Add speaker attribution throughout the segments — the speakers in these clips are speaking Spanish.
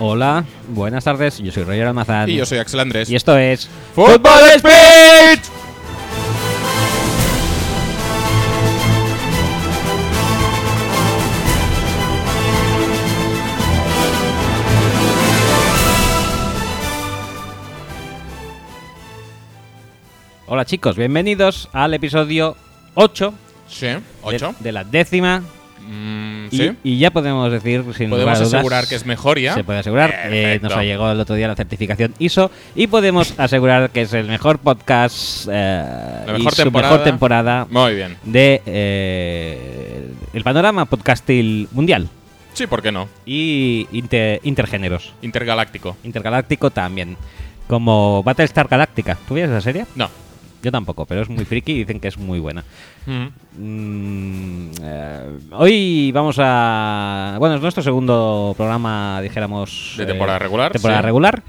Speaker 1: Hola, buenas tardes. Yo soy Roger Almazán.
Speaker 2: Y yo soy Axel Andrés.
Speaker 1: Y esto es.
Speaker 2: ¡Fútbol Speed!
Speaker 1: Hola, chicos. Bienvenidos al episodio 8
Speaker 2: Sí,
Speaker 1: de-
Speaker 2: 8.
Speaker 1: De, la décima.
Speaker 2: Mm,
Speaker 1: Y-
Speaker 2: sí.
Speaker 1: Y, ya podemos decir, sin lugar a
Speaker 2: Podemos
Speaker 1: dudas,
Speaker 2: asegurar que es mejor ya.
Speaker 1: Se puede asegurar. Eh,
Speaker 2: Perfecto.
Speaker 1: nos ha llegado el otro día la certificación ISO y podemos asegurar que es el mejor podcast eh,
Speaker 2: mejor
Speaker 1: y su
Speaker 2: temporada.
Speaker 1: mejor temporada
Speaker 2: Muy bien.
Speaker 1: de eh, el panorama podcastil mundial
Speaker 2: Sí, ¿por qué no?
Speaker 1: y inter- intergéneros,
Speaker 2: Intergaláctico.
Speaker 1: intergaláctico también, como Battlestar Galactica. ¿Tú vieres esa serie?
Speaker 2: No.
Speaker 1: Yo tampoco, pero es muy friki y dicen que es muy buena.
Speaker 2: Mm.
Speaker 1: Mm, eh, hoy vamos a. Bueno, es nuestro segundo programa, dijéramos. eh,
Speaker 2: De temporada regular,
Speaker 1: Temporada
Speaker 2: sí.
Speaker 1: regular.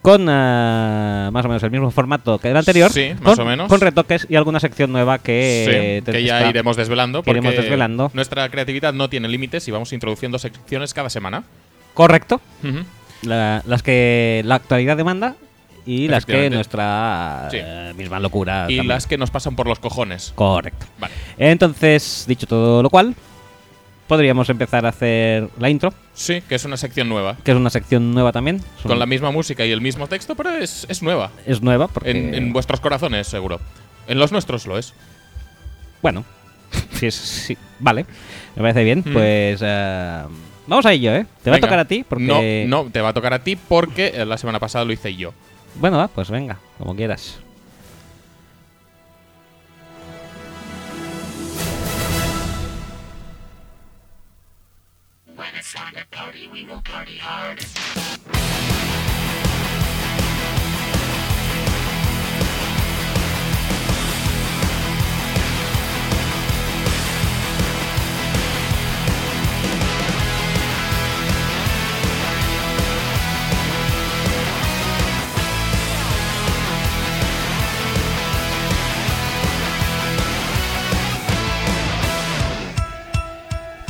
Speaker 1: Con eh, más o menos el mismo formato que el anterior.
Speaker 2: Sí, más
Speaker 1: con-
Speaker 2: o menos.
Speaker 1: Con retoques y alguna sección nueva que. eh,
Speaker 2: Sí,
Speaker 1: te-
Speaker 2: que ya
Speaker 1: está-
Speaker 2: iremos desvelando.
Speaker 1: que iremos
Speaker 2: porque
Speaker 1: desvelando.
Speaker 2: Nuestra creatividad no tiene límites y vamos introduciendo secciones cada semana.
Speaker 1: Correcto.
Speaker 2: Ujú.
Speaker 1: La- las que la actualidad demanda y las que
Speaker 2: Efectivamente.
Speaker 1: nuestra
Speaker 2: Sí.
Speaker 1: eh, misma locura.
Speaker 2: Y
Speaker 1: también.
Speaker 2: las que nos pasan por los cojones.
Speaker 1: Correcto.
Speaker 2: Vale.
Speaker 1: Entonces, dicho todo lo cual, podríamos empezar a hacer la intro,
Speaker 2: Sí, que es una sección nueva.
Speaker 1: que es una sección nueva también. Es
Speaker 2: Con
Speaker 1: un-
Speaker 2: la misma música y el mismo texto, pero es, es nueva.
Speaker 1: es nueva porque
Speaker 2: En, en vuestros corazones, seguro. En los nuestros lo es.
Speaker 1: bueno si es sí, vale me parece bien
Speaker 2: Mm.
Speaker 1: pues eh, vamos a ello eh te va
Speaker 2: Venga.
Speaker 1: a tocar a ti porque
Speaker 2: No, no, te va a tocar a ti porque eh, la semana pasada lo hice yo.
Speaker 1: bueno va, pues venga como quieras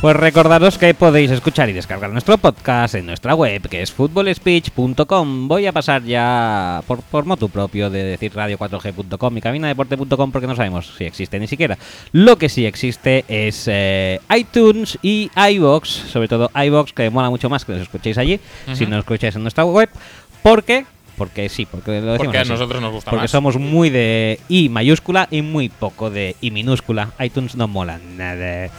Speaker 1: Pues recordaros que podéis escuchar y descargar nuestro podcast en nuestra web, que es footballspeech.com. Voy a pasar ya por, por motu propio de decir radio4g.com y cabinadeporte.com porque no sabemos si existe ni siquiera. Lo que sí existe es eh, iTunes y iBox, sobre todo iBox, que mola mucho más que los escuchéis allí,
Speaker 2: Ujú.
Speaker 1: si no lo escucháis en nuestra web, porque... Porque sí, porque lo decimos
Speaker 2: Porque a
Speaker 1: así.
Speaker 2: nosotros nos gusta
Speaker 1: Porque
Speaker 2: más.
Speaker 1: somos muy de I mayúscula y muy poco de I minúscula. iTunes no mola nada.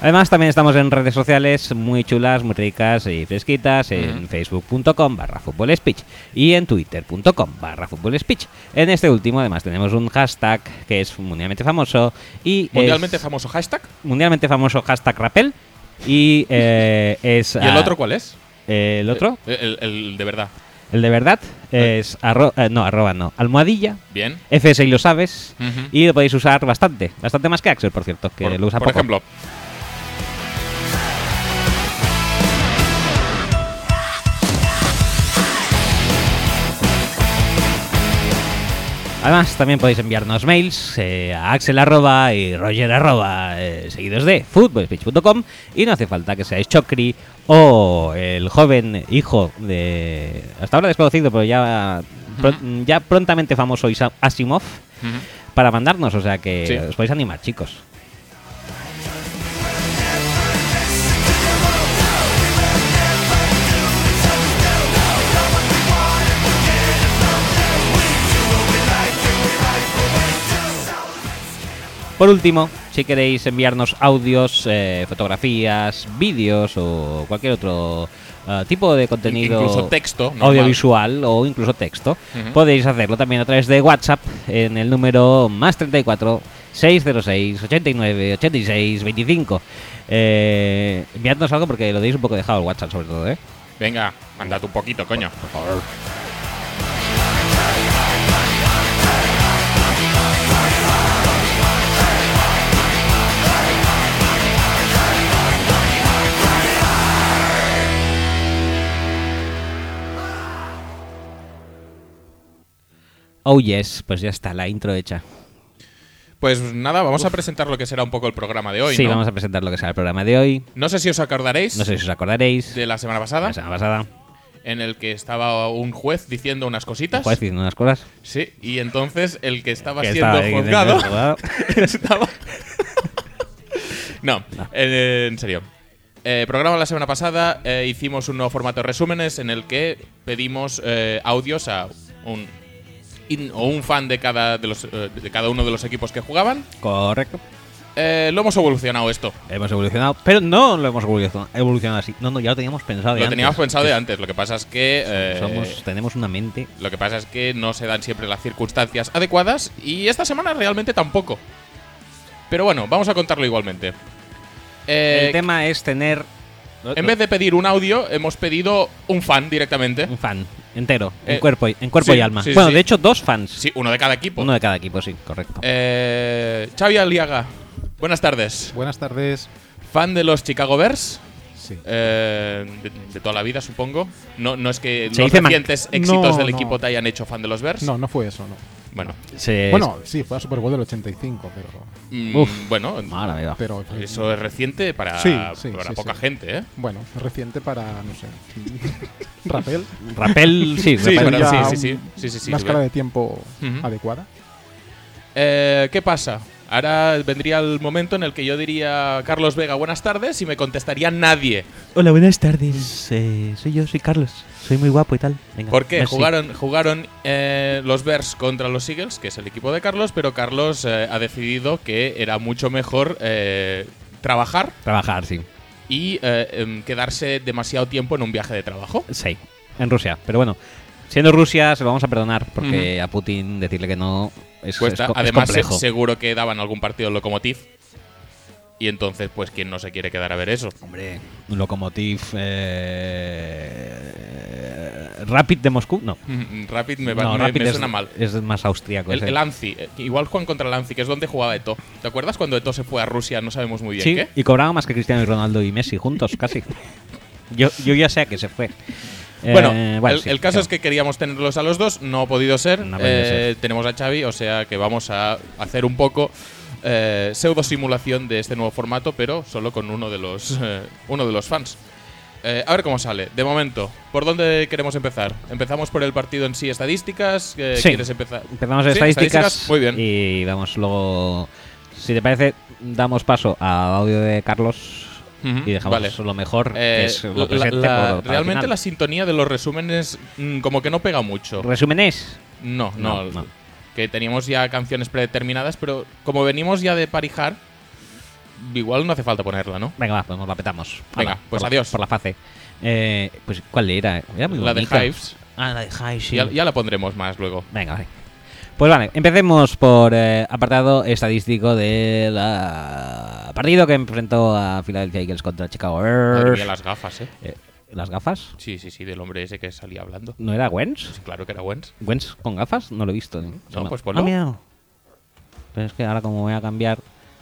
Speaker 1: Además, también estamos en redes sociales muy chulas, muy ricas y fresquitas, en
Speaker 2: Ujú.
Speaker 1: facebook.com barra Fútbol speech y en twitter.com barra Fútbol speech. En este último, además, tenemos un hashtag que es mundialmente famoso y es-
Speaker 2: Mundialmente famoso hashtag.
Speaker 1: mundialmente famoso hashtag Rappel y eh, es...
Speaker 2: ¿Y el
Speaker 1: ah,
Speaker 2: otro cuál es?
Speaker 1: eh, ¿El otro?
Speaker 2: El, el- el de verdad.
Speaker 1: El de verdad es... arro- eh, no, arroba no. Almohadilla,
Speaker 2: Bien.
Speaker 1: FS y lo sabes.
Speaker 2: Ujú.
Speaker 1: Y lo podéis usar bastante, bastante más que Axel, por cierto, que
Speaker 2: Mm-hmm. por
Speaker 1: lo usa
Speaker 2: por
Speaker 1: poco.
Speaker 2: ejemplo,
Speaker 1: Además, también podéis enviarnos mails eh, a axel arroba y roger arroba, eh, seguidos de footballspeech.com y no hace falta que seáis Chocri o el joven hijo de... hasta ahora desconocido, pero ya, pro-
Speaker 2: Mm-hmm.
Speaker 1: ya prontamente famoso Isa- Asimov
Speaker 2: Ujú.
Speaker 1: para mandarnos, o sea que
Speaker 2: Sí.
Speaker 1: os podéis animar, chicos. Por último, si queréis enviarnos audios, eh, fotografías, vídeos o cualquier otro eh, tipo de contenido
Speaker 2: incluso texto, normal.
Speaker 1: audiovisual o incluso texto,
Speaker 2: Ujú.
Speaker 1: podéis hacerlo también a través de WhatsApp en el número más 34 606 89 86 25. Eh, enviadnos algo porque lo deis un poco dejado el WhatsApp sobre todo, ¿eh?
Speaker 2: venga, mandate un poquito, coño.
Speaker 1: Oh yes, pues ya está, la intro hecha.
Speaker 2: Pues nada, vamos a presentar lo que será un poco el programa de hoy.
Speaker 1: sí,
Speaker 2: ¿no?
Speaker 1: vamos a presentar lo que será el programa de hoy.
Speaker 2: No sé si os acordaréis
Speaker 1: No sé si os acordaréis.
Speaker 2: de la semana pasada,
Speaker 1: La semana pasada.
Speaker 2: en el que estaba un juez diciendo unas cositas.
Speaker 1: Juez diciendo unas cosas.
Speaker 2: Sí, y entonces el que estaba
Speaker 1: que
Speaker 2: siendo
Speaker 1: estaba ahí, que tenía
Speaker 2: juzgado
Speaker 1: el juzgado.
Speaker 2: estaba. no, eh, en serio. Eh, programa la semana pasada eh, hicimos un nuevo formato de resúmenes en el que pedimos eh, audios a un in- o un fan de cada de, los, eh, de cada uno de los equipos que jugaban.
Speaker 1: Correcto.
Speaker 2: Eh, lo hemos evolucionado esto.
Speaker 1: Hemos evolucionado. Pero no lo hemos evolucionado, evolucionado así. No, no, ya lo teníamos pensado. de
Speaker 2: Lo teníamos
Speaker 1: antes.
Speaker 2: pensado de antes. Lo que pasa es que eh,
Speaker 1: Somos, tenemos una mente.
Speaker 2: lo que pasa es que no se dan siempre las circunstancias adecuadas y esta semana realmente tampoco. Pero bueno, vamos a contarlo igualmente. Eh,
Speaker 1: el tema es tener.
Speaker 2: En vez de pedir un audio, hemos pedido un fan directamente.
Speaker 1: Un fan entero, en
Speaker 2: Eh,
Speaker 1: cuerpo, y, en cuerpo
Speaker 2: sí,
Speaker 1: y alma.
Speaker 2: sí, sí,
Speaker 1: bueno,
Speaker 2: sí.
Speaker 1: de hecho, dos fans.
Speaker 2: Sí, pues. uno de cada equipo.
Speaker 1: Uno de cada equipo, sí, correcto.
Speaker 2: Eh, Xavi Aliaga, buenas tardes.
Speaker 3: Buenas tardes.
Speaker 2: Fan de los Chicago Bears.
Speaker 3: Sí.
Speaker 2: eh, de, de toda la vida, supongo. No, no es que
Speaker 1: Se
Speaker 2: los
Speaker 1: dice man-
Speaker 2: recientes éxitos
Speaker 3: No,
Speaker 2: del
Speaker 3: no.
Speaker 2: equipo te hayan hecho fan de los Bears.
Speaker 3: No, no fue eso, no.
Speaker 2: Bueno,
Speaker 1: Se-
Speaker 3: Bueno, sí, fue a Super Bowl del 85, pero.
Speaker 2: mm,
Speaker 1: Uf.
Speaker 2: bueno,
Speaker 1: Madre mía.
Speaker 3: pero
Speaker 2: Ah, pues eso es reciente para,
Speaker 3: Sí, sí,
Speaker 2: para
Speaker 3: sí,
Speaker 2: poca
Speaker 3: sí.
Speaker 2: gente, ¿eh?
Speaker 3: Bueno, reciente para, no sé. Rapel.
Speaker 1: Rapel, sí,
Speaker 2: Sí,
Speaker 1: rapel.
Speaker 2: pero-
Speaker 3: Ya
Speaker 2: sí, sí, sí,
Speaker 3: un-
Speaker 2: sí, sí, sí,
Speaker 3: Máscara
Speaker 2: ve.
Speaker 3: de tiempo
Speaker 2: Ujú.
Speaker 3: adecuada.
Speaker 2: Eh, ¿Qué pasa? Ahora vendría el momento en el que yo diría Carlos Vega, buenas tardes, y me contestaría nadie.
Speaker 4: Hola, buenas tardes. Eh, soy yo, soy Carlos. Soy muy guapo y tal. Venga,
Speaker 2: ¿Por qué?
Speaker 4: merci.
Speaker 2: Jugaron, jugaron eh, los Bears contra los Eagles, que es el equipo de Carlos, pero Carlos eh, ha decidido que era mucho mejor eh, trabajar
Speaker 1: Trabajar, sí.
Speaker 2: y eh, em, quedarse demasiado tiempo en un viaje de trabajo.
Speaker 1: Sí, en Rusia. Pero bueno, siendo Rusia, se lo vamos a perdonar porque a Putin decirle que no es,
Speaker 2: Cuesta.
Speaker 1: es co- es
Speaker 2: Además, se-
Speaker 1: complejo.
Speaker 2: seguro que daban algún partido en Lokomotiv. Y entonces, pues, ¿quién no se quiere quedar a ver eso?
Speaker 1: Hombre, un locomotiv. eh, Rapid de Moscú, no.
Speaker 2: Mm, Rapid me, va-
Speaker 1: No,
Speaker 2: me- me
Speaker 1: Rapid es,
Speaker 2: suena mal.
Speaker 1: es más austriaco.
Speaker 2: El,
Speaker 1: ese.
Speaker 2: el Anzi, eh, igual Juan contra el Anzi, que es donde jugaba Eto. ¿Te acuerdas cuando Eto se fue a Rusia? No sabemos muy bien
Speaker 1: sí,
Speaker 2: qué.
Speaker 1: y cobraba más que Cristiano y Ronaldo y Messi juntos, casi. yo, yo ya sé a que se fue. Eh,
Speaker 2: Bueno, el,
Speaker 1: sí,
Speaker 2: el caso
Speaker 1: claro.
Speaker 2: es que queríamos tenerlos a los dos, no ha podido ser.
Speaker 1: No ha podido
Speaker 2: Eh,
Speaker 1: ser.
Speaker 2: Tenemos a Xavi, o sea que vamos a hacer un poco eh, pseudo simulación de este nuevo formato, pero solo con uno de los eh, uno de los fans. Eh, a ver cómo sale. De momento, ¿por dónde queremos empezar? ¿Empezamos por el partido en sí, estadísticas? Eh,
Speaker 1: Sí.
Speaker 2: ¿Quieres empezar?
Speaker 1: Empezamos en
Speaker 2: Sí,
Speaker 1: estadísticas,
Speaker 2: Muy bien.
Speaker 1: y vamos luego. Si te parece, damos paso al audio de Carlos
Speaker 2: Ujú,
Speaker 1: y dejamos
Speaker 2: vale.
Speaker 1: lo mejor, que
Speaker 2: Eh,
Speaker 1: es
Speaker 2: la-
Speaker 1: lo presente.
Speaker 2: la-
Speaker 1: por- para
Speaker 2: realmente
Speaker 1: el
Speaker 2: la
Speaker 1: final.
Speaker 2: sintonía de los resúmenes mm, como que no pega mucho.
Speaker 1: Resúmenes.
Speaker 2: No, no,
Speaker 1: No, no.
Speaker 2: Que teníamos ya canciones predeterminadas, pero como venimos ya de parijar, igual no hace falta ponerla, ¿no?
Speaker 1: Venga, va, pues nos la petamos.
Speaker 2: Venga,
Speaker 1: Hala,
Speaker 2: pues
Speaker 1: por la-
Speaker 2: adiós.
Speaker 1: por la fase. Eh, pues, ¿cuál era? Era muy
Speaker 2: La de
Speaker 1: bonita.
Speaker 2: Hives.
Speaker 4: Ah, la de Jai, sí.
Speaker 2: Ya, ya la pondremos más luego.
Speaker 1: Venga, vale. Pues vale, empecemos por eh, apartado estadístico del ah, partido que enfrentó a Philadelphia Eagles contra Chicago
Speaker 2: Madre
Speaker 1: Bears.
Speaker 2: mía, las gafas, ¿eh?
Speaker 1: Eh, ¿Las gafas?
Speaker 2: Sí, sí, sí, del hombre ese que salía hablando.
Speaker 1: ¿No era Wentz?
Speaker 2: Sí, claro que era Wentz.
Speaker 1: ¿Wentz con gafas? No lo he visto. No,
Speaker 2: No, pues
Speaker 4: Ah,
Speaker 2: ponlo.
Speaker 4: mira.
Speaker 1: Pero es que ahora como voy a cambiar...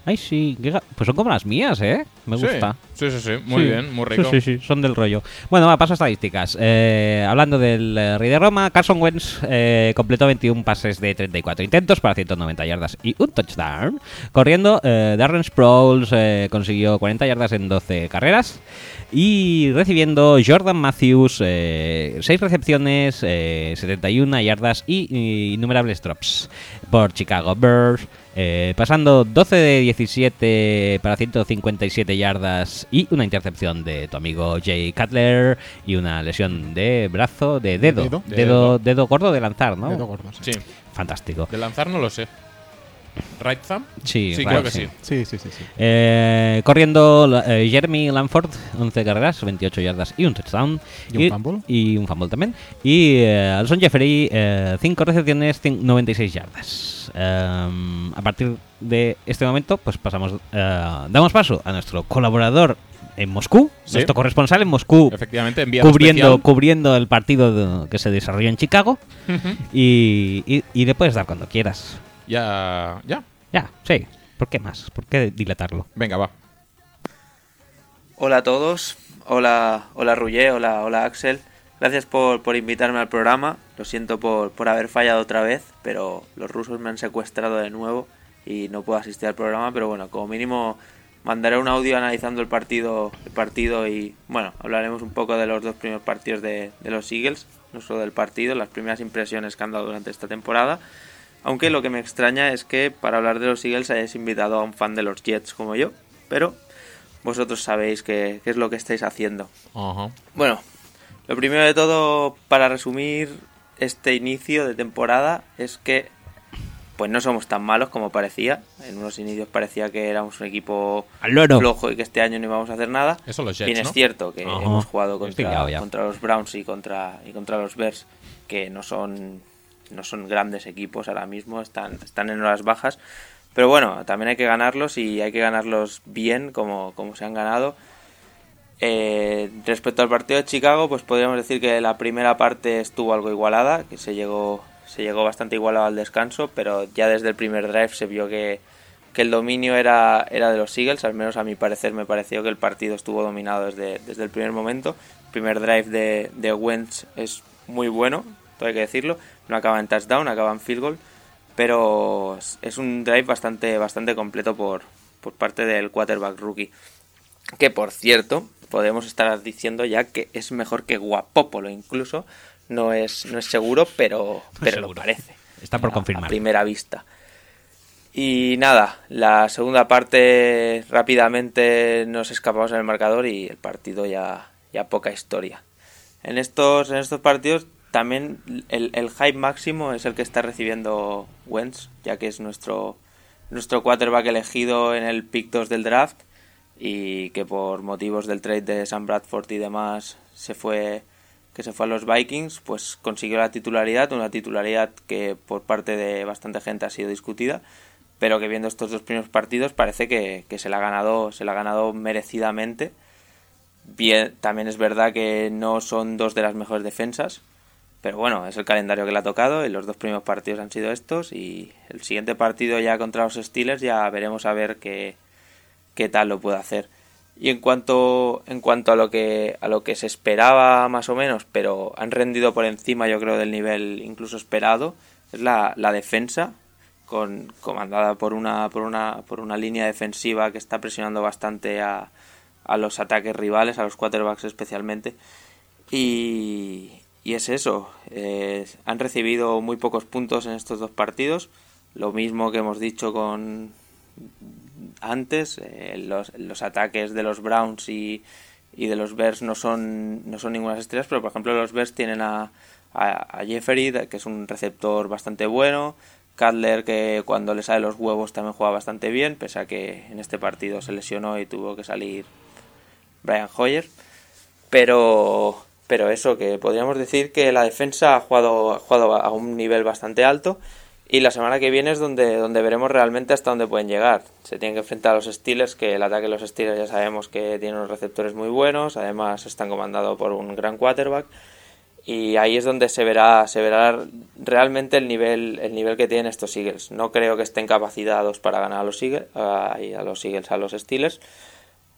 Speaker 1: Ay, sí, qué ga- pues son como las mías, ¿eh? Me
Speaker 2: Sí,
Speaker 1: gusta.
Speaker 2: Sí, sí, sí. Muy
Speaker 1: Sí.
Speaker 2: bien, muy
Speaker 1: Sí,
Speaker 2: rico.
Speaker 1: Sí, sí, son del rollo. Bueno, va, paso a estadísticas. Eh, hablando del eh, Rey de Roma, Carson Wentz eh, completó 21 pases de 34 intentos para 190 yardas y un touchdown. Corriendo, eh, Darren Sproles eh, consiguió 40 yardas en 12 carreras. Y recibiendo Jordan Matthews, 6 recepciones, eh, 71 yardas y, y innumerables drops por Chicago Bears. Eh, pasando 12 de 17 para 157 yardas y una intercepción de tu amigo Jay Cutler y una lesión de brazo, de dedo. Dedo,
Speaker 3: Dedo.
Speaker 1: dedo, gordo de lanzar, ¿no?
Speaker 3: Dedo gordo, sí.
Speaker 2: Sí,
Speaker 1: Fantástico.
Speaker 2: de lanzar no lo sé. ¿Right thumb?
Speaker 1: Sí,
Speaker 2: Sí,
Speaker 1: vale,
Speaker 2: creo que sí.
Speaker 3: Sí, sí, sí. sí.
Speaker 1: Eh, corriendo la- eh, Jeremy Lanford, 11 carreras, 28 yardas y un touchdown.
Speaker 3: ¿Y un fumble?
Speaker 1: Y un fumble también. Y eh, Alson Jeffery, 5 recepciones, cin- 96 yardas. Em, a partir de este momento, pues pasamos, eh, damos paso a nuestro colaborador en Moscú,
Speaker 2: Sí.
Speaker 1: nuestro corresponsal en Moscú,
Speaker 2: Efectivamente, enviado
Speaker 1: cubriendo,
Speaker 2: especial.
Speaker 1: cubriendo el partido de- que se desarrolló en Chicago. y, y, y le puedes dar cuando quieras.
Speaker 2: Ya, ya.
Speaker 1: Ya, sí. ¿Por qué más? ¿Por qué dilatarlo?
Speaker 2: Venga, va.
Speaker 5: Hola a todos, hola, hola Rullé, hola, hola Axel, Gracias por, por invitarme al programa. Lo siento por, por haber fallado otra vez, pero los rusos me han secuestrado de nuevo y no puedo asistir al programa. Pero bueno, como mínimo mandaré un audio analizando el partido, el partido y bueno, hablaremos un poco de los dos primeros partidos de, de los Eagles, no solo del partido, las primeras impresiones que han dado durante esta temporada. Aunque lo que me extraña es que para hablar de los Eagles hayáis invitado a un fan de los Jets como yo, pero vosotros sabéis qué qué es lo que estáis haciendo.
Speaker 2: Ajá.
Speaker 5: Bueno, lo primero de todo, para resumir este inicio de temporada, es que pues no somos tan malos como parecía. En unos inicios parecía que éramos un equipo
Speaker 1: Al loro.
Speaker 5: flojo y que este año no íbamos a hacer nada.
Speaker 2: Eso los
Speaker 5: Bien
Speaker 2: Jets, ¿no?
Speaker 5: es cierto que
Speaker 1: Ajá.
Speaker 5: hemos jugado
Speaker 1: Estoy liado ya.
Speaker 5: contra, contra los Browns y contra, y contra los Bears, que no son, no son grandes equipos ahora mismo, están, están en horas bajas. Pero bueno, también hay que ganarlos y hay que ganarlos bien como, como se han ganado. Eh, respecto al partido de Chicago, pues podríamos decir que la primera parte estuvo algo igualada, que se llegó, se llegó bastante igualado al descanso, pero ya desde el primer drive se vio que, que el dominio era, era de los Eagles, al menos a mi parecer me pareció que el partido estuvo dominado desde, desde el primer momento. El primer drive de, de Wentz es muy bueno, todo hay que decirlo, no acaba en touchdown, acaba en field goal, pero es un drive bastante, bastante completo por, por parte del quarterback rookie. Que por cierto, podemos estar diciendo ya que es mejor que Guapopolo incluso. No es, no es seguro, pero, pero lo
Speaker 1: seguro.
Speaker 5: parece.
Speaker 1: Está por
Speaker 5: A- A
Speaker 1: confirmar.
Speaker 5: primera vista. Y nada, la segunda parte rápidamente nos escapamos en el marcador y el partido ya, ya poca historia. En estos, en estos partidos también el, el hype máximo es el que está recibiendo Wentz, ya que es nuestro, nuestro quarterback elegido en el pick 2 del draft y que por motivos del trade de Sam Bradford y demás se fue que se fue a los Vikings, pues consiguió la titularidad, una titularidad que por parte de bastante gente ha sido discutida, pero que viendo estos dos primeros partidos parece que, que se la ha ganado, se la ha ganado merecidamente. Bien, también es verdad que no son dos de las mejores defensas, pero bueno, es el calendario que le ha tocado y los dos primeros partidos han sido estos y el siguiente partido ya contra los Steelers ya veremos a ver qué, qué tal lo puede hacer. Y en cuanto, en cuanto a lo que a lo que se esperaba más o menos, pero han rendido por encima yo creo del nivel incluso esperado, es la, la defensa, con, comandada por una, por una, por una línea defensiva que está presionando bastante a, a los ataques rivales, a los quarterbacks especialmente. Y, y es eso. eh, han recibido muy pocos puntos en estos dos partidos. Lo mismo que hemos dicho con antes. eh, los, los ataques de los Browns y, y de los Bears no son, no son ninguna estrellas, pero por ejemplo los Bears tienen a, a, a Jeffery, que es un receptor bastante bueno. Cutler, que cuando le sale los huevos también juega bastante bien, pese a que en este partido se lesionó y tuvo que salir Brian Hoyer. Pero, pero eso, que podríamos decir que la defensa ha jugado, ha jugado a un nivel bastante alto. Y la semana que viene es donde, donde veremos realmente hasta dónde pueden llegar. Se tienen que enfrentar a los Steelers, que el ataque de los Steelers ya sabemos que tiene unos receptores muy buenos. Además, están comandados por un gran quarterback. Y ahí es donde se verá, se verá realmente el nivel, el nivel que tienen estos Eagles. No creo que estén capacitados para ganar a los Eagles, a, a los Eagles, a los Steelers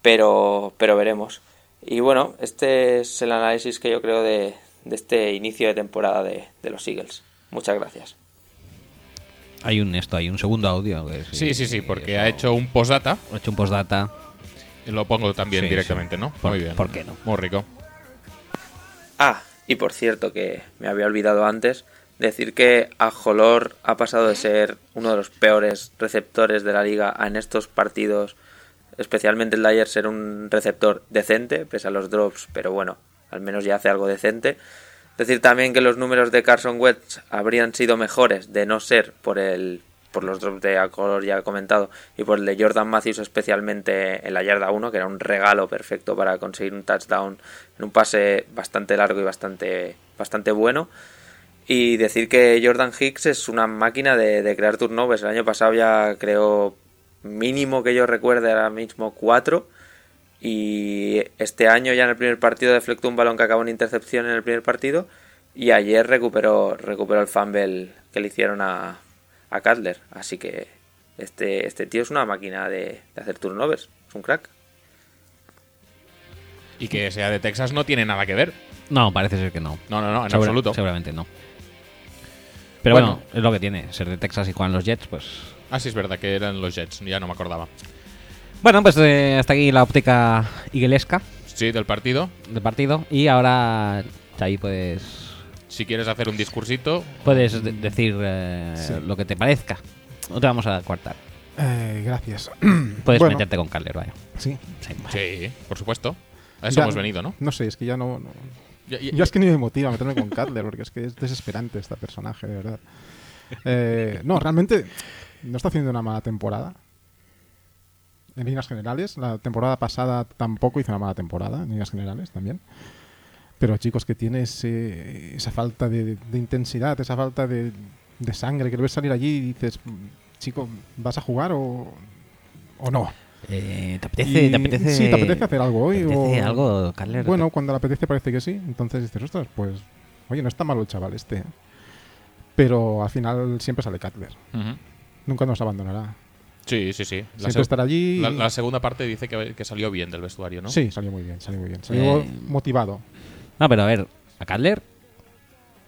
Speaker 5: pero, pero veremos. Y bueno, este es el análisis que yo creo de, de este inicio de temporada de, de los Eagles. Muchas gracias.
Speaker 1: Hay un esto, hay un segundo audio. que
Speaker 2: Sí, sí, sí, porque ha
Speaker 1: eso.
Speaker 2: hecho un postdata.
Speaker 1: Ha hecho un postdata.
Speaker 2: y Lo pongo también
Speaker 1: Sí,
Speaker 2: directamente,
Speaker 1: sí.
Speaker 2: ¿no?
Speaker 1: ¿Por-
Speaker 2: Muy bien.
Speaker 1: por qué no?
Speaker 2: Muy rico.
Speaker 5: Ah, y por cierto, que me había olvidado antes decir que Ajolor ha pasado de ser uno de los peores receptores de la liga a en estos partidos, especialmente el de ayer, ser un receptor decente, pese a los drops, pero bueno, al menos ya hace algo decente. Decir también que los números de Carson Wentz habrían sido mejores de no ser por el por los drops de Acolor ya comentado y por el de Jordan Matthews especialmente en la yarda 1, que era un regalo perfecto para conseguir un touchdown en un pase bastante largo y bastante bastante bueno. Y decir que Jordan Hicks es una máquina de, de crear turnovers. El año pasado ya creó mínimo que yo recuerde ahora mismo cuatro. Y este año ya en el primer partido deflectó un balón que acabó en intercepción en el primer partido. Y ayer recuperó, recuperó el fumble que le hicieron a, a Cutler. Así que este, este tío es una máquina de, de hacer turnovers. Es un crack.
Speaker 2: Y que sea de Texas no tiene nada que ver.
Speaker 1: No, parece ser que no.
Speaker 2: No, no, no, en
Speaker 1: Segura-
Speaker 2: absoluto.
Speaker 1: Seguramente no. Pero bueno,
Speaker 2: Bueno.
Speaker 1: es lo que tiene. Ser de Texas y juegan los Jets, pues
Speaker 2: Ah, sí, es verdad que eran los Jets, ya no me acordaba.
Speaker 1: Bueno, pues eh, hasta aquí la óptica higuelesca
Speaker 2: Sí, del partido.
Speaker 1: del partido. Y ahora, Xavi, puedes,
Speaker 2: Si quieres hacer un discursito,
Speaker 1: puedes de- decir eh,
Speaker 3: Sí.
Speaker 1: lo que te parezca. No te vamos a cortar.
Speaker 3: Eh, gracias.
Speaker 1: Puedes
Speaker 3: Bueno,
Speaker 1: meterte con Carlero, vaya.
Speaker 3: Sí.
Speaker 1: Sí.
Speaker 2: sí, por supuesto. A eso
Speaker 3: Ya-
Speaker 2: hemos venido, ¿no?
Speaker 3: No sé, es que ya no. no-
Speaker 2: Ya- ya-
Speaker 3: Yo es que ni me motiva meterme con Cutler, porque es que es desesperante este personaje, de verdad. Eh, no, realmente no está haciendo una mala temporada. En líneas generales, la temporada pasada tampoco hizo una mala temporada, en líneas generales también. Pero chicos, que tiene ese- esa falta de, de intensidad, esa falta de, de sangre, que lo ves salir allí y dices, chico, ¿vas a jugar o, o no?
Speaker 1: Eh, ¿te, apetece,
Speaker 3: Y-
Speaker 1: te apetece?
Speaker 3: Sí, te apetece hacer algo hoy.
Speaker 1: ¿Te apetece
Speaker 3: o-
Speaker 1: algo, Carlero?
Speaker 3: Bueno, cuando le apetece parece que sí. Entonces dices, ostras, pues, oye, no está malo el chaval este. Pero al final siempre sale Cutler.
Speaker 2: Ujú.
Speaker 3: Nunca nos abandonará.
Speaker 2: Sí, sí, sí. La,
Speaker 3: siempre
Speaker 2: seg-
Speaker 3: estará allí. y-
Speaker 2: la- la segunda parte dice que, que salió bien del vestuario, ¿no?
Speaker 3: Sí, salió muy bien, salió muy bien. Salió
Speaker 1: Eh.
Speaker 3: motivado.
Speaker 1: No, pero a ver, a Cutler,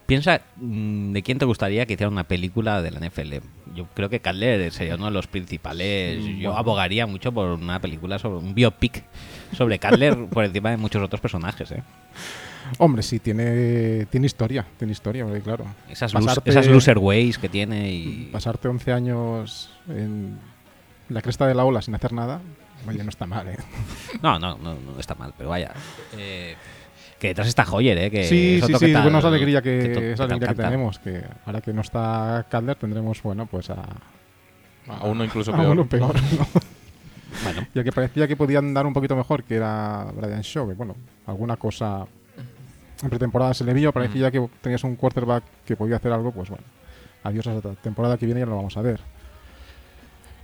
Speaker 1: piensa mm, de quién te gustaría que hiciera una película de la NFL. Yo creo que Cutler sería uno de los principales.
Speaker 3: Mm,
Speaker 1: Yo abogaría mucho por una película sobre un biopic sobre Cutler por encima de muchos otros personajes. ¿eh?
Speaker 3: Hombre, sí, tiene, tiene historia, tiene historia, porque claro.
Speaker 1: Esas, lus-
Speaker 3: pasarte-
Speaker 1: esas loser ways que tiene y.
Speaker 3: Pasarte 11 años en la cresta de la ola sin hacer nada, oye, no está mal, ¿eh?
Speaker 1: No, no, no, no está mal, pero vaya. eh, que detrás está Hoyer, ¿eh? Que
Speaker 3: sí,
Speaker 1: es
Speaker 3: sí,
Speaker 1: otro
Speaker 3: sí,
Speaker 1: que tal-
Speaker 3: bueno, esa alegría que,
Speaker 1: to-
Speaker 3: esa
Speaker 1: tal
Speaker 3: alegría que
Speaker 1: canta.
Speaker 3: tenemos, que ahora que no está Cutler tendremos, bueno, pues a,
Speaker 2: A uno incluso
Speaker 3: a
Speaker 2: peor.
Speaker 3: uno peor, Ah, ¿no?
Speaker 1: Bueno,
Speaker 3: Ya que parecía que podían dar un poquito mejor, que era Brian Shaw, que bueno, alguna cosa en pretemporada se le vio, parecía que tenías un quarterback que podía hacer algo, pues bueno, adiós a la temporada que viene ya no lo vamos a ver.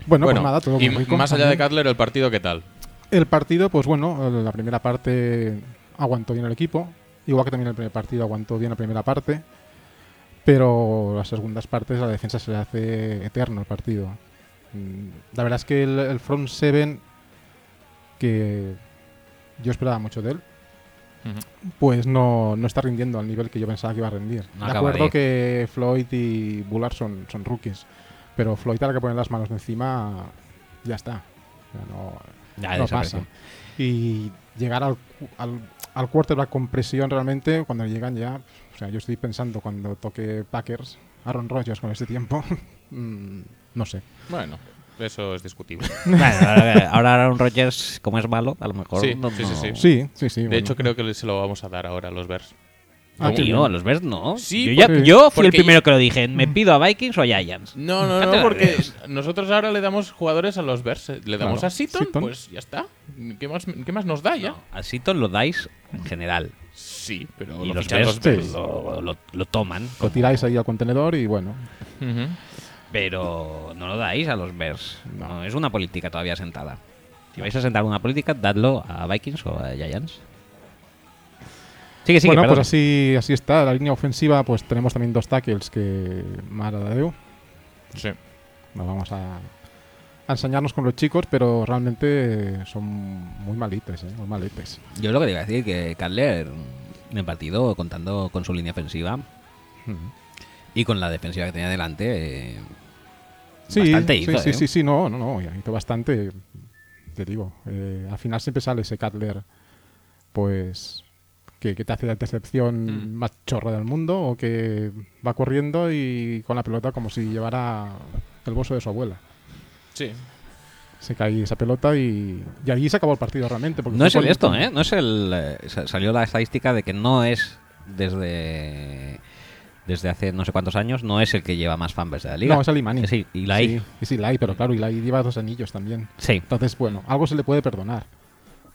Speaker 3: Bueno,
Speaker 2: bueno,
Speaker 3: pues nada, todo
Speaker 2: y
Speaker 3: muy rico.
Speaker 2: más allá de
Speaker 3: También
Speaker 2: Cutler, el partido, ¿qué tal?
Speaker 3: El partido, pues bueno, la primera parte aguantó bien el equipo, igual que también el primer partido aguantó bien la primera parte, pero las segundas partes la defensa se le hace eterno el partido. Mm, La verdad es que el, el front seven que yo esperaba mucho de él, pues no, no está rindiendo al nivel que yo pensaba que iba a rendir.
Speaker 1: No
Speaker 3: de
Speaker 1: acaba
Speaker 3: acuerdo
Speaker 1: ahí.
Speaker 3: que Floyd y Bullard son, son rookies, pero Floyd ahora que ponen las manos de encima, ya está. Ya no,
Speaker 1: ya
Speaker 3: no
Speaker 1: desapareció.
Speaker 3: pasa. Y llegar al, cu- al, al quarterback con presión realmente, cuando llegan ya, o sea, yo estoy pensando cuando toque Packers, Aaron Rodgers con este tiempo, mm, no sé.
Speaker 2: Bueno, eso es discutible.
Speaker 1: Bueno, ahora- ahora Aaron Rodgers, como es malo, a lo mejor.
Speaker 2: Sí,
Speaker 1: no-
Speaker 2: sí, sí, sí.
Speaker 1: no-
Speaker 3: Sí, sí, sí.
Speaker 2: De hecho, creo que se lo vamos a dar ahora a los Bears.
Speaker 3: Ah,
Speaker 1: Ah,
Speaker 3: qué
Speaker 1: tío,
Speaker 3: bien.
Speaker 1: a los Bears no.
Speaker 2: Sí,
Speaker 1: yo, ya-
Speaker 3: porque-
Speaker 1: yo fui el
Speaker 2: porque-
Speaker 1: primero que lo dije. ¿Me pido a Vikings o a Giants?
Speaker 2: No, no,
Speaker 1: Ya te
Speaker 2: no,
Speaker 1: la
Speaker 2: porque
Speaker 1: ves.
Speaker 2: nosotros ahora le damos jugadores a los Bears. eh, Le damos
Speaker 3: Claro.
Speaker 2: a Seaton,
Speaker 3: Seaton.
Speaker 2: pues ya está. ¿Qué más, qué más nos da ya?
Speaker 1: No, a Seaton lo dais en general.
Speaker 2: Sí, pero
Speaker 1: Y
Speaker 2: lo
Speaker 1: los
Speaker 2: fichan
Speaker 1: Bears
Speaker 2: los Bears.
Speaker 3: sí.
Speaker 1: lo, lo- lo toman.
Speaker 3: Lo
Speaker 1: como-
Speaker 3: tiráis ahí al contenedor y bueno.
Speaker 2: Ujú.
Speaker 1: Pero no lo dais a los Bears. No.
Speaker 3: No.
Speaker 1: es una política todavía sentada. Si vais a sentar una política, dadlo a Vikings o a Giants. Sigue, sigue,
Speaker 3: bueno,
Speaker 1: perdón.
Speaker 3: pues así, así está. La línea ofensiva, pues tenemos también dos tackles que Maradeu.
Speaker 2: Sí.
Speaker 3: No vamos a, a ensañarnos con los chicos, pero realmente son muy malites, ¿eh? Muy malites.
Speaker 1: Yo lo que te iba a decir que Cutler, en el partido, contando con su línea ofensiva y con la defensiva que tenía delante, eh, Bastante
Speaker 3: sí,
Speaker 1: hizo,
Speaker 3: sí,
Speaker 1: ¿eh?
Speaker 3: sí, sí, no, no, no, hizo bastante, te digo. eh, al final siempre sale ese Cutler, pues, que, que te hace la intercepción
Speaker 2: Mm.
Speaker 3: más chorra del mundo o que va corriendo y con la pelota como si llevara el bolso de su abuela.
Speaker 2: Sí.
Speaker 3: Se cae esa pelota y, y allí se acabó el partido realmente. Porque
Speaker 1: No
Speaker 3: fue
Speaker 1: es el
Speaker 3: cuando-
Speaker 1: esto, ¿eh? No es el. eh, sa- Salió la estadística de que no es desde. Desde hace no sé cuántos años, no es el que lleva más fanbase de la liga.
Speaker 3: No, es el Imani.
Speaker 1: Sí, Eli.
Speaker 3: Sí, es Eli, pero claro, Eli lleva dos anillos también.
Speaker 1: Sí.
Speaker 3: Entonces, bueno, algo se le puede perdonar.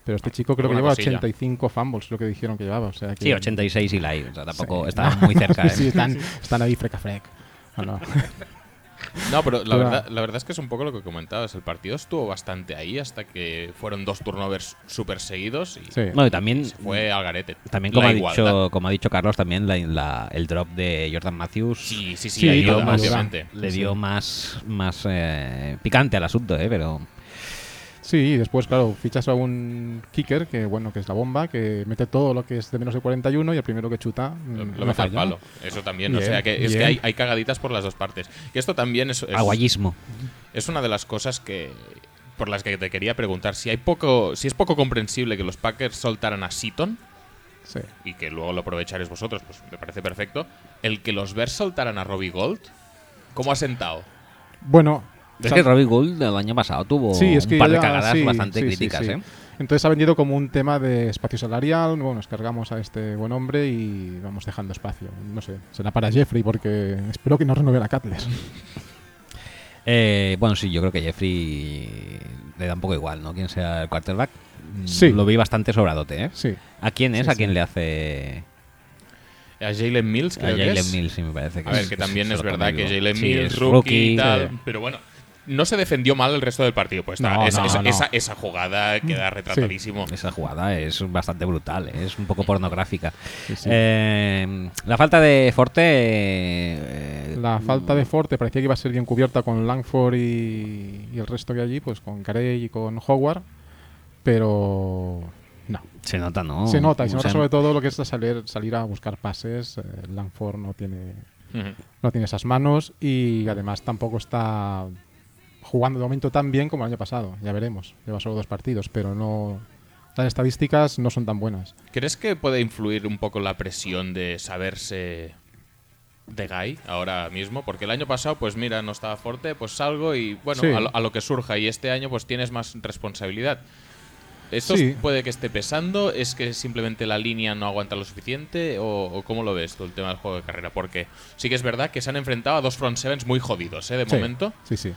Speaker 3: Pero este chico creo que
Speaker 2: Alguna
Speaker 3: lleva
Speaker 2: cosilla.
Speaker 3: 85 fumbles, lo que dijeron que llevaba. O sea que
Speaker 1: Sí, 86 y la I, o sea, tampoco estaba muy cerca. ¿eh?
Speaker 3: Sí, sí, están, están ahí freca frec. No, no.
Speaker 2: No, pero la
Speaker 3: Claro.
Speaker 2: verdad, la verdad es que es un poco lo que comentabas. El partido estuvo bastante ahí hasta que fueron dos turnovers súper seguidos y
Speaker 3: Sí.
Speaker 1: No, y también,
Speaker 2: se fue al garete.
Speaker 1: también
Speaker 2: La
Speaker 1: como, ha
Speaker 2: igualdad.
Speaker 1: dicho, como ha dicho Carlos, también la, la- el drop de Jordan Matthews
Speaker 2: Sí, sí, sí,
Speaker 3: Sí,
Speaker 2: ayuda,
Speaker 3: ayuda.
Speaker 2: obviamente.
Speaker 1: le dio más, más eh, picante al asunto, ¿eh? Pero.
Speaker 3: Sí, y después, claro, fichas a un kicker, que bueno, que es la bomba, que mete todo lo que es de menos de 41 y el primero que chuta mm,
Speaker 2: Lo, lo
Speaker 3: no
Speaker 2: mete al
Speaker 3: falla.
Speaker 2: palo. Eso también. o
Speaker 3: Bien,
Speaker 2: sea, que es
Speaker 3: bien.
Speaker 2: que hay, hay cagaditas por las dos partes. Y esto también es, es,
Speaker 1: Aguayismo.
Speaker 2: es una de las cosas que por las que te quería preguntar. Si, hay poco, si es poco comprensible que los Packers soltaran a Seaton
Speaker 3: Sí.
Speaker 2: y que luego lo aprovecharéis vosotros, pues me parece perfecto. El que los Bears soltaran a Robbie Gold, ¿cómo ha sentado?
Speaker 3: Bueno,
Speaker 1: Es
Speaker 3: sal-
Speaker 1: que Robbie Gould el año pasado tuvo
Speaker 3: Sí, es que
Speaker 1: un par de
Speaker 3: ya-
Speaker 1: cagadas
Speaker 3: sí,
Speaker 1: bastante
Speaker 3: sí, sí,
Speaker 1: críticas,
Speaker 3: sí.
Speaker 1: ¿eh?
Speaker 3: Entonces ha vendido como un tema de espacio salarial. Bueno, nos cargamos a este buen hombre y vamos dejando espacio. No sé, será para Jeffrey porque espero que no renueve a Cutler.
Speaker 1: Eh, bueno, sí, yo creo que Jeffrey le da un poco igual, ¿no? Quién sea el quarterback. Mm,
Speaker 3: Sí.
Speaker 1: Lo vi bastante sobradote, ¿eh?
Speaker 3: Sí,
Speaker 1: ¿A quién es?
Speaker 3: Sí,
Speaker 1: ¿A
Speaker 3: sí.
Speaker 1: quién le hace
Speaker 2: A Jalen Mills,
Speaker 1: a
Speaker 2: creo que
Speaker 1: Jalen
Speaker 2: es.
Speaker 1: Mills? Sí, me parece que
Speaker 2: A ver, que también
Speaker 1: se
Speaker 2: es
Speaker 1: lo
Speaker 2: verdad
Speaker 1: conmigo.
Speaker 2: que Jalen
Speaker 1: Sí, es
Speaker 2: Mills,
Speaker 1: eh,
Speaker 2: rookie, y tal.
Speaker 1: sí.
Speaker 2: Pero bueno, no se defendió mal el resto del partido. Pues está,
Speaker 3: No,
Speaker 2: esa,
Speaker 3: no,
Speaker 2: esa-
Speaker 3: no.
Speaker 2: esa- esa jugada queda retratadísimo.
Speaker 1: Esa jugada es bastante brutal, ¿eh? es un poco pornográfica.
Speaker 3: sí, sí.
Speaker 1: Eh, la falta de Forte. eh,
Speaker 3: La falta de Forte parecía que iba a ser bien cubierta con Langford y, y el resto que hay allí, pues con Carey y con Howard, pero no.
Speaker 1: se nota, ¿no?
Speaker 3: se nota, y se
Speaker 1: Como
Speaker 3: nota
Speaker 1: Oh, sea,
Speaker 3: sobre todo lo que es la salir, salir a buscar pases. eh, Langford no tiene,
Speaker 2: Ujú.
Speaker 3: no tiene esas manos y además tampoco está jugando de momento tan bien como el año pasado. Ya veremos, lleva solo dos partidos, pero no las estadísticas no son tan buenas.
Speaker 2: ¿Crees que puede influir un poco la presión de saberse de Guy ahora mismo? Porque el año pasado, pues mira, no estaba fuerte, pues salgo y bueno,
Speaker 3: Sí.
Speaker 2: a, lo, a lo que surja. Y este año, pues tienes más responsabilidad. ¿Esto
Speaker 3: Sí.
Speaker 2: puede que esté pesando? ¿Es que simplemente la línea no aguanta lo suficiente? ¿O, o cómo lo ves tú el tema del juego de carrera? Porque sí que es verdad que se han enfrentado a dos front sevens muy jodidos, ¿eh? De
Speaker 3: Sí,
Speaker 2: momento.
Speaker 3: Sí, sí.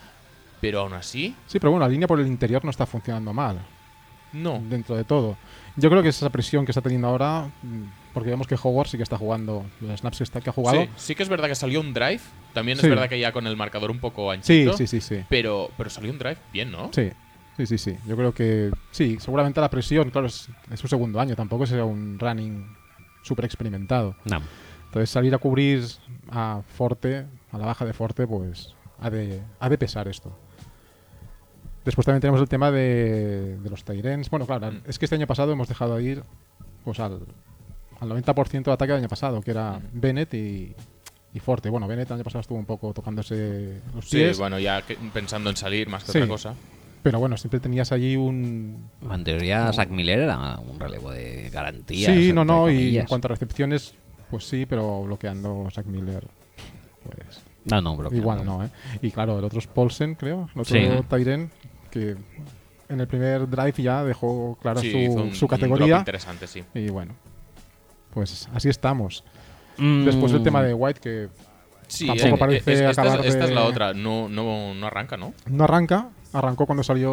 Speaker 2: Pero aún así,
Speaker 3: Sí, pero bueno, la línea por el interior no está funcionando mal.
Speaker 2: no.
Speaker 3: dentro de todo. Yo creo que es esa presión que está teniendo ahora, mm, porque vemos que Howard sí que está jugando, los snaps que, está, que ha jugado.
Speaker 2: Sí, sí que es verdad que salió un drive. También es
Speaker 3: Sí.
Speaker 2: verdad que ya con el marcador un poco
Speaker 3: Sí,
Speaker 2: anchito.
Speaker 3: sí, sí, sí.
Speaker 2: Pero, pero salió un drive bien, ¿no?
Speaker 3: Sí, sí, sí, sí. Yo creo que sí, seguramente la presión, claro, es, es su segundo año, tampoco será un running súper experimentado.
Speaker 1: No.
Speaker 3: Entonces salir a cubrir a Forte, a la baja de Forte, pues ha de, ha de pesar esto. Después también tenemos el tema de, de los Tyrens. Bueno, claro,
Speaker 2: Mm.
Speaker 3: es que este año pasado hemos dejado de ir pues, al, al 90% de ataque del año pasado, que era
Speaker 2: Mm.
Speaker 3: Bennett y, y Forte. Bueno, Bennett el año pasado estuvo un poco tocándose los
Speaker 2: Sí,
Speaker 3: pies,
Speaker 2: bueno, ya que- pensando en salir más que
Speaker 3: Sí.
Speaker 2: otra cosa.
Speaker 3: pero bueno, siempre tenías allí un...
Speaker 1: En teoría, Zach Miller era un relevo de garantía.
Speaker 3: sí, no,
Speaker 1: entre
Speaker 3: no, y en
Speaker 1: comillas.
Speaker 3: cuanto a recepciones, pues sí, pero bloqueando Zach Miller, pues...
Speaker 1: No, no, bro.
Speaker 3: Igual no, ¿eh? Y claro, el otro es Paulsen, creo. El otro
Speaker 1: Sí.
Speaker 3: Tyren, que en el primer drive ya dejó clara
Speaker 2: Sí,
Speaker 3: su,
Speaker 2: hizo un-
Speaker 3: su
Speaker 2: un drop
Speaker 3: categoría.
Speaker 2: interesante, sí.
Speaker 3: Y bueno, pues así estamos.
Speaker 1: Mm.
Speaker 3: Después el tema de White, que
Speaker 2: Sí,
Speaker 3: Tampoco
Speaker 2: eh,
Speaker 3: parece
Speaker 2: es- esta, es-
Speaker 3: acabar
Speaker 2: esta es la
Speaker 3: de-
Speaker 2: otra. No, no, no arranca, ¿no?
Speaker 3: no arranca. Arrancó cuando salió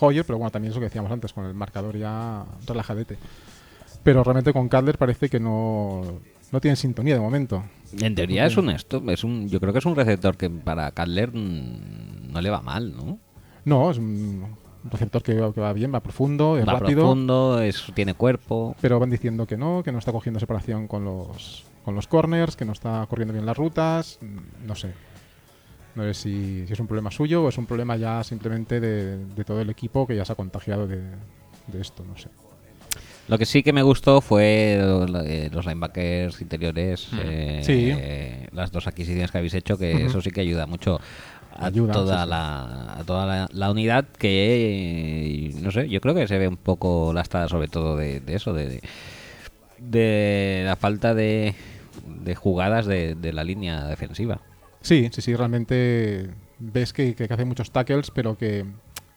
Speaker 3: Hoyer, pero bueno, también es lo que decíamos antes, con el marcador ya relajadete. Pero realmente con Cutler parece que no, no tienen sintonía de momento.
Speaker 1: En teoría es un esto, es un, yo creo que es un receptor que para Cutler mm, no le va mal, ¿no?
Speaker 3: No, es un receptor que, va- que va bien, va profundo, es
Speaker 1: va
Speaker 3: rápido.
Speaker 1: profundo, es, tiene cuerpo.
Speaker 3: pero van diciendo que no, que no está cogiendo separación con los, con los corners, que no está corriendo bien las rutas, mm, no sé. No sé si, si es un problema suyo o es un problema ya simplemente de, de todo el equipo que ya se ha contagiado de, de esto, no sé.
Speaker 1: Lo que sí que me gustó fue lo- eh, los linebackers interiores,
Speaker 2: Mm.
Speaker 1: eh,
Speaker 3: Sí.
Speaker 1: eh, las dos adquisiciones que habéis hecho, que
Speaker 3: Ujú.
Speaker 1: eso sí que ayuda mucho a
Speaker 3: Ayuda,
Speaker 1: toda,
Speaker 3: sí, sí.
Speaker 1: La, a toda la, la unidad que, eh, no sé, yo creo que se ve un poco lastra sobre todo de, de eso, de, de la falta de, de jugadas de, de la línea defensiva.
Speaker 3: Sí, sí, sí, realmente ves que, que- que hace muchos tackles, pero que,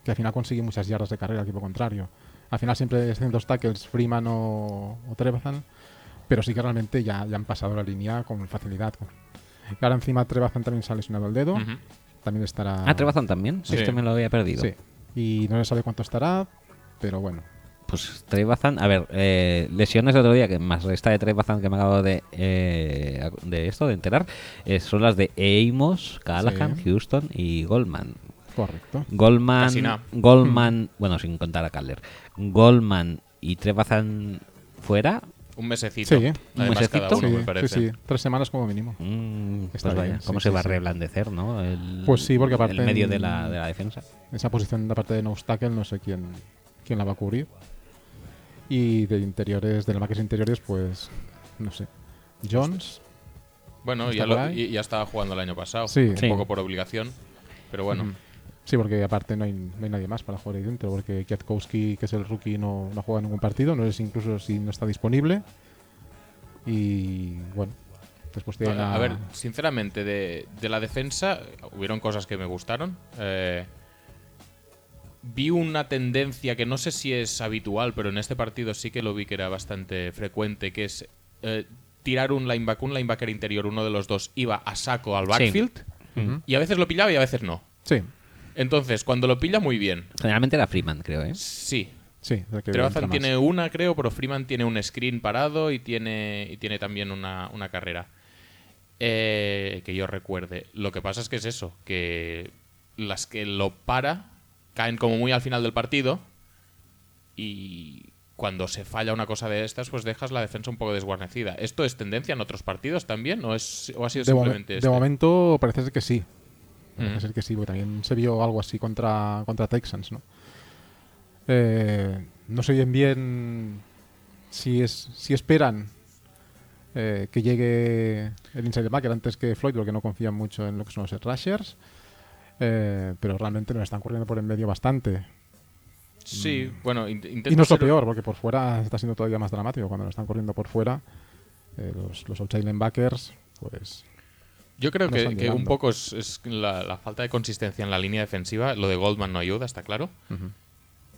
Speaker 3: que al final consigue muchas yardas de carrera al equipo contrario. Al final siempre hacen dos tackles, Freeman o, o Trevathan, pero sí que realmente ya, ya han pasado la línea con facilidad. Y ahora encima Trevathan también se ha lesionado el dedo,
Speaker 2: Ujú.
Speaker 3: también estará...
Speaker 1: Ah, Trebazan también,
Speaker 2: Sí.
Speaker 1: este me lo había perdido.
Speaker 3: Sí, y no se sabe cuánto estará, pero bueno.
Speaker 1: Pues Trebazan, a ver, eh, lesiones del otro día, que más esta de Trebazan que me acabo de, eh, ac- de esto, de enterar, eh, son las de Amos, Callahan,
Speaker 3: Sí.
Speaker 1: Houston y Goldman.
Speaker 3: Correcto.
Speaker 1: Goldman,
Speaker 2: Casi nada.
Speaker 1: Goldman, bueno, sin contar a Caller, Goldman y Trebazan fuera,
Speaker 2: un mesecito.
Speaker 3: Sí.
Speaker 1: ¿Un
Speaker 2: Además, cada
Speaker 1: mesecito?
Speaker 2: uno,
Speaker 3: sí,
Speaker 2: me parece.
Speaker 3: sí, sí, tres semanas como mínimo.
Speaker 1: Mm, pues
Speaker 3: Está
Speaker 1: vaya,
Speaker 3: bien, sí,
Speaker 1: cómo
Speaker 3: sí,
Speaker 1: se
Speaker 3: sí.
Speaker 1: va a reblandecer, ¿no? El,
Speaker 3: Pues sí, porque aparte
Speaker 1: El medio
Speaker 3: en-
Speaker 1: de la, de la defensa.
Speaker 3: Esa posición de parte de no obstacle no sé quién, quién la va a cubrir. Y de interiores, de ataques interiores, pues no sé. Jones,
Speaker 2: Bueno,
Speaker 3: ¿Está
Speaker 2: ya,
Speaker 3: por
Speaker 2: lo-
Speaker 3: ahí?
Speaker 2: y- ya estaba jugando el año pasado.
Speaker 3: Sí.
Speaker 2: Un
Speaker 1: Sí.
Speaker 2: poco por obligación. Pero bueno,
Speaker 3: Ujú. Sí, porque aparte no hay, no hay nadie más para jugar ahí dentro, porque Kwiatkowski, que es el rookie, no, no juega ningún partido, no es incluso si no está disponible. Y bueno, después tiene
Speaker 2: A,
Speaker 3: la-
Speaker 2: a ver, sinceramente, de, de la defensa eh, hubieron cosas que me gustaron. Eh, vi una tendencia que no sé si es habitual, pero en este partido sí que lo vi que era bastante frecuente, que es eh, tirar un linebacker, un linebacker interior, uno de los dos iba a saco al backfield
Speaker 3: Ujú.
Speaker 2: y a veces lo pillaba y a veces no.
Speaker 3: Sí,
Speaker 2: Entonces, cuando lo pilla, muy bien.
Speaker 1: Generalmente era Freeman, creo, ¿eh?
Speaker 2: Sí.
Speaker 3: sí. la que entra
Speaker 2: Trebazan
Speaker 3: más.
Speaker 2: tiene una, creo, pero Freeman tiene un screen parado y tiene, y tiene también una, una carrera. Eh, que yo recuerde. Lo que pasa es que es eso, que las que lo para caen como muy al final del partido y cuando se falla una cosa de estas, pues dejas la defensa un poco desguarnecida. ¿Esto es tendencia en otros partidos también o, es, o ha sido
Speaker 3: De, momen-
Speaker 2: simplemente
Speaker 3: de
Speaker 2: este?
Speaker 3: momento parece ser que sí. Parece
Speaker 2: Ujú.
Speaker 3: ser que sí, porque también se vio algo así contra, contra Texans, ¿no? Eh, no sé bien bien si, es, si esperan eh, que llegue el inside backer antes que Floyd, porque no confían mucho en lo que son los rushers. Eh, pero realmente nos están corriendo por en medio bastante.
Speaker 2: Sí, bueno, in- intento
Speaker 3: Mm. Y no es lo
Speaker 2: ser-
Speaker 3: peor, porque por fuera está siendo todavía más dramático. Cuando nos están corriendo por fuera, eh, los, los outside linebackers, pues
Speaker 2: Yo creo
Speaker 3: No
Speaker 2: que,
Speaker 3: están
Speaker 2: que un
Speaker 3: llegando.
Speaker 2: poco es, es la, la falta de consistencia en la línea defensiva. Lo de Goldman no ayuda, está claro.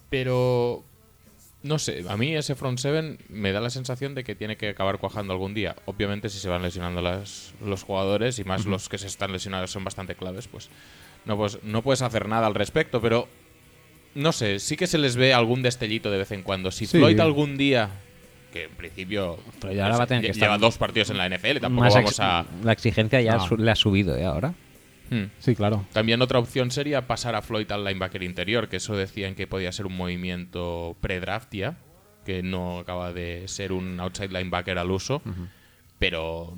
Speaker 2: Pero, no sé, a mí ese front seven me da la sensación de que tiene que acabar cuajando algún día. Obviamente si se van lesionando las, los jugadores y más los que se están lesionando son bastante claves, pues no, pues no puedes hacer nada al respecto. Pero, no sé, sí que se les ve algún destellito de vez en cuando. Si
Speaker 3: Sí.
Speaker 2: Floyd algún día... Que en principio
Speaker 1: Pero ya
Speaker 2: no
Speaker 1: ahora
Speaker 2: sé,
Speaker 1: va a tener que
Speaker 2: lle-
Speaker 1: estar
Speaker 2: lleva dos partidos en la NFL, tampoco
Speaker 1: Más
Speaker 2: vamos
Speaker 1: ex-
Speaker 2: a...
Speaker 1: La exigencia ya
Speaker 3: No.
Speaker 1: su- le ha subido, ¿eh? Ahora.
Speaker 2: Hmm.
Speaker 3: sí, claro.
Speaker 2: También otra opción sería pasar a Floyd al linebacker interior, que eso decían que podía ser un movimiento pre-draft ya, que no acaba de ser un outside linebacker al uso, pero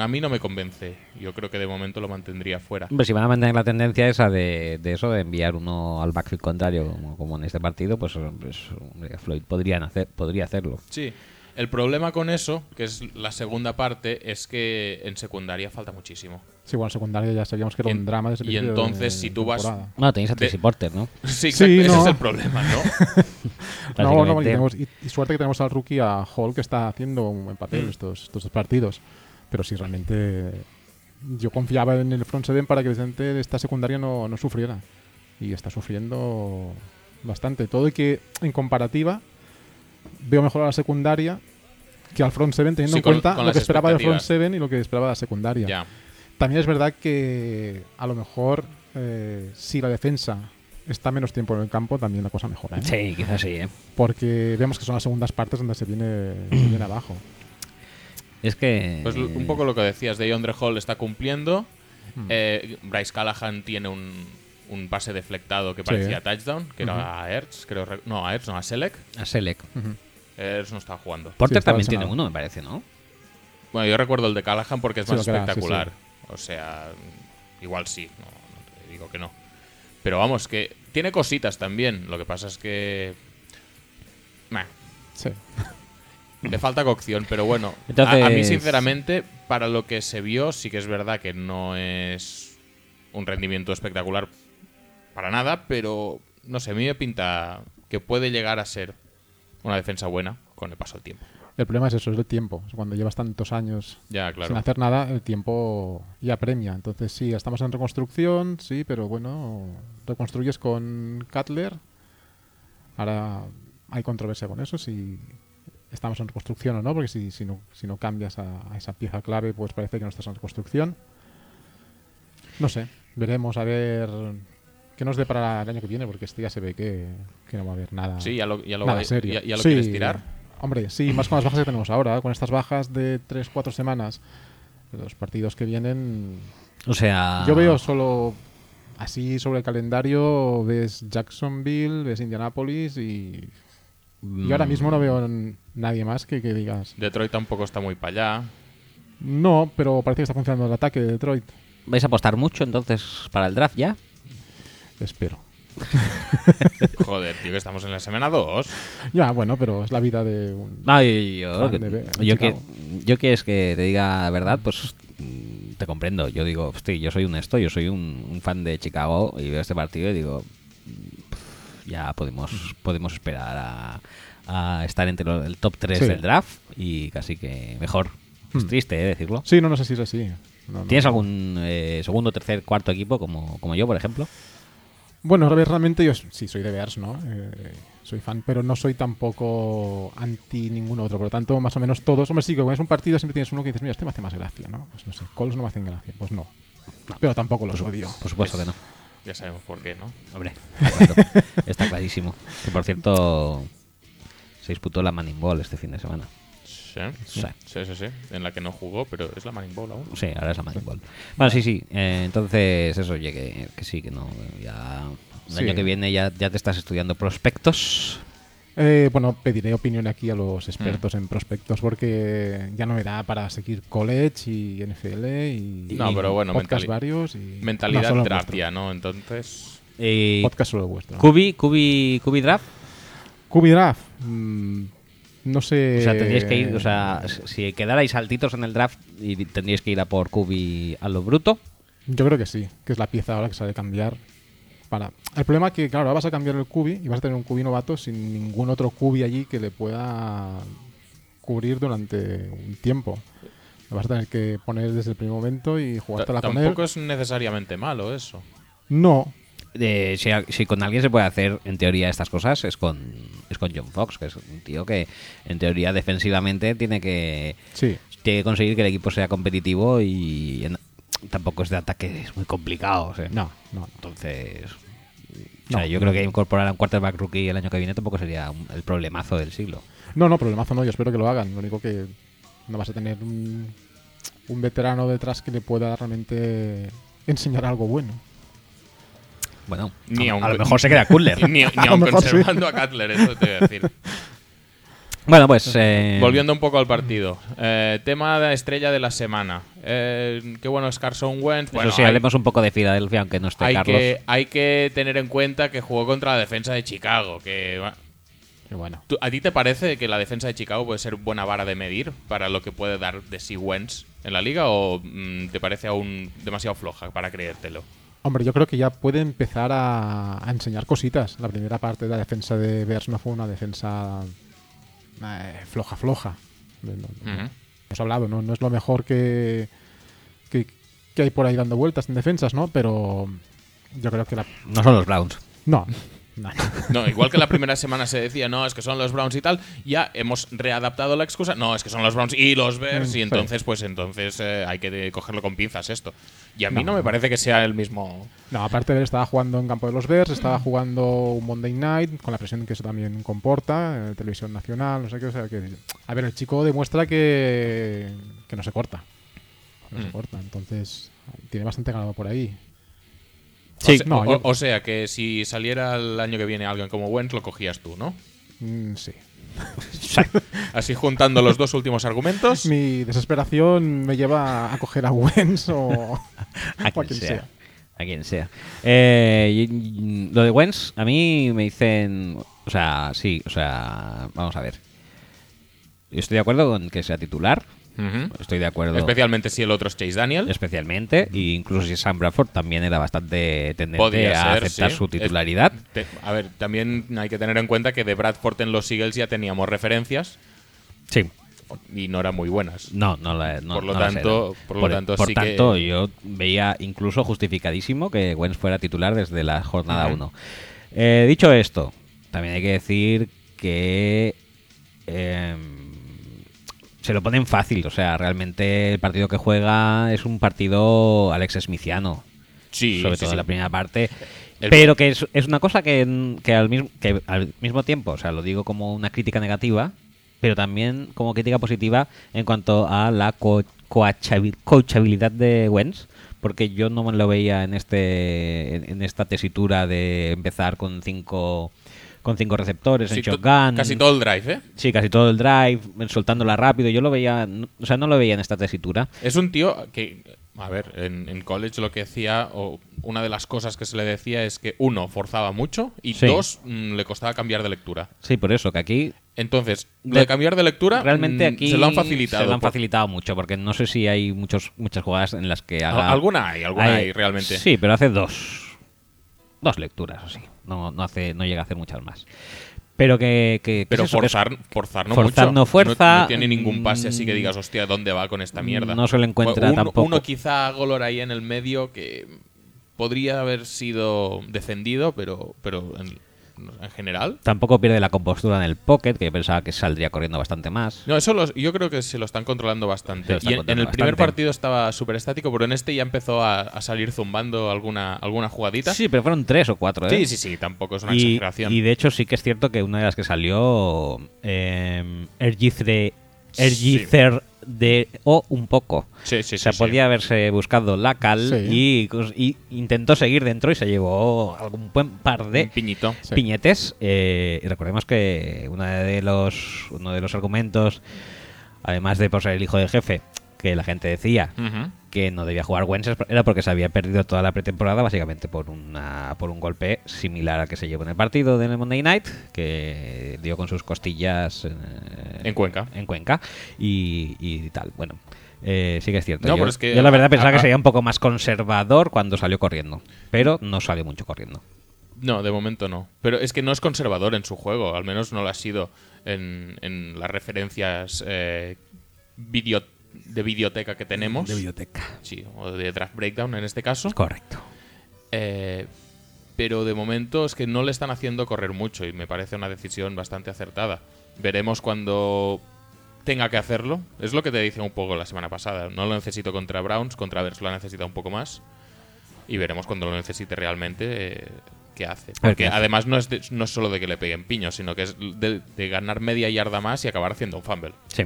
Speaker 2: a mí no me convence. Yo creo que de momento lo mantendría fuera.
Speaker 1: Hombre, si van a mantener la tendencia esa de, de eso, de enviar uno al backfield contrario, como, como en este partido, pues, pues, hombre, Floyd podrían hacer, podría hacerlo.
Speaker 2: Sí, el problema con eso, que es la segunda parte, es que en secundaria falta muchísimo.
Speaker 3: Sí, bueno, secundaria ya sabíamos que era
Speaker 2: Y-
Speaker 3: un drama. Desde el
Speaker 2: y
Speaker 3: inicio de-
Speaker 2: entonces, si tú vas-
Speaker 3: temporada.
Speaker 1: Bueno, tenéis a
Speaker 2: De-
Speaker 1: Tracy Porter, ¿no?
Speaker 2: Sí,
Speaker 3: Sí,
Speaker 2: exacto, ese
Speaker 3: no.
Speaker 2: es el problema, ¿no?
Speaker 3: No, no, y,
Speaker 1: Básicamente.
Speaker 3: tenemos- y- y suerte que tenemos al rookie, a Hall, que está haciendo un buen
Speaker 2: Mm.
Speaker 3: papel estos, estos dos partidos. Pero sí, realmente yo confiaba en el front seven para que Vicente de esta secundaria no, no sufriera. Y está sufriendo bastante. Todo y que, en comparativa, veo mejor a la secundaria que al front seven, teniendo
Speaker 2: Sí,
Speaker 3: en
Speaker 2: con-
Speaker 3: cuenta
Speaker 2: con
Speaker 3: lo
Speaker 2: las
Speaker 3: que esperaba del front
Speaker 2: expectativas.
Speaker 3: seven y lo que esperaba de la secundaria.
Speaker 2: ya.
Speaker 3: También es verdad que a lo mejor eh, si la defensa está menos tiempo en el campo, también la cosa mejora. ¿eh?
Speaker 1: Sí, quizás sí, ¿eh?
Speaker 3: Porque vemos que son las segundas partes donde se viene, se viene abajo.
Speaker 1: Es que...
Speaker 2: Pues l- un poco lo que decías, de Andre Hall está cumpliendo.
Speaker 3: Hmm.
Speaker 2: Eh, Bryce Callahan tiene un, un pase deflectado que
Speaker 3: Sí.
Speaker 2: parecía touchdown, que era a Ertz, creo. rec- No, a Ertz, no, a Selec.
Speaker 1: A Selec.
Speaker 2: Ertz no está jugando.
Speaker 1: Porter
Speaker 3: estaba
Speaker 1: también tiene
Speaker 3: lesionado.
Speaker 1: uno, me parece, ¿no?
Speaker 2: Bueno, yo recuerdo el de Callahan porque es
Speaker 3: Sí,
Speaker 2: más
Speaker 3: lo que era, sí,
Speaker 2: espectacular. O sea, igual sí, no, no te digo que no. Pero vamos, que tiene cositas también. Lo que pasa es que. Meh,
Speaker 3: Sí.
Speaker 2: Le falta cocción, pero bueno.
Speaker 1: Entonces-
Speaker 2: A, a mí, sinceramente, para lo que se vio, sí que es verdad que no es un rendimiento espectacular para nada, pero no sé, a mí me pinta que puede llegar a ser una defensa buena con el paso del tiempo.
Speaker 3: El problema es eso, es el tiempo. Es Cuando llevas tantos años
Speaker 2: Ya, claro.
Speaker 3: sin hacer nada, el tiempo ya premia. Entonces sí, estamos en reconstrucción, sí, pero bueno, reconstruyes con Cutler. Ahora hay controversia con eso, si estamos en reconstrucción o no, porque si, si, no, si no cambias a, a esa pieza clave, pues parece que no estás en reconstrucción. No sé, veremos a ver qué nos deparará el año que viene, porque este ya se ve que, que no va a haber nada.
Speaker 2: Sí, ya lo, ya lo,
Speaker 3: Nada
Speaker 2: va-
Speaker 3: serio.
Speaker 2: ya- ya lo
Speaker 3: Sí,
Speaker 2: quieres tirar.
Speaker 3: Hombre, sí, más con las bajas que tenemos ahora, con estas bajas de 3-4 semanas. Los partidos que vienen.
Speaker 1: O sea...
Speaker 2: Ah.
Speaker 3: Yo veo solo así sobre el calendario: ves Jacksonville, ves Indianapolis y Yo
Speaker 1: mm,
Speaker 2: Mm.
Speaker 3: ahora mismo no veo n- nadie más que, que digas.
Speaker 2: Detroit tampoco está muy para allá.
Speaker 3: No, pero parece que está funcionando el ataque de Detroit.
Speaker 1: ¿Vais a apostar mucho entonces para el draft ya?
Speaker 3: Espero.
Speaker 2: Joder, tío, que estamos en la semana 2.
Speaker 3: Ya, bueno, pero es la vida de un.
Speaker 1: No, yo, yo,
Speaker 3: Fan de- de
Speaker 1: yo que,
Speaker 3: Chicago.
Speaker 1: yo que es que te diga la verdad, pues mm, te comprendo. Yo digo, hostia, yo soy un esto, yo soy un, un fan de Chicago y veo este partido y digo, mm, ya podemos, podemos esperar a, a estar entre lo- el top 3
Speaker 3: Sí.
Speaker 1: del draft y casi que mejor. Es triste eh, decirlo.
Speaker 3: Sí, no, no sé si es así. No, no.
Speaker 1: ¿Tienes algún eh, segundo, tercer, cuarto equipo como, como yo, por ejemplo?
Speaker 3: Bueno, re- realmente yo s- sí soy de Bears, ¿no? Eh, soy fan, pero no soy tampoco anti ningún otro. Por lo tanto, más o menos todos. Hombre, sí, como es un partido, siempre tienes uno que dices, mira, este me hace más gracia, ¿no? Pues no sé, Colts no me hacen gracia. Pues no. Pero tampoco los odio.
Speaker 1: Por supuesto que no.
Speaker 2: Ya sabemos por qué, ¿no?
Speaker 1: Hombre, está, claro. Está clarísimo. Que por cierto, se disputó la Manning Ball este fin de semana.
Speaker 2: Sí.
Speaker 1: Sí.
Speaker 2: Sí, sí, sí. En la que no jugó, pero es la Manning Ball aún.
Speaker 1: Sí, ahora es la Manning Ball. Bueno, sí, sí. eh, entonces, eso, oye, que, que sí, que no. Ya, el
Speaker 3: Sí.
Speaker 1: año que viene ya, ya te estás estudiando prospectos.
Speaker 3: Eh, bueno, pediré opinión aquí a los
Speaker 2: Mm.
Speaker 3: expertos en prospectos porque ya no me da para seguir college y NFL y,
Speaker 2: No,
Speaker 3: y
Speaker 2: pero bueno,
Speaker 3: podcast
Speaker 2: mentali-
Speaker 3: varios y no,
Speaker 2: Mentalidad
Speaker 3: solo el
Speaker 2: draft
Speaker 3: vuestro.
Speaker 2: ya, ¿no? Entonces.
Speaker 1: Y
Speaker 3: Podcast solo el vuestro.
Speaker 1: Eh, Cubi, Cubi, Cubi Draft.
Speaker 3: Cubi draft. mm, no sé.
Speaker 1: O sea, tendríais que ir, o sea, si quedarais saltitos en el draft y tendríais que ir a por Cubi a lo bruto.
Speaker 3: Yo creo que sí, que es la pieza ahora que se ha de cambiar. Para... El problema es que, claro, ahora vas a cambiar el cubi y vas a tener un cubi novato sin ningún otro cubi allí que le pueda cubrir durante un tiempo. Lo vas a tener que poner desde el primer momento y
Speaker 2: ta-
Speaker 3: jugártela con él.
Speaker 2: Tampoco es necesariamente malo eso.
Speaker 3: No,
Speaker 1: Eh, si, a- si con alguien se puede hacer, en teoría, estas cosas, es con, es con John Fox, que es un tío que, en teoría, defensivamente tiene que,
Speaker 3: sí.
Speaker 1: tiene que conseguir que el equipo sea competitivo y en- tampoco es de ataques muy complicados. ¿eh?
Speaker 3: No, no.
Speaker 1: Entonces, o sea, yo creo que incorporar a un quarterback rookie el año que viene tampoco sería un- el problemazo del siglo.
Speaker 3: No, no, problemazo no, yo espero que lo hagan. Lo único que no vas a tener un, un veterano detrás que le pueda realmente enseñar algo bueno.
Speaker 1: Bueno,
Speaker 2: Ni
Speaker 1: a,
Speaker 2: aun-
Speaker 1: a lo mejor se queda Cutler.
Speaker 2: Ni, ni
Speaker 3: A lo
Speaker 2: aun
Speaker 3: mejor sí.
Speaker 2: conservando a Cutler, eso te voy a decir.
Speaker 1: bueno, pues... eh,
Speaker 2: Volviendo un poco al partido. Eh, tema de estrella de la semana. Eh, qué bueno es Carson Wentz.
Speaker 1: Eso
Speaker 2: Bueno,
Speaker 1: sí,
Speaker 2: hay-
Speaker 1: hablemos un poco de Filadelfia, aunque no esté
Speaker 2: hay,
Speaker 1: Carlos.
Speaker 2: que, hay que tener en cuenta que jugó contra la defensa de Chicago. Que, bueno,
Speaker 3: Pero bueno.
Speaker 2: ¿tú- ¿A ti te parece que la defensa de Chicago puede ser buena vara de medir para lo que puede dar de sí Wentz en la liga? ¿O mm, te parece aún demasiado floja para creértelo?
Speaker 3: Hombre, yo creo que ya puede empezar a, a enseñar cositas. La primera parte de la defensa de Bears no fue una defensa eh, floja, floja. No- no- no.
Speaker 2: Ujú.
Speaker 3: Hemos hablado, ¿no? no es lo mejor que, que, que hay por ahí dando vueltas en defensas, ¿no? Pero yo creo que la...
Speaker 1: No son los Browns.
Speaker 3: No, no.
Speaker 2: No, igual que la primera semana se decía, no, es que son los Browns y tal, ya hemos readaptado la excusa, no, es que son los Browns y los Bears,
Speaker 3: Mm,
Speaker 2: y
Speaker 3: sí.
Speaker 2: entonces, pues entonces eh, hay que de- cogerlo con pinzas esto. Y a mí no, me parece que sea el mismo.
Speaker 3: No, aparte de él, estaba jugando en campo de los Bears, estaba jugando un Monday Night, con la presión que eso también comporta, eh, televisión nacional, no sé qué. O sea, que, a ver, el chico demuestra que, que no se corta. No se
Speaker 2: Mm.
Speaker 3: corta, entonces tiene bastante ganado por ahí.
Speaker 2: o, se-
Speaker 3: no,
Speaker 2: o-
Speaker 3: yo-
Speaker 2: o sea, que si saliera el año que viene alguien como Wentz, lo cogías tú, ¿no?
Speaker 3: Mm, sí.
Speaker 2: Así juntando los dos últimos argumentos.
Speaker 3: Mi desesperación me lleva a coger a Wentz o
Speaker 1: a
Speaker 3: o
Speaker 1: quien sea. A quien sea. Eh, y- y- lo de Wentz, a mí me dicen. O sea, sí, o sea, vamos a ver. Yo Estoy de acuerdo con que sea titular.
Speaker 2: Ujú.
Speaker 1: Estoy de acuerdo.
Speaker 2: Especialmente si el otro es Chase Daniel.
Speaker 1: Especialmente, e incluso si Sam Bradford también era bastante tendente
Speaker 2: Podía
Speaker 1: a
Speaker 2: ser,
Speaker 1: aceptar
Speaker 2: sí.
Speaker 1: su titularidad.
Speaker 2: Es- te- a ver, también hay que tener en cuenta que de Bradford en los Eagles ya teníamos referencias
Speaker 1: Sí,
Speaker 2: y no eran muy buenas.
Speaker 1: no, no la no,
Speaker 2: Por lo
Speaker 1: no las
Speaker 2: tanto-
Speaker 1: era.
Speaker 2: por lo tanto, sí que-
Speaker 1: tanto, yo veía incluso justificadísimo que Wentz fuera titular desde la jornada
Speaker 2: Ujú.
Speaker 1: 1. dicho esto, también hay que decir que em, se lo ponen fácil. O sea, realmente el partido que juega es un partido Alex Smithiano.
Speaker 2: Sí,
Speaker 1: sobre
Speaker 2: sí,
Speaker 1: todo
Speaker 2: sí.
Speaker 1: en la primera parte.
Speaker 2: El-
Speaker 1: Pero que es, es una cosa que, que al mismo, que al mismo tiempo, o sea, lo digo como una crítica negativa, pero también como crítica positiva en cuanto a la co- coachabil- coachabilidad de Wentz, porque yo no me lo veía en, este, en, en esta tesitura de empezar con cinco con cinco receptores,
Speaker 2: Sí,
Speaker 1: en
Speaker 2: to-
Speaker 1: shotgun.
Speaker 2: Casi todo el drive, ¿eh?
Speaker 1: Sí, casi todo el drive, soltándola rápido. Yo lo veía, no- o sea, no lo veía en esta tesitura.
Speaker 2: Es un tío que, a ver, en, en college lo que hacía, o una de las cosas que se le decía es que, uno, forzaba mucho y,
Speaker 1: Sí.
Speaker 2: dos, mm, le costaba cambiar de lectura.
Speaker 1: Sí, por eso, que aquí
Speaker 2: Entonces, lo de
Speaker 1: Re-
Speaker 2: cambiar de lectura
Speaker 1: realmente
Speaker 2: mm,
Speaker 1: aquí
Speaker 2: se lo han facilitado.
Speaker 1: se lo han
Speaker 2: por-
Speaker 1: facilitado mucho, porque no sé si hay muchos, muchas jugadas en las que
Speaker 2: Al-
Speaker 1: haga...
Speaker 2: alguna hay, alguna hay, realmente.
Speaker 1: Sí, pero hace dos. Dos lecturas, así. No, no, hace, no llega a hacer muchas más. Pero que. que- que
Speaker 2: Pero
Speaker 1: es eso, que es-
Speaker 2: forzar, forzar no
Speaker 1: forzar
Speaker 2: mucho.
Speaker 1: no fuerza,
Speaker 2: No, tiene ningún pase así que
Speaker 1: mm,
Speaker 2: digas, hostia, ¿dónde va con esta mierda?
Speaker 1: no se le encuentra
Speaker 2: Uno-
Speaker 1: tampoco.
Speaker 2: Uno quizá a Golor ahí en el medio que podría haber sido defendido, pero, pero en, en general.
Speaker 1: tampoco pierde la compostura en el pocket, que yo pensaba que saldría corriendo bastante más.
Speaker 2: No, eso los- yo creo que se lo están controlando
Speaker 1: Se
Speaker 2: bastante.
Speaker 1: lo están
Speaker 2: Y en, en el
Speaker 1: controlando
Speaker 2: primer
Speaker 1: bastante.
Speaker 2: partido estaba súper estático, pero en este ya empezó a, a salir zumbando alguna, alguna jugadita.
Speaker 1: Sí, pero fueron tres o cuatro, ¿eh?
Speaker 2: sí, sí, sí, tampoco es una
Speaker 1: y,
Speaker 2: exageración.
Speaker 1: y de hecho, sí que es cierto que una de las que salió. Eh, RG3 de O un poco.
Speaker 2: sí, sí,
Speaker 1: o sea,
Speaker 2: sí, sí.
Speaker 1: podía haberse buscado la cal
Speaker 3: Sí.
Speaker 1: y cos- y, intentó seguir dentro y se llevó algún buen par de
Speaker 2: Un piñito.
Speaker 3: Sí.
Speaker 1: piñetes. eh, y recordemos que uno de los, uno de los argumentos, además de por ser el hijo del jefe, que la gente decía
Speaker 2: Ujú.
Speaker 1: que no debía jugar Wences era porque se había perdido toda la pretemporada básicamente por una por un golpe similar al que se llevó en el partido del Monday Night que dio con sus costillas eh,
Speaker 2: En Cuenca.
Speaker 1: en Cuenca y, y tal bueno eh, sí que es cierto
Speaker 2: No,
Speaker 1: yo,
Speaker 2: pero es que-
Speaker 1: yo la verdad pensaba
Speaker 2: a- a-
Speaker 1: que sería un poco más conservador cuando salió corriendo pero no salió mucho corriendo
Speaker 2: No, de momento no. Pero es que no es conservador en su juego, al menos no lo ha sido en, en las referencias eh, video- de videoteca que tenemos.
Speaker 1: de biblioteca
Speaker 2: sí, o de draft breakdown en este caso.
Speaker 1: correcto
Speaker 2: Eh, pero de momento es que no le están haciendo correr mucho y me parece una decisión bastante acertada. Veremos cuando tenga que hacerlo. Es lo que te dije un poco la semana pasada. No lo necesito contra Browns, contra Bears lo ha necesitado un poco más. Y veremos cuando lo necesite realmente eh, qué
Speaker 1: A
Speaker 2: hace.
Speaker 1: ver
Speaker 2: Porque
Speaker 1: qué hace.
Speaker 2: además no es, de- no es solo de que le peguen piños, sino que es de, de ganar media yarda más y acabar haciendo un fumble.
Speaker 1: Sí.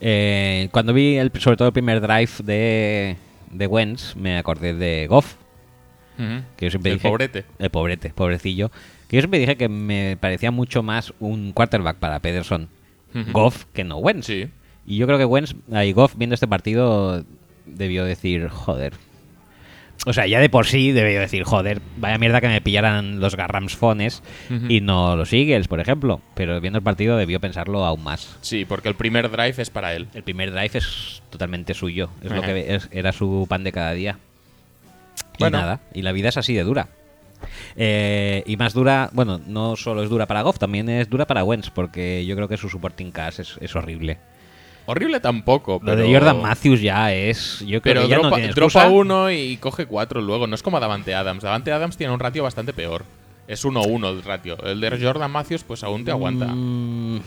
Speaker 1: Eh, cuando vi el, sobre todo el primer drive de, de Wentz, me acordé de Goff, que yo siempre
Speaker 2: El
Speaker 1: dije-
Speaker 2: pobrete.
Speaker 1: El pobrete, pobrecillo. Que yo siempre dije que me parecía mucho más un quarterback para Pederson,
Speaker 2: Ujú.
Speaker 1: Goff, que no Wentz.
Speaker 2: Sí.
Speaker 1: Y yo creo que Wentz, ahí Goff, viendo este partido, debió decir, joder. O sea, ya de por sí debió decir, joder, vaya mierda que me pillaran los Garramsfones
Speaker 2: Ujú.
Speaker 1: y no los Eagles, por ejemplo. Pero viendo el partido debió pensarlo aún más.
Speaker 2: Sí, porque el primer drive es para él.
Speaker 1: El primer drive es totalmente suyo. Es lo
Speaker 2: Ajá.
Speaker 1: que es- era su pan de cada día. Y
Speaker 2: Bueno.
Speaker 1: nada. Y la vida es así de dura. Eh, y más dura, bueno, no solo es dura para Goff, también es dura para Wentz, porque yo creo que su supporting cast es, es horrible.
Speaker 2: Horrible tampoco.
Speaker 1: Lo de
Speaker 2: pero-
Speaker 1: Jordan Matthews ya es. Yo creo
Speaker 2: Pero
Speaker 1: que ya
Speaker 2: dropa,
Speaker 1: no tiene
Speaker 2: dropa
Speaker 1: excusa.
Speaker 2: uno y coge cuatro luego. No es como Davante Adams. Davante Adams tiene un ratio bastante peor. Es 1-1 el ratio. El de Jordan Matthews, pues aún te aguanta.
Speaker 1: Mm,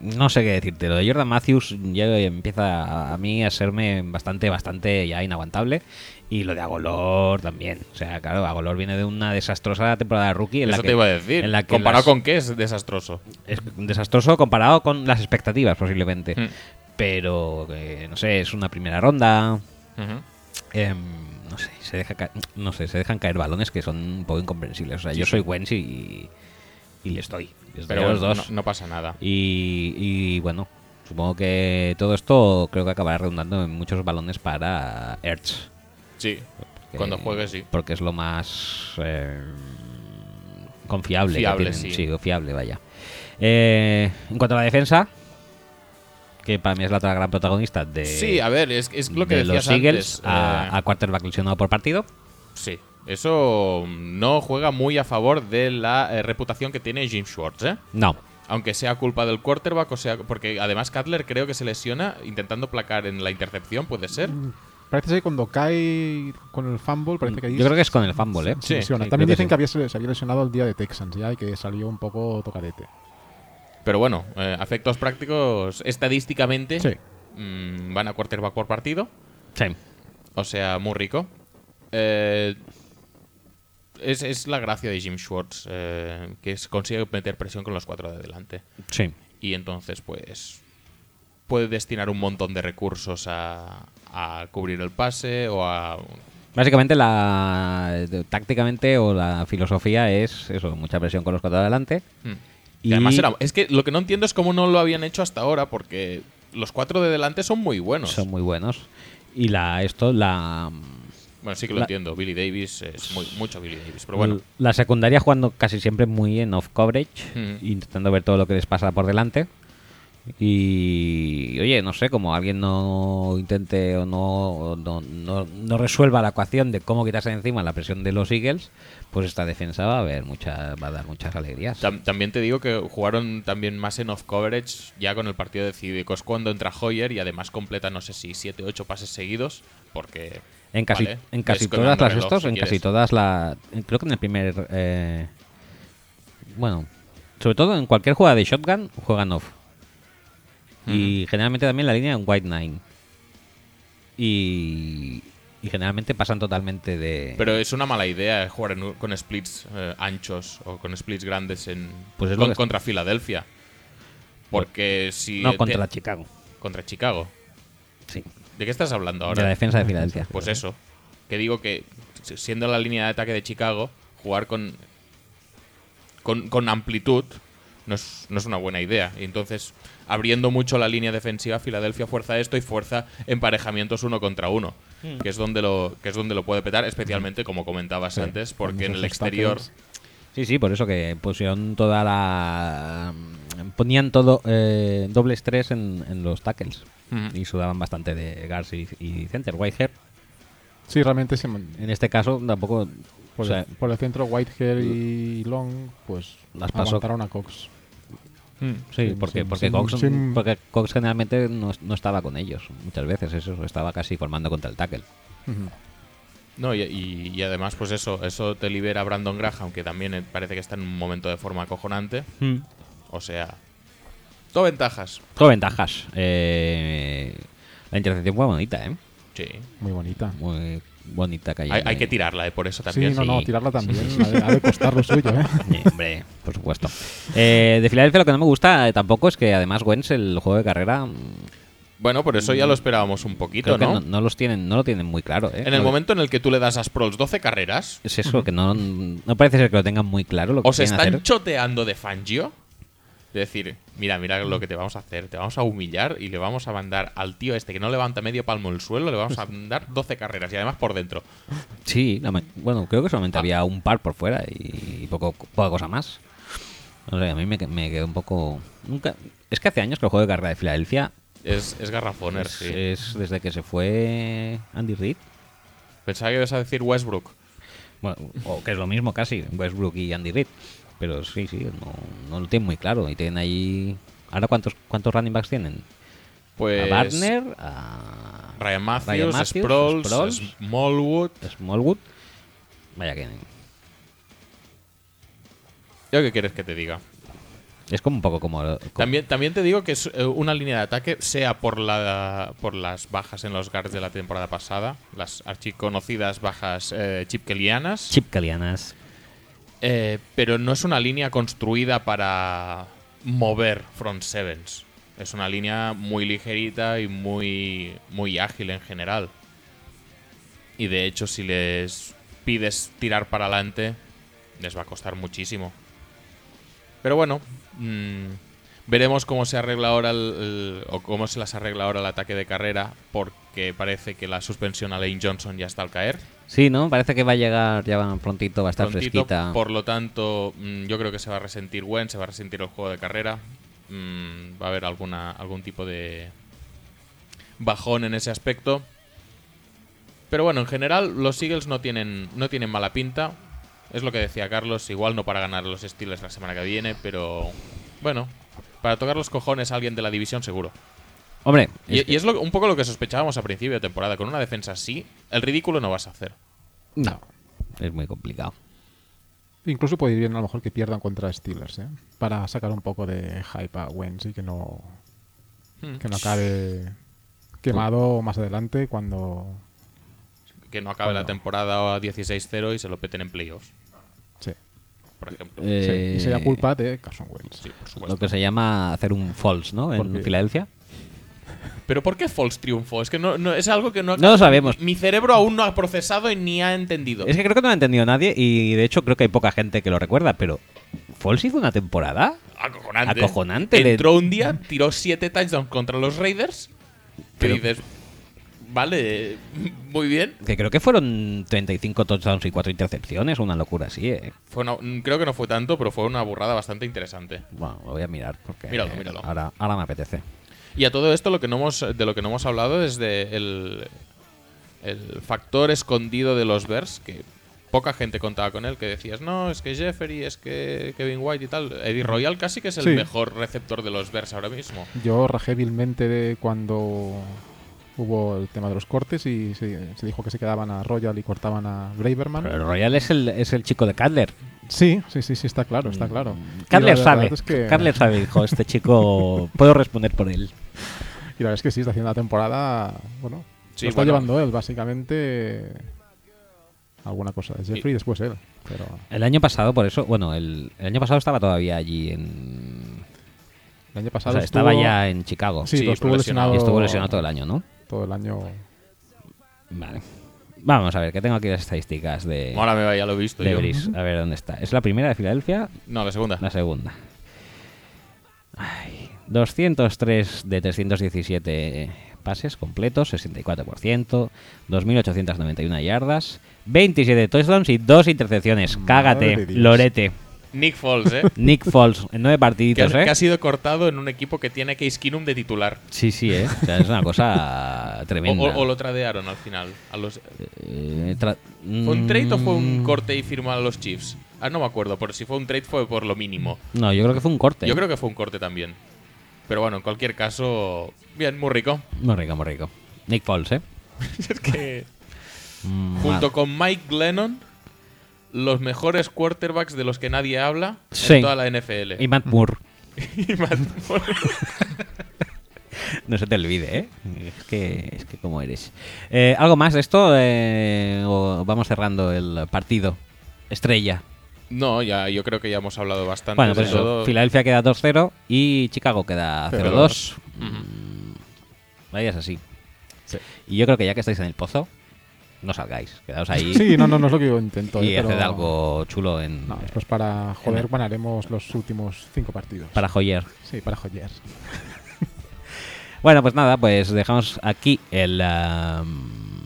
Speaker 1: no sé qué decirte. Lo de Jordan Matthews ya empieza a- a mí a serme bastante, bastante ya inaguantable. Y lo de Agolor también. O sea, claro, Agolor viene de una desastrosa temporada de rookie. En
Speaker 2: Eso
Speaker 1: la que,
Speaker 2: te iba a decir.
Speaker 1: en la que
Speaker 2: Comparado
Speaker 1: las-
Speaker 2: con qué es desastroso.
Speaker 1: Es desastroso comparado con las expectativas, posiblemente.
Speaker 2: Mm.
Speaker 1: Pero, eh, no sé, es una primera ronda.
Speaker 2: Ujú.
Speaker 1: Em, no sé, se deja ca- no sé, se dejan caer balones que son un poco incomprensibles. O sea,
Speaker 2: Sí,
Speaker 1: yo
Speaker 2: sí.
Speaker 1: soy Wentz y, y le estoy. Les doy
Speaker 2: Pero
Speaker 1: a los
Speaker 2: bueno,
Speaker 1: dos.
Speaker 2: no, no pasa nada.
Speaker 1: Y, y, bueno, supongo que todo esto creo que acabará redundando en muchos balones para Ertz.
Speaker 2: Sí.
Speaker 1: porque-
Speaker 2: Cuando juegue, sí.
Speaker 1: Porque es lo más eh, confiable. que
Speaker 2: Fiable,
Speaker 1: tienen.
Speaker 2: sí.
Speaker 1: fiable, vaya. Eh, en cuanto a la defensa, que para mí es la otra gran protagonista de,
Speaker 2: sí, a ver, es, es lo que
Speaker 1: de
Speaker 2: decías
Speaker 1: los Eagles,
Speaker 2: antes.
Speaker 1: a,
Speaker 2: Eh,
Speaker 1: a quarterback lesionado por partido.
Speaker 2: Sí. Eso no juega muy a favor de la eh, reputación que tiene Jim Schwartz, ¿eh?
Speaker 1: No,
Speaker 2: Aunque sea culpa del quarterback o sea... Porque además Cutler creo que se lesiona intentando placar en la intercepción, ¿puede ser?
Speaker 3: Parece que cuando cae con el fumble, parece que ahí
Speaker 1: yo creo que es con el fumble, ¿eh?
Speaker 3: se
Speaker 1: sí,
Speaker 3: lesiona.
Speaker 1: creo
Speaker 3: También
Speaker 1: que
Speaker 3: dicen
Speaker 1: sí.
Speaker 3: que había, se había lesionado el día de Texans ya y que salió un poco tocadete.
Speaker 2: Pero bueno, eh, afectos prácticos estadísticamente
Speaker 3: Sí.
Speaker 2: mm, van a quarterback por partido.
Speaker 1: Sí.
Speaker 2: O sea, muy rico. Eh, es, es la gracia de Jim Schwartz, eh, que es- consigue meter presión con los cuatro de adelante.
Speaker 1: sí.
Speaker 2: Y entonces, pues, puede destinar un montón de recursos a, a cubrir el pase o a
Speaker 1: Básicamente, la tácticamente o la filosofía es eso: mucha presión con los cuatro adelante.
Speaker 2: Mm.
Speaker 1: Y-
Speaker 2: Y además era- es que lo que no entiendo es cómo no lo habían hecho hasta ahora, porque los cuatro de delante son muy buenos.
Speaker 1: Son muy buenos. Y la esto, la.
Speaker 2: Bueno, sí que lo
Speaker 1: La- Mm.
Speaker 2: entiendo. Billy Davis es muy, mucho Billy Davis, pero bueno.
Speaker 1: La secundaria jugando casi siempre muy en off coverage,
Speaker 2: Mm.
Speaker 1: intentando ver todo lo que les pasa por delante. Y oye, no sé, como alguien no intente o no, o no, no- no resuelva la ecuación de cómo quitarse de encima la presión de los Eagles, pues esta defensa va a haber muchas, va a dar muchas alegrías.
Speaker 2: Tam- también te digo que jugaron también más en off coverage ya con el partido decidido. Es cuando entra Hoyer y además completa, no sé si 7 8 pases seguidos, porque.
Speaker 1: En casi,
Speaker 2: vale,
Speaker 1: en casi
Speaker 2: ves
Speaker 1: todas
Speaker 2: quemando
Speaker 1: las
Speaker 2: reloj,
Speaker 1: estos,
Speaker 2: si
Speaker 1: en casi
Speaker 2: quieres.
Speaker 1: todas las. Creo que en el primer. eh, bueno, sobre todo en cualquier jugada de shotgun, juegan off. Y generalmente también la línea en white nine. Y, y generalmente pasan totalmente de.
Speaker 2: Pero es una mala idea jugar en u- con splits eh, anchos o con splits grandes en
Speaker 1: Pues es lo
Speaker 2: con-
Speaker 1: que-
Speaker 2: contra Filadelfia. Porque si.
Speaker 1: no
Speaker 2: te-
Speaker 1: contra Chicago.
Speaker 2: contra Chicago.
Speaker 1: Sí.
Speaker 2: ¿De qué estás hablando ahora?
Speaker 1: de la defensa de Filadelfia.
Speaker 2: Pues eso. Que digo que, si- siendo la línea de ataque de Chicago, jugar con, con, con amplitud no es, no es una buena idea. Y entonces, abriendo mucho la línea defensiva, Filadelfia fuerza esto y fuerza emparejamientos uno contra uno.
Speaker 3: Hmm.
Speaker 2: Que es donde lo que es donde lo puede petar, especialmente como comentabas
Speaker 3: Sí,
Speaker 2: antes,
Speaker 3: con
Speaker 2: porque en el
Speaker 3: muchos
Speaker 2: exterior
Speaker 3: obstáculos.
Speaker 1: Sí, sí, por eso que pusieron toda la. Ponían todo eh, doble estrés en, en los tackles.
Speaker 2: Ujú.
Speaker 1: Y sudaban bastante de Gars y, y Center. Whitehair,
Speaker 3: Sí, realmente se man-
Speaker 1: en este caso, tampoco.
Speaker 3: por,
Speaker 1: o sea,
Speaker 3: el, por el centro Whitehair y Long, pues
Speaker 1: Las pasó-
Speaker 3: aguantaron a Cox.
Speaker 1: sí,
Speaker 3: sí,
Speaker 1: porque,
Speaker 3: sí,
Speaker 1: porque,
Speaker 3: sí,
Speaker 1: Cox,
Speaker 3: sí.
Speaker 1: porque Cox generalmente no, no estaba con ellos muchas veces, eso estaba casi formando contra el tackle.
Speaker 3: Ujú.
Speaker 2: No, y, y- y además, pues eso, eso te libera a Brandon Graham, que también eh, parece que está en un momento de forma acojonante.
Speaker 3: Hmm.
Speaker 2: O sea, todo ventajas.
Speaker 1: Todo ventajas. Eh, la intercepción fue bonita, ¿eh?
Speaker 2: Sí.
Speaker 3: Muy bonita.
Speaker 1: Muy bonita que
Speaker 2: Hay, hay que tirarla, eh, por eso
Speaker 3: Sí,
Speaker 2: también.
Speaker 3: no, no,
Speaker 1: sí.
Speaker 3: tirarla también. Ha de- Ha de costar lo suyo, ¿eh?
Speaker 1: Sí, hombre, por supuesto. Eh, de Filadelfia lo que no me gusta eh, tampoco es que además Wentz el juego de carrera mm,
Speaker 2: Bueno, por eso ya lo esperábamos un poquito,
Speaker 1: creo que
Speaker 2: ¿no?
Speaker 1: no, no los tienen no lo tienen muy claro. ¿eh?
Speaker 2: En el
Speaker 1: No-
Speaker 2: momento en el que tú le das a Sproles 12 carreras,
Speaker 1: es eso que no, no parece ser que lo tengan muy claro lo que
Speaker 2: os
Speaker 1: quieren
Speaker 2: están
Speaker 1: hacer.
Speaker 2: choteando de Fangio. De decir, mira, mira lo que te vamos a hacer. Te vamos a humillar y le vamos a mandar al tío este que no levanta medio palmo el suelo, le vamos a mandar 12 carreras y además por dentro.
Speaker 1: Sí, la ma- bueno, creo que
Speaker 2: Ah.
Speaker 1: solamente había un par por fuera y, poco, poca cosa más. No sé, a mí me, que- me quedó un poco... Nunca... Es que hace años que el juego de carrera de Filadelfia
Speaker 2: Es, es garrafoner,
Speaker 1: es,
Speaker 2: sí.
Speaker 1: es desde que se fue Andy Reid.
Speaker 2: Pensaba que ibas a decir Westbrook.
Speaker 1: Bueno, o que es lo mismo casi, Westbrook y Andy Reid. Pero sí, sí, no, no lo tienen muy claro. Y tienen ahí... ¿Ahora cuántos, cuántos running backs tienen?
Speaker 2: Pues.
Speaker 1: a Bartner, a
Speaker 2: Ryan Matthews,
Speaker 1: Ryan Matthews,
Speaker 2: Sproles,
Speaker 1: Sproles.
Speaker 2: Smallwood.
Speaker 1: Smallwood. Vaya que...
Speaker 2: ¿Yo qué quieres que te diga?
Speaker 1: Es como un poco como... como-
Speaker 2: También, también te digo que es eh, una línea de ataque, sea por, la, por las bajas en los guards de la temporada pasada, las archiconocidas bajas eh, chipkelianas,
Speaker 1: Chip Calianas.
Speaker 2: eh, pero no es una línea construida para mover front sevens. Es una línea muy ligerita y muy, muy ágil en general. Y de hecho, si les pides tirar para adelante, les va a costar muchísimo. Pero bueno, mm, veremos cómo se arregla ahora el- el- o cómo se las arregla ahora el ataque de carrera, porque parece que la suspensión a Lane Johnson ya está al caer.
Speaker 1: Sí, ¿no? Parece que va a llegar ya va prontito, va a estar
Speaker 2: Prontito,
Speaker 1: fresquita.
Speaker 2: Por lo tanto, mm, yo creo que se va a resentir Gwen, se va a resentir el juego de carrera. Mm, Va a haber alguna, algún tipo de bajón en ese aspecto. Pero bueno, en general los Eagles no tienen, no tienen mala pinta. Es lo que decía Carlos, igual no para ganar los Steelers la semana que viene, pero bueno, para tocar los cojones a alguien de la división seguro.
Speaker 1: Hombre,
Speaker 2: Y
Speaker 1: es
Speaker 2: y es,
Speaker 1: que-
Speaker 2: lo- un poco lo que sospechábamos a principio de temporada. Con una defensa así, el ridículo no vas a hacer.
Speaker 1: no, es muy complicado.
Speaker 3: Incluso puede ir bien a lo mejor que pierdan contra Steelers, ¿eh? Para sacar un poco de hype a Wentz y que no,
Speaker 2: Hmm.
Speaker 3: que no acabe
Speaker 1: Mm.
Speaker 3: quemado más adelante cuando...
Speaker 2: que no acabe la temporada a 16-0 y se lo peten en playoffs,
Speaker 3: Sí.
Speaker 2: por ejemplo.
Speaker 3: Sí,
Speaker 1: Eh,
Speaker 3: Y sería culpa de Carson Wentz.
Speaker 2: sí, por
Speaker 1: Lo
Speaker 2: supuesto.
Speaker 1: que se llama hacer un false, ¿no? En
Speaker 3: Porque-
Speaker 1: Filadelfia.
Speaker 2: Pero ¿por qué Falls triunfó? Es que no, no- es algo que no...
Speaker 1: No lo sabemos.
Speaker 2: Mi cerebro aún no ha procesado y ni ha entendido.
Speaker 1: Es que creo que no lo ha entendido nadie y de hecho creo que hay poca gente que lo recuerda, pero ¿Falls hizo una temporada?
Speaker 2: acojonante.
Speaker 1: acojonante, le-
Speaker 2: Entró un día, tiró siete touchdowns contra los Raiders. Que
Speaker 1: Pero-
Speaker 2: dices, vale, muy bien.
Speaker 1: Que creo que fueron 35 touchdowns y 4 intercepciones, una locura así, ¿eh?
Speaker 2: Fue una- mm, creo que no fue tanto, pero fue una burrada bastante interesante.
Speaker 1: Bueno, lo voy a mirar porque
Speaker 2: Míralo, míralo.
Speaker 1: Ahora, ahora me apetece.
Speaker 2: Y a todo esto lo que no hemos, de lo que no hemos hablado es de el, el factor escondido de los Bears, que poca gente contaba con él, que decías, no, es que Jeffery, es que Kevin White y tal. Eddie Royal casi que es el
Speaker 3: Sí.
Speaker 2: mejor receptor de los Bears ahora mismo.
Speaker 3: Yo rajé vilmente de cuando hubo el tema de los cortes y se, se dijo que se quedaban a Royal y cortaban a Braverman.
Speaker 1: Pero el Royal es el, es el chico de Cutler.
Speaker 3: Sí, sí, sí, sí, está claro, está claro.
Speaker 1: Mm, Cutler
Speaker 3: Y la
Speaker 1: sabe.
Speaker 3: verdad es que-
Speaker 1: Cutler sabe, dijo, este chico puedo responder por él.
Speaker 3: Y la verdad es que sí, está haciendo la temporada. Bueno,
Speaker 2: Sí,
Speaker 3: lo está
Speaker 2: bueno.
Speaker 3: llevando él, básicamente. Alguna cosa de Jeffrey y después él. Pero
Speaker 1: El año pasado, por eso, bueno, el, el año pasado estaba todavía allí en...
Speaker 3: el año
Speaker 1: O
Speaker 3: pasado.
Speaker 1: sea, estaba
Speaker 3: estuvo-
Speaker 1: ya en Chicago.
Speaker 3: Sí, pues,
Speaker 2: Sí,
Speaker 3: pero estuvo
Speaker 2: pero
Speaker 3: lesionado,
Speaker 2: lesionado.
Speaker 1: Y estuvo lesionado todo el año, ¿no?
Speaker 3: todo el año.
Speaker 1: Vale. Vamos a ver, que tengo aquí las estadísticas de,
Speaker 2: Ahora me vaya, lo he visto.
Speaker 1: de
Speaker 2: yo.
Speaker 1: Brice. A ver dónde está. ¿Es la primera de Filadelfia?
Speaker 2: No, la segunda.
Speaker 1: La segunda. Ay, 203 de 317 pases completos, 64%, 2.891 yardas, 27 touchdowns y dos intercepciones.
Speaker 3: Madre de
Speaker 1: Cágate,
Speaker 3: Dios.
Speaker 1: Lorete.
Speaker 2: Nick Foles, ¿eh?
Speaker 1: Nick Foles, en nueve
Speaker 2: que, ha,
Speaker 1: partiditos, ¿eh?
Speaker 2: que ha sido cortado en un equipo que tiene a Case Keenum de titular.
Speaker 1: Sí, sí, ¿eh? O sea, es una cosa
Speaker 2: O,
Speaker 1: tremenda.
Speaker 2: o- o lo tradearon al final. A los,
Speaker 1: Eh, tra-
Speaker 2: ¿Fue un trade o fue un
Speaker 1: Mm,
Speaker 2: corte y firma a los Chiefs? Ah, no me acuerdo, pero si fue un trade fue por lo mínimo.
Speaker 1: No, yo creo que fue un corte.
Speaker 2: Yo creo que fue un corte también. Pero bueno, en cualquier caso, bien, muy rico.
Speaker 1: Muy rico, muy rico. Nick Foles, ¿eh?
Speaker 2: es que
Speaker 1: Mm,
Speaker 2: junto con Mike Glennon, los mejores quarterbacks de los que nadie habla
Speaker 1: Sí.
Speaker 2: en toda la NFL.
Speaker 1: Y Matt Moore.
Speaker 2: Y Matt Moore.
Speaker 1: No se te olvide, ¿eh? Es que, es que como eres. Eh, ¿Algo más de esto? Eh, o vamos cerrando el partido. Estrella.
Speaker 2: no, ya, yo creo que ya hemos hablado bastante
Speaker 1: bueno, pues
Speaker 2: de
Speaker 1: eso.
Speaker 2: todo.
Speaker 1: Filadelfia queda 2-0 y Chicago queda 0-2.
Speaker 2: Ujú.
Speaker 1: Vayas así. Y yo creo que ya que estáis en el pozo, no salgáis. Quedaos ahí
Speaker 3: Sí, no, no, no es lo que yo intento.
Speaker 1: y
Speaker 3: eh, pero-
Speaker 1: haced algo chulo en,
Speaker 3: No, después para joder ganaremos los últimos cinco partidos.
Speaker 1: para joyer.
Speaker 3: Sí, para joder.
Speaker 1: Bueno, pues nada, pues dejamos aquí el am,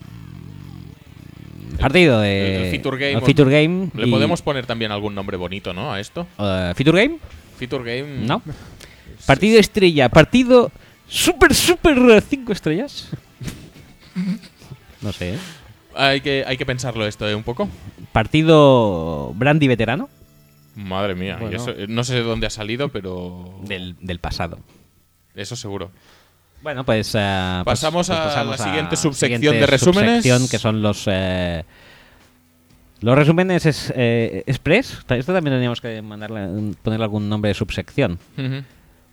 Speaker 1: partido de
Speaker 2: el- el Feature Game.
Speaker 1: el Feature Game
Speaker 2: Le
Speaker 1: y-
Speaker 2: podemos poner también algún nombre bonito, ¿no? A esto.
Speaker 1: eh, Feature Game,
Speaker 2: Feature Game.
Speaker 1: ¿no? Partido estrella, partido super super eh, cinco estrellas. No sé. ¿eh?
Speaker 2: Hay que, hay que pensarlo esto ¿eh? un poco.
Speaker 1: Partido Brandy veterano
Speaker 2: Madre mía, y
Speaker 3: Bueno.
Speaker 2: eso- eh, no sé de dónde ha salido, pero
Speaker 1: del, del pasado.
Speaker 2: eso seguro.
Speaker 1: Bueno, pues, eh, pues-
Speaker 2: Pasamos
Speaker 1: pues
Speaker 2: a
Speaker 1: pasamos
Speaker 2: la
Speaker 1: a
Speaker 2: siguiente subsección
Speaker 1: siguiente
Speaker 2: de resúmenes.
Speaker 1: subsección, que son los eh, los resúmenes es, eh, express. Ta- Esto también teníamos que mandarle, ponerle algún nombre de subsección.
Speaker 2: Ujú.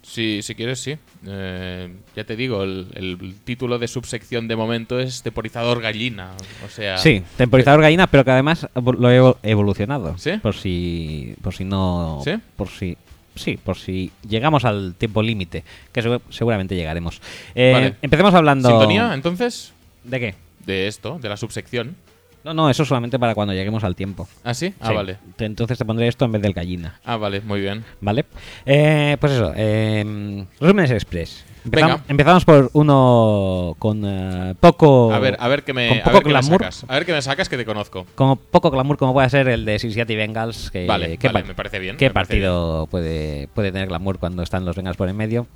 Speaker 2: Sí, si quieres, sí. Eh, ya te digo, el, el título de subsección de momento es Temporizador Gallina. O sea,
Speaker 1: Sí, temporizador gallina, pero que además evo- lo he evo- evolucionado.
Speaker 2: Eh, ¿Sí?
Speaker 1: Por si por si no
Speaker 2: ¿Sí?
Speaker 1: por si sí, por si llegamos al tiempo límite, que segu- seguramente llegaremos. Eh,
Speaker 2: Vale.
Speaker 1: Empecemos hablando
Speaker 2: sintonía, entonces,
Speaker 1: de qué.
Speaker 2: de esto, de la subsección.
Speaker 1: No, no, eso solamente para cuando lleguemos al tiempo.
Speaker 2: ¿Ah, sí? Ah,
Speaker 1: Sí.
Speaker 2: vale.
Speaker 1: Te- Entonces te pondré esto en vez del gallina.
Speaker 2: Ah, vale, muy bien.
Speaker 1: Vale. Eh, pues eso. Eh, resúmenes Express. Empezam-
Speaker 2: Venga.
Speaker 1: Empezamos por uno con eh, poco.
Speaker 2: A ver, a ver qué me,
Speaker 1: con
Speaker 2: a
Speaker 1: poco
Speaker 2: ver qué me
Speaker 1: glamour.
Speaker 2: sacas. A ver qué me sacas que te conozco.
Speaker 1: Como poco glamour, como puede ser el de Cincinnati Bengals. Que,
Speaker 2: Vale,
Speaker 1: ¿qué
Speaker 2: vale,
Speaker 1: par-
Speaker 2: me parece bien,
Speaker 1: ¿Qué
Speaker 2: me parece
Speaker 1: partido puede, puede tener glamour cuando están los Bengals por en medio?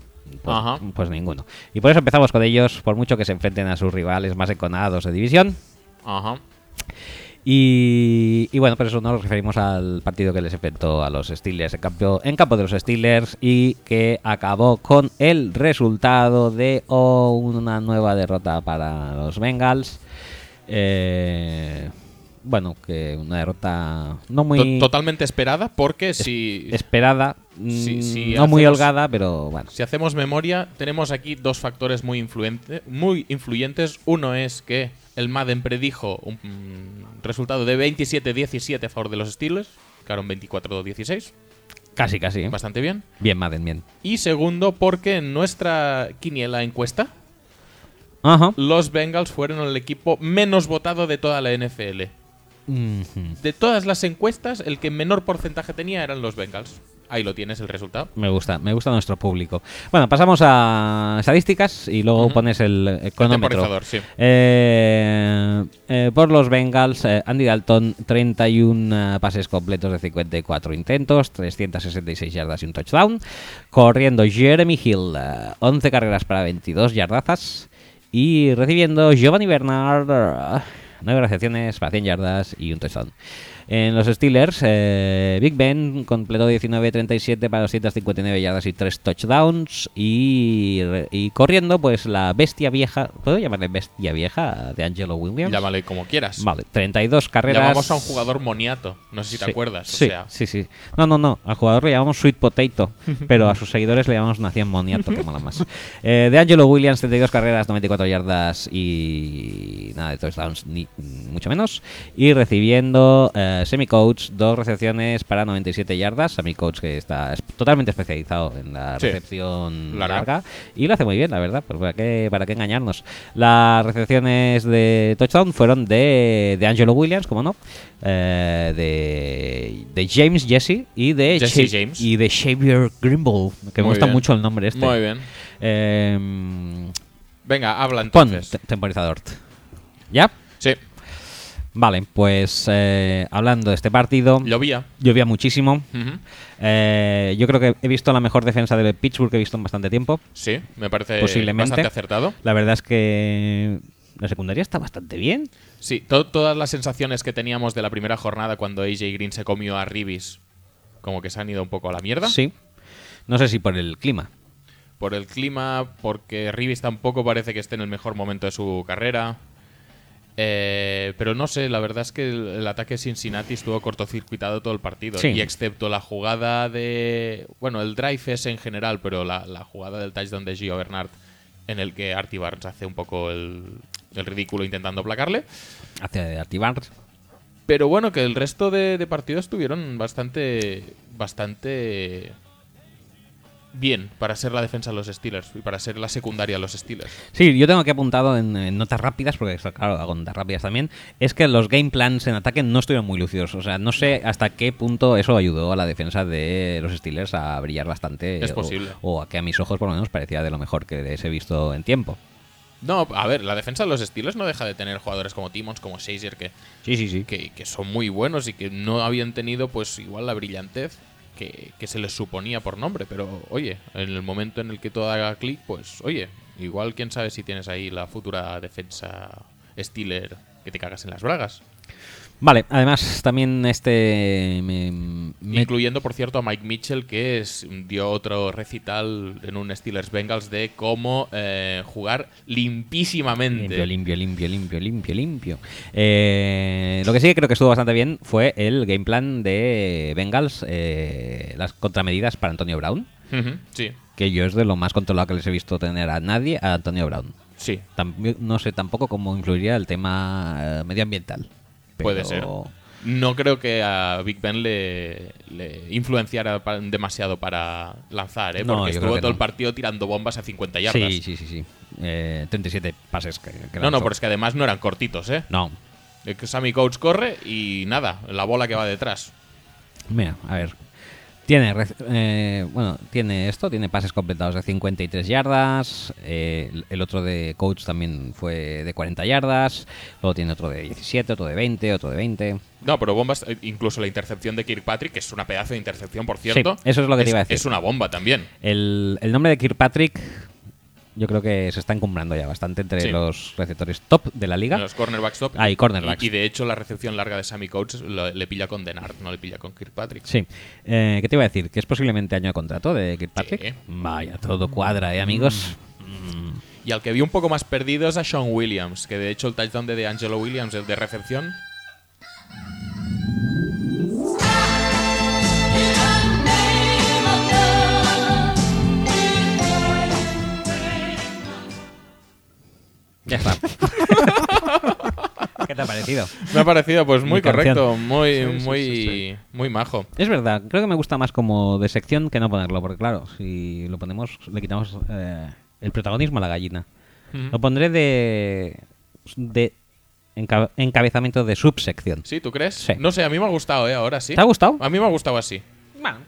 Speaker 1: Pues,
Speaker 2: Ajá.
Speaker 1: pues ninguno. Y por eso empezamos con ellos, por mucho que se enfrenten a sus rivales más enconados de división.
Speaker 2: Ajá.
Speaker 1: Y, y bueno, por eso nos referimos al partido que les enfrentó a los Steelers en campo, en campo de los Steelers y que acabó con el resultado de oh, una nueva derrota para los Bengals. Eh, bueno, que una derrota no muy
Speaker 2: To- Totalmente esperada, porque si,
Speaker 1: esperada,
Speaker 2: Sí,
Speaker 1: mm,
Speaker 2: sí,
Speaker 1: no muy
Speaker 2: hacemos-
Speaker 1: holgada, pero bueno.
Speaker 2: Si hacemos memoria, tenemos aquí dos factores muy, influente- muy influyentes. Uno es que el Madden predijo un mm, resultado de 27-17 a favor de los Steelers. Quedaron 24-16,
Speaker 1: Casi, casi. ¿eh?
Speaker 2: bastante bien.
Speaker 1: Bien, Madden, bien.
Speaker 2: Y segundo, porque en nuestra quiniela encuesta
Speaker 1: Ajá.
Speaker 2: los Bengals fueron el equipo menos votado de toda la NFL.
Speaker 1: Ujú.
Speaker 2: De todas las encuestas, el que menor porcentaje tenía eran los Bengals. Ahí lo tienes, el resultado.
Speaker 1: Me gusta, me gusta nuestro público. Bueno, pasamos a estadísticas y luego
Speaker 2: Ujú.
Speaker 1: pones el eh, cronómetro.
Speaker 2: temporizador, sí.
Speaker 1: Eh, eh, por los Bengals, eh, Andy Dalton, 31 eh, pases completos de 54 intentos, 366 yardas y un touchdown. Corriendo Jeremy Hill, eh, 11 carreras para 22 yardazas. Y recibiendo Giovanni Bernard, eh, 9 recepciones para 100 yardas y un touchdown. En los Steelers, eh, Big Ben completó 19-37 para 259 yardas y 3 touchdowns. Y, y corriendo, pues la bestia vieja, ¿puedo llamarle bestia vieja de Angelo Williams?
Speaker 2: Llámale como quieras.
Speaker 1: Vale, 32 carreras.
Speaker 2: Llamamos a un jugador moniato. No sé si te
Speaker 1: Sí,
Speaker 2: acuerdas.
Speaker 1: Sí,
Speaker 2: O sea,
Speaker 1: sí, sí. No, no, no. Al jugador le llamamos Sweet Potato, pero a sus seguidores le llamamos Nación Moniato, que mola más. Eh, de Angelo Williams, 32 carreras, 94 yardas y nada de touchdowns, ni mucho menos. Y recibiendo eh, Semi Coach, dos recepciones para 97 yardas. Semi Coach que está es- totalmente especializado en la
Speaker 2: Sí.
Speaker 1: recepción
Speaker 2: Larga.
Speaker 1: larga. Y lo hace muy bien, la verdad. Pues para qué, para qué engañarnos. Las recepciones de touchdown fueron de, de Angelo Williams, como no, eh, de, de James Jesse y de
Speaker 2: Jesse
Speaker 1: Sha-
Speaker 2: James.
Speaker 1: y de Xavier Grimble, que me
Speaker 2: Muy
Speaker 1: gusta
Speaker 2: bien.
Speaker 1: mucho el nombre este.
Speaker 2: muy bien.
Speaker 1: Eh,
Speaker 2: Venga, habla
Speaker 1: pon
Speaker 2: entonces.
Speaker 1: te- temporizador. ¿Ya?
Speaker 2: Sí,
Speaker 1: Vale, pues eh, hablando de este partido,
Speaker 2: llovía.
Speaker 1: llovía muchísimo.
Speaker 2: Ujú.
Speaker 1: Eh, yo creo que he visto la mejor defensa de Pittsburgh que he visto en bastante tiempo.
Speaker 2: Sí, me parece
Speaker 1: Posiblemente.
Speaker 2: bastante acertado.
Speaker 1: La verdad es que la secundaria está bastante bien.
Speaker 2: Sí, to- todas las sensaciones que teníamos de la primera jornada cuando AJ Green se comió a Ribis, como que se han ido un poco a la mierda.
Speaker 1: Sí. No sé si por el clima.
Speaker 2: Por el clima, porque Ribis tampoco parece que esté en el mejor momento de su carrera. Eh, pero no sé, la verdad es que el, el ataque Cincinnati estuvo cortocircuitado todo el partido.
Speaker 1: Sí.
Speaker 2: Y excepto la jugada de. Bueno, el drive es en general, pero la, la jugada del touchdown de Gio Bernard, en el que Artie Barnes hace un poco el, el ridículo intentando aplacarle.
Speaker 1: Hace activar.
Speaker 2: Pero bueno, que el resto de, de partidos estuvieron bastante. bastante. bien para ser la defensa de los Steelers y para ser la secundaria de los Steelers.
Speaker 1: Sí, yo tengo aquí apuntado en, en notas rápidas, porque claro, hago notas rápidas también, es que los game plans en ataque no estuvieron muy lucidos. O sea, no sé hasta qué punto eso ayudó a la defensa de los Steelers a brillar bastante.
Speaker 2: Es
Speaker 1: o-
Speaker 2: posible.
Speaker 1: O, a que a mis ojos por lo menos parecía de lo mejor que les he visto en tiempo.
Speaker 2: No, a ver, la defensa de los Steelers no deja de tener jugadores como Timmons, como Shazier, que,
Speaker 1: Sí, sí, sí.
Speaker 2: que, que son muy buenos y que no habían tenido, pues, igual la brillantez que, que se les suponía por nombre. Pero, oye, en el momento en el que todo haga clic, pues, oye, igual quién sabe si tienes ahí la futura defensa Steeler que te cagas en las bragas.
Speaker 1: Vale, además también este... Me, me-
Speaker 2: Incluyendo, por cierto, a Mike Mitchell, que es- dio otro recital en un Steelers Bengals de cómo eh, jugar limpísimamente.
Speaker 1: Limpio, limpio, limpio, limpio, limpio, limpio. Eh, lo que sí que creo que estuvo bastante bien fue el game plan de Bengals, eh, las contramedidas para Antonio Brown,
Speaker 2: Ujú, sí,
Speaker 1: que yo es de lo más controlado que les he visto tener a nadie, a Antonio Brown.
Speaker 2: sí.
Speaker 1: También, no sé tampoco cómo influiría el tema eh, medioambiental. pero-
Speaker 2: Puede ser. No creo que a Big Ben le, le influenciara pa- demasiado para lanzar, ¿eh?
Speaker 1: No,
Speaker 2: porque
Speaker 1: yo
Speaker 2: estuvo
Speaker 1: creo que
Speaker 2: todo el
Speaker 1: no.
Speaker 2: partido tirando bombas a 50 yardas.
Speaker 1: Sí, sí, sí, sí. Eh, 37 pases que, que
Speaker 2: no, no,
Speaker 1: lanzó.
Speaker 2: pero es que además no eran cortitos, ¿eh?
Speaker 1: No.
Speaker 2: Eh, que Sammy Coates corre y nada, la bola que va detrás.
Speaker 1: Mira, a ver. Tiene, rec- eh, bueno, tiene esto, tiene pases completados de 53 yardas, eh, el- el otro de Coach también fue de 40 yardas, luego tiene otro de 17, otro de 20, otro de 20.
Speaker 2: No, pero bombas, eh, incluso la intercepción de Kirkpatrick, que es una pedazo de intercepción, por cierto.
Speaker 1: eso es lo que te iba a decir.
Speaker 2: Es una bomba también.
Speaker 1: El, el nombre de Kirkpatrick yo creo que se está encumbrando ya bastante entre
Speaker 2: Sí.
Speaker 1: los receptores top de la liga.
Speaker 2: En los cornerbacks top.
Speaker 1: Ah, y cornerbacks.
Speaker 2: Y, y de hecho, la recepción larga de Sammy Coates lo- le pilla con Denard, no le pilla con Kirkpatrick.
Speaker 1: Sí. Eh, ¿Qué te iba a decir? ¿Que es posiblemente año de contrato de Kirkpatrick?
Speaker 2: Sí. Mm.
Speaker 1: Vaya, todo cuadra, ¿eh, amigos?
Speaker 2: Y al que vi un poco más perdido es a Sean Williams, que de hecho el touchdown de Angelo Williams, el de recepción.
Speaker 1: Ya está. ¿Qué te ha parecido?
Speaker 2: Me ha parecido pues muy
Speaker 1: Mi canción.
Speaker 2: correcto, muy,
Speaker 3: Sí, sí,
Speaker 2: muy,
Speaker 3: sí, sí.
Speaker 2: muy majo.
Speaker 1: Es verdad, creo que me gusta más como de sección que no ponerlo, porque claro, si lo ponemos, le quitamos eh, el protagonismo a la gallina.
Speaker 2: Ujú.
Speaker 1: Lo pondré de. pues, de enca- encabezamiento de subsección.
Speaker 2: ¿Sí? ¿Tú crees?
Speaker 1: Sí.
Speaker 2: No sé, a mí me ha gustado, ¿eh? Ahora sí.
Speaker 1: ¿Te ha gustado?
Speaker 2: A mí me ha gustado así.
Speaker 1: Bueno.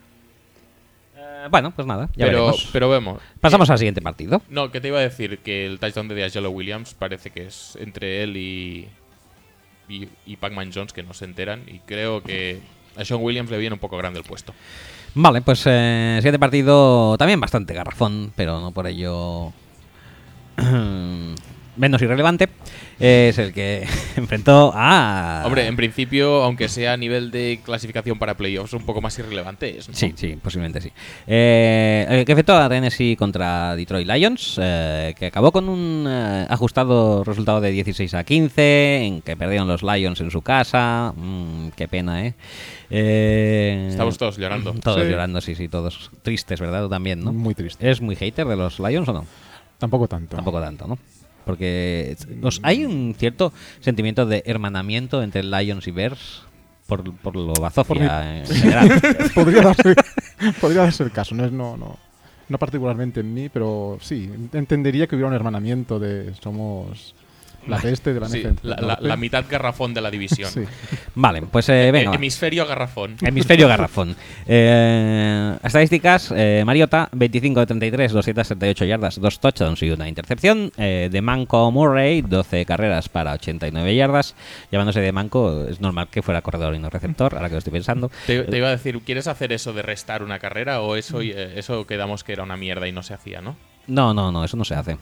Speaker 1: Eh, bueno, pues nada, ya
Speaker 2: pero,
Speaker 1: veremos.
Speaker 2: pero vemos.
Speaker 1: Pasamos al siguiente partido.
Speaker 2: No, que te iba a decir que el touchdown de D'Angelo Williams parece que es entre él y, y, y Pac-Man Jones que no se enteran. Y creo que a Sean Williams le viene un poco grande el puesto.
Speaker 1: Vale, pues eh, siguiente partido también bastante garrafón, pero no por ello menos irrelevante. Es el que enfrentó a...
Speaker 2: Hombre, en principio, aunque sea a nivel de clasificación para playoffs, un poco más irrelevante es. ¿no?
Speaker 1: Sí, sí, posiblemente sí. Eh, el que efectuó a Tennessee contra Detroit Lions, eh, que acabó con un eh, ajustado resultado de 16 a 15, en que perdieron los Lions en su casa. Mm, qué pena, ¿eh? Eh,
Speaker 2: Estamos todos llorando.
Speaker 1: Todos
Speaker 3: Sí.
Speaker 1: llorando, sí, sí, todos tristes, ¿verdad? Tú también, ¿no?
Speaker 3: Muy triste.
Speaker 1: ¿Eres muy hater de los Lions o no?
Speaker 3: Tampoco tanto.
Speaker 1: Tampoco tanto, ¿no? Porque os- hay un cierto sentimiento de hermanamiento entre Lions y Bears por, por lo bazofia en general.
Speaker 3: podría, darse, podría darse el caso. No, es, no, no, no particularmente en mí, pero sí. Entendería que hubiera un hermanamiento de somos la peste de la
Speaker 2: Sí,
Speaker 3: NCAA.
Speaker 2: la, la- la mitad garrafón de la división.
Speaker 3: ¿eh? Sí.
Speaker 1: Vale, pues eh, venga.
Speaker 2: Eh,
Speaker 1: va.
Speaker 2: Hemisferio garrafón.
Speaker 1: Hemisferio Garrafón. Eh, estadísticas: eh, Mariota, 25 de 33, 278 yardas, 2 touchdowns y una intercepción. Eh, de Manco Murray, 12 carreras para 89 yardas. Llamándose de Manco, es normal que fuera corredor y no receptor, ahora que lo estoy pensando.
Speaker 2: Te, te iba a decir, ¿quieres hacer eso de restar una carrera o eso, y, eh, eso quedamos que era una mierda y no se hacía, no?
Speaker 1: No, no, no, eso no se hace.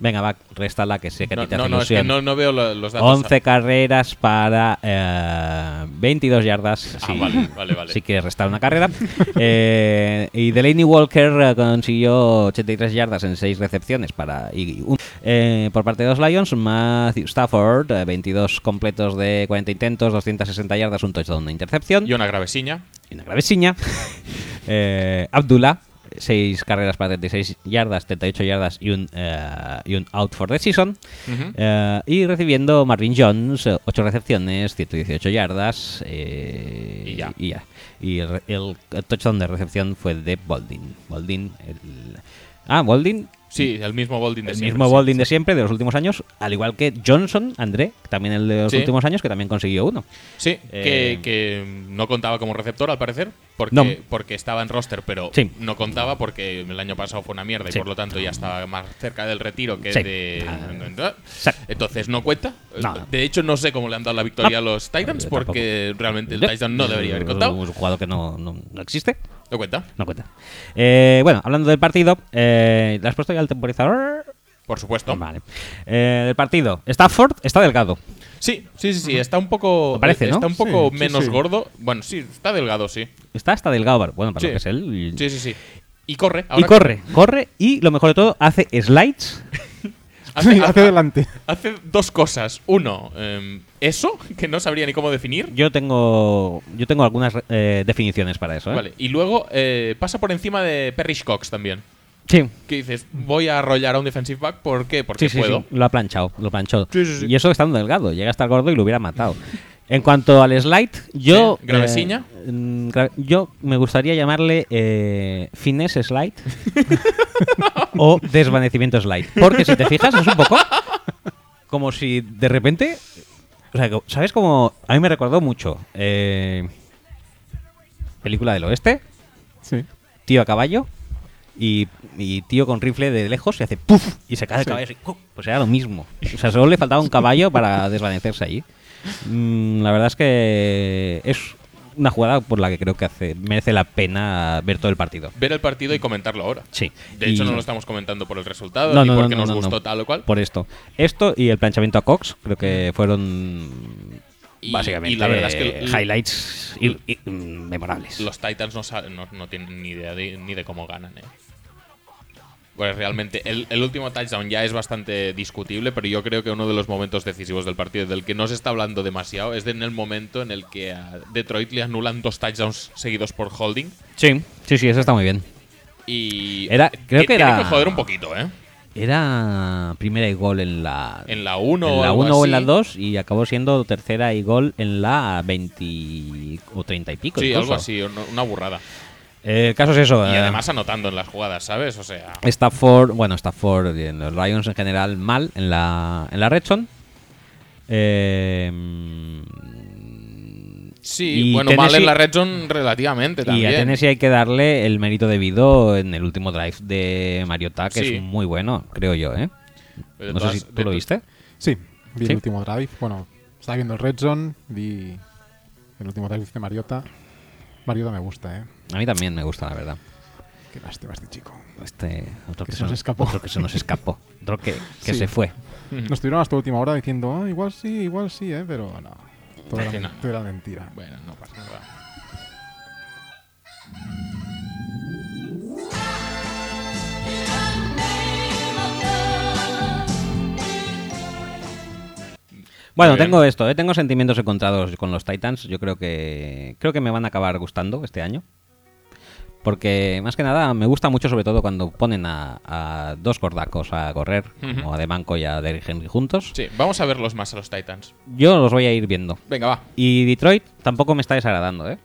Speaker 1: Venga, va, réstala que sé que a
Speaker 2: No,
Speaker 1: ti te
Speaker 2: no,
Speaker 1: hace
Speaker 2: no, es que
Speaker 1: ilusión.
Speaker 2: no, no veo lo- los datos.
Speaker 1: 11 carreras para eh, 22 yardas.
Speaker 2: Ah,
Speaker 1: si-
Speaker 2: vale, vale, vale.
Speaker 1: Si quieres restar una carrera. Eh, y Delaney Walker eh, consiguió 83 yardas en 6 recepciones para y un- eh, por parte de los Lions. Matthew Stafford, eh, 22 completos de 40 intentos, 260 yardas, un touchdown, una intercepción
Speaker 2: Y una gravesiña.
Speaker 1: y una gravesiña. eh, Abdullah, 6 carreras para 36 yardas, 38 yardas y un, eh, y un out for the season.
Speaker 2: Ujú.
Speaker 1: Eh, y recibiendo Marvin Jones, 8 recepciones, 118 yardas. eh,
Speaker 2: Y ya.
Speaker 1: Y, Y el, re- el touchdown de recepción fue de Boldin. Boldin, el- Ah, Boldin.
Speaker 2: Sí, el mismo Bolding de
Speaker 1: El
Speaker 2: siempre,
Speaker 1: mismo
Speaker 2: sí.
Speaker 1: Boldin de siempre, de los últimos años, al igual que Johnson, André, también el de los
Speaker 2: Sí.
Speaker 1: últimos años, que también consiguió uno.
Speaker 2: Sí,
Speaker 1: Eh,
Speaker 2: que, que no contaba como receptor, al parecer, porque,
Speaker 1: No.
Speaker 2: porque estaba en roster, pero
Speaker 1: Sí.
Speaker 2: no contaba porque el año pasado fue una mierda
Speaker 1: Sí.
Speaker 2: y por lo tanto ya estaba más cerca del retiro que
Speaker 1: Sí.
Speaker 2: de...
Speaker 1: Ah, exacto.
Speaker 2: Entonces no cuenta.
Speaker 1: No.
Speaker 2: De hecho, no sé cómo le han dado la victoria a los Titans
Speaker 1: Yo
Speaker 2: porque realmente el
Speaker 1: Yo-
Speaker 2: Titan no debería haber
Speaker 1: Es
Speaker 2: contado.
Speaker 1: un jugador que no, no- no existe.
Speaker 2: No cuenta,
Speaker 1: No cuenta. Eh, bueno, hablando del partido, eh, ¿le has puesto ya el temporizador?
Speaker 2: por supuesto.
Speaker 1: Vale. Eh, del partido, Stafford está delgado.
Speaker 2: Sí, sí, sí, sí, está un poco,
Speaker 1: Lo parece, ¿no?
Speaker 2: está un poco
Speaker 3: Sí, sí,
Speaker 2: menos
Speaker 3: sí.
Speaker 2: gordo. Bueno, sí, está delgado, sí.
Speaker 1: Está hasta delgado, bar- bueno, para
Speaker 2: Sí.
Speaker 1: lo que es él.
Speaker 2: Sí, sí, sí. Y corre.
Speaker 1: Y
Speaker 2: ahora-
Speaker 1: corre, corre y lo mejor de todo, hace slides.
Speaker 2: Hace,
Speaker 3: Sí, hacia adelante.
Speaker 2: hace dos cosas. Uno, em, eso, que no sabría ni cómo definir.
Speaker 1: Yo tengo yo tengo algunas eh, definiciones para eso. ¿eh?
Speaker 2: Vale. Y luego eh, pasa por encima de Parrish Cox también.
Speaker 1: Sí.
Speaker 2: Que dices, voy a arrollar a un defensive back. ¿Por qué? Porque
Speaker 1: Sí, sí,
Speaker 2: puedo.
Speaker 1: sí, lo ha planchado, lo planchó.
Speaker 2: Sí, sí, sí.
Speaker 1: Y eso estando delgado, llega a estar gordo y lo hubiera matado. En cuanto al slide, yo...
Speaker 2: Sí, gravesiña.
Speaker 1: eh, mm, gra- yo me gustaría llamarle eh, finesse slide o desvanecimiento slide. Porque si te fijas, es un poco como si de repente... O sea, co- ¿sabes cómo? A mí me recordó mucho. eh, película del oeste,
Speaker 3: Sí.
Speaker 1: tío a caballo y, y tío con rifle de lejos y hace puff y se cae el
Speaker 3: Sí.
Speaker 1: caballo así, ¡cu! pues era lo mismo o sea solo le faltaba un caballo para desvanecerse allí Mm, la verdad es que es una jugada por la que creo que hace merece la pena ver todo el partido
Speaker 2: Ver el partido y comentarlo ahora.
Speaker 1: sí
Speaker 2: De hecho,
Speaker 1: Y-
Speaker 2: no lo estamos comentando por el resultado,
Speaker 1: No,
Speaker 2: ni
Speaker 1: no, no,
Speaker 2: porque
Speaker 1: no,
Speaker 2: nos
Speaker 1: no,
Speaker 2: gustó
Speaker 1: no.
Speaker 2: tal o cual. Mm.
Speaker 1: por esto esto y el planchamiento a Cox creo que fueron
Speaker 2: Y-
Speaker 1: básicamente
Speaker 2: y la verdad es que
Speaker 1: eh,
Speaker 2: l-
Speaker 1: highlights y- y, mm, memorables
Speaker 2: Los Titans no, sa- no, no tienen ni idea de, ni de cómo ganan, eh. Pues realmente, el, el último touchdown ya es bastante discutible, pero yo creo que uno de los momentos decisivos del partido, del que no se está hablando demasiado, es de en el momento en el que a Detroit le anulan dos touchdowns seguidos por holding.
Speaker 1: sí sí sí eso está muy bien
Speaker 2: Y
Speaker 1: Era- creo
Speaker 2: ti-
Speaker 1: que
Speaker 2: tiene
Speaker 1: era-
Speaker 2: joder un poquito, ¿eh?
Speaker 1: Era primera y gol en la.
Speaker 2: En la 1
Speaker 1: en la
Speaker 2: uno
Speaker 1: uno o en la 2 y acabó siendo tercera y gol en la 20 o 30 y pico.
Speaker 2: Sí,
Speaker 1: incluso.
Speaker 2: algo así, una, una burrada.
Speaker 1: Eh, el caso es eso.
Speaker 2: Y
Speaker 1: eh,
Speaker 2: además anotando en las jugadas, ¿sabes? O sea,
Speaker 1: Stafford, bueno, Stafford y en los Lions en general mal en la, en la red zone.
Speaker 2: Este
Speaker 1: Eh, mm,
Speaker 2: sí,
Speaker 1: y
Speaker 2: bueno, mal en
Speaker 1: Tennessee-
Speaker 2: la red zone relativamente
Speaker 1: Y
Speaker 2: también.
Speaker 1: a Tennessee hay que darle el mérito debido en el último drive de Mariota, que
Speaker 2: Sí.
Speaker 1: es muy bueno, creo yo, ¿eh?
Speaker 2: De
Speaker 1: No sé
Speaker 2: todas-
Speaker 1: si
Speaker 2: de
Speaker 1: tú lo
Speaker 2: to-
Speaker 1: viste.
Speaker 3: Sí, vi
Speaker 1: ¿Sí?
Speaker 3: el último drive. Bueno, estaba viendo el Red Zone, vi el último drive de Mariota. Mariota me gusta, ¿eh?
Speaker 1: A mí también me gusta, la verdad.
Speaker 3: Qué lástima este chico.
Speaker 1: Este, otro que,
Speaker 3: se nos escapó.
Speaker 1: Otro que se nos escapó. Otro que, que
Speaker 3: Sí.
Speaker 1: se fue.
Speaker 2: Ujú.
Speaker 3: Nos tuvieron hasta última hora diciendo, "Ah, igual sí, igual sí, ¿eh? Pero no. Todo era,
Speaker 2: Sí,
Speaker 3: men-
Speaker 2: no.
Speaker 3: todo era mentira.
Speaker 2: Bueno, no pasa nada.
Speaker 1: Bueno,
Speaker 2: bien.
Speaker 1: tengo esto, ¿eh? tengo sentimientos encontrados con los Titans. Yo creo que creo que me van a acabar gustando este año. Porque más que nada me gusta mucho, sobre todo cuando ponen a, a dos gordacos a correr,
Speaker 2: Ujú.
Speaker 1: como a De Manco y a Derrick Henry juntos.
Speaker 2: Sí, vamos a verlos más a los Titans.
Speaker 1: Yo los voy a ir viendo.
Speaker 2: Venga, va.
Speaker 1: Y Detroit tampoco me está desagradando, ¿eh?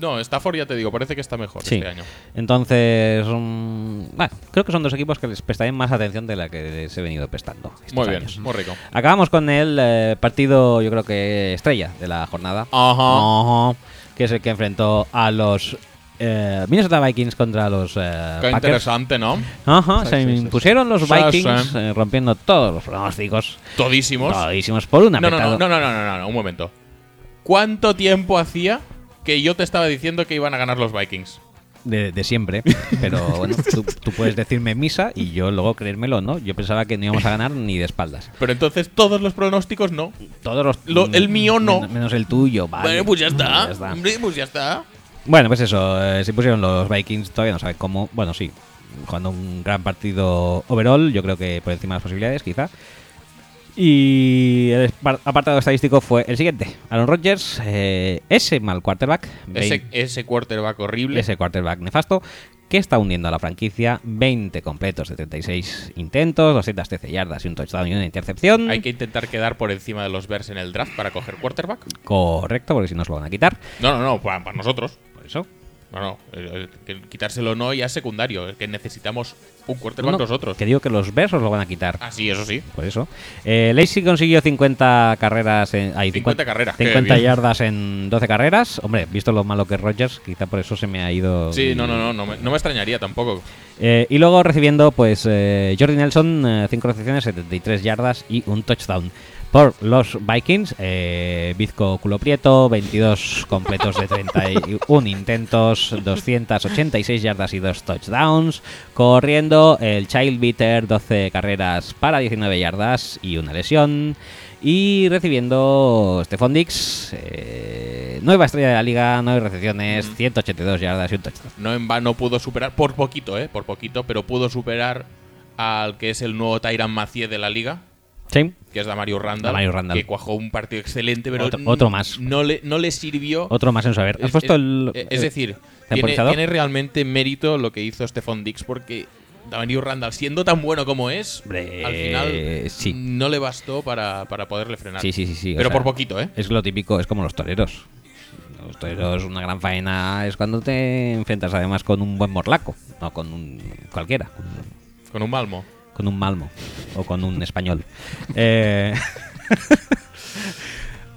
Speaker 2: No, Stafford ya te digo, parece que está mejor este año.
Speaker 1: Entonces, mm, bueno, creo que son dos equipos que les prestaré más atención de la que les he venido prestando. estos
Speaker 2: Muy bien,
Speaker 1: años.
Speaker 2: muy rico.
Speaker 1: Acabamos con el eh, partido, yo creo que estrella de la jornada.
Speaker 2: Ajá.
Speaker 1: Ajá. que es el que enfrentó a los eh, Minnesota Vikings contra los eh,
Speaker 2: Qué
Speaker 1: Packers.
Speaker 2: interesante, ¿no?
Speaker 1: Ajá, se
Speaker 3: Sí, sí, sí,
Speaker 1: impusieron los
Speaker 2: Sí,
Speaker 1: Vikings
Speaker 2: sí.
Speaker 1: eh, rompiendo todos los pronósticos.
Speaker 2: Todísimos.
Speaker 1: Todísimos por una
Speaker 2: No, no, no, no, no, no, no, no, un momento. ¿Cuánto tiempo hacía que yo te estaba diciendo que iban a ganar los Vikings?
Speaker 1: De, de siempre, pero bueno, tú, tú puedes decirme misa y yo luego creérmelo, ¿no? Yo pensaba que no íbamos a ganar ni de espaldas.
Speaker 2: Pero entonces todos los pronósticos no.
Speaker 1: Todos los.
Speaker 2: Lo- el mío no.
Speaker 1: Menos, menos el tuyo, vale.
Speaker 2: Bueno, pues ya está.
Speaker 1: Ya está.
Speaker 2: Hombre, pues ya está.
Speaker 1: Bueno, pues eso, eh, se pusieron los Vikings, todavía no saben cómo. Bueno, sí, jugando un gran partido overall, yo creo que por encima de las posibilidades, quizá. Y el espar- apartado estadístico fue el siguiente: Aaron Rodgers, eh, ese mal quarterback,
Speaker 2: Ese,
Speaker 1: vein-
Speaker 2: ese quarterback horrible.
Speaker 1: ese quarterback nefasto, que está hundiendo a la franquicia, 20 completos de 36 intentos, 213 yardas y un touchdown y una intercepción.
Speaker 2: Hay que intentar quedar por encima de los Bears en el draft para coger quarterback.
Speaker 1: Correcto, porque si nos lo van a quitar.
Speaker 2: No, no, no, para, para nosotros.
Speaker 1: Por eso.
Speaker 2: No, no. eh, eh, que quitárselo no ya es secundario. Es que necesitamos un quarterback
Speaker 1: No,
Speaker 2: nosotros.
Speaker 1: Que digo que los versos lo van a quitar.
Speaker 2: Ah, sí, eso sí.
Speaker 1: Por eso. Eh, Lacey consiguió 50 carreras. En, ay,
Speaker 2: 50 carreras, qué
Speaker 1: 50
Speaker 2: bien.
Speaker 1: yardas en 12 carreras. Hombre, visto lo malo que es Rogers, quizá por eso se me ha ido.
Speaker 2: Sí, no, no, no. No me, no me extrañaría tampoco.
Speaker 1: Eh, y luego recibiendo, pues, eh, Jordi Nelson, 5 recepciones, 73 yardas y un touchdown. Por los Vikings, eh, Vizco Culo Prieto, 22 completos de 31 intentos, 286 yardas y dos touchdowns. Corriendo el Child Beater, 12 carreras para 19 yardas y una lesión. Y recibiendo Stephon Dix, eh, nueva estrella de la liga, 9 recepciones, 182 yardas y un touchdown.
Speaker 2: No en vano pudo superar, por poquito, ¿eh? Por poquito, pero pudo superar al que es el nuevo Tyran Macié de la liga,
Speaker 1: ¿Sí?
Speaker 2: que es Damario Randall.
Speaker 1: Damario Randall.
Speaker 2: Que cuajó un partido excelente, pero
Speaker 1: Otro-
Speaker 2: n-
Speaker 1: otro más.
Speaker 2: No le, no le sirvió.
Speaker 1: Otro más en saber. ¿Has
Speaker 2: Es-
Speaker 1: puesto
Speaker 2: es,
Speaker 1: el.
Speaker 2: eh, Es decir, tiene,
Speaker 1: temporizador?
Speaker 2: tiene realmente mérito lo que hizo Stephon Dix porque Damario Randall, siendo tan bueno como es,
Speaker 1: Hombre,
Speaker 2: al final
Speaker 1: sí.
Speaker 2: no le bastó para, para poderle frenar.
Speaker 1: Sí, sí, sí, sí, o
Speaker 2: Pero
Speaker 1: sea,
Speaker 2: por poquito, ¿eh?
Speaker 1: Es lo típico, es como los toreros. Los toreros, una gran faena es cuando te enfrentas además con un buen morlaco, no con un cualquiera,
Speaker 2: Con un malmo.
Speaker 1: con un malmo o con un español. Eh,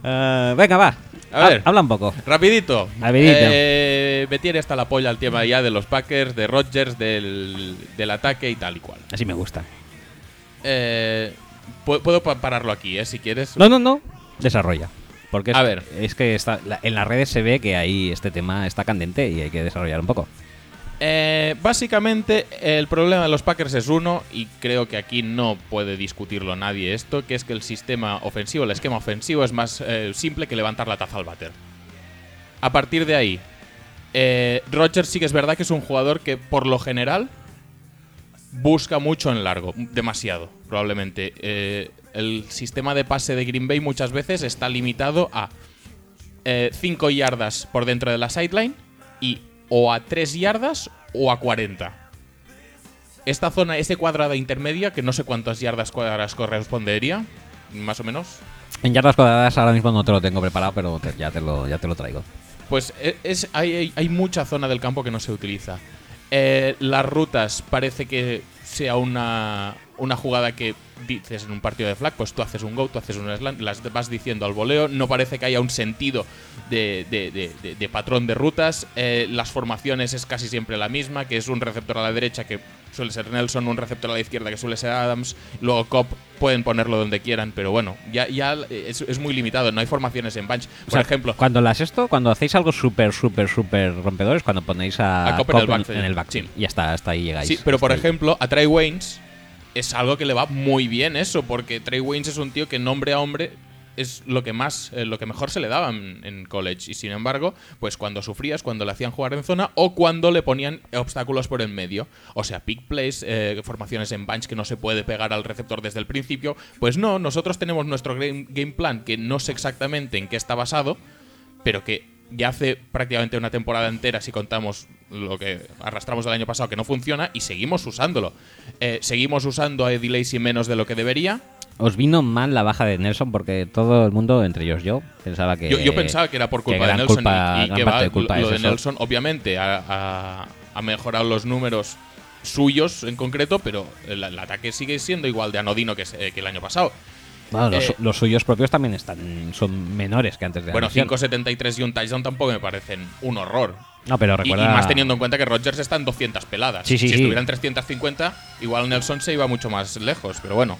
Speaker 1: eh, venga, va.
Speaker 2: A
Speaker 1: Ha-
Speaker 2: ver.
Speaker 1: Habla un poco.
Speaker 2: Rapidito.
Speaker 1: Rapidito.
Speaker 2: Eh, me tiene hasta la polla el tema ya de los Packers, de Rodgers, del, del ataque y tal y cual.
Speaker 1: Así me gusta.
Speaker 2: Eh, pu- puedo pa- pararlo aquí, ¿eh? Si quieres.
Speaker 1: No, no, no. Desarrolla. Porque es,
Speaker 2: A ver.
Speaker 1: es que está, la- en las redes se ve que ahí este tema está candente y hay que desarrollar un poco.
Speaker 2: Eh, básicamente, el problema de los Packers es uno, y creo que aquí no puede discutirlo nadie esto, que es que el sistema ofensivo, el esquema ofensivo es más eh, simple que levantar la taza al váter. A partir de ahí, eh, Rodgers sí que es verdad que es un jugador que por lo general busca mucho en largo, demasiado, probablemente. Eh, el sistema de pase de Green Bay muchas veces está limitado a 5 eh, yardas por dentro de la sideline y o a 3 yardas o a 40. Esta zona, ese cuadrado intermedia, que no sé cuántas yardas cuadras correspondería, más o menos,
Speaker 1: En yardas cuadradas ahora mismo no te lo tengo preparado, pero te- ya, te lo, ya te lo traigo.
Speaker 2: Pues e- es, hay, hay- hay mucha zona del campo que no se utiliza. Eh, las rutas parece que sea una, una jugada que dices en un partido de flag, pues tú haces un go, tú haces un slant, las vas diciendo al voleo, no parece que haya un sentido de, de- de- de- de patrón de rutas, Eh, las formaciones es casi siempre la misma, que es un receptor a la derecha que suele ser Nelson, un receptor a la izquierda que suele ser Adams, luego Cobb, pueden ponerlo donde quieran, pero bueno, ya, ya eh, es, es muy limitado, no hay formaciones en bunch. Por
Speaker 1: O sea,
Speaker 2: ejemplo,
Speaker 1: Cuando las esto, cuando hacéis algo súper, súper, súper rompedor es cuando ponéis a,
Speaker 2: A Cobb en el
Speaker 1: Cobb
Speaker 2: backfield.
Speaker 1: en el backfield.
Speaker 2: Sí.
Speaker 1: Y hasta, hasta ahí llegáis.
Speaker 2: Sí, pero por
Speaker 1: Hasta ahí.
Speaker 2: ejemplo, a Trey Waynes es algo que le va muy bien eso, porque Trey Waynes es un tío que nombre a hombre es lo que más, eh, lo que mejor se le daba en, en college. Y sin embargo, pues cuando sufrías, cuando le hacían jugar en zona o cuando le ponían obstáculos por en medio. O sea, pick plays, eh, formaciones en bunch que no se puede pegar al receptor desde el principio. Pues no, nosotros tenemos nuestro game- game plan que no sé exactamente en qué está basado, pero que ya hace prácticamente una temporada entera, si contamos lo que arrastramos del año pasado, que no funciona, y seguimos usándolo. Eh, seguimos usando a Eddie Lacy menos de lo que debería.
Speaker 1: Os vino mal la baja de Nelson porque todo el mundo, entre ellos yo, pensaba que.
Speaker 2: yo, yo pensaba que era por culpa de
Speaker 1: gran
Speaker 2: Nelson
Speaker 1: culpa-
Speaker 2: y- y,
Speaker 1: gran
Speaker 2: que
Speaker 1: parte
Speaker 2: va
Speaker 1: de culpa
Speaker 2: lo
Speaker 1: es
Speaker 2: de
Speaker 1: eso.
Speaker 2: Nelson, obviamente, ha, ha- ha mejorado los números suyos en concreto, pero el, el ataque sigue siendo igual de anodino que, se- que el año pasado.
Speaker 1: Bueno, los,
Speaker 2: Eh,
Speaker 1: los suyos propios también están son menores que antes de la
Speaker 2: Bueno,
Speaker 1: lesión.
Speaker 2: 5.73 y un touchdown tampoco me parecen un horror.
Speaker 1: No, pero
Speaker 2: Y, y
Speaker 1: recuerda.
Speaker 2: más teniendo en cuenta que Rodgers está en 200 peladas.
Speaker 1: Sí, sí,
Speaker 2: si
Speaker 1: sí.
Speaker 2: estuvieran 350, igual Nelson se iba mucho más lejos, pero bueno.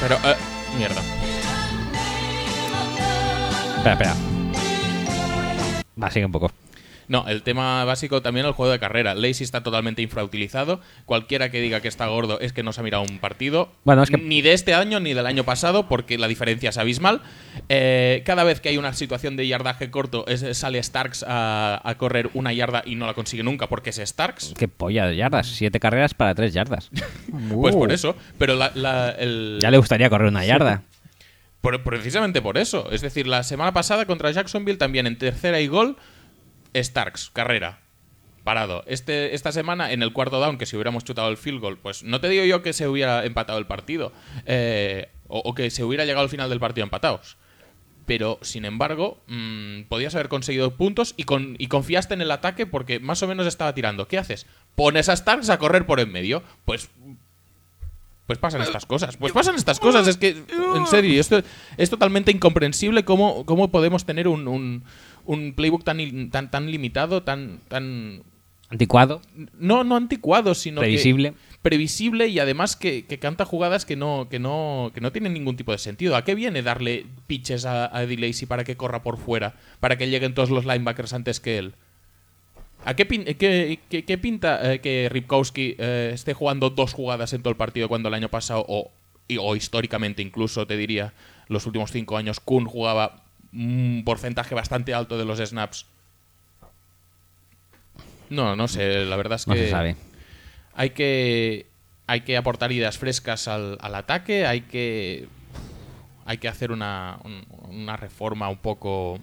Speaker 2: Pero, eh, mierda.
Speaker 1: Espera, espera. Va, sigue un poco.
Speaker 2: No, el tema básico también el juego de carrera. Lacey está totalmente infrautilizado. Cualquiera que diga que está gordo es que no se ha mirado un partido.
Speaker 1: Bueno, es que-
Speaker 2: Ni de este año ni del año pasado, porque la diferencia es abismal. Eh, cada vez que hay una situación de yardaje corto, es- sale Starks a, a correr una yarda y no la consigue nunca porque es Starks.
Speaker 1: Qué polla de yardas. Siete carreras para tres yardas.
Speaker 2: Pues por
Speaker 3: Wow.
Speaker 2: eso. Pero la- la- el-
Speaker 1: Uh. Ya le gustaría correr una yarda.
Speaker 2: Por- precisamente por eso. Es decir, la semana pasada contra Jacksonville también en tercera y gol, Starks, carrera. Parado. Este, esta semana en el cuarto down, que si hubiéramos chutado el field goal, pues no te digo yo que se hubiera empatado el partido. eh, o, o que se hubiera llegado al final del partido empatados. Pero, sin embargo, mm, podías haber conseguido puntos y, con- y confiaste en el ataque porque más o menos estaba tirando. ¿Qué haces? Pones a Starks a correr por en medio. Pues pues pasan estas cosas. Pues pasan estas cosas. Es que, en serio, esto es totalmente incomprensible cómo, cómo podemos tener un, un- un playbook tan, il- tan, tan limitado, tan, tan.
Speaker 1: Anticuado.
Speaker 2: No, no anticuado, sino. que-
Speaker 1: Previsible.
Speaker 2: previsible y además que, que canta jugadas que no, que, no, que no tienen ningún tipo de sentido. ¿A qué viene darle pitches a, a Eddie Lacy para que corra por fuera? Para que lleguen todos los linebackers antes que él. ¿A qué, pin- eh, qué- qué- qué pinta eh, que Ripkowski eh, esté jugando dos jugadas en todo el partido cuando el año pasado, o, y- o históricamente incluso, te diría, los últimos cinco años, Kun jugaba un porcentaje bastante alto de los snaps? No, no sé, la verdad es que
Speaker 1: No se sabe.
Speaker 2: hay que hay que aportar ideas frescas al, al ataque hay que hay que hacer una, un- una reforma un poco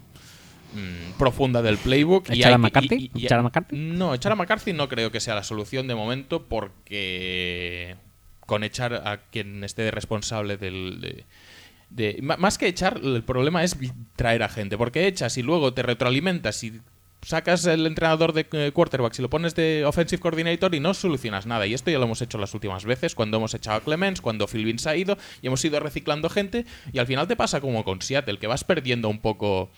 Speaker 2: mm, profunda del playbook y
Speaker 1: ¿Echar a
Speaker 2: hay que-
Speaker 1: McCarthy? ¿Echar a McCarthy?
Speaker 2: no echar a McCarthy no creo que sea la solución de momento porque con echar a quien esté de responsable del de- de- ma- más que echar, el problema es traer a gente, porque echas y luego te retroalimentas y sacas el entrenador de eh, quarterbacks y lo pones de offensive coordinator y no solucionas nada. Y esto ya lo hemos hecho las últimas veces, cuando hemos echado a Clemens, cuando Philbin se ha ido y hemos ido reciclando gente y al final te pasa como con Seattle, que vas perdiendo un poco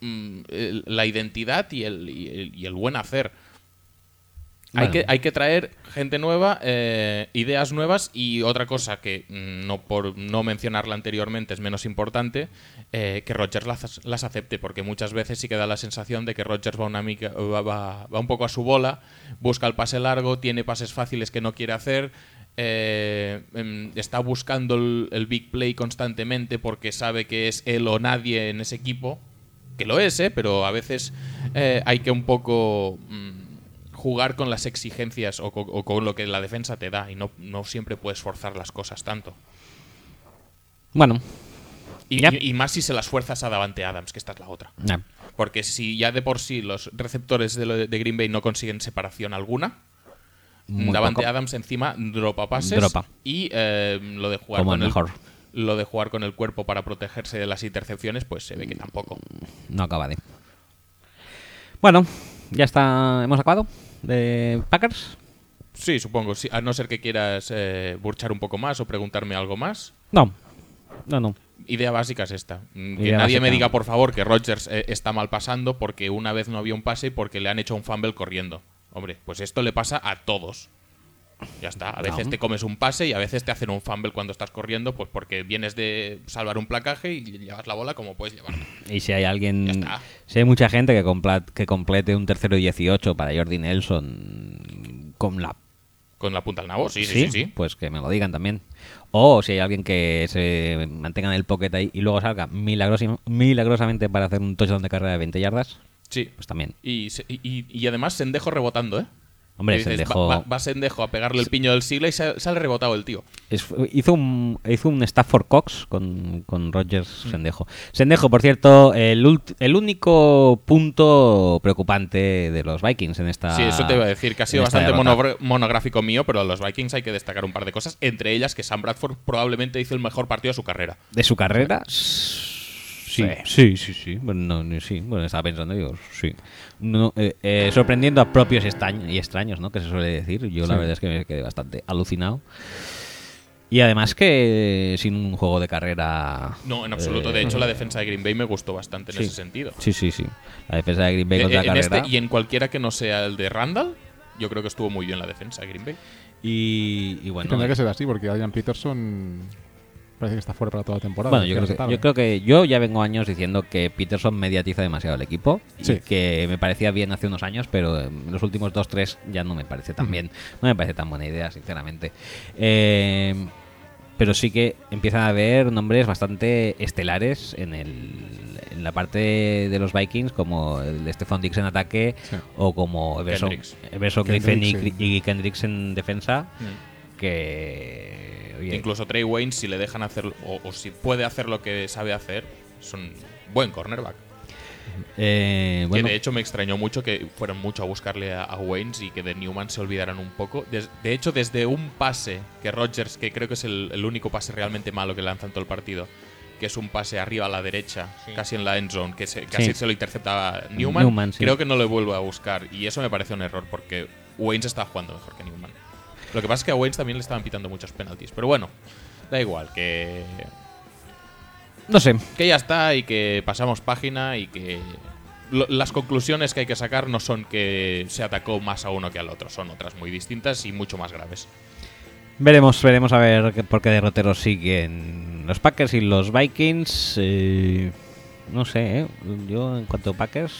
Speaker 2: mm, el- la identidad y el, y el- y el buen hacer. Hay,
Speaker 1: Bueno.
Speaker 2: que, hay que traer gente nueva, eh, ideas nuevas y otra cosa que, mm, no por no mencionarla anteriormente, es menos importante, eh, que Rogers las, las acepte, porque muchas veces sí que da la sensación de que Rogers va, una mica- va, va- va un poco a su bola, busca el pase largo, tiene pases fáciles que no quiere hacer, eh, em, está buscando el, el big play constantemente porque sabe que es él o nadie en ese equipo, que lo es, ¿eh? pero a veces eh, hay que un poco... mm, jugar con las exigencias o, co- o con lo que la defensa te da y no, no siempre puedes forzar las cosas tanto.
Speaker 1: Bueno.
Speaker 2: Y,
Speaker 1: Ya.
Speaker 2: y- y más si se las fuerzas a Davante Adams, que esta es la otra.
Speaker 1: ya.
Speaker 2: Porque si ya de por sí los receptores de, lo de- de Green Bay no consiguen separación alguna,
Speaker 1: Muy
Speaker 2: Davante
Speaker 1: poco.
Speaker 2: Adams encima dropa pases
Speaker 1: Dropa.
Speaker 2: y eh, lo de jugar
Speaker 1: Como
Speaker 2: con
Speaker 1: el mejor.
Speaker 2: lo de jugar con el cuerpo para protegerse de las intercepciones, pues se ve que tampoco.
Speaker 1: No acaba de. Bueno, ya está. Hemos acabado. De Packers.
Speaker 2: Sí, supongo. sí, a no ser que quieras eh, burchar un poco más o preguntarme algo más.
Speaker 1: No. No, no.
Speaker 2: Idea básica es esta. Mm, Que
Speaker 1: Idea
Speaker 2: nadie me
Speaker 1: básica.
Speaker 2: diga, por favor, que Rodgers eh, está mal pasando porque una vez no había un pase y porque le han hecho un fumble corriendo. Hombre, pues esto le pasa a todos. Ya está. A veces
Speaker 1: No.
Speaker 2: te comes un pase y a veces te hacen un fumble cuando estás corriendo, pues porque vienes de salvar un placaje y llevas la bola como puedes llevarla.
Speaker 1: Y si hay
Speaker 2: Ya
Speaker 1: alguien.
Speaker 2: está.
Speaker 1: Si hay mucha gente que, compla- que complete un tercero y 18 para Jordi Nelson con la.
Speaker 2: Con la punta al nabo, sí, sí, sí. sí.
Speaker 1: Pues que me lo digan también. O si hay alguien que se mantenga en el pocket ahí y luego salga milagrosi- milagrosamente para hacer un touchdown de carrera de 20 yardas,
Speaker 2: Sí.
Speaker 1: pues también.
Speaker 2: Y, se- y- y- y además Sendejo rebotando, ¿eh?
Speaker 1: Hombre,
Speaker 2: Y dices,
Speaker 1: Sendejo-
Speaker 2: Va, va- va Sendejo a pegarle el piño del siglo y sa- sale rebotado el tío.
Speaker 1: Es- hizo, un, hizo un Stafford Cox con, con Rogers
Speaker 2: Mm.
Speaker 1: Sendejo. Sendejo, por cierto, el, ult- el único punto preocupante de los Vikings en esta.
Speaker 2: sí, eso te iba a decir, que ha sido
Speaker 1: en esta
Speaker 2: bastante
Speaker 1: derrota.
Speaker 2: monogra- monográfico mío, pero a los Vikings hay que destacar un par de cosas, entre ellas que Sam Bradford probablemente hizo el mejor partido de su carrera.
Speaker 1: ¿De su carrera? Sí, sí, sí, sí. Bueno, no, no, sí. bueno estaba pensando, digo, sí. No, eh, eh, sorprendiendo a propios estañ- y extraños, ¿no? Que se suele decir. Yo la
Speaker 3: Sí.
Speaker 1: verdad es que me quedé bastante alucinado. Y además que sin un juego de carrera...
Speaker 2: No, en absoluto.
Speaker 1: eh,
Speaker 2: de hecho, la defensa de Green Bay me gustó bastante en
Speaker 1: sí.
Speaker 2: ese sentido.
Speaker 1: Sí, sí, sí. La defensa de Green Bay
Speaker 2: Eh,
Speaker 1: contra
Speaker 2: eh, en
Speaker 1: la
Speaker 2: este
Speaker 1: carrera.
Speaker 2: y en cualquiera que no sea el de Randall, yo creo que estuvo muy bien la defensa de Green Bay.
Speaker 1: y, y bueno, eh,
Speaker 3: Tendría que ser así, porque Adrian Peterson parece que está fuera para toda la temporada.
Speaker 1: bueno yo,
Speaker 3: Ya
Speaker 1: creo
Speaker 3: es
Speaker 1: que,
Speaker 3: tarde.
Speaker 1: yo creo que yo ya vengo años diciendo que Peterson mediatiza demasiado el equipo y
Speaker 3: Sí.
Speaker 1: que me parecía bien hace unos años, pero en los últimos dos, tres ya no me parece tan bien, no me parece tan buena idea, sinceramente. Eh, pero sí que empiezan a haber nombres bastante estelares en, el, en la parte de los Vikings, como el Stephon Dix en ataque
Speaker 3: Sí.
Speaker 1: o como Everson,
Speaker 2: Kendricks.
Speaker 1: Everson
Speaker 3: Kendricks,
Speaker 1: Griffin y, Cri-
Speaker 3: sí.
Speaker 1: y Kendricks en defensa, que... oye,
Speaker 2: Incluso Trey Wayne, si le dejan hacer, o, o si puede hacer lo que sabe hacer, es un buen cornerback.
Speaker 1: eh, bueno,
Speaker 2: Que de hecho me extrañó mucho que fueran mucho a buscarle a, a Waynes y que de Newman se olvidaran un poco. Des- de hecho, desde un pase que Rodgers, que creo que es el, el único pase realmente malo que lanzan todo el partido, que es un pase arriba a la derecha, casi en la end zone, que se- casi
Speaker 1: Sí.
Speaker 2: se lo interceptaba Newman,
Speaker 1: Newman, sí.
Speaker 2: creo que no lo vuelvo a buscar. Y eso me parece un error porque Waynes estaba jugando mejor que Newman. Lo que pasa es que a Waynes también le estaban pitando muchos penaltis. Pero bueno, da igual, que,
Speaker 1: no sé,
Speaker 2: que ya está y que pasamos página y que lo- las conclusiones que hay que sacar no son que se atacó más a uno que al otro, son otras muy distintas y mucho más graves.
Speaker 1: Veremos, veremos a ver qué- por qué derroteros siguen los Packers y los Vikings. eh, no sé, ¿eh? yo en cuanto a Packers,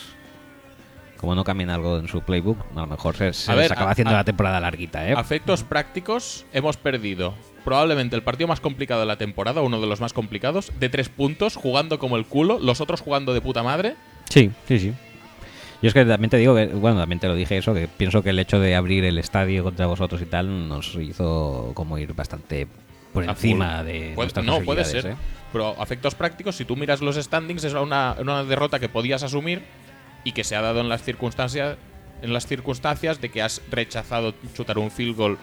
Speaker 1: como no cambien algo en su playbook, a lo mejor se, se
Speaker 2: A ver,
Speaker 1: les acaba
Speaker 2: a-
Speaker 1: haciendo
Speaker 2: a-
Speaker 1: la temporada larguita. ¿eh?
Speaker 2: Afectos prácticos, hemos perdido probablemente el partido más complicado de la temporada, uno de los más complicados, de tres puntos, jugando como el culo, los otros jugando de puta madre.
Speaker 1: Sí, sí, sí. Yo es que también te digo que, bueno, también te lo dije eso, que pienso que el hecho de abrir el estadio contra vosotros y tal nos hizo como ir bastante por
Speaker 2: a full.
Speaker 1: encima de
Speaker 2: Puede-
Speaker 1: nuestras
Speaker 2: No, puede
Speaker 1: posibilidades,
Speaker 2: ser.
Speaker 1: ¿eh?
Speaker 2: Pero afectos prácticos, si tú miras los standings, es una, una derrota que podías asumir y que se ha dado en las circunstancias en las circunstancias de que has rechazado chutar un field goal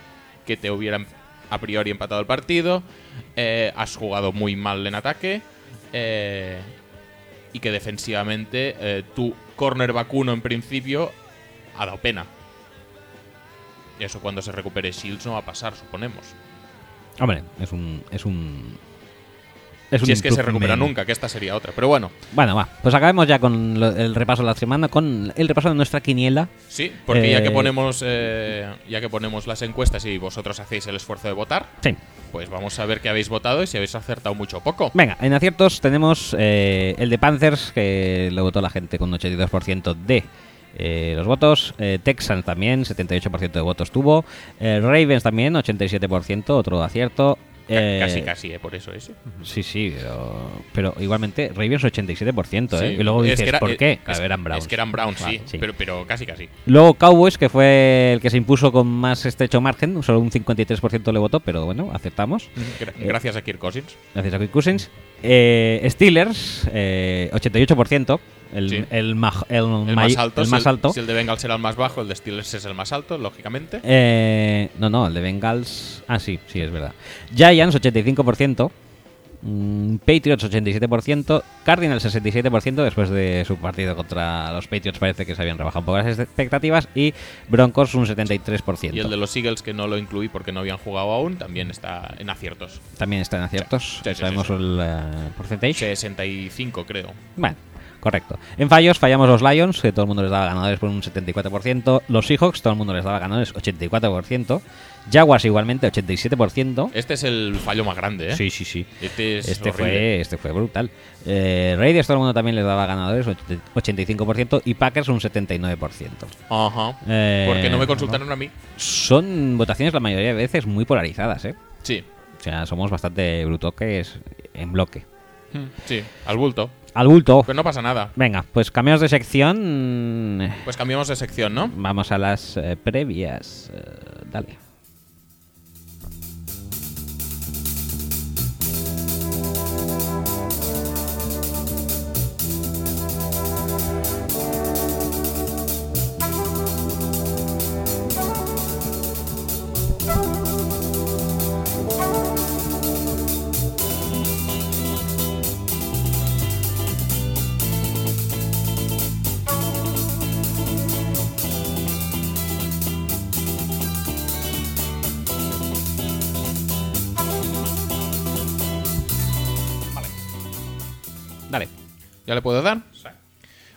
Speaker 2: que te hubieran a priori empatado el partido, eh, has jugado muy mal en ataque eh, y que defensivamente eh, tu corner vacuno en principio ha dado pena. Y eso cuando se recupere Shields no va a pasar, suponemos.
Speaker 1: Hombre, es un... Es un es un
Speaker 2: si es que se recupera
Speaker 1: improvement.
Speaker 2: nunca, que esta sería otra. Pero bueno,
Speaker 1: Bueno, va. Pues acabemos ya con lo- el repaso de la semana, con el repaso de nuestra quiniela.
Speaker 2: sí, porque ya que
Speaker 1: Eh,
Speaker 2: ponemos eh, ya que ponemos las encuestas y vosotros hacéis el esfuerzo de votar,
Speaker 1: Sí.
Speaker 2: pues vamos a ver qué habéis votado y si habéis acertado mucho o poco.
Speaker 1: Venga, en aciertos tenemos eh, el de Panthers, que lo votó la gente con un 82% de eh, los votos. Eh, Texans también, 78% de votos tuvo. Eh, Ravens también, 87%, otro acierto.
Speaker 2: Ca-
Speaker 1: Eh,
Speaker 2: casi, casi, eh, por eso eso.
Speaker 1: Sí, sí, pero, pero igualmente Ravens 87%, ¿eh?
Speaker 2: Sí.
Speaker 1: Y luego
Speaker 2: Es
Speaker 1: dices,
Speaker 2: que era-
Speaker 1: ¿por
Speaker 2: eh,
Speaker 1: qué?
Speaker 2: es-
Speaker 1: Claro, eran Browns.
Speaker 2: Es que eran Browns, sí,
Speaker 1: Vale, sí.
Speaker 2: Pero, pero casi, casi.
Speaker 1: Luego Cowboys, que fue el que se impuso con más estrecho margen, solo un 53% le votó, pero bueno, aceptamos.
Speaker 2: Gra- gracias a Kirk Cousins.
Speaker 1: Gracias a Quick Cousins. Eh, Steelers, eh, 88%. El,
Speaker 2: Sí.
Speaker 1: el maj- el
Speaker 2: El
Speaker 1: may-
Speaker 2: más alto.
Speaker 1: el
Speaker 2: si
Speaker 1: más alto.
Speaker 2: Si el de Bengals será el más bajo, el de Steelers es el más alto, lógicamente.
Speaker 1: Eh, no, no, el de Bengals. Ah, sí, sí, es verdad. Giants, 85%. mm, Patriots, 87%. Cardinals, 67%. Después de su partido contra los Patriots, parece que se habían rebajado un poco las expectativas. Y Broncos, un 73%.
Speaker 2: Y el de los Eagles, que no lo incluí porque no habían jugado aún, también está en aciertos.
Speaker 1: También están aciertos.
Speaker 2: Sí, sí, sí,
Speaker 1: Sabemos
Speaker 2: sí.
Speaker 1: el eh, porcentaje.
Speaker 2: 65, creo.
Speaker 1: Bueno, correcto. En fallos fallamos los Lions, que todo el mundo les daba ganadores por un 74%. Los Seahawks, todo el mundo les daba ganadores 84%. Jaguars igualmente 87%.
Speaker 2: Este es el fallo más grande, ¿eh?
Speaker 1: Sí, sí, sí.
Speaker 2: Este es
Speaker 1: Este
Speaker 2: horrible.
Speaker 1: fue, este fue brutal. Eh, Raiders todo el mundo también les daba ganadores, 80 85%, y Packers un 79%.
Speaker 2: Ajá.
Speaker 1: Eh,
Speaker 2: porque no me consultaron a mí.
Speaker 1: Son votaciones la mayoría de veces muy polarizadas, ¿eh?
Speaker 2: Sí.
Speaker 1: O sea, somos bastante brutoques en bloque.
Speaker 2: Sí, al bulto.
Speaker 1: Al bulto.
Speaker 2: Pues no pasa nada.
Speaker 1: Venga, pues cambiamos de sección.
Speaker 2: Pues cambiamos de sección, ¿no?
Speaker 1: Vamos a las eh, previas. Eh, dale. Dale.
Speaker 2: ¿Ya le puedo dar?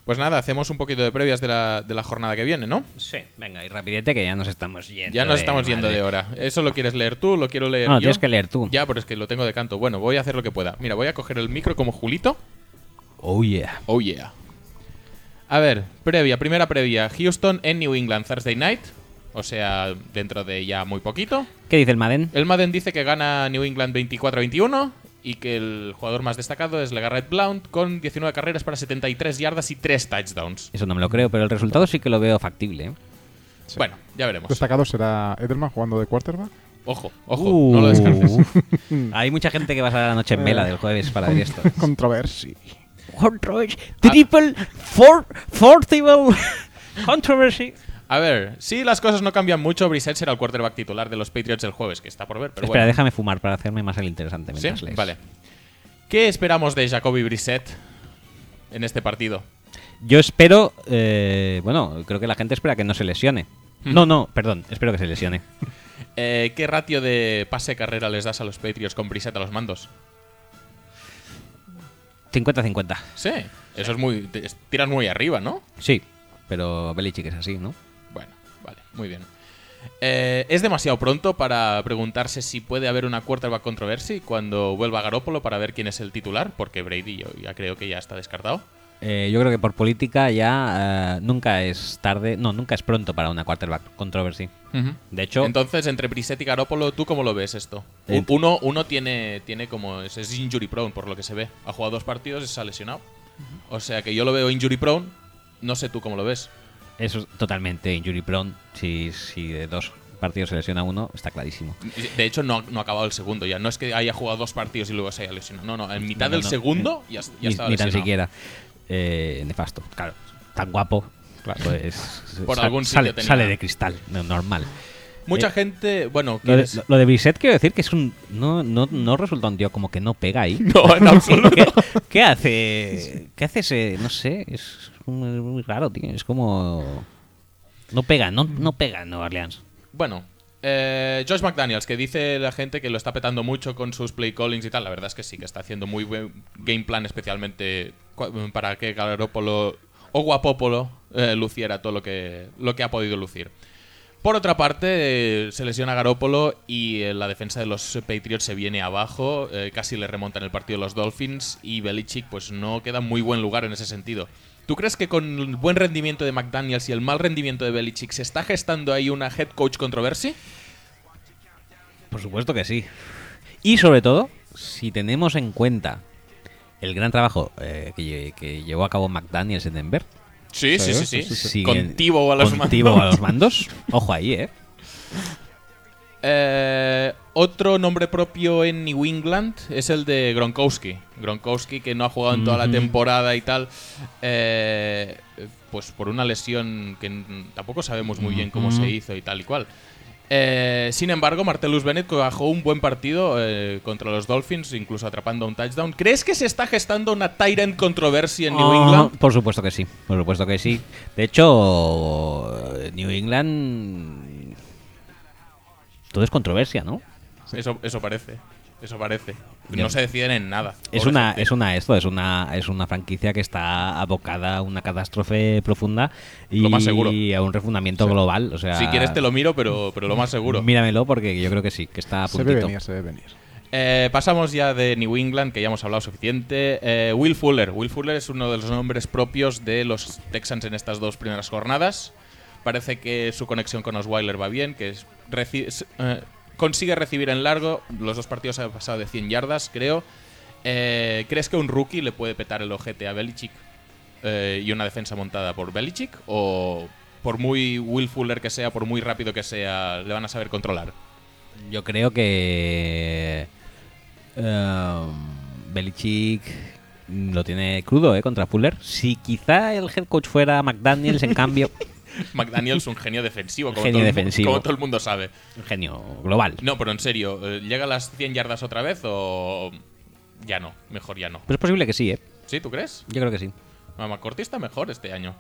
Speaker 2: Pues nada, hacemos un poquito de previas de la, de la jornada que viene, ¿no?
Speaker 1: Sí, venga, y rapidete que ya nos estamos yendo.
Speaker 2: Ya nos
Speaker 1: de
Speaker 2: estamos yendo
Speaker 1: madre.
Speaker 2: de hora. ¿Eso lo quieres leer tú? ¿Lo quiero leer
Speaker 1: No,
Speaker 2: yo?
Speaker 1: tienes que leer tú.
Speaker 2: Ya, pero es que lo tengo de canto. Bueno, voy a hacer lo que pueda. Mira, voy a coger el micro como Julito.
Speaker 1: Oh, yeah.
Speaker 2: Oh yeah. A ver, previa, primera previa. Houston en New England Thursday night. O sea, dentro de ya muy poquito.
Speaker 1: ¿Qué dice el Madden?
Speaker 2: El Madden dice que gana New England 24-21 y que el jugador más destacado es LeGarrette Blount con 19 carreras para 73 yardas y 3 touchdowns.
Speaker 1: Eso no me lo creo, pero el resultado sí que lo veo factible. ¿eh?
Speaker 2: Bueno, ya veremos.
Speaker 3: Destacado será Edelman jugando de quarterback.
Speaker 2: Ojo, ojo, no
Speaker 1: Uh.
Speaker 2: lo descartes.
Speaker 1: Hay mucha gente que va a salir a la noche en vela del jueves para ver esto.
Speaker 3: Controversia.
Speaker 1: Controversy.
Speaker 2: Ah.
Speaker 1: Triple. For, forcible. Controversy.
Speaker 2: A ver, si las cosas no cambian mucho, Brissett será el quarterback titular de los Patriots el jueves, que está por ver. Pero
Speaker 1: Espera,
Speaker 2: bueno.
Speaker 1: déjame fumar para hacerme más el interesante mientras
Speaker 2: ¿Sí?
Speaker 1: lees.
Speaker 2: Vale. ¿Qué esperamos de Jacoby Brissett en este partido?
Speaker 1: Yo espero, eh, bueno, creo que la gente espera que no se lesione. No, no, perdón, espero que se lesione.
Speaker 2: Eh, ¿Qué ratio de pase-carrera les das a los Patriots con Brissett a los mandos?
Speaker 1: 50-50.
Speaker 2: Sí, eso es muy. te- tiras muy arriba, ¿no?
Speaker 1: Sí, pero Belichick es así, ¿no?
Speaker 2: Bueno, vale, muy bien. Eh, es demasiado pronto para preguntarse si puede haber una quarterback controversy cuando vuelva Garópolo para ver quién es el titular, porque Brady yo ya creo que ya está descartado.
Speaker 1: Eh, yo creo que por política ya eh, nunca es tarde, no, nunca es pronto para una quarterback controversy. De hecho,
Speaker 2: Entonces, entre Brissett y Garópolo, ¿tú cómo lo ves esto? U-
Speaker 1: Ent-
Speaker 2: Uno, uno tiene, tiene como. Es, es injury prone, por lo que se ve. Ha jugado dos partidos y se ha lesionado. O sea que yo lo veo injury prone. No sé tú cómo lo ves.
Speaker 1: eso es totalmente injury prone. Si, si de dos partidos se lesiona uno, está clarísimo.
Speaker 2: De hecho, no, ha- no ha acabado el segundo ya. No es que haya jugado dos partidos y luego se haya lesionado. No, no. En mitad
Speaker 1: No, no,
Speaker 2: del
Speaker 1: no. Eh,
Speaker 2: segundo ya, ya
Speaker 1: Ni,
Speaker 2: estaba
Speaker 1: ni tan
Speaker 2: lesionado.
Speaker 1: siquiera. Eh, nefasto, claro. Tan guapo. Pues,
Speaker 2: Por
Speaker 1: sal-
Speaker 2: algún sitio
Speaker 1: sale,
Speaker 2: tenía.
Speaker 1: sale de cristal, no- normal.
Speaker 2: Mucha
Speaker 1: Eh,
Speaker 2: gente. Bueno,
Speaker 1: Lo de,
Speaker 2: ¿quieres-
Speaker 1: lo- lo de Brissett quiero decir que es un. No, no, no resulta un tío como que no pega ahí.
Speaker 2: No, en absoluto.
Speaker 1: ¿Qué, qué hace? ¿Qué hace ese? No sé, es muy, muy raro, tío. Es como. No pega, no, no pega en Nueva Orleans.
Speaker 2: Bueno, eh, Josh McDaniels, que dice la gente que lo está petando mucho con sus play callings y tal. La verdad es que sí, que está haciendo muy buen game plan, especialmente cua- para que Garoppolo o Guapopolo eh, luciera todo lo que, lo que ha podido lucir. Por otra parte, eh, se lesiona Garópolo y eh, la defensa de los Patriots se viene abajo. eh, casi le remontan el partido los Dolphins y Belichick pues no queda en muy buen lugar en ese sentido. ¿Tú crees que con el buen rendimiento de McDaniels y el mal rendimiento de Belichick se está gestando ahí una head coach controversy?
Speaker 1: Por supuesto que sí. Y sobre todo, si tenemos en cuenta el gran trabajo eh, que, lle- que llevó a cabo McDaniels en Denver.
Speaker 2: Sí, sí, sí, sí.
Speaker 3: Sí, sí, sí,
Speaker 1: siguen-
Speaker 2: Con Tibo a los
Speaker 1: con Tibo
Speaker 2: mandos.
Speaker 1: a los mandos. Ojo ahí, ¿eh?
Speaker 2: Eh, Otro nombre propio en New England es el de Gronkowski. Gronkowski que no ha jugado en toda la temporada y tal, eh, pues por una lesión que n- tampoco sabemos muy bien cómo se hizo y tal y cual. Eh, sin embargo, Martellus Bennett bajó un buen partido eh, contra los Dolphins, incluso atrapando un touchdown. ¿Crees que se está gestando una Tyrant controversia en New
Speaker 1: Ah,
Speaker 2: England?
Speaker 1: Por supuesto que sí, por supuesto que sí. De hecho, New England... Todo es controversia, ¿no?
Speaker 2: Eso, eso parece. Eso parece. No se deciden en nada.
Speaker 1: Es
Speaker 2: pobre
Speaker 1: una,
Speaker 2: gente.
Speaker 1: es una esto, es una, es una franquicia que está abocada a una catástrofe profunda y
Speaker 2: Lo más seguro.
Speaker 1: a un refundamiento global. O sea,
Speaker 2: Si quieres te lo miro, pero, pero lo más seguro.
Speaker 1: Míramelo porque yo creo que sí, que está a
Speaker 3: Se ve
Speaker 1: puntito.
Speaker 3: venir, se ve venir.
Speaker 2: Eh, pasamos ya de New England, que ya hemos hablado suficiente. Eh, Will Fuller. Will Fuller es uno de los nombres propios de los Texans en estas dos primeras jornadas. Parece que su conexión con Osweiler va bien, que es- reci- s- eh, consigue recibir en largo. Los dos partidos han pasado de 100 yardas, creo. Eh, ¿Crees que un rookie le puede petar el ojete a Belichick eh, y una defensa montada por Belichick? ¿O por muy Will Fuller que sea, por muy rápido que sea, le van a saber controlar?
Speaker 1: Yo creo que um, Belichick lo tiene crudo ¿eh? contra Fuller. Si quizá el head coach fuera McDaniels, en cambio,
Speaker 2: McDaniel es un genio defensivo, como,
Speaker 1: Genio
Speaker 2: todo, el mu-
Speaker 1: defensivo.
Speaker 2: como todo el mundo sabe.
Speaker 1: un genio global.
Speaker 2: No, pero en serio, eh, ¿llega a las 100 yardas otra vez o ya no? Mejor ya no.
Speaker 1: Pues es posible que sí, ¿eh?
Speaker 2: ¿Sí, tú crees?
Speaker 1: yo creo que sí.
Speaker 2: Mamá Corti está mejor este año.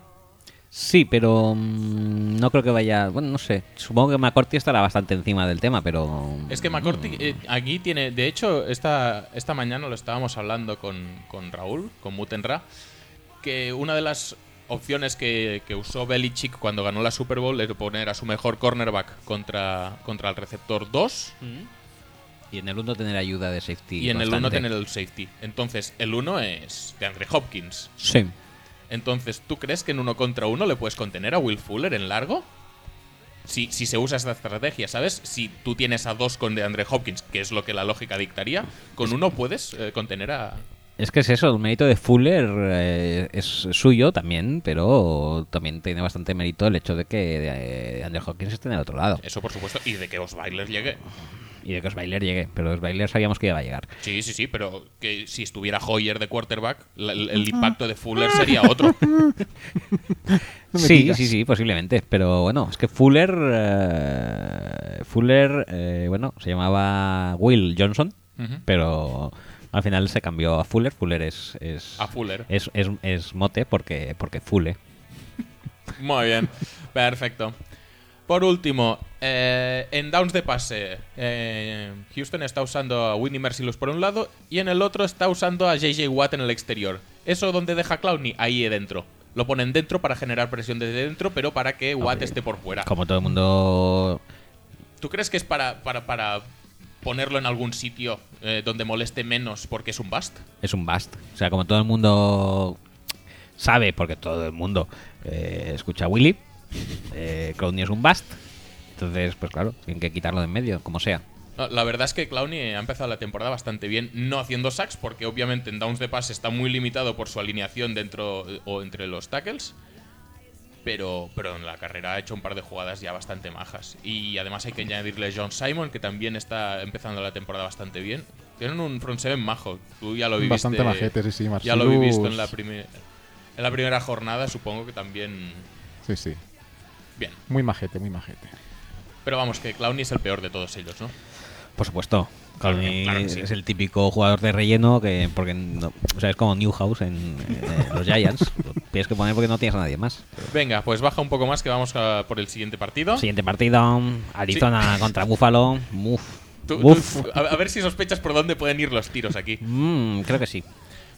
Speaker 1: Sí, pero mm, no creo que vaya. Bueno, no sé. Supongo que McCarthy estará bastante encima del tema, pero. mm,
Speaker 2: Es que McCorty eh, aquí tiene. De hecho, esta, esta mañana lo estábamos hablando con, con Raúl, con Mutenra, que una de las opciones que, que usó Belichick cuando ganó la Super Bowl era poner a su mejor cornerback contra, contra el receptor 2
Speaker 1: Mm. Y en el 1 tener ayuda de safety.
Speaker 2: y en el 1
Speaker 1: constante.
Speaker 2: tener el safety. Entonces, el 1 es de Andre Hopkins.
Speaker 1: Sí.
Speaker 2: Entonces, ¿tú crees que en uno contra uno le puedes contener a Will Fuller en largo? Si, si se usa esta estrategia, ¿sabes? Si tú tienes a dos con DeAndre Hopkins, que es lo que la lógica dictaría, con uno puedes eh, contener a...
Speaker 1: Es que es eso, el mérito de Fuller eh, es suyo también, pero también tiene bastante mérito el hecho de que eh, Andrew Hopkins esté en el otro lado
Speaker 2: Eso, por supuesto. Y de que Osweiler llegue.
Speaker 1: y de que Osweiler llegue, pero Osweiler sabíamos que iba a llegar.
Speaker 2: Sí, sí, sí, pero que si estuviera Hoyer de quarterback, la- el, el impacto de Fuller sería otro.
Speaker 3: No me
Speaker 1: sí,
Speaker 3: digas.
Speaker 1: sí, sí, posiblemente, pero bueno, es que Fuller, eh, Fuller, eh, bueno, se llamaba Will Johnson,
Speaker 2: Ujú.
Speaker 1: pero al final se cambió a Fuller. Fuller es es,
Speaker 2: A Fuller.
Speaker 1: es, es, es mote porque porque Fule.
Speaker 2: Muy bien, perfecto. Por último, eh, en downs de pase, eh, Houston está usando a Whitney Mercilus por un lado y en el otro está usando a JJ Watt en el exterior. ¿Eso donde deja Clowney? Ahí dentro. Lo ponen dentro para generar presión desde dentro, pero para que Watt esté por fuera.
Speaker 1: Como todo el mundo
Speaker 2: ¿Tú crees que es para, para, para ponerlo en algún sitio eh, donde moleste menos porque es un bust?
Speaker 1: es un bust. O sea, como todo el mundo sabe, porque todo el mundo eh, escucha a Willy, eh, Clowney es un bust. Entonces, pues claro, tienen que quitarlo de en medio, como sea.
Speaker 2: No, La verdad es que Clowney ha empezado la temporada bastante bien, no haciendo sacks, porque obviamente en downs de pase está muy limitado por su alineación dentro o entre los tackles. Pero, pero en la carrera ha hecho un par de jugadas ya bastante majas. Y además hay que añadirle John Simon, que también está empezando la temporada bastante bien. Tienen un front seven majo. Tú ya lo viviste.
Speaker 3: Bastante majete, sí, sí,
Speaker 2: Ya lo
Speaker 3: Marcellus.
Speaker 2: viviste en la, primi- en la primera jornada, supongo que también.
Speaker 3: Sí, sí.
Speaker 2: Bien.
Speaker 3: Muy majete, muy majete.
Speaker 2: Pero vamos, que Clowney es el peor de todos ellos, ¿no?
Speaker 1: Por supuesto. Clowney
Speaker 2: Claro que sí.
Speaker 1: es el típico jugador de relleno que porque no- o sea, es como Newhouse en eh, los Giants. Lo tienes que poner porque no tienes a nadie más.
Speaker 2: Venga, pues baja un poco más que vamos a- por el siguiente partido.
Speaker 1: Siguiente partido, Arizona contra Buffalo. Uf.
Speaker 2: Tú-
Speaker 1: Uf.
Speaker 2: tú- a, a ver si sospechas por dónde pueden ir los tiros aquí.
Speaker 1: Mm, creo que sí.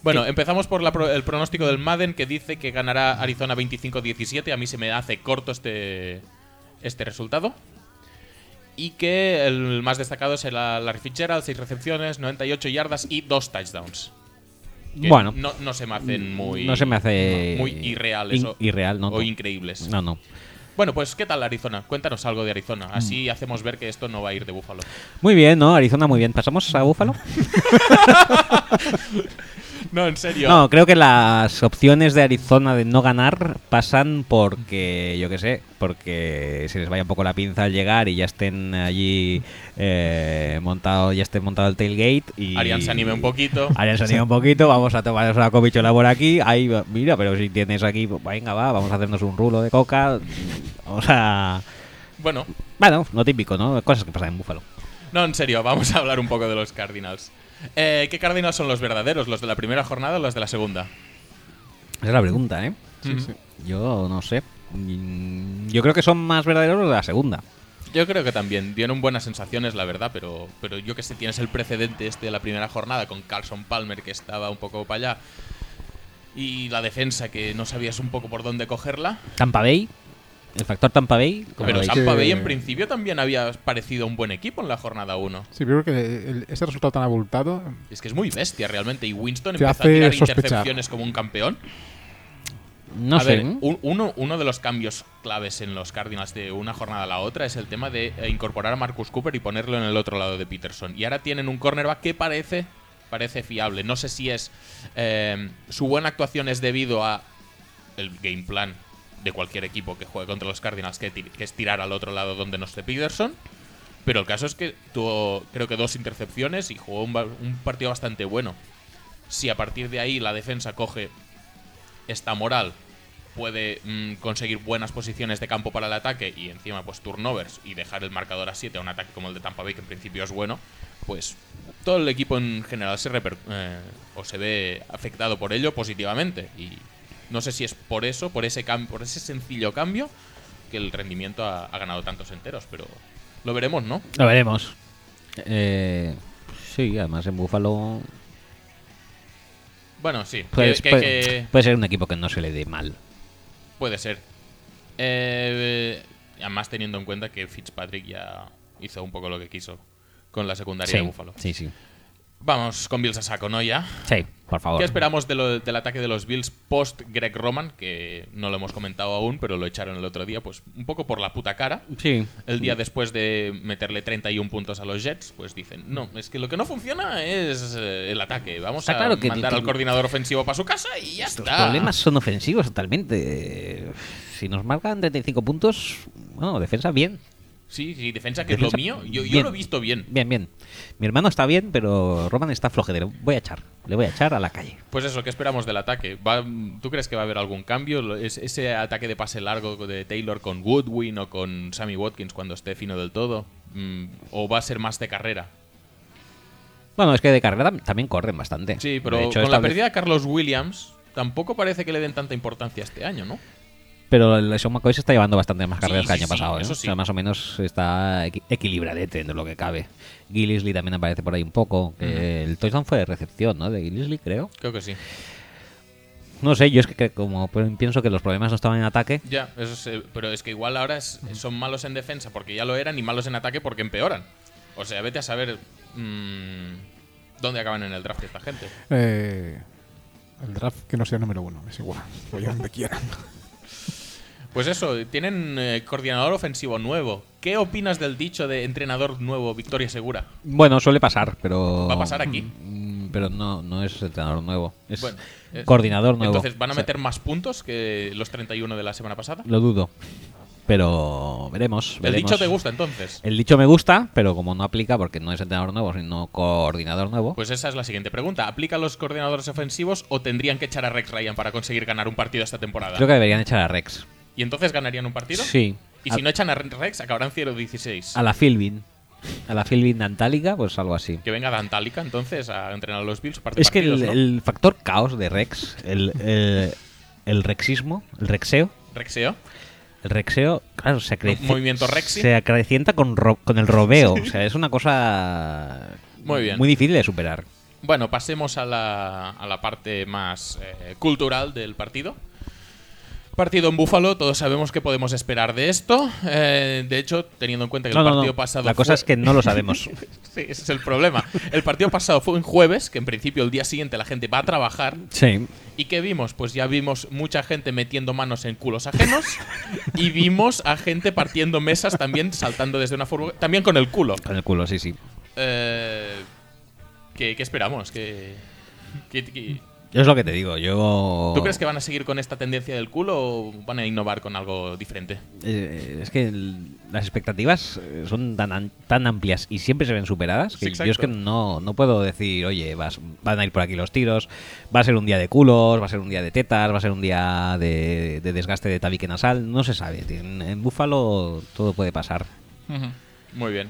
Speaker 2: Bueno, empezamos por la pro- el pronóstico del Madden que dice que ganará Arizona 25-17. A mí se me hace corto este, este resultado. Y que el más destacado será Larry Fitzgerald, 6 recepciones, 98 yardas y 2 touchdowns. Que
Speaker 1: Bueno. Mm,
Speaker 2: No, no se me hacen muy...
Speaker 1: no se me hace
Speaker 2: no, muy irreales.
Speaker 1: in-
Speaker 2: o,
Speaker 1: irreal, no,
Speaker 2: o
Speaker 1: no.
Speaker 2: increíbles.
Speaker 1: No, no.
Speaker 2: Bueno, pues ¿qué tal Arizona? Cuéntanos algo de Arizona. Así hacemos ver que esto no va a ir de búfalo.
Speaker 1: Muy bien, ¿no? Arizona, muy bien. ¿Pasamos a Buffalo?
Speaker 2: No, en serio.
Speaker 1: No, creo que las opciones de Arizona de no ganar pasan porque, yo qué sé, porque se les vaya un poco la pinza al llegar y ya estén allí eh, montado, ya esté montado el tailgate y...
Speaker 2: Arián se anime un poquito.
Speaker 1: Arián se anime un poquito, vamos a tomar una copichola por aquí. Ahí, va- mira, pero si tienes aquí, pues, venga, va, vamos a hacernos un rulo de coca. Vamos a...
Speaker 2: Bueno,
Speaker 1: Bueno, no típico, ¿no? Cosas que pasan en Búfalo.
Speaker 2: no, en serio, vamos a hablar un poco de los Cardinals. Eh, ¿Qué Cardinals son los verdaderos? ¿Los de la primera jornada o los de la segunda? Mm.
Speaker 1: Esa es la pregunta, ¿eh?
Speaker 2: Ujú.
Speaker 1: Yo no sé. Mm, Yo creo que son más verdaderos los de la segunda.
Speaker 2: Yo creo que también dieron buenas sensaciones, la verdad, pero, pero yo que sé, tienes el precedente este de la primera jornada con Carlson Palmer que estaba un poco para allá y la defensa que no sabías un poco por dónde cogerla.
Speaker 1: Tampa Bay. El factor Tampa Bay.
Speaker 2: Pero
Speaker 3: hay
Speaker 2: Tampa
Speaker 3: que-
Speaker 2: Bay en principio también había parecido un buen equipo en la jornada 1.
Speaker 3: Sí, pero creo que el- ese resultado tan abultado.
Speaker 2: Es que es muy bestia realmente y Winston
Speaker 3: Te
Speaker 2: empieza a
Speaker 3: hace
Speaker 2: tirar
Speaker 3: sospechar.
Speaker 2: intercepciones como un campeón.
Speaker 1: No
Speaker 2: a
Speaker 1: sé.
Speaker 2: ver, un- uno, uno de los cambios claves en los Cardinals de una jornada a la otra es el tema de eh, incorporar a Marcus Cooper y ponerlo en el otro lado de Peterson. Y ahora tienen un cornerback que parece, parece fiable. No sé si es eh, su buena actuación es debido a el game plan de cualquier equipo que juegue contra los Cardinals, que, tir- que es tirar al otro lado donde no esté Peterson. Pero el caso es que tuvo, creo que dos intercepciones y jugó un ba- un partido bastante bueno. Si a partir de ahí la defensa coge esta moral puede mm, conseguir buenas posiciones de campo para el ataque y encima pues turnovers y dejar el marcador a 7 a un ataque como el de Tampa Bay que en principio es bueno, pues todo el equipo en general se reper- eh, o se ve afectado por ello positivamente y no sé si es por eso, por ese cam- por ese sencillo cambio que el rendimiento ha, ha ganado tantos enteros, pero lo veremos, ¿no?
Speaker 1: Lo veremos. Eh, sí, además en Búfalo
Speaker 2: Bueno, sí, que-
Speaker 1: pues,
Speaker 2: que-
Speaker 1: puede,
Speaker 2: que-
Speaker 1: puede ser un equipo que no se le dé mal.
Speaker 2: Puede ser. Eh, además, teniendo en cuenta que Fitzpatrick ya hizo un poco lo que quiso con la secundaria
Speaker 1: Sí,
Speaker 2: de Buffalo.
Speaker 1: sí, sí.
Speaker 2: Vamos con Bills a saco, ¿no? Ya.
Speaker 1: Sí, por favor.
Speaker 2: ¿Qué esperamos de lo- del ataque de los Bills post Greg Roman? Que no lo hemos comentado aún, pero lo echaron el otro día, pues un poco por la puta cara.
Speaker 1: Sí.
Speaker 2: El día después de meterle 31 puntos a los Jets, pues dicen, no, es que lo que no funciona es eh, el ataque. Vamos
Speaker 1: Está
Speaker 2: a
Speaker 1: claro que-
Speaker 2: mandar
Speaker 1: que-
Speaker 2: al coordinador ofensivo para su casa y ya
Speaker 1: Los
Speaker 2: está.
Speaker 1: problemas son ofensivos totalmente. Si nos marcan 35 puntos, bueno, defensa bien.
Speaker 2: Sí, sí, defensa que
Speaker 1: Defensa-
Speaker 2: es lo mío. Yo, yo
Speaker 1: bien.
Speaker 2: lo he visto bien.
Speaker 1: Bien, bien. Mi hermano está bien, pero Roman está flojedero. Voy a echar. Le voy a echar a la calle.
Speaker 2: Pues eso, ¿qué esperamos del ataque? ¿Va- ¿Tú crees que va a haber algún cambio? Lo- es- ¿Ese ataque de pase largo de Taylor con Goodwin o con Sammy Watkins cuando esté fino del todo? Mm, ¿O va a ser más de carrera?
Speaker 1: Bueno, es que de carrera tam- también corren bastante.
Speaker 2: Sí, pero
Speaker 1: De hecho,
Speaker 2: con la
Speaker 1: establec-
Speaker 2: pérdida de Carlos Williams tampoco parece que le den tanta importancia este año, ¿no?
Speaker 1: Pero el Sean McCoy se está llevando bastante más
Speaker 2: Sí,
Speaker 1: carreras que el
Speaker 2: sí,
Speaker 1: año
Speaker 2: sí,
Speaker 1: pasado. ¿eh?
Speaker 2: eso
Speaker 1: O sea,
Speaker 2: sí.
Speaker 1: más o menos está equi- equilibradete dentro de lo que cabe. Gillisley también aparece por ahí un poco. que El touchdown fue de recepción, ¿no? De Gillisley, creo.
Speaker 2: Creo que sí.
Speaker 1: No sé, yo es que, que como pe- pienso que los problemas no estaban en ataque.
Speaker 2: Ya, eso se- pero es que igual ahora es- son malos en defensa porque ya lo eran y malos en ataque porque empeoran. O sea, vete a saber mm, dónde acaban en el draft esta gente.
Speaker 3: eh, el draft que no sea número uno, es igual. Voy a donde quieran.
Speaker 2: Pues eso, tienen eh, coordinador ofensivo nuevo. ¿Qué opinas del dicho de entrenador nuevo, victoria segura?
Speaker 1: Bueno, suele pasar, pero.
Speaker 2: ¿Va a pasar aquí?
Speaker 1: Mm, Pero no, no es entrenador nuevo. Es
Speaker 2: Bueno, eh,
Speaker 1: coordinador nuevo.
Speaker 2: Entonces, ¿van a
Speaker 1: O sea,
Speaker 2: meter más puntos que los 31 de la semana pasada?
Speaker 1: Lo dudo. Pero veremos.
Speaker 2: El
Speaker 1: veremos.
Speaker 2: dicho te gusta entonces.
Speaker 1: El dicho me gusta, pero como no aplica porque no es entrenador nuevo, sino coordinador nuevo.
Speaker 2: Pues esa es la siguiente pregunta. ¿Aplica a los coordinadores ofensivos o tendrían que echar a Rex Ryan para conseguir ganar un partido esta temporada?
Speaker 1: Creo que deberían echar a Rex.
Speaker 2: ¿Y entonces ganarían un partido?
Speaker 1: Sí.
Speaker 2: Y
Speaker 1: A-
Speaker 2: si no echan a Rex, acabarán 0-16.
Speaker 1: A la Philbin. A la Philbin Antálica, pues algo así.
Speaker 2: Que venga Dantálica entonces a entrenar a los Bills. parte
Speaker 1: Es que
Speaker 2: partidos,
Speaker 1: el,
Speaker 2: ¿no?
Speaker 1: el factor caos de Rex, el, el, el rexismo, el rexeo,
Speaker 2: Rexeo.
Speaker 1: el rexeo, claro, se
Speaker 2: Un
Speaker 1: acrecienta.
Speaker 2: movimiento rexy.
Speaker 1: Se acrecienta con, ro- con el robeo. O sea, es una cosa.
Speaker 2: Muy bien.
Speaker 1: Muy difícil de superar.
Speaker 2: Bueno, pasemos a la, a la parte más eh, cultural del partido. Partido en Búfalo, todos sabemos qué podemos esperar de esto. Eh, de hecho, teniendo en cuenta que
Speaker 1: No,
Speaker 2: el
Speaker 1: no,
Speaker 2: partido
Speaker 1: no.
Speaker 2: pasado.
Speaker 1: La cosa
Speaker 2: fue-
Speaker 1: es que no lo sabemos.
Speaker 2: Sí, ese es el problema. El partido pasado fue un jueves, que en principio el día siguiente la gente va a trabajar.
Speaker 1: sí.
Speaker 2: ¿Y qué vimos? Pues ya vimos mucha gente metiendo manos en culos ajenos. y vimos a gente partiendo mesas también, saltando desde una furgoneta. También con el culo.
Speaker 1: Con el culo, sí, sí.
Speaker 2: Eh, ¿qué, qué esperamos? ¿Qué, qué- qué-
Speaker 1: Yo es lo que te digo, yo...
Speaker 2: ¿Tú crees que van a seguir con esta tendencia del culo o van a innovar con algo diferente?
Speaker 1: Eh, es que el- las expectativas eh, son tan, an- tan amplias y siempre se ven superadas
Speaker 2: Sí,
Speaker 1: que yo
Speaker 2: exacto.
Speaker 1: es que no, no puedo decir, oye, vas- van a ir por aquí los tiros, va a ser un día de culos, va a ser un día de tetas, va a ser un día de, de desgaste de tabique nasal, no se sabe. tío. En, en Búfalo todo puede pasar.
Speaker 2: Muy bien.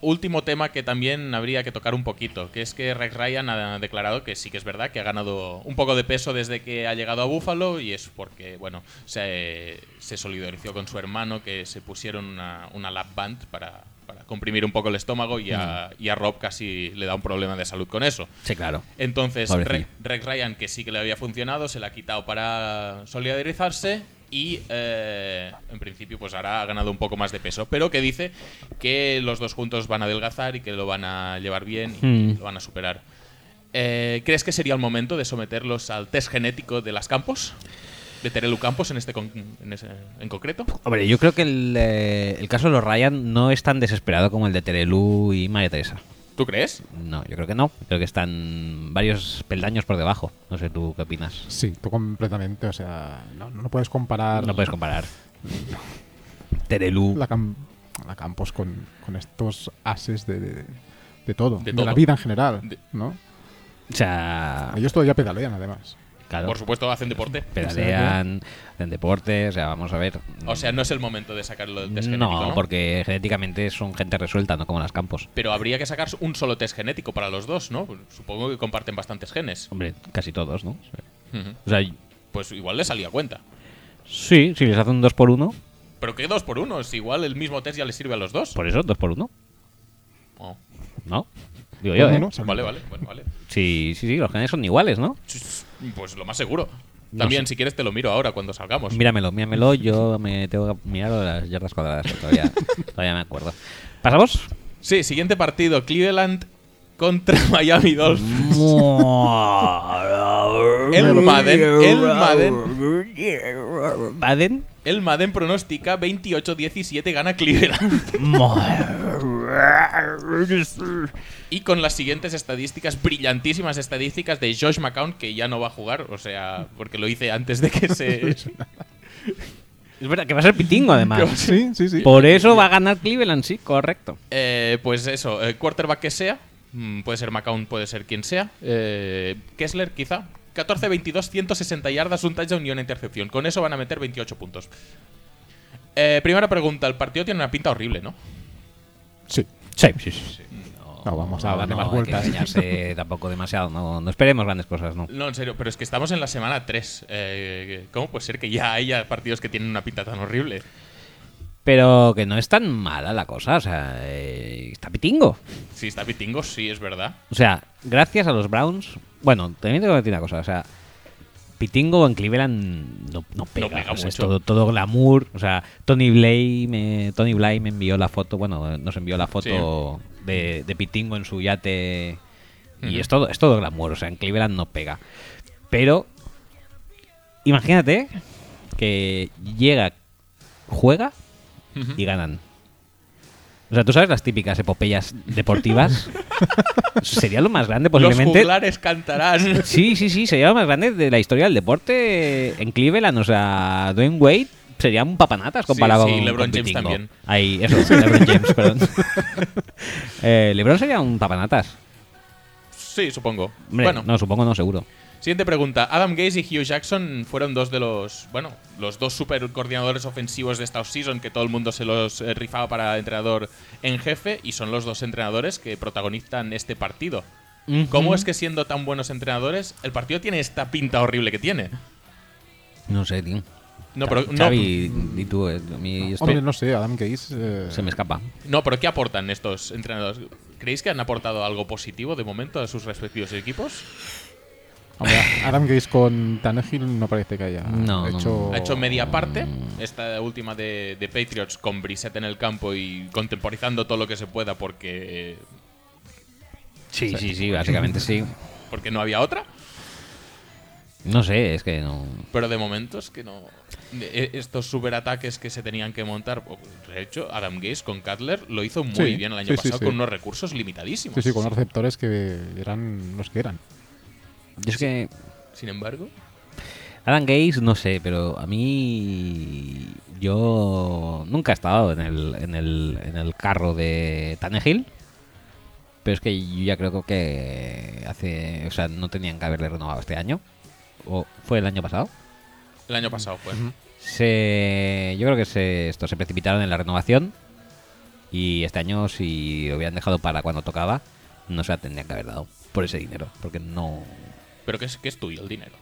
Speaker 2: Último tema que también habría que tocar un poquito, que es que Rex Ryan ha declarado que sí que es verdad que ha ganado un poco de peso desde que ha llegado a Buffalo y es porque, bueno, se, se solidarizó con su hermano, que se pusieron una, una lap band para, para comprimir un poco el estómago y a, y a Rob casi le da un problema de salud con eso.
Speaker 1: Sí, claro.
Speaker 2: Entonces,
Speaker 1: Pobrecillo.
Speaker 2: Re- Rex Ryan, que sí que le había funcionado, se la ha quitado para solidarizarse y, eh, en principio, pues ahora ha ganado un poco más de peso. Pero que dice que los dos juntos van a adelgazar y que lo van a llevar bien y
Speaker 1: Mm.
Speaker 2: que lo van a superar. Eh, ¿Crees que sería el momento de someterlos al test genético de las Campos? De Terelu Campos en este con- en, ese- en concreto.
Speaker 1: Hombre, yo creo que el, eh, el caso de los Ryan no es tan desesperado como el de Terelu y María Teresa.
Speaker 2: ¿Tú crees?
Speaker 1: No, yo creo que no. Creo que están varios peldaños por debajo. No sé tú qué opinas.
Speaker 3: Sí, tú completamente, o sea, no, no puedes comparar
Speaker 1: No puedes comparar. Terelu.
Speaker 3: la, cam- la Campos con, con estos ases de, de, de todo,
Speaker 2: De
Speaker 3: de,
Speaker 2: todo.
Speaker 3: la vida en general,
Speaker 2: De-
Speaker 3: ¿no?
Speaker 1: O sea,
Speaker 3: Ellos todavía pedalean, además.
Speaker 1: claro,
Speaker 2: Por supuesto, hacen deporte.
Speaker 1: pedalean, hacen deporte, o sea, vamos a ver.
Speaker 2: O sea, no es el momento de sacarlo del test genético.
Speaker 1: no, porque genéticamente son gente resuelta, no como las campos.
Speaker 2: Pero habría que sacar un solo test genético para los dos, ¿no? Supongo que comparten bastantes genes.
Speaker 1: Hombre, casi todos, ¿no?
Speaker 2: Ujú.
Speaker 1: O sea,
Speaker 2: Pues igual le salía cuenta.
Speaker 1: sí, si les hacen un 2 por 1
Speaker 2: Pero que dos por uno, si igual el mismo test ya le sirve a los dos.
Speaker 1: por eso, 2 por 1
Speaker 2: Oh,
Speaker 1: ¿no? Digo yo, ¿eh?
Speaker 3: Uno, salen
Speaker 2: Vale,
Speaker 3: dos.
Speaker 2: vale, bueno, vale.
Speaker 1: Sí, sí, sí, los genes son iguales, ¿no?
Speaker 2: Pues lo más seguro.
Speaker 1: No
Speaker 2: También,
Speaker 1: sé.
Speaker 2: si quieres, te lo miro ahora cuando salgamos.
Speaker 1: Míramelo, míramelo, yo me tengo que mirar lo de las yardas cuadradas, que todavía, todavía me acuerdo. ¿Pasamos?
Speaker 2: Sí, siguiente partido: Cleveland contra Miami Dolphins. El Madden, el Madden.
Speaker 1: Madden.
Speaker 2: El Madden pronostica 28-17 gana Cleveland. Y con las siguientes estadísticas, brillantísimas estadísticas de Josh McCown, que ya no va a jugar, o sea, porque lo hice antes de que se.
Speaker 1: Es verdad que va a ser pitingo además.
Speaker 3: Sí, sí, sí.
Speaker 1: Por eso va a ganar Cleveland, sí, correcto.
Speaker 2: Eh, pues eso, eh, quarterback que sea, mm, puede ser McCown, puede ser quien sea, eh, Kessler quizá. 14-22, 160 yardas, un touchdown y una intercepción. Con eso van a meter 28 puntos. Eh, primera pregunta, el partido tiene una pinta horrible, ¿no?
Speaker 3: Sí.
Speaker 1: Sí, sí, sí.
Speaker 3: No, vamos a
Speaker 1: no,
Speaker 3: darle más
Speaker 1: hay que
Speaker 3: vueltas.
Speaker 1: engañarse tampoco demasiado, no, no esperemos grandes cosas, no.
Speaker 2: No, en serio, pero es que estamos en la semana 3. ¿Cómo puede ser que ya haya partidos que tienen una pinta tan horrible?
Speaker 1: Pero que no es tan mala la cosa, o sea, eh, está pitingo.
Speaker 2: Si está pitingo, sí, es verdad.
Speaker 1: O sea, gracias a los Browns. Bueno, también tengo que decir una cosa, o sea, Pitingo en Cleveland no, no pega,
Speaker 2: pega
Speaker 1: o sea, es
Speaker 2: mucho.
Speaker 1: todo, todo glamour. O sea, Tony Blay me, Tony Blay me envió la foto, bueno, nos envió la foto de, de Pitingo en su yate. Y
Speaker 2: Ujú.
Speaker 1: es todo, es todo glamour, o sea, en Cleveland no pega. Pero imagínate que llega, juega y ganan. O sea, tú sabes las típicas epopeyas deportivas. sería lo más grande
Speaker 2: Los
Speaker 1: posiblemente.
Speaker 2: juglares cantarán.
Speaker 1: Sí, sí, sí, sería lo más grande de la historia del deporte en Cleveland. O sea, Dwayne Wade sería un papanatas comparado
Speaker 2: Sí, sí,
Speaker 1: con
Speaker 2: LeBron
Speaker 1: con
Speaker 2: James
Speaker 1: Pitingo.
Speaker 2: también.
Speaker 1: Ahí, eso, LeBron James, perdón. Eh, LeBron sería un papanatas.
Speaker 2: sí, supongo.
Speaker 1: Hombre,
Speaker 2: bueno,
Speaker 1: no, supongo no, seguro.
Speaker 2: Siguiente pregunta. Adam Gaze y Hugh Jackson fueron dos de los, bueno, los dos super coordinadores ofensivos de esta offseason que todo el mundo se los eh, rifaba para entrenador en jefe y son los dos entrenadores que protagonizan este partido. ¿Cómo es que siendo tan buenos entrenadores, el partido tiene esta pinta horrible que tiene?
Speaker 1: No sé, tío.
Speaker 2: No, pero,
Speaker 1: Xavi,
Speaker 2: no,
Speaker 1: y tú, eh, a mí esto
Speaker 3: Hombre, no sé, Adam Gaze. eh,
Speaker 1: se me escapa.
Speaker 2: no, pero ¿qué aportan estos entrenadores? ¿Creéis que han aportado algo positivo de momento a sus respectivos equipos?
Speaker 3: hombre, Adam Gaze con Tannehill no parece que haya
Speaker 1: No, no.
Speaker 3: hecho.
Speaker 2: Ha hecho media parte, esta última de, de Patriots con Brissett en el campo y contemporizando todo lo que se pueda porque, eh,
Speaker 1: Sí, sí, sí, básicamente sí.
Speaker 2: porque no había otra.
Speaker 1: No sé, es que no.
Speaker 2: Pero de momento es que no. e- Estos superataques que se tenían que montar. o- De hecho, Adam Gaze con Cutler lo hizo muy
Speaker 3: Sí,
Speaker 2: bien el año
Speaker 3: sí, sí,
Speaker 2: pasado
Speaker 3: sí.
Speaker 2: con unos recursos limitadísimos.
Speaker 3: Sí, sí, con los receptores que eran los que eran.
Speaker 1: Yo es que.
Speaker 2: Sin embargo,
Speaker 1: Adam Gaze, no sé, pero a mí. Yo nunca he estado en el, en el, en el carro de Tannehill. Pero es que yo ya creo que hace. O sea, no tenían que haberle renovado este año. O fue el año pasado.
Speaker 2: el año pasado fue.
Speaker 1: Se, yo creo que se, esto, se precipitaron en la renovación. Y este año, si lo hubieran dejado para cuando tocaba, no se la tendrían que haber dado por ese dinero. Porque no.
Speaker 2: Pero que es, que es tuyo el dinero.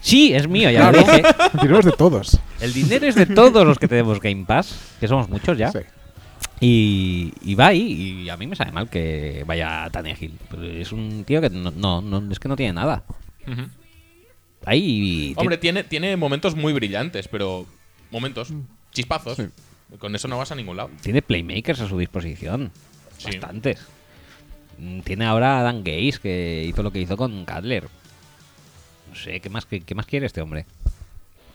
Speaker 1: Sí, es mío, ya lo dije.
Speaker 3: Tiremos de todos.
Speaker 1: El dinero es de todos los que tenemos Game Pass, que somos muchos ya.
Speaker 3: Sí.
Speaker 1: Y, y va ahí, y a mí me sabe mal que vaya tan ágil. Pero es un tío que no, no, no- es que no tiene nada. Ahí.
Speaker 2: Hombre, tiene, tiene momentos muy brillantes, pero momentos,
Speaker 1: Mm.
Speaker 2: chispazos.
Speaker 3: Sí.
Speaker 2: Con eso no vas a ningún lado.
Speaker 1: Tiene playmakers a su disposición.
Speaker 2: Sí.
Speaker 1: Bastantes. Mm, Tiene ahora a Dan Gaze, que hizo lo que hizo con Cadler. No sé, ¿qué más, qué, qué más quiere este hombre?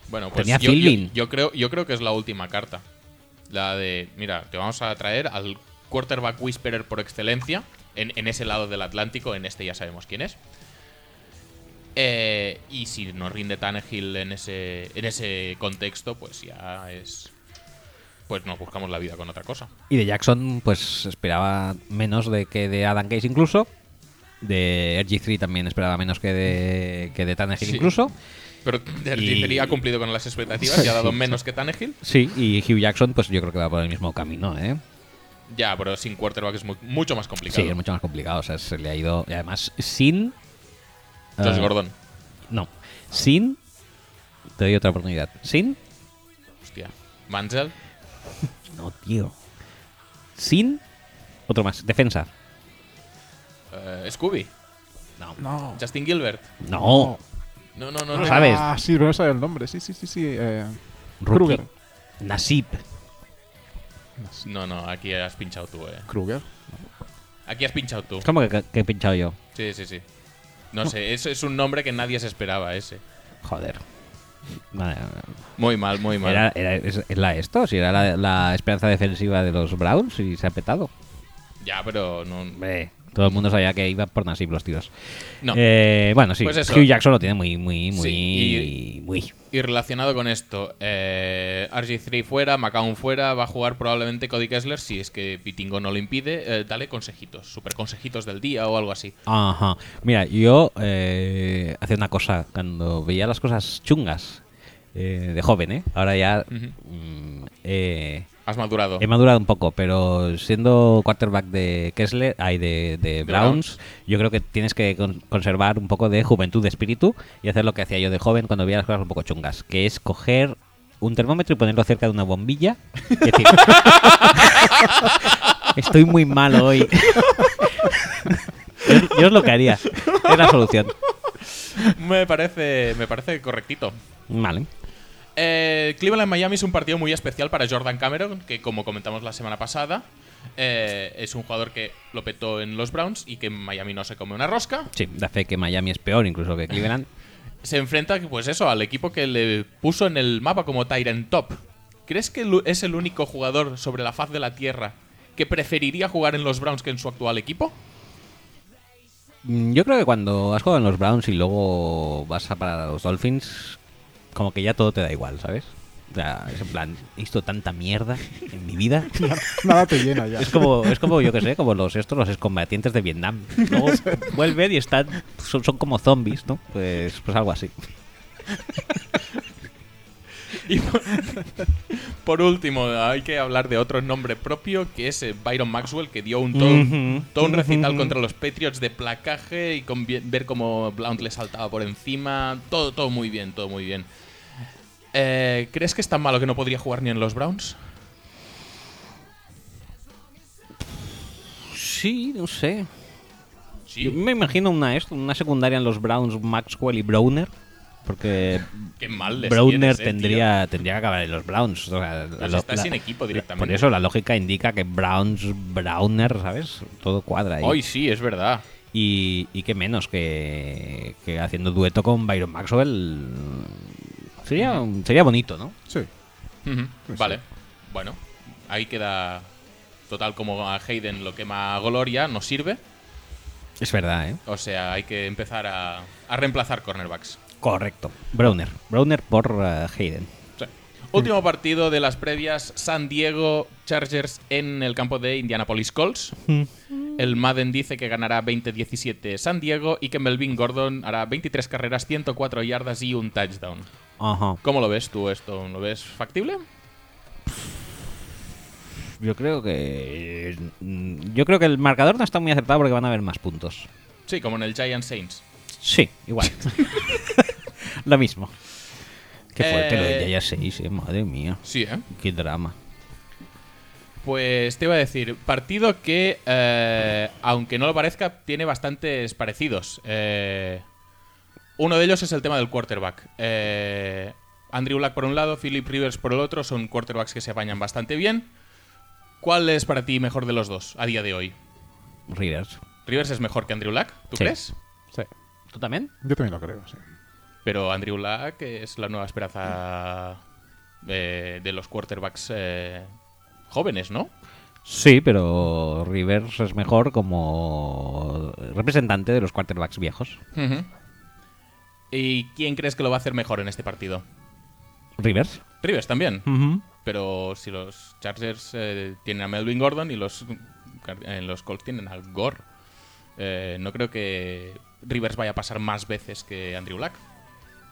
Speaker 2: Bueno, pues
Speaker 1: Tenía
Speaker 2: yo, yo-
Speaker 1: feeling.
Speaker 2: yo creo, yo creo que es la última carta. La de, mira, te vamos a traer al quarterback whisperer por excelencia, en, en ese lado del Atlántico, en este ya sabemos quién es. Eh, y si no rinde Tannehill en ese, en ese contexto, pues ya es... Pues nos buscamos la vida con otra cosa.
Speaker 1: Y de Jackson, pues esperaba menos de que de Adam Gaze incluso. De RG3 también esperaba menos que de, que de Tannehill
Speaker 2: Sí.
Speaker 1: incluso.
Speaker 2: Pero Terry ha cumplido con las expectativas y ha dado menos que Tannehill.
Speaker 1: Sí, y Hugh Jackson, pues yo creo que va por el mismo camino, ¿eh?
Speaker 2: Ya, pero sin quarterback es mu- mucho más complicado.
Speaker 1: Sí, es mucho más complicado. O sea, se le ha ido. Y además, sin.
Speaker 2: Josh
Speaker 1: eh,
Speaker 2: Gordon.
Speaker 1: No. Sin. Te doy otra oportunidad. Sin.
Speaker 2: Hostia. Mansell.
Speaker 1: No, tío. Sin. Otro más. Defensa.
Speaker 2: eh, Scooby.
Speaker 1: No.
Speaker 3: No.
Speaker 2: Justin Gilbert.
Speaker 1: No.
Speaker 2: No, no, no.
Speaker 1: No
Speaker 2: no.
Speaker 1: sabe. ¿Sabes?
Speaker 3: Ah, sí, pero no sabe el nombre. Sí, sí, sí, sí. Eh,
Speaker 1: Rookie.
Speaker 3: Kruger.
Speaker 1: Nasib.
Speaker 2: No, no, aquí has pinchado tú, eh.
Speaker 3: Kruger.
Speaker 2: Aquí has pinchado tú.
Speaker 1: ¿Cómo que, que he pinchado yo?
Speaker 2: Sí, sí, sí. No sé, es, es un nombre que nadie se esperaba ese.
Speaker 1: Joder. Vale,
Speaker 2: Muy mal, muy mal.
Speaker 1: Era, era- es, es la esto, si era la, la esperanza defensiva de los Browns y se ha petado.
Speaker 2: Ya, pero no.
Speaker 1: Hombre, todo el mundo sabía que iba por Nasib los tiros.
Speaker 2: No.
Speaker 1: Eh, bueno, sí.
Speaker 2: Pues eso.
Speaker 1: Hugh Jackson lo tiene muy, muy, muy,
Speaker 2: Sí,
Speaker 1: muy.
Speaker 2: Y relacionado con esto, eh, RG3 fuera, McCown fuera, va a jugar probablemente Cody Kessler si es que Pitingo no lo impide. eh, dale consejitos, super consejitos del día o algo así.
Speaker 1: Ajá. Mira, yo eh, hacía una cosa cuando veía las cosas chungas eh, de joven, ¿eh? Ahora ya
Speaker 2: Ujú.
Speaker 1: mm, eh,
Speaker 2: Has madurado.
Speaker 1: he madurado un poco, pero siendo quarterback de Kessler, ay, de, de Browns, yo creo que tienes que con- conservar un poco de juventud de espíritu y hacer lo que hacía yo de joven cuando veía las cosas un poco chungas, que es coger un termómetro y ponerlo cerca de una bombilla y decir, estoy muy mal hoy. Yo- Yo es lo que haría. Es la solución.
Speaker 2: Me parece, me parece correctito.
Speaker 1: Vale.
Speaker 2: Eh, Cleveland Miami es un partido muy especial para Jordan Cameron, que como comentamos la semana pasada, eh, es un jugador que lo petó en los Browns y que en Miami no se come una rosca.
Speaker 1: Sí, da fe que Miami es peor incluso que Cleveland.
Speaker 2: Se enfrenta, pues eso, al equipo que le puso en el mapa como Tyrant Top. ¿Crees que lu- es el único jugador sobre la faz de la tierra que preferiría jugar en los Browns que en su actual equipo?
Speaker 1: Mm, Yo creo que cuando has jugado en los Browns y luego vas a para los Dolphins, como que ya todo te da igual, ¿sabes? O sea, es en plan, he visto tanta mierda en mi vida.
Speaker 3: Nada te llena ya.
Speaker 1: Es como, es como yo que sé, como los estos, los excombatientes de Vietnam. Luego vuelven y están, son, son como zombies, ¿no? Pues, pues algo así.
Speaker 2: Y por, por último, hay que hablar de otro nombre propio, que es eh, Byron Maxwell, que dio un todo,
Speaker 1: Ujú,
Speaker 2: todo un recital
Speaker 1: ujú.
Speaker 2: contra los Patriots de placaje y con bien- ver cómo Blount le saltaba por encima. Todo, todo muy bien, todo muy bien. Eh, ¿Crees que es tan malo que no podría jugar ni en los Browns?
Speaker 1: Sí, no sé. Yo
Speaker 2: Sí.
Speaker 1: me imagino una, esto, una secundaria en los Browns, Maxwell y Browner. Porque
Speaker 2: Qué mal les
Speaker 1: Browner
Speaker 2: tienes, eh,
Speaker 1: tendría, tendría que acabar en los Browns. o sea, la
Speaker 2: Pues
Speaker 1: lo-
Speaker 2: está
Speaker 1: la-
Speaker 2: sin equipo directamente.
Speaker 1: Por eso la lógica indica que Browns, Browner, ¿sabes? Todo cuadra ahí.
Speaker 2: tío. Hoy sí, es verdad.
Speaker 1: Y, y qué menos que, que haciendo dueto con Byron Maxwell. Sería, sería bonito, ¿no?
Speaker 3: Sí.
Speaker 2: Ujú,
Speaker 3: Pues
Speaker 2: vale.
Speaker 3: sí.
Speaker 2: Bueno, ahí queda. Total, como a Hayden lo quema Gloria, nos sirve.
Speaker 1: Es verdad, ¿eh?
Speaker 2: O sea, hay que empezar a, a reemplazar cornerbacks.
Speaker 1: Correcto. Browner. Browner por eh, Hayden.
Speaker 2: Sí. Último partido de las previas, San Diego Chargers en el campo de Indianapolis Colts. El Madden dice que ganará 20-17 San Diego y que Melvin Gordon hará 23 carreras, 104 yardas y un touchdown.
Speaker 1: Ajá.
Speaker 2: ¿Cómo lo ves tú esto? ¿Lo ves factible?
Speaker 1: Yo creo que. mm, Yo creo que el marcador no está muy acertado porque van a haber más puntos.
Speaker 2: Sí, como en el Giant Saints.
Speaker 1: Sí, igual. lo mismo. Qué fuerte lo
Speaker 2: Eh.
Speaker 1: de ya 6, eh, madre mía.
Speaker 2: Sí, ¿eh?
Speaker 1: Qué drama.
Speaker 2: Pues te iba a decir, partido que, eh, aunque no lo parezca, tiene bastantes parecidos. Eh, uno de ellos es el tema del quarterback. Eh, Andrew Luck por un lado, Philip Rivers por el otro, son quarterbacks que se apañan bastante bien. ¿Cuál es para ti mejor de los dos a día de hoy?
Speaker 1: Readers.
Speaker 2: ¿Rivers es mejor que Andrew Luck? ¿Tú
Speaker 1: Sí.
Speaker 2: crees?
Speaker 3: Sí.
Speaker 1: ¿Tú también?
Speaker 3: Yo también lo creo, sí.
Speaker 2: Pero Andrew Luck es la nueva esperanza eh, de los quarterbacks eh, jóvenes, ¿no?
Speaker 1: Sí, pero Rivers es mejor como representante de los quarterbacks viejos.
Speaker 2: ¿Y quién crees que lo va a hacer mejor en este partido?
Speaker 1: Rivers.
Speaker 2: Rivers también.
Speaker 1: Ujú.
Speaker 2: Pero si los Chargers eh, tienen a Melvin Gordon y los, Car- eh, los Colts tienen al Gore, eh, no creo que Rivers vaya a pasar más veces que Andrew Luck.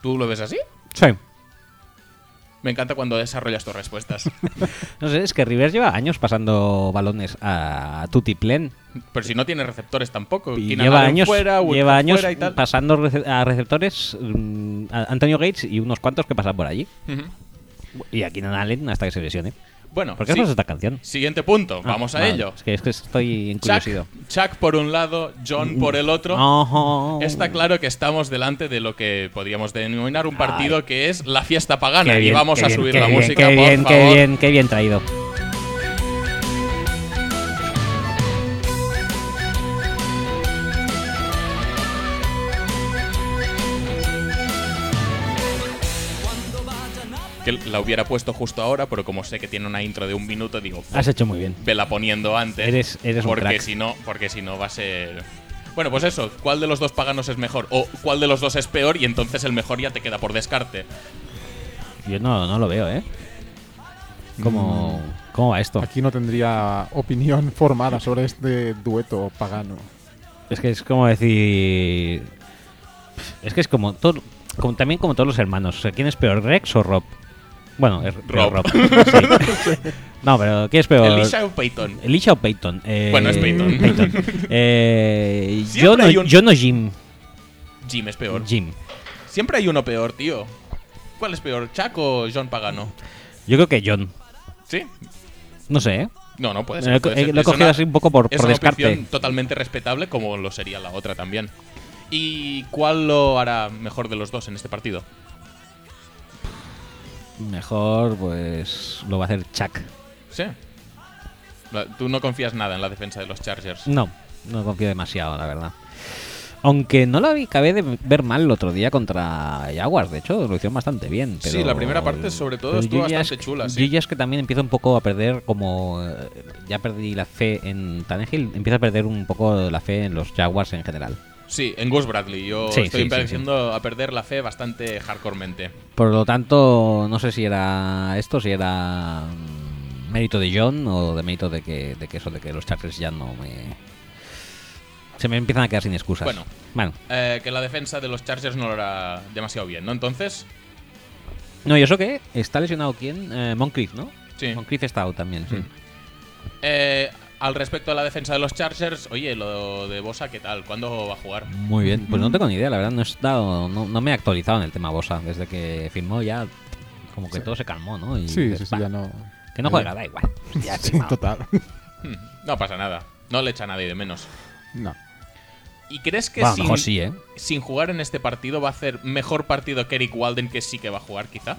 Speaker 2: ¿Tú lo ves así?
Speaker 1: Sí.
Speaker 2: Me encanta cuando desarrollas tus respuestas.
Speaker 1: No sé, es que Rivers lleva años pasando balones a Tutiplén.
Speaker 2: Pero si no tiene receptores tampoco.
Speaker 1: Y
Speaker 2: Keenan
Speaker 1: lleva
Speaker 2: Allen
Speaker 1: años,
Speaker 2: fuera, Woodhead
Speaker 1: lleva años
Speaker 2: fuera y tal.
Speaker 1: pasando rece- a receptores mm, a Antonio Gates y unos cuantos que pasan por allí.
Speaker 2: Ujú.
Speaker 1: Y a Keenan Allen hasta que se lesione.
Speaker 2: Bueno,
Speaker 1: ¿Por qué
Speaker 2: sí.
Speaker 1: haces esta canción?
Speaker 2: siguiente punto.
Speaker 1: Ah,
Speaker 2: Vamos a
Speaker 1: vale,
Speaker 2: ello.
Speaker 1: Es que, es que estoy encuriosidad.
Speaker 2: Chuck, Chuck por un lado, John por el otro. Está claro que estamos delante de lo que podríamos denominar un partido que es la fiesta pagana. y vamos a subir la música,
Speaker 1: Qué
Speaker 2: por
Speaker 1: bien,
Speaker 2: favor.
Speaker 1: qué bien, qué bien traído.
Speaker 2: Que la hubiera puesto justo ahora, pero como sé que tiene una intro de un minuto, digo, "Fuck,
Speaker 1: Has hecho muy bien.
Speaker 2: vela poniendo antes.
Speaker 1: Eres- eres un
Speaker 2: porque
Speaker 1: crack.
Speaker 2: si no, porque si no va a ser. Bueno, pues eso, ¿cuál de los dos paganos es mejor? O cuál de los dos es peor y entonces el mejor ya te queda por descarte.
Speaker 1: Yo no, no lo veo, ¿eh? ¿Cómo, ¿Cómo va esto?
Speaker 3: Aquí no tendría opinión formada sobre este dueto pagano.
Speaker 1: Es que es como decir. Es que es como, todo, como también como todos los hermanos. O sea, ¿Quién es peor, Rex o Rob? Bueno, es peor
Speaker 2: Rob.
Speaker 1: Rob. Sí. No, pero ¿quién es peor?
Speaker 2: Elisha o Peyton.
Speaker 1: Elisha o Peyton. Eh,
Speaker 2: Bueno, es Peyton.
Speaker 1: Eh, yo,
Speaker 2: Siempre hay
Speaker 1: no,
Speaker 2: un-
Speaker 1: yo no Jim.
Speaker 2: Jim es peor.
Speaker 1: Jim.
Speaker 2: Siempre hay uno peor, tío. ¿Cuál es peor, Chuck o John Pagano?
Speaker 1: Yo creo que John.
Speaker 2: ¿Sí?
Speaker 1: No sé, ¿eh?
Speaker 2: No, no puede
Speaker 1: Eh,
Speaker 2: ser.
Speaker 1: lo he co-
Speaker 2: puede ser.
Speaker 1: eh, lo he
Speaker 2: Es
Speaker 1: cogido
Speaker 2: una-
Speaker 1: así un poco por-
Speaker 2: es
Speaker 1: por
Speaker 2: una
Speaker 1: descarte.
Speaker 2: opción totalmente respetable, como lo sería la otra también. ¿Y cuál lo hará mejor de los dos en este partido?
Speaker 1: Mejor, pues lo va a hacer Chuck.
Speaker 2: Sí. La- Tú no confías nada en la defensa de los Chargers.
Speaker 1: No, no confío demasiado, la verdad. Aunque no lo vi- acabé de ver mal el otro día contra Jaguars, de hecho, lo hicieron bastante bien.
Speaker 2: Sí,
Speaker 1: pero-
Speaker 2: la primera parte, sobre todo,
Speaker 1: pero
Speaker 2: estuvo
Speaker 1: yo ya
Speaker 2: bastante
Speaker 1: es-
Speaker 2: chula, sí.
Speaker 1: Yo ya es que también empiezo un poco a perder, como eh, ya perdí la fe en Tannehill, empiezo a perder un poco la fe en los Jaguars en general.
Speaker 2: Sí, en Gus Bradley. Yo
Speaker 1: Sí,
Speaker 2: estoy
Speaker 1: sí, sí,
Speaker 2: empezando a perder la fe bastante hardcoremente.
Speaker 1: Por lo tanto, no sé si era esto, si era mm, mérito de John o de mérito de que, de que eso, de que los Chargers ya no me... Se me empiezan a quedar sin excusas.
Speaker 2: Bueno.
Speaker 1: Bueno,
Speaker 2: Eh, que la defensa de los Chargers no lo hará demasiado bien, ¿no? Entonces,
Speaker 1: No, ¿y eso qué? ¿Está lesionado quién? Eh, Moncrief, ¿no?
Speaker 2: Sí.
Speaker 1: Moncrief está out también, sí.
Speaker 2: eh, al respecto a la defensa de los Chargers, oye, lo de Bosa, ¿qué tal? ¿Cuándo va a jugar?
Speaker 1: Muy bien. Pues no tengo ni idea, la verdad. No, he estado, no, no me he actualizado en el tema Bosa. Desde que firmó ya, como que
Speaker 3: Sí.
Speaker 1: todo se calmó, ¿no? Y
Speaker 3: Sí, sí,
Speaker 1: dices,
Speaker 3: sí,
Speaker 1: "Bah,
Speaker 3: ya no.
Speaker 1: Que no juega, da igual. Ya ha
Speaker 3: Sí,
Speaker 1: firmado.
Speaker 3: total.
Speaker 2: Hmm, No pasa nada. No le echa a nadie de menos.
Speaker 3: No.
Speaker 2: ¿Y crees que
Speaker 1: Bueno, a lo
Speaker 2: sin,
Speaker 1: mejor sí, ¿eh?
Speaker 2: sin jugar en este partido va a hacer mejor partido que Eric Walden, que sí que va a jugar, quizá?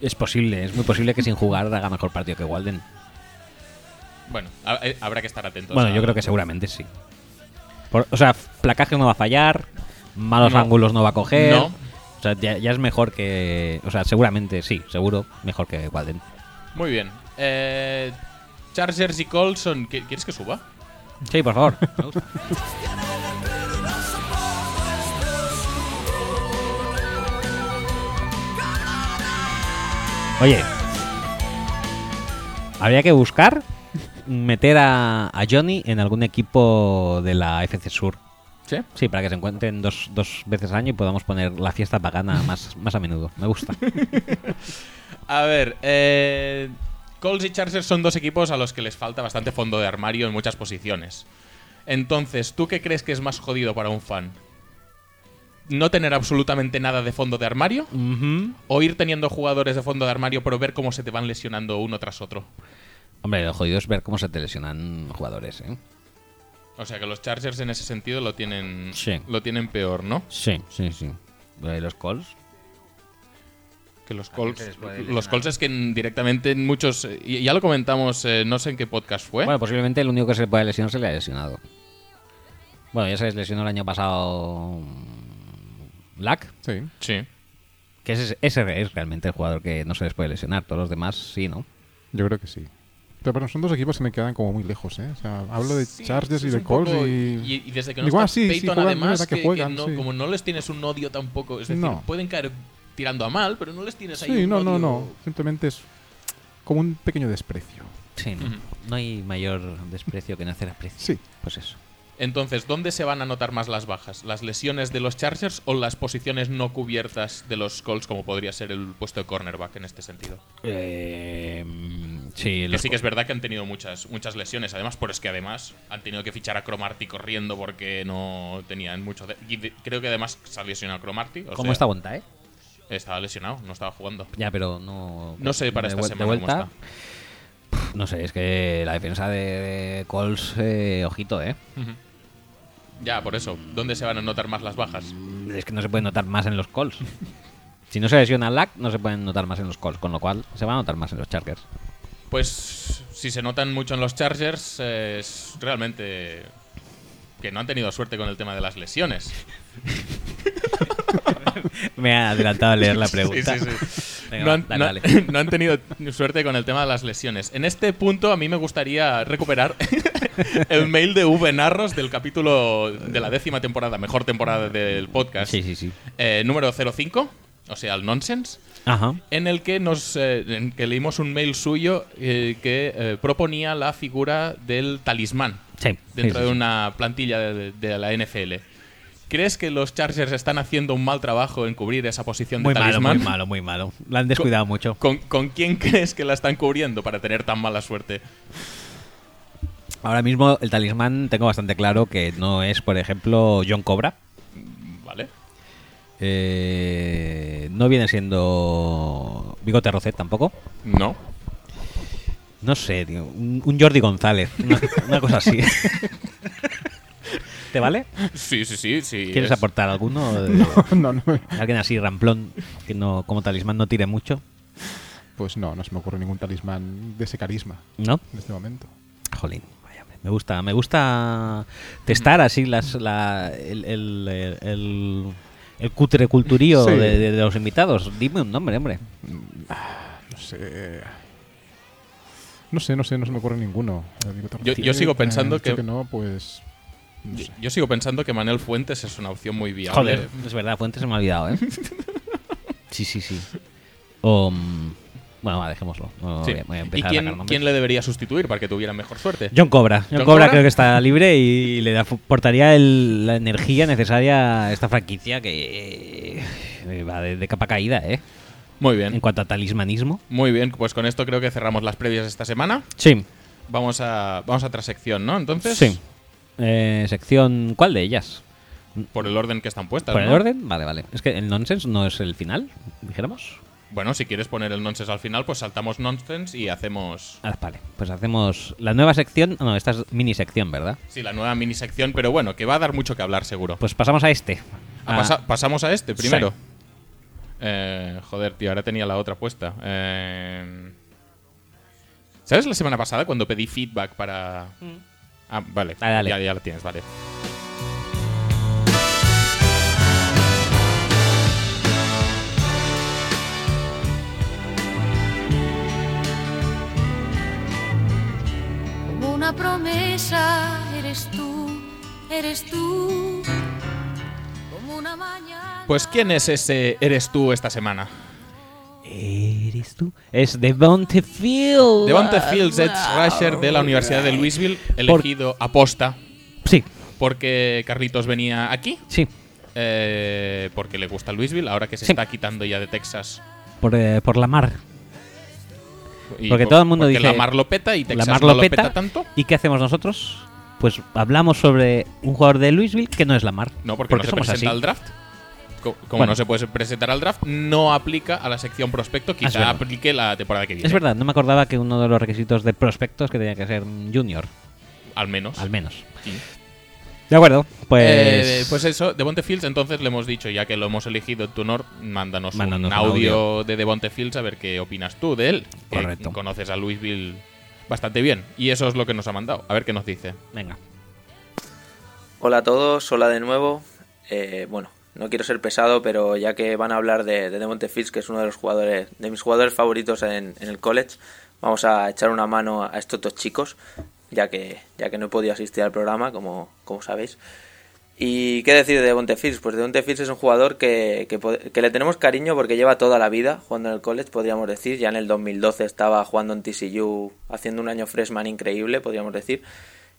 Speaker 1: Es posible, es muy posible que sin jugar haga mejor partido que Walden.
Speaker 2: Bueno, ha- eh, habrá que estar atentos.
Speaker 1: bueno,
Speaker 2: a-
Speaker 1: yo creo que seguramente sí. Por- o sea, placaje no va a fallar, malos
Speaker 2: No.
Speaker 1: ángulos no va a coger.
Speaker 2: No.
Speaker 1: O sea, ya, ya es mejor que. O sea, seguramente sí, seguro, mejor que Walden.
Speaker 2: Muy bien. Eh, Chargers y Colson, ¿quieres que suba?
Speaker 1: Sí, por favor. Me gusta. Oye, habría que buscar meter a, a Johnny en algún equipo de la FC Sur.
Speaker 2: ¿Sí?
Speaker 1: Sí, para que se encuentren dos, dos veces al año y podamos poner la fiesta pagana más, más a menudo. Me gusta.
Speaker 2: A ver, eh, Colts y Chargers son dos equipos a los que les falta bastante fondo de armario en muchas posiciones. Entonces, ¿tú qué crees que es más jodido para un fan? ¿No tener absolutamente nada de fondo de armario?
Speaker 1: Mm.
Speaker 2: ¿O ir teniendo jugadores de fondo de armario pero ver cómo se te van lesionando uno tras otro?
Speaker 1: Hombre, lo jodido es ver cómo se te lesionan jugadores, ¿eh?
Speaker 2: O sea que los Chargers en ese sentido lo tienen,
Speaker 1: Sí.
Speaker 2: lo tienen peor, ¿no?
Speaker 1: Sí, sí, sí. Lo de los calls?
Speaker 2: Que los
Speaker 1: se les
Speaker 2: Colts,
Speaker 1: puede
Speaker 2: los Colts es que en- directamente en muchos, eh, y- ya lo comentamos, eh, no sé en qué podcast fue.
Speaker 1: Bueno, posiblemente el único que se le puede lesionar se le ha lesionado. Bueno, ya se les lesionó el año pasado mm, Lack,
Speaker 3: Sí.
Speaker 2: Sí.
Speaker 1: que ese, es- ese es realmente el jugador que no se les puede lesionar. Todos los demás sí, ¿no?
Speaker 3: Yo creo que sí. Pero, pero son dos equipos que me quedan como muy lejos, ¿eh? O sea, hablo de
Speaker 2: Sí,
Speaker 3: Chargers
Speaker 2: eso
Speaker 3: y
Speaker 2: es
Speaker 3: de
Speaker 2: un poco-
Speaker 3: Colts y...
Speaker 2: y- y desde que no
Speaker 3: Digo, ah,
Speaker 2: está
Speaker 3: sí, sí,
Speaker 2: Peyton,
Speaker 3: juegan,
Speaker 2: además,
Speaker 3: ¿verdad?
Speaker 2: que,
Speaker 3: Que
Speaker 2: que
Speaker 3: juegan,
Speaker 2: no-
Speaker 3: sí.
Speaker 2: como no les tienes un odio tampoco, es decir,
Speaker 3: No.
Speaker 2: pueden caer tirando a mal, pero no les tienes ahí
Speaker 3: Sí,
Speaker 2: un
Speaker 3: no,
Speaker 2: odio-
Speaker 3: no, no. Simplemente es como un pequeño desprecio.
Speaker 1: Sí, no.
Speaker 2: Ujú.
Speaker 1: No hay mayor desprecio que no hacer aprecio.
Speaker 3: Sí.
Speaker 1: Pues eso.
Speaker 2: Entonces, ¿dónde se van a notar más las bajas? ¿Las lesiones de los Chargers o las posiciones no cubiertas de los Colts, como podría ser el puesto de cornerback en este sentido?
Speaker 1: Eh, sí,
Speaker 2: Que sí que es verdad que han tenido muchas, muchas lesiones, además, pero es que además han tenido que fichar a Cromarty corriendo porque no tenían mucho... de- y de- creo que además se ha lesionado Cromarty. o
Speaker 1: ¿Cómo
Speaker 2: sea,
Speaker 1: está Bonta, eh?
Speaker 2: Estaba lesionado, no estaba jugando.
Speaker 1: Ya, pero no.
Speaker 2: No sé para
Speaker 1: de
Speaker 2: esta
Speaker 1: vuel- de
Speaker 2: semana
Speaker 1: vuelta.
Speaker 2: cómo está.
Speaker 1: No sé, es que la defensa de, de Colts, eh, ojito, ¿eh?
Speaker 2: Ya, por eso. ¿Dónde se van a notar más las bajas?
Speaker 1: Es que no se puede notar más en los Colts. si no se lesiona Lack, no se pueden notar más en los Colts, con lo cual se va a notar más en los Chargers.
Speaker 2: Pues si se notan mucho en los Chargers, eh, es realmente que no han tenido suerte con el tema de las lesiones.
Speaker 1: Me ha adelantado a leer la pregunta.
Speaker 2: Sí, sí, sí.
Speaker 1: Venga,
Speaker 2: no, han,
Speaker 1: dale,
Speaker 2: no-
Speaker 1: dale.
Speaker 2: no han tenido suerte con el tema de las lesiones. En este punto a mí me gustaría recuperar el mail de V Narros del capítulo de la décima temporada, mejor temporada del podcast,
Speaker 1: Sí, sí, sí.
Speaker 2: eh, número 05, o sea, el nonsense.
Speaker 1: Ajá.
Speaker 2: en el que nos eh, en que leímos un mail suyo eh, que eh, proponía la figura del talismán
Speaker 1: Sí.
Speaker 2: dentro
Speaker 1: sí, sí,
Speaker 2: de una plantilla de, de la NFL. ¿Crees que los Chargers están haciendo un mal trabajo en cubrir esa
Speaker 1: sí.
Speaker 2: posición
Speaker 1: Muy
Speaker 2: de
Speaker 1: malo,
Speaker 2: talismán?
Speaker 1: muy malo, muy malo. La han descuidado mucho.
Speaker 2: ¿Con, con quién crees que la están cubriendo para tener tan mala suerte?
Speaker 1: Ahora mismo el talismán tengo bastante claro que no es, por ejemplo, John Cobra.
Speaker 2: ¿Vale?
Speaker 1: Eh, no viene siendo Bigote Rocet tampoco.
Speaker 2: No.
Speaker 1: No sé, tío, un, un Jordi González, una, una cosa así. ¿Te vale?
Speaker 2: Sí, sí, sí. sí
Speaker 1: ¿Quieres
Speaker 2: es-
Speaker 1: aportar alguno? De-
Speaker 3: no, no.
Speaker 1: Alguien así, ramplón, que no como talismán no tire mucho,
Speaker 3: Pues no, no se me ocurre ningún talismán de ese carisma
Speaker 1: ¿no?
Speaker 3: en este momento.
Speaker 1: Jolín, vaya, me gusta, me gusta testar así las, la, el, el, el- el- el cutre culturío
Speaker 3: Sí.
Speaker 1: de, de- de los invitados. Dime un nombre, hombre.
Speaker 3: No sé. No sé, no sé, no se me ocurre ninguno. Eh, digo,
Speaker 2: Yo- yo sigo
Speaker 3: eh,
Speaker 2: pensando
Speaker 3: esto
Speaker 2: que-
Speaker 3: no, pues. no
Speaker 2: Yo,
Speaker 3: sé.
Speaker 2: yo sigo pensando que Manel Fuentes es una opción muy viable.
Speaker 1: Joder, es verdad, Fuentes se me ha olvidado, ¿eh? Sí, sí, sí. O, mm, bueno, va, dejémoslo. No
Speaker 2: Sí.
Speaker 1: voy a- voy a empezar
Speaker 2: ¿Y
Speaker 1: a
Speaker 2: quién,
Speaker 1: sacar nombres.
Speaker 2: quién le debería sustituir para que tuviera mejor suerte?
Speaker 1: John Cobra. John,
Speaker 2: ¿John
Speaker 1: Cobra
Speaker 2: Cobra?
Speaker 1: creo que está libre y le aportaría el- la energía necesaria a esta franquicia que eh, va de, de capa caída, ¿eh?
Speaker 2: Muy bien.
Speaker 1: En cuanto a talismanismo.
Speaker 2: Muy bien, pues con esto creo que cerramos las previas de esta semana.
Speaker 1: Sí.
Speaker 2: Vamos a, vamos a otra sección, ¿no? Entonces,
Speaker 1: Sí. Eh, sección, ¿cuál de ellas?
Speaker 2: por el orden que están puestas.
Speaker 1: ¿Por el
Speaker 2: ¿no?
Speaker 1: orden? Vale, vale. Es que el nonsense no es el final, dijéramos.
Speaker 2: Bueno, si quieres poner el nonsense al final, pues saltamos nonsense y hacemos.
Speaker 1: Ah, vale. Pues hacemos la nueva sección. No, esta es mini sección, ¿verdad?
Speaker 2: Sí, la nueva mini sección, pero bueno, que va a dar mucho que hablar seguro.
Speaker 1: Pues pasamos a este.
Speaker 2: Ah,
Speaker 1: A-
Speaker 2: pasa- pasamos a este
Speaker 1: Sí.
Speaker 2: primero. Eh, joder, tío, ahora tenía la otra puesta. Eh, ¿Sabes la semana pasada cuando pedí feedback para. Ah,
Speaker 1: Dale,
Speaker 2: vale.
Speaker 1: Mm. dale.
Speaker 2: Ya, ya la tienes, vale.
Speaker 6: Como una promesa eres tú, eres tú. Como una mañana.
Speaker 2: Pues, ¿quién es ese eres tú esta semana?
Speaker 4: Eh, ¿Eres tú?
Speaker 1: Ah, Es Ah, Devonte Fields.
Speaker 2: Devante Fields, edge rusher de la Universidad de Louisville, elegido aposta
Speaker 1: Sí,
Speaker 2: porque Carlitos venía aquí,
Speaker 1: sí.
Speaker 2: eh, porque le gusta Louisville, ahora que se
Speaker 1: Sí.
Speaker 2: está quitando ya de Texas.
Speaker 1: Por, eh, por la mar.
Speaker 2: y
Speaker 1: Porque
Speaker 2: por-
Speaker 1: todo el mundo
Speaker 2: porque
Speaker 1: dice-
Speaker 2: la mar lo peta y Texas
Speaker 1: la mar
Speaker 2: no
Speaker 1: lo
Speaker 2: lo
Speaker 1: peta.
Speaker 2: peta tanto.
Speaker 1: ¿Y qué hacemos nosotros? Pues hablamos sobre un jugador de Louisville que no es la mar.
Speaker 2: No, porque, no se
Speaker 1: somos
Speaker 2: presenta
Speaker 1: así.
Speaker 2: al draft. Co- Como
Speaker 1: Bueno.
Speaker 2: no se puede presentar al draft, no aplica a la sección prospecto,
Speaker 1: Ah, es
Speaker 2: quizá
Speaker 1: verdad.
Speaker 2: aplique la temporada que viene.
Speaker 1: Es verdad, no me acordaba que uno de los requisitos de prospectos que tenía que ser un junior,
Speaker 2: Al menos.
Speaker 1: al menos.
Speaker 2: Sí.
Speaker 1: De acuerdo, pues.
Speaker 2: Eh, pues eso, Devonte Fields, entonces le hemos dicho, ya que lo hemos elegido en tu honor, mándanos,
Speaker 1: Mándanos un
Speaker 2: un audio, de Devonte Fields a ver qué opinas tú de él. que
Speaker 1: Correcto.
Speaker 2: conoces a Louisville bastante bien. Y eso es lo que nos ha mandado. A ver qué nos dice.
Speaker 1: Venga.
Speaker 5: Hola a todos, hola de nuevo. Eh, bueno, no quiero ser pesado, pero ya que van a hablar de, de Devonte Fields, que es uno de los jugadores, de mis jugadores favoritos en, en el college, vamos a echar una mano a estos dos chicos, ya que, ya que no he podido asistir al programa, como, como sabéis. ¿Y qué decir de Devonte Fields? Pues Devonte Fields es un jugador que, que po- que le tenemos cariño porque lleva toda la vida jugando en el college, podríamos decir. Ya en el 2012 estaba jugando en TCU, haciendo un año freshman increíble, podríamos decir.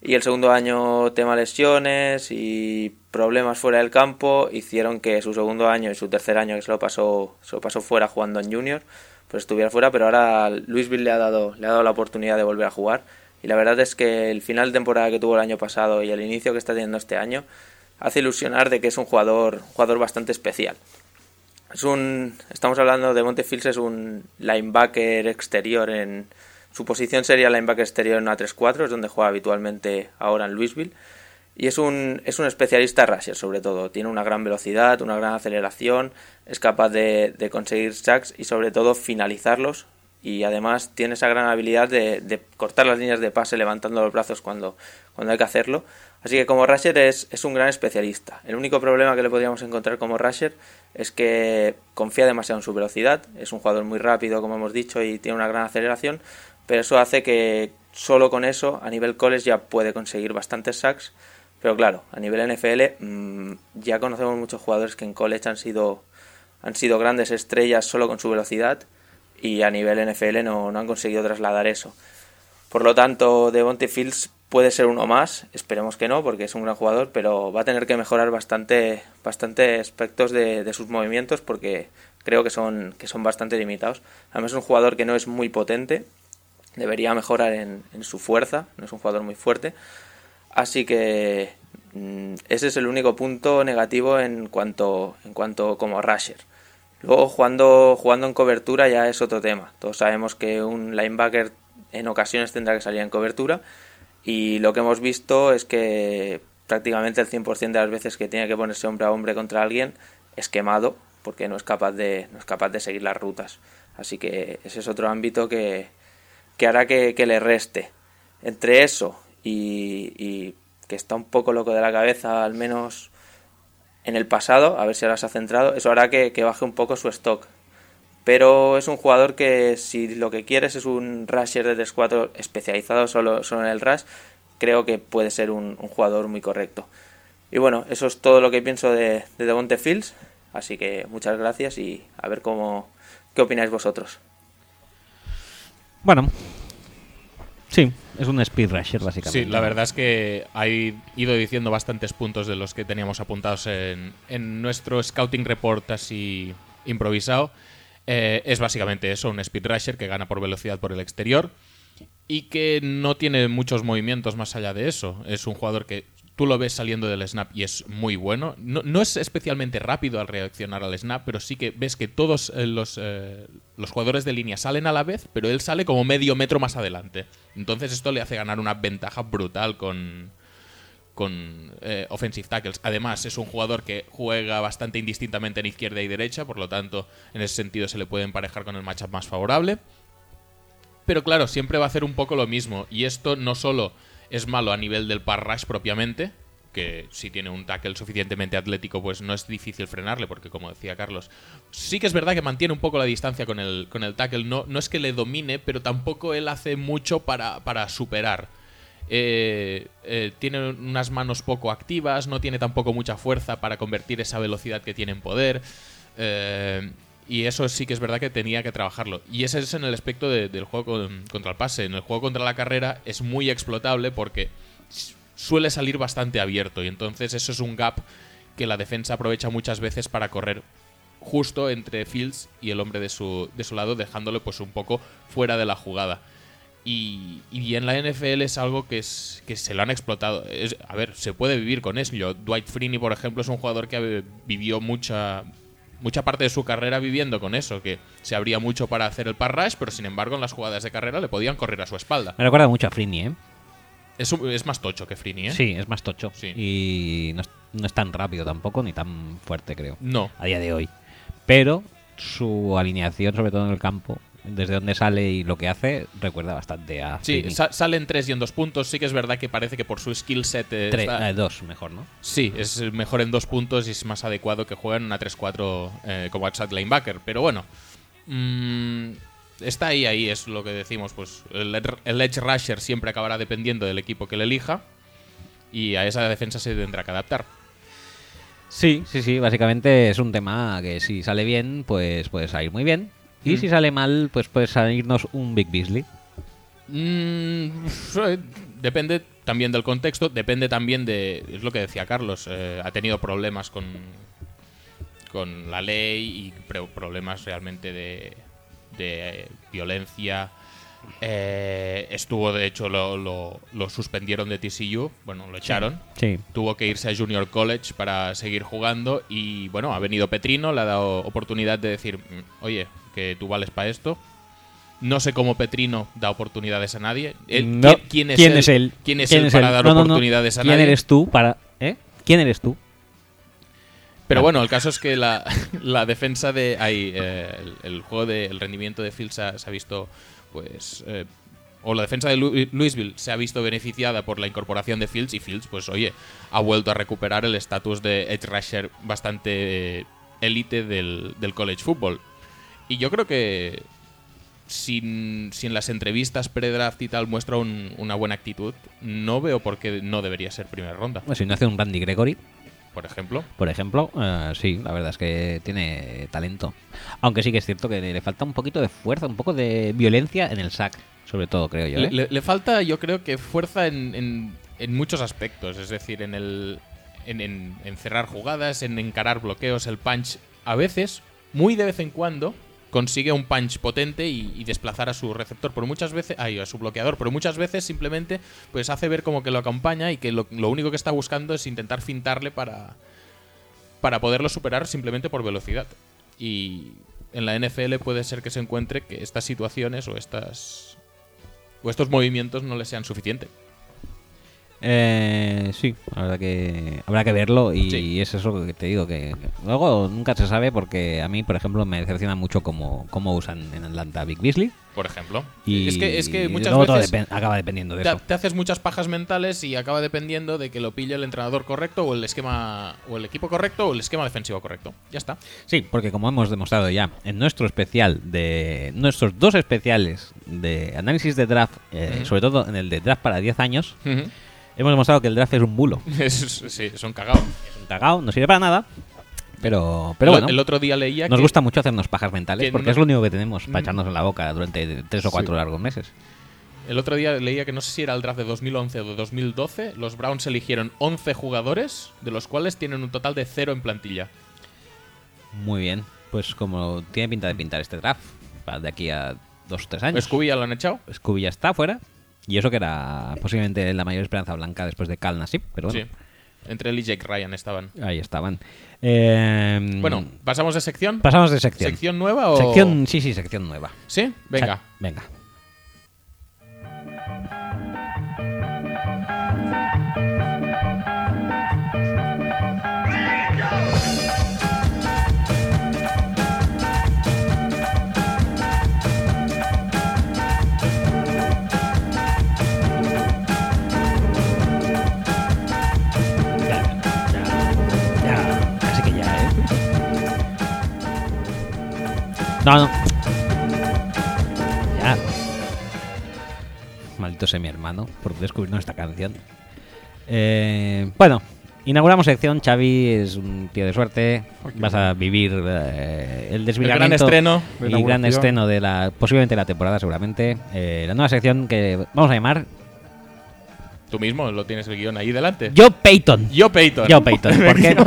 Speaker 5: Y el segundo año, tema lesiones y problemas fuera del campo, hicieron que su segundo año y su tercer año, que se lo pasó, se lo pasó fuera jugando en junior, pues estuviera fuera. Pero ahora Louisville le ha, dado, le ha dado la oportunidad de volver a jugar. Y la verdad es que el final de temporada que tuvo el año pasado y el inicio que está teniendo este año hace ilusionar de que es un jugador, jugador bastante especial. Es un, estamos hablando de Montefields, es un linebacker exterior en su posición sería linebacker exterior en una 3-4, es donde juega habitualmente ahora en Louisville. Y es un, es un especialista rusher, sobre todo. Tiene una gran velocidad, una gran aceleración, es capaz de, de conseguir sacks y, sobre todo, finalizarlos. Y además tiene esa gran habilidad de, de cortar las líneas de pase levantando los brazos cuando, cuando hay que hacerlo. Así que, como rusher, es, es un gran especialista. El único problema que le podríamos encontrar como rusher es que confía demasiado en su velocidad. Es un jugador muy rápido, como hemos dicho, y tiene una gran aceleración. Pero eso hace que solo con eso, a nivel college, ya puede conseguir bastantes sacks. Pero claro, a nivel NFL mm, ya conocemos muchos jugadores que en college han sido, han sido grandes estrellas solo con su velocidad y a nivel NFL no, no han conseguido trasladar eso. Por lo tanto, Devontae Fields puede ser uno más, esperemos que no, porque es un gran jugador, pero va a tener que mejorar bastante, bastante aspectos de, de sus movimientos porque creo que son, que son bastante limitados. Además es un jugador que no es muy potente, debería mejorar en, en su fuerza, no es un jugador muy fuerte. Así que mm, ese es el único punto negativo en cuanto, en cuanto como rusher. Luego jugando, jugando en cobertura ya es otro tema. Todos sabemos que un linebacker en ocasiones tendrá que salir en cobertura y lo que hemos visto es que prácticamente el 100% de las veces que tiene que ponerse hombre a hombre contra alguien es quemado porque no es capaz de, no es capaz de seguir las rutas. Así que ese es otro ámbito que, que hará que, que le reste. Entre eso y, y que está un poco loco de la cabeza, al menos en el pasado, a ver si ahora se ha centrado, eso hará que, que baje un poco su stock. Pero es un jugador que si lo que quieres es un rusher de 3-4 especializado solo, solo en el rush, creo que puede ser un, un jugador muy correcto. Y bueno, eso es todo lo que pienso de, de Devonte Fields. Así que muchas gracias y a ver cómo, qué opináis vosotros.
Speaker 1: Bueno. Sí, es un speed rusher, básicamente.
Speaker 2: Sí, la verdad es que ha ido diciendo bastantes puntos de los que teníamos apuntados en, en nuestro scouting report así improvisado. Eh, es básicamente eso, un speed rusher que gana por velocidad por el exterior y que no tiene muchos movimientos más allá de eso. Es un jugador que tú lo ves saliendo del snap y es muy bueno. No, no es especialmente rápido al reaccionar al snap, pero sí que ves que todos eh, los, eh, los jugadores de línea salen a la vez, pero él sale como medio metro más adelante. Entonces esto le hace ganar una ventaja brutal con, con eh, offensive tackles. Además, es un jugador que juega bastante indistintamente en izquierda y derecha, por lo tanto, en ese sentido se le puede emparejar con el matchup más favorable. Pero claro, siempre va a hacer un poco lo mismo. Y esto no solo es malo a nivel del par rush propiamente, que si tiene un tackle suficientemente atlético, pues no es difícil frenarle, porque como decía Carlos, sí que es verdad que mantiene un poco la distancia con el, con el tackle. No, no es que le domine, pero tampoco él hace mucho para, para superar. Eh, eh, tiene unas manos poco activas, no tiene tampoco mucha fuerza para convertir esa velocidad que tiene en poder. Eh, Y eso sí que es verdad que tenía que trabajarlo. Y ese es en el aspecto de- del juego con- contra el pase. En el juego contra la carrera es muy explotable porque s- suele salir bastante abierto. Y entonces eso es un gap que la defensa aprovecha muchas veces para correr justo entre Fields y el hombre de su, de su lado, dejándole pues un poco fuera de la jugada. Y, y en la NFL es algo que, es, que se lo han explotado. Es- a ver, se puede vivir con ello. Dwight Freeney, por ejemplo, es un jugador que eh, vivió mucha, mucha parte de su carrera viviendo con eso, que se abría mucho para hacer el pass rush, pero sin embargo en las jugadas de carrera le podían correr a su espalda.
Speaker 1: Me recuerda mucho a Frini, ¿eh?
Speaker 2: Es, un- es más tocho que Freeney, ¿eh?
Speaker 1: Sí, es más tocho.
Speaker 2: Sí.
Speaker 1: Y no es, no es tan rápido tampoco, ni tan fuerte, creo.
Speaker 2: No.
Speaker 1: A día de hoy. Pero su alineación, sobre todo en el campo, desde donde sale y lo que hace, recuerda bastante a
Speaker 2: Sí,
Speaker 1: Freeney.
Speaker 2: sa- salen tres y en dos puntos. Sí que es verdad que parece que por su skill set eh,
Speaker 1: Tres-
Speaker 2: está-
Speaker 1: eh, dos, mejor, ¿no?
Speaker 2: Sí, es mejor en dos puntos y es más adecuado que juegue en una 3-4 eh, como outside linebacker. Pero bueno, mm, está ahí, ahí es lo que decimos. Pues el, ed- el edge rusher siempre acabará dependiendo del equipo que le elija y a esa defensa se tendrá que adaptar.
Speaker 1: Sí, sí, sí. Básicamente es un tema que si sale bien, pues puede salir muy bien. Y si sale mal, pues puede salirnos un Big Beasley.
Speaker 2: Mm, eh, depende también del contexto, depende también de. Es lo que decía Carlos, eh, ha tenido problemas con, con la ley y pro- problemas realmente de, de eh, violencia. Eh, estuvo, de hecho, lo, lo- lo suspendieron de TCU, bueno, lo echaron.
Speaker 1: Sí.
Speaker 2: Tuvo que irse a Junior College para seguir jugando y bueno, ha venido Petrino, le ha dado oportunidad de decir, "Mm, oye, que tú vales para esto. No sé cómo Petrino da oportunidades a nadie. Él-
Speaker 1: Mm, No.
Speaker 2: ¿quién, quién es él? ¿Quién es él para dar
Speaker 1: No, no, no.
Speaker 2: oportunidades a
Speaker 1: ¿Quién
Speaker 2: nadie?
Speaker 1: eres tú para...? ¿Eh? ¿Quién eres tú?
Speaker 2: Pero bueno, el caso es que la, la defensa de. ahí, eh, el, el juego de. El rendimiento de Fields ha- se ha visto. Pues. eh, o la defensa de Lu- Louisville se ha visto beneficiada por la incorporación de Fields. Y Fields, pues oye, ha vuelto a recuperar el estatus de Edge Rusher bastante eh, élite del, del college football. Y yo creo que. sin sin las entrevistas pre-draft y tal muestra un- una buena actitud, no veo por qué no debería ser primera ronda,
Speaker 1: Bueno, Pues si no hace un Randy Gregory,
Speaker 2: por ejemplo.
Speaker 1: por ejemplo, eh, sí, la verdad es que tiene talento. Aunque sí que es cierto que le, le falta un poquito de fuerza, un poco de violencia en el sack, sobre todo, creo yo. ¿eh?
Speaker 2: Le, le- le falta, yo creo que fuerza en, en- en muchos aspectos, es decir, en el en, en- en cerrar jugadas, en encarar bloqueos, el punch. A veces, muy de vez en cuando, consigue un punch potente y, y desplazar a su receptor, pero muchas veces, ay, a su bloqueador, pero muchas veces simplemente pues hace ver como que lo acompaña y que lo, lo único que está buscando es intentar fintarle para para poderlo superar simplemente por velocidad. Y en la NFL puede ser que se encuentre que estas situaciones o estas o estos movimientos no le sean suficientes.
Speaker 1: Eh, sí, la verdad que habrá que verlo y
Speaker 2: Sí.
Speaker 1: es eso que te digo, que luego nunca se sabe porque a mí, por ejemplo, me decepciona mucho cómo, cómo usan en Atlanta a Big Beasley.
Speaker 2: Por ejemplo.
Speaker 1: Y
Speaker 2: es que, es que muchas
Speaker 1: luego todo
Speaker 2: veces
Speaker 1: depen- acaba dependiendo de
Speaker 2: te,
Speaker 1: eso.
Speaker 2: te haces muchas pajas mentales y acaba dependiendo de que lo pille el entrenador correcto o el esquema o el equipo correcto o el esquema defensivo correcto. Ya está.
Speaker 1: Sí, porque como hemos demostrado ya en nuestro especial de nuestros dos especiales de análisis de draft, eh,
Speaker 2: Ujú.
Speaker 1: sobre todo en el de draft para 10 años, hemos demostrado que el draft es un bulo,
Speaker 2: Es- sí, son cagados.
Speaker 1: es un cagao, no sirve para nada, pero pero
Speaker 2: El-
Speaker 1: bueno,
Speaker 2: el otro día leía
Speaker 1: nos
Speaker 2: que
Speaker 1: gusta mucho hacernos pajas mentales
Speaker 2: que
Speaker 1: porque
Speaker 2: no- Mm.
Speaker 1: es lo único que tenemos para echarnos en la boca durante tres o cuatro largos meses.
Speaker 2: El otro día leía que no sé si era el draft de 2011 o de 2012, los Browns eligieron 11 jugadores, de los cuales tienen un total de cero en plantilla.
Speaker 1: Muy bien, pues como tiene pinta de pintar este draft, para de aquí a dos o tres años.
Speaker 2: Scooby ya lo han echado.
Speaker 1: Scooby ya está fuera. Y eso que era posiblemente la mayor esperanza blanca después de Cal Nasib, pero bueno,
Speaker 2: Sí. Entre él y Jake Ryan estaban.
Speaker 1: ahí estaban. Eh,
Speaker 2: Bueno, ¿pasamos de sección?
Speaker 1: pasamos de sección.
Speaker 2: ¿Sección nueva o...?
Speaker 1: Sección- sí, sí, sección nueva.
Speaker 2: ¿Sí? Venga.
Speaker 1: Sa- venga. Ya, ya, ya, casi que ya, ¿eh? No, no. Ya. Maldito sea mi hermano por descubrirnos esta canción. Eh, bueno, Inauguramos sección, Xavi es un tío de suerte.
Speaker 3: Ok.
Speaker 1: Vas a vivir eh, el
Speaker 2: El gran
Speaker 1: desvirgamiento.
Speaker 2: estreno.
Speaker 3: La
Speaker 1: y gran
Speaker 3: inauguración.
Speaker 1: estreno de la posiblemente la temporada seguramente eh, la nueva sección que vamos a llamar
Speaker 2: Tú mismo lo tienes el guión ahí delante.
Speaker 1: Yo Peyton
Speaker 2: Yo Peyton.
Speaker 1: Yo Peyton ¿por qué?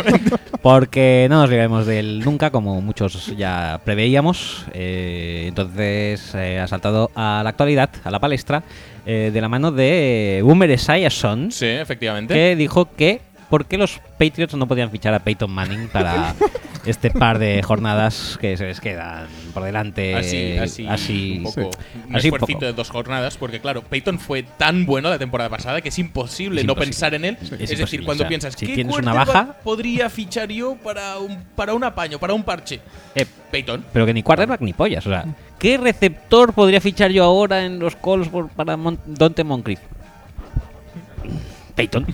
Speaker 1: porque no nos libremos de él nunca como muchos ya preveíamos eh, entonces eh, ha saltado a la actualidad a la palestra eh, de la mano de eh, Boomer Esiason
Speaker 2: Sí, efectivamente.
Speaker 1: que dijo que por qué los Patriots no podían fichar a Peyton Manning para este par de jornadas que se les quedan por delante
Speaker 2: Así, así,
Speaker 1: eh, así
Speaker 2: un poco. Un
Speaker 1: Así
Speaker 2: esfuercito
Speaker 1: poco.
Speaker 2: de dos jornadas, porque claro, Peyton fue tan bueno la temporada pasada que es imposible
Speaker 1: Es
Speaker 2: no
Speaker 1: imposible.
Speaker 2: pensar en él.
Speaker 1: Sí. Es
Speaker 2: Es, decir,
Speaker 1: imposible,
Speaker 2: cuando
Speaker 1: o sea,
Speaker 2: piensas,
Speaker 1: si
Speaker 2: ¿qué
Speaker 1: tienes una
Speaker 2: quarterback
Speaker 1: baja-
Speaker 2: podría fichar yo para un, para un apaño, para un parche?
Speaker 1: Eh,
Speaker 2: Peyton.
Speaker 1: Pero que ni quarterback ni pollas. O sea, ¿qué receptor podría fichar yo ahora en los calls por- para Mon- Dante Moncrief? Peyton.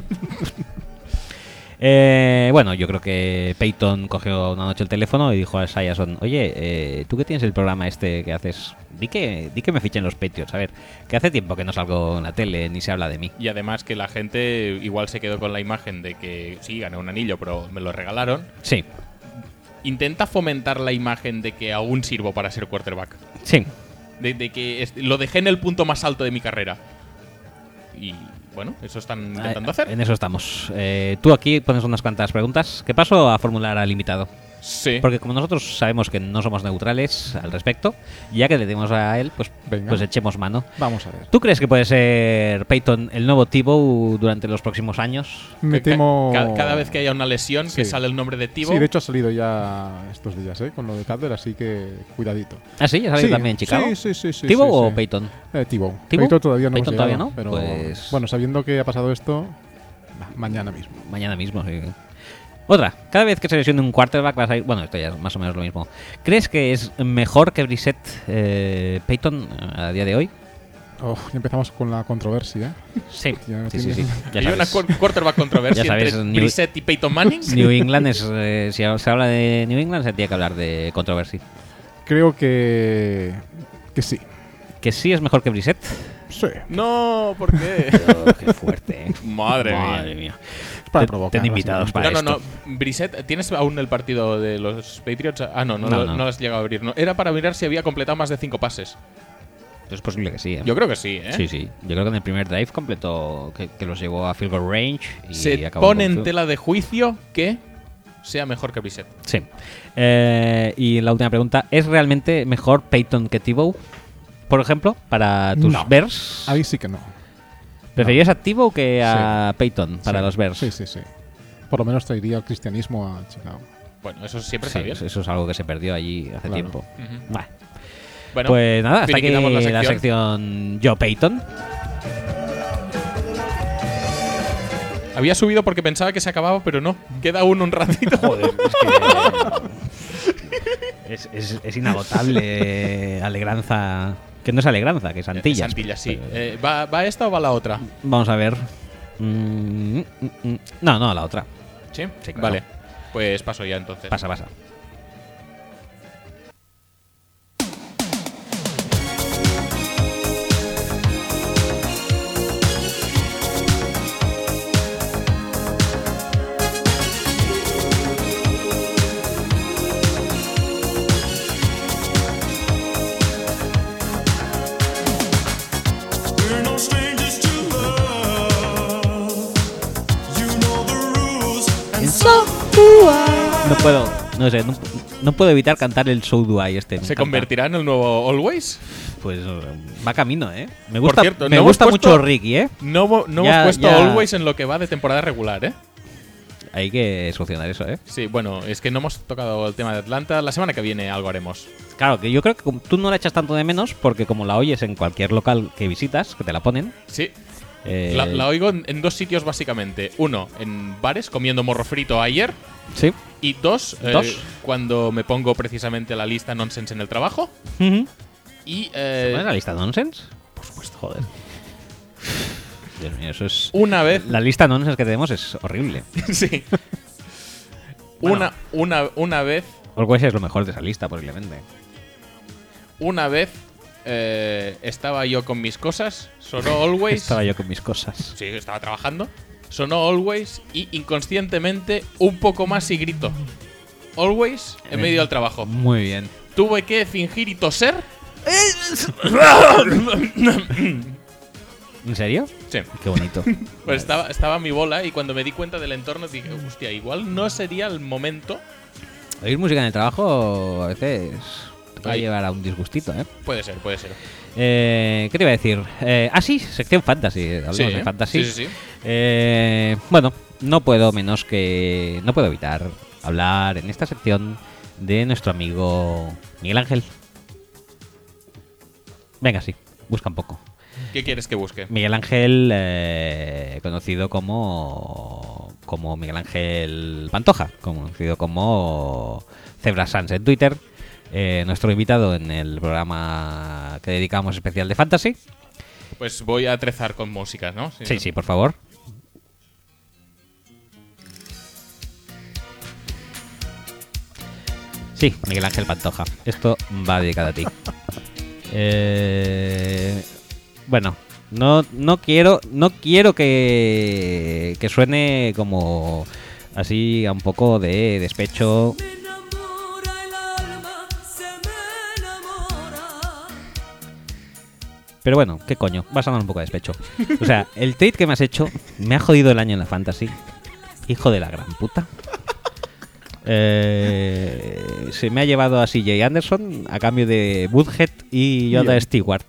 Speaker 1: Eh, bueno, yo creo que Peyton cogió una noche el teléfono y dijo a Sayason, oye, eh, tú que tienes el programa este que haces, di que, di que me fichen los Patriots, a ver, que hace tiempo que no salgo en la tele ni se habla de mí.
Speaker 2: Y además que la gente igual se quedó con la imagen de que sí, gané un anillo, pero me lo regalaron.
Speaker 1: Sí,
Speaker 2: Intenta fomentar la imagen de que aún sirvo para ser quarterback.
Speaker 1: sí.
Speaker 2: De, de que es- lo dejé en el punto más alto de mi carrera. Y bueno, eso están intentando hacer.
Speaker 1: Ah, En eso estamos. Eh, tú aquí pones unas cuantas preguntas. ¿Qué paso a formular al invitado?
Speaker 2: Sí.
Speaker 1: Porque como nosotros sabemos que no somos neutrales al respecto, ya que le dimos a él, pues,
Speaker 3: Venga.
Speaker 1: pues echemos mano.
Speaker 3: Vamos a ver.
Speaker 1: ¿Tú crees que puede ser Peyton el nuevo Tibo durante los próximos años?
Speaker 3: Me
Speaker 2: Ca-
Speaker 3: temo.
Speaker 2: ca- cada vez que haya una lesión que
Speaker 3: Sí.
Speaker 2: sale el nombre de Tibo.
Speaker 3: Sí, de hecho ha salido ya estos días, ¿eh? Con lo de Cutler, así que cuidadito.
Speaker 1: Ah, sí, ya sabéis
Speaker 3: Sí,
Speaker 1: también en Chicago.
Speaker 3: Sí, sí, sí. sí
Speaker 1: ¿Tibo
Speaker 3: sí,
Speaker 1: o
Speaker 3: sí.
Speaker 1: Peyton?
Speaker 3: Eh, Tibo.
Speaker 1: ¿Tibo?
Speaker 3: Peyton todavía no hemos
Speaker 1: Peyton todavía
Speaker 3: llegado,
Speaker 1: no,
Speaker 3: Pero
Speaker 1: pues-
Speaker 3: bueno, sabiendo que ha pasado esto, bah, mañana mismo.
Speaker 1: Mañana mismo, sí. Otra, cada vez que se lesione un quarterback vas a ir... Bueno, esto ya es más o menos lo mismo. ¿Crees que es mejor que Brissett eh, Peyton a día de hoy?
Speaker 3: Oh, ya empezamos con la controversia.
Speaker 1: Sí,
Speaker 3: Ya
Speaker 1: sí, sí. sí.
Speaker 3: tienes-
Speaker 1: Ya
Speaker 2: hay una
Speaker 1: sabes.
Speaker 2: cor- quarterback controversia
Speaker 1: Ya sabes,
Speaker 2: entre
Speaker 1: New-
Speaker 2: Brissett y Peyton Manning.
Speaker 1: New England es... eh, si se habla de New England se tiene que hablar de controversia.
Speaker 3: Creo que. que sí.
Speaker 1: Que sí es mejor que Brissett.
Speaker 3: Sí.
Speaker 2: No, ¿por qué?
Speaker 1: Oh, qué fuerte. eh.
Speaker 2: Madre,
Speaker 1: Madre
Speaker 2: mía.
Speaker 1: mía.
Speaker 3: Es para
Speaker 1: Te-
Speaker 3: provocar.
Speaker 1: ten invitados
Speaker 3: básicamente.
Speaker 1: para
Speaker 2: no, no,
Speaker 1: esto.
Speaker 2: no. Brissett, ¿tienes aún el partido de los Patriots? Ah, no, no,
Speaker 1: No,
Speaker 2: lo-
Speaker 1: no.
Speaker 2: no lo has llegado a abrir. No, era para mirar si había completado más de cinco pases.
Speaker 1: Es posible que sí. ¿eh?
Speaker 2: Yo creo que sí, ¿eh?
Speaker 1: Sí, sí. Yo creo que en el primer drive completó, que, que los llevó a field goal range y
Speaker 2: Se
Speaker 1: acabó
Speaker 2: pone
Speaker 1: con
Speaker 2: en
Speaker 1: field-
Speaker 2: tela de juicio que sea mejor que Brissett.
Speaker 1: Sí. Eh, y la última pregunta, ¿es realmente mejor Peyton que Tebow? Por ejemplo, para tus
Speaker 3: No.
Speaker 1: Bears.
Speaker 3: Ahí sí que no.
Speaker 1: ¿Preferías a Tebow que a Peyton para
Speaker 3: Sí.
Speaker 1: los Bears?
Speaker 3: Sí, sí, sí. Por lo menos traería el cristianismo a Chicago.
Speaker 2: Bueno, eso siempre
Speaker 1: Sí,
Speaker 2: está bien.
Speaker 1: eso eso es algo que se perdió allí hace
Speaker 3: Claro.
Speaker 1: tiempo.
Speaker 2: Ujú.
Speaker 1: Bah.
Speaker 2: Bueno,
Speaker 1: pues nada, hasta aquí
Speaker 2: finiquitamos la sección.
Speaker 1: la sección Joe Peyton.
Speaker 2: Había subido porque pensaba que se acababa, pero no. Queda aún un ratito. Eh,
Speaker 1: Joder, es que. es, es- es inagotable. eh, Alegranza. Que no es alegranza, que es
Speaker 2: Eh,
Speaker 1: Antillas.
Speaker 2: Santillas, sí.
Speaker 1: Pero-
Speaker 2: Eh, ¿va, va esta o va la otra?
Speaker 1: Vamos a ver. Mm, mm, mm. No, no, la otra.
Speaker 2: Sí,
Speaker 1: Sí, claro.
Speaker 2: Vale. Pues paso ya entonces.
Speaker 1: Pasa, pasa.
Speaker 7: We're no strangers to love. You know the rules, and so
Speaker 1: No puedo. No sé, no, no puedo evitar cantar el So Do I este. me
Speaker 2: ¿Se
Speaker 1: encanta.
Speaker 2: convertirá en el nuevo Always?
Speaker 1: Pues eh, va camino, ¿eh? Me gusta,
Speaker 2: cierto,
Speaker 1: me
Speaker 2: no hemos
Speaker 1: gusta
Speaker 2: puesto-
Speaker 1: mucho Ricky, ¿eh?
Speaker 2: No, mo- no
Speaker 1: Ya,
Speaker 2: hemos puesto
Speaker 1: ya.
Speaker 2: Always en lo que va de temporada regular, ¿eh?
Speaker 1: Hay que solucionar eso, ¿eh?
Speaker 2: Sí, bueno, es que no hemos tocado el tema de Atlanta. La semana que viene algo haremos.
Speaker 1: Claro, que yo creo que como tú no la echas tanto de menos porque como la oyes en cualquier local que visitas, que te la ponen.
Speaker 2: Sí,
Speaker 1: eh,
Speaker 2: la, la oigo en, en dos sitios básicamente. Uno, en bares comiendo morro frito ayer.
Speaker 1: eh, Sí.
Speaker 2: Y dos, eh,
Speaker 1: Dos.
Speaker 2: cuando me pongo precisamente la lista nonsense en el trabajo.
Speaker 1: Ujú.
Speaker 2: Y
Speaker 1: ¿No es la
Speaker 2: eh,
Speaker 1: lista nonsense? Por supuesto, joder. Dios mío, eso es.
Speaker 2: una vez
Speaker 1: La lista nonsense que tenemos es horrible.
Speaker 2: sí. Una, una, una vez,
Speaker 1: Orwell es lo mejor de esa lista, posiblemente.
Speaker 2: una vez eh, estaba yo con mis cosas, sonó Always.
Speaker 1: Estaba yo con mis cosas.
Speaker 2: Sí, estaba trabajando. sonó Always y inconscientemente un poco más y grito. Always en medio del trabajo.
Speaker 8: Muy bien.
Speaker 2: Tuve que fingir y toser.
Speaker 1: ¿En serio?
Speaker 2: Sí.
Speaker 1: Qué bonito.
Speaker 2: Pues estaba, estaba mi bola y cuando me di cuenta del entorno dije, hostia, igual no sería el momento.
Speaker 1: Oír música en el trabajo a veces te puede
Speaker 2: Ay.
Speaker 1: llevar a un disgustito, ¿eh?
Speaker 2: Puede ser, puede ser.
Speaker 1: Eh, qué te iba a decir? Eh, ah, sí, sección fantasy. Hablamos
Speaker 2: Sí,
Speaker 1: de fantasy.
Speaker 2: sí, sí, sí.
Speaker 1: Eh, bueno, no puedo menos que. No puedo evitar hablar en esta sección de nuestro amigo Miguel Ángel. Venga, sí, busca un poco.
Speaker 2: ¿Qué quieres que busque?
Speaker 1: Miguel Ángel, eh, conocido como. como Miguel Ángel Pantoja, conocido como Zebra Sans en Twitter, eh, nuestro invitado en el programa que dedicamos especial de Fantasy.
Speaker 2: Pues voy a trezar con música, ¿no?
Speaker 1: Sí, sí, por favor. Sí, Miguel Ángel Pantoja. Esto va dedicado a ti. Eh, bueno, no, no quiero, no quiero que, que suene como así a un poco de despecho.
Speaker 6: Me enamora el alma, se me enamora.
Speaker 1: Pero bueno, qué coño, vas a dar un poco de despecho. O sea, el tweet que me has hecho me ha jodido el año en la fantasy. Hijo de la gran puta. Eh, se me ha llevado a CJ Anderson a cambio de Woodhead y Yoda Stewart.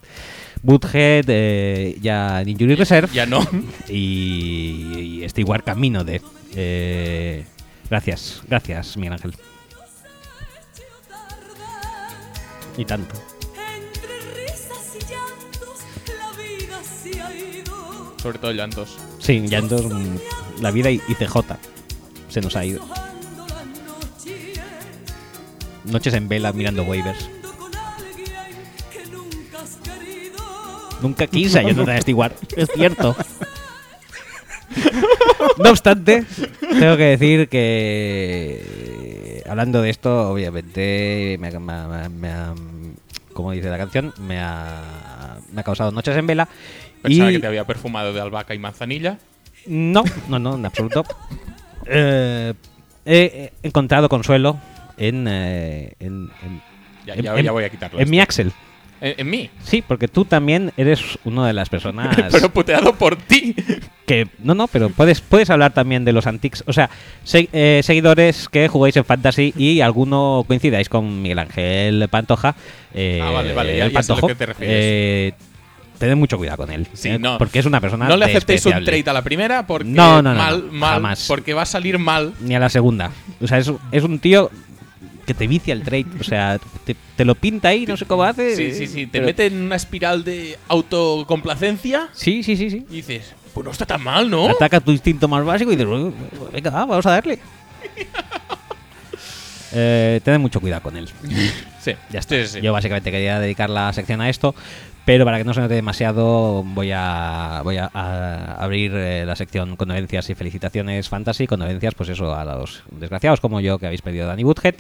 Speaker 1: Woodhead eh, ya en Injury Reserve
Speaker 2: Ya no.
Speaker 1: y, y Stewart camino de. Eh, gracias, gracias, Miguel Ángel.
Speaker 6: Hecho tarde,
Speaker 1: Y tanto.
Speaker 6: entre risas y llantos, la vida se ha ido.
Speaker 2: Sobre todo llantos.
Speaker 1: Sí, llantos, mm, la vida y, y CJ se nos ha ido.
Speaker 6: Sojando las noches.
Speaker 1: Noches en vela mirando waivers.
Speaker 6: Viviendo con alguien que nunca has querido.
Speaker 1: Nunca quise a Jonathan Stewart. Es cierto. No obstante, tengo que decir que hablando de esto, obviamente, me, ha- me ha- me ha- como dice la canción, me ha, me ha causado noches en vela.
Speaker 2: Pensaba
Speaker 1: y
Speaker 2: que te había perfumado de albahaca y manzanilla.
Speaker 1: No, no, no, en absoluto. Eh, he encontrado consuelo en, eh, en, en-
Speaker 2: Ya,
Speaker 1: en-
Speaker 2: ya-
Speaker 1: en-
Speaker 2: ya voy a quitarlo.
Speaker 1: en mi
Speaker 2: esto.
Speaker 1: Axel.
Speaker 2: En, en mí.
Speaker 1: Sí, porque tú también eres una de las personas.
Speaker 2: Pero puteado por ti.
Speaker 1: Que, no, no, pero puedes, puedes hablar también de los antics. O sea, se- eh, seguidores que jugáis en Fantasy y alguno coincidáis con Miguel Ángel Pantoja. eh,
Speaker 2: Ah, vale, vale, ya-
Speaker 1: el
Speaker 2: ya sé a lo
Speaker 1: Pantojo,
Speaker 2: que te refieres.
Speaker 1: eh, tened mucho cuidado con él.
Speaker 2: Sí,
Speaker 1: eh,
Speaker 2: no.
Speaker 1: Porque es una persona.
Speaker 2: No le aceptéis un
Speaker 1: despreciable.
Speaker 2: trade a la primera porque
Speaker 1: No, no, no,
Speaker 2: mal,
Speaker 1: no,
Speaker 2: mal,
Speaker 1: jamás.
Speaker 2: porque va a salir mal.
Speaker 1: Ni a la segunda. O sea, es, es un tío que te vicia el trade. O sea, te, te lo pinta ahí, no sé cómo hace.
Speaker 2: Sí,
Speaker 1: eh,
Speaker 2: sí, sí. Te
Speaker 1: pero-
Speaker 2: mete en una espiral de autocomplacencia
Speaker 1: Sí, sí, sí, sí.
Speaker 2: y dices, pues no está tan mal, ¿no?
Speaker 1: Ataca tu instinto más básico y dices, "Bueno, venga, va, vamos a darle. eh, tened mucho cuidado con él.
Speaker 2: Sí,
Speaker 1: Ya está.
Speaker 2: Sí, sí, sí.
Speaker 1: Yo básicamente quería dedicar la sección a esto, pero para que no se note demasiado, voy a, voy a, a abrir eh, la sección condolencias y felicitaciones fantasy. Condolencias, pues eso, a los desgraciados como yo que habéis pedido a Danny Woodhead.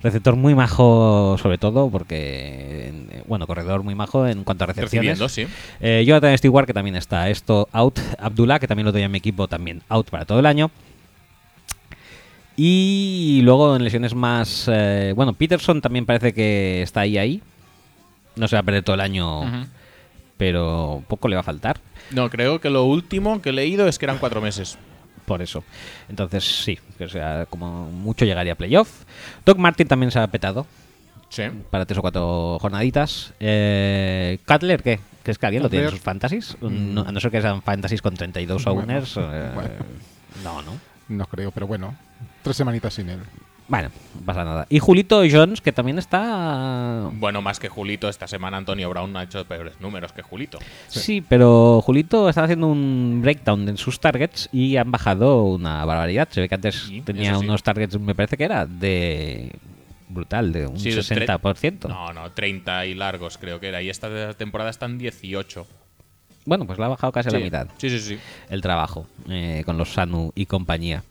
Speaker 1: Receptor muy majo, sobre todo, porque. eh, Bueno, corredor muy majo en cuanto a recepciones.
Speaker 2: Recibiendo, sí.
Speaker 1: Eh, Jonathan Stewart, que también está. Esto out. Abdullah, que también lo tenía en mi equipo, también out para todo el año. Y luego en lesiones más. eh, bueno, Peterson también parece que está ahí, ahí. No se va a perder todo el año,
Speaker 2: Ujú.
Speaker 1: pero poco le va a faltar.
Speaker 2: No, creo que lo último que he leído es que eran cuatro meses.
Speaker 1: Por eso. Entonces, sí, que sea, como mucho llegaría a playoff. Doc Martin también se ha petado
Speaker 2: Sí.
Speaker 1: para tres o cuatro jornaditas. Eh, ¿Cutler qué? ¿Crees que alguien lo tiene en
Speaker 3: Cutler.
Speaker 1: sus fantasies? No-
Speaker 2: Mm.
Speaker 1: a no ser que sean fantasies con 32
Speaker 3: Bueno,
Speaker 1: owners. eh,
Speaker 3: bueno.
Speaker 1: No, no.
Speaker 3: No creo, pero bueno. Tres semanitas sin él.
Speaker 1: Bueno, no pasa nada. Y Julito Jones, que también está.
Speaker 2: Bueno, más que Julito, esta semana Antonio Brown ha hecho peores números que Julito.
Speaker 1: Sí. pero Julito está haciendo un breakdown en sus targets y han bajado una barbaridad. Se ve que antes
Speaker 2: Sí,
Speaker 1: tenía
Speaker 2: eso sí.
Speaker 1: unos targets, me parece que era, de. brutal, de un
Speaker 2: Sí, de tre-
Speaker 1: 60%.
Speaker 2: No, no, 30 y largos creo que era. Y esta temporada están 18.
Speaker 1: Bueno, pues la ha bajado casi a
Speaker 2: Sí.
Speaker 1: la mitad.
Speaker 2: Sí, sí, sí.
Speaker 1: el trabajo eh, con los Sanu y compañía.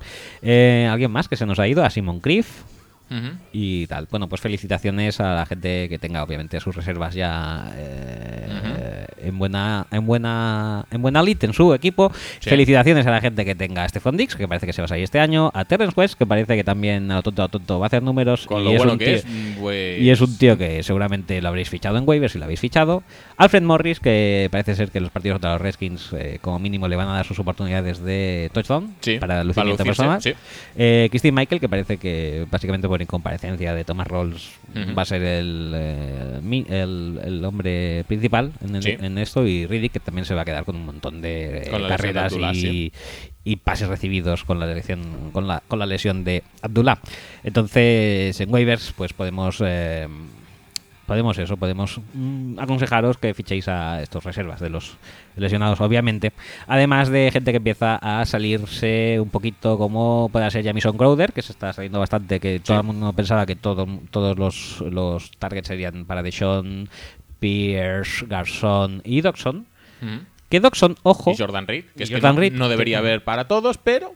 Speaker 1: Eh, ¿Alguien más que se nos ha ido? A Simon Criff
Speaker 2: Ujú.
Speaker 1: y tal. Bueno, pues felicitaciones a la gente que tenga obviamente sus reservas ya eh, en buena en buena en buena lid en su equipo.
Speaker 2: Sí.
Speaker 1: Felicitaciones a la gente que tenga a Stefan Dix, que parece que se va a salir este año, a Terrence West, que parece que también a lo tonto a lo tonto va a hacer números.
Speaker 2: Con
Speaker 1: y
Speaker 2: lo
Speaker 1: es
Speaker 2: bueno
Speaker 1: un
Speaker 2: que
Speaker 1: tío-
Speaker 2: es, pues-
Speaker 1: Y es un tío que seguramente lo habréis fichado en waivers si lo habéis fichado. Alfred Morris, que parece ser que los partidos contra los Redskins, eh, como mínimo, le van a dar sus oportunidades de touchdown
Speaker 2: Sí,
Speaker 1: para
Speaker 2: para
Speaker 1: el lucimiento
Speaker 2: lucirse,
Speaker 1: personal.
Speaker 2: sí.
Speaker 1: Eh, Christine Michael, que parece que básicamente por incomparecencia de Thomas Rolls
Speaker 2: Ujú.
Speaker 1: va a ser el, eh, mi- el, el hombre principal en, el-
Speaker 2: Sí.
Speaker 1: en esto, y Riddick, que también se va a quedar con un montón de eh,
Speaker 2: Con la lesión de
Speaker 1: carreras
Speaker 2: Abdullah,
Speaker 1: y,
Speaker 2: sí.
Speaker 1: y pases recibidos con la lesión, con la, con la lesión de Abdullah. Entonces, en waivers, pues podemos. eh, Podemos eso, podemos mm, aconsejaros que fichéis a estos reservas de los lesionados, obviamente. Además de gente que empieza a salirse un poquito, como pueda ser Jamison Crowder, que se está saliendo bastante, que todo el mundo pensaba que todo, todos los, los targets serían para Deshaun, Pierce, Garzón y Doxon.
Speaker 2: Ujú.
Speaker 1: Que Doxon, ojo,
Speaker 2: Y Jordan Reed, que es
Speaker 1: Y Jordan
Speaker 2: que no-
Speaker 1: Reed,
Speaker 2: no debería
Speaker 1: que-
Speaker 2: haber para todos, pero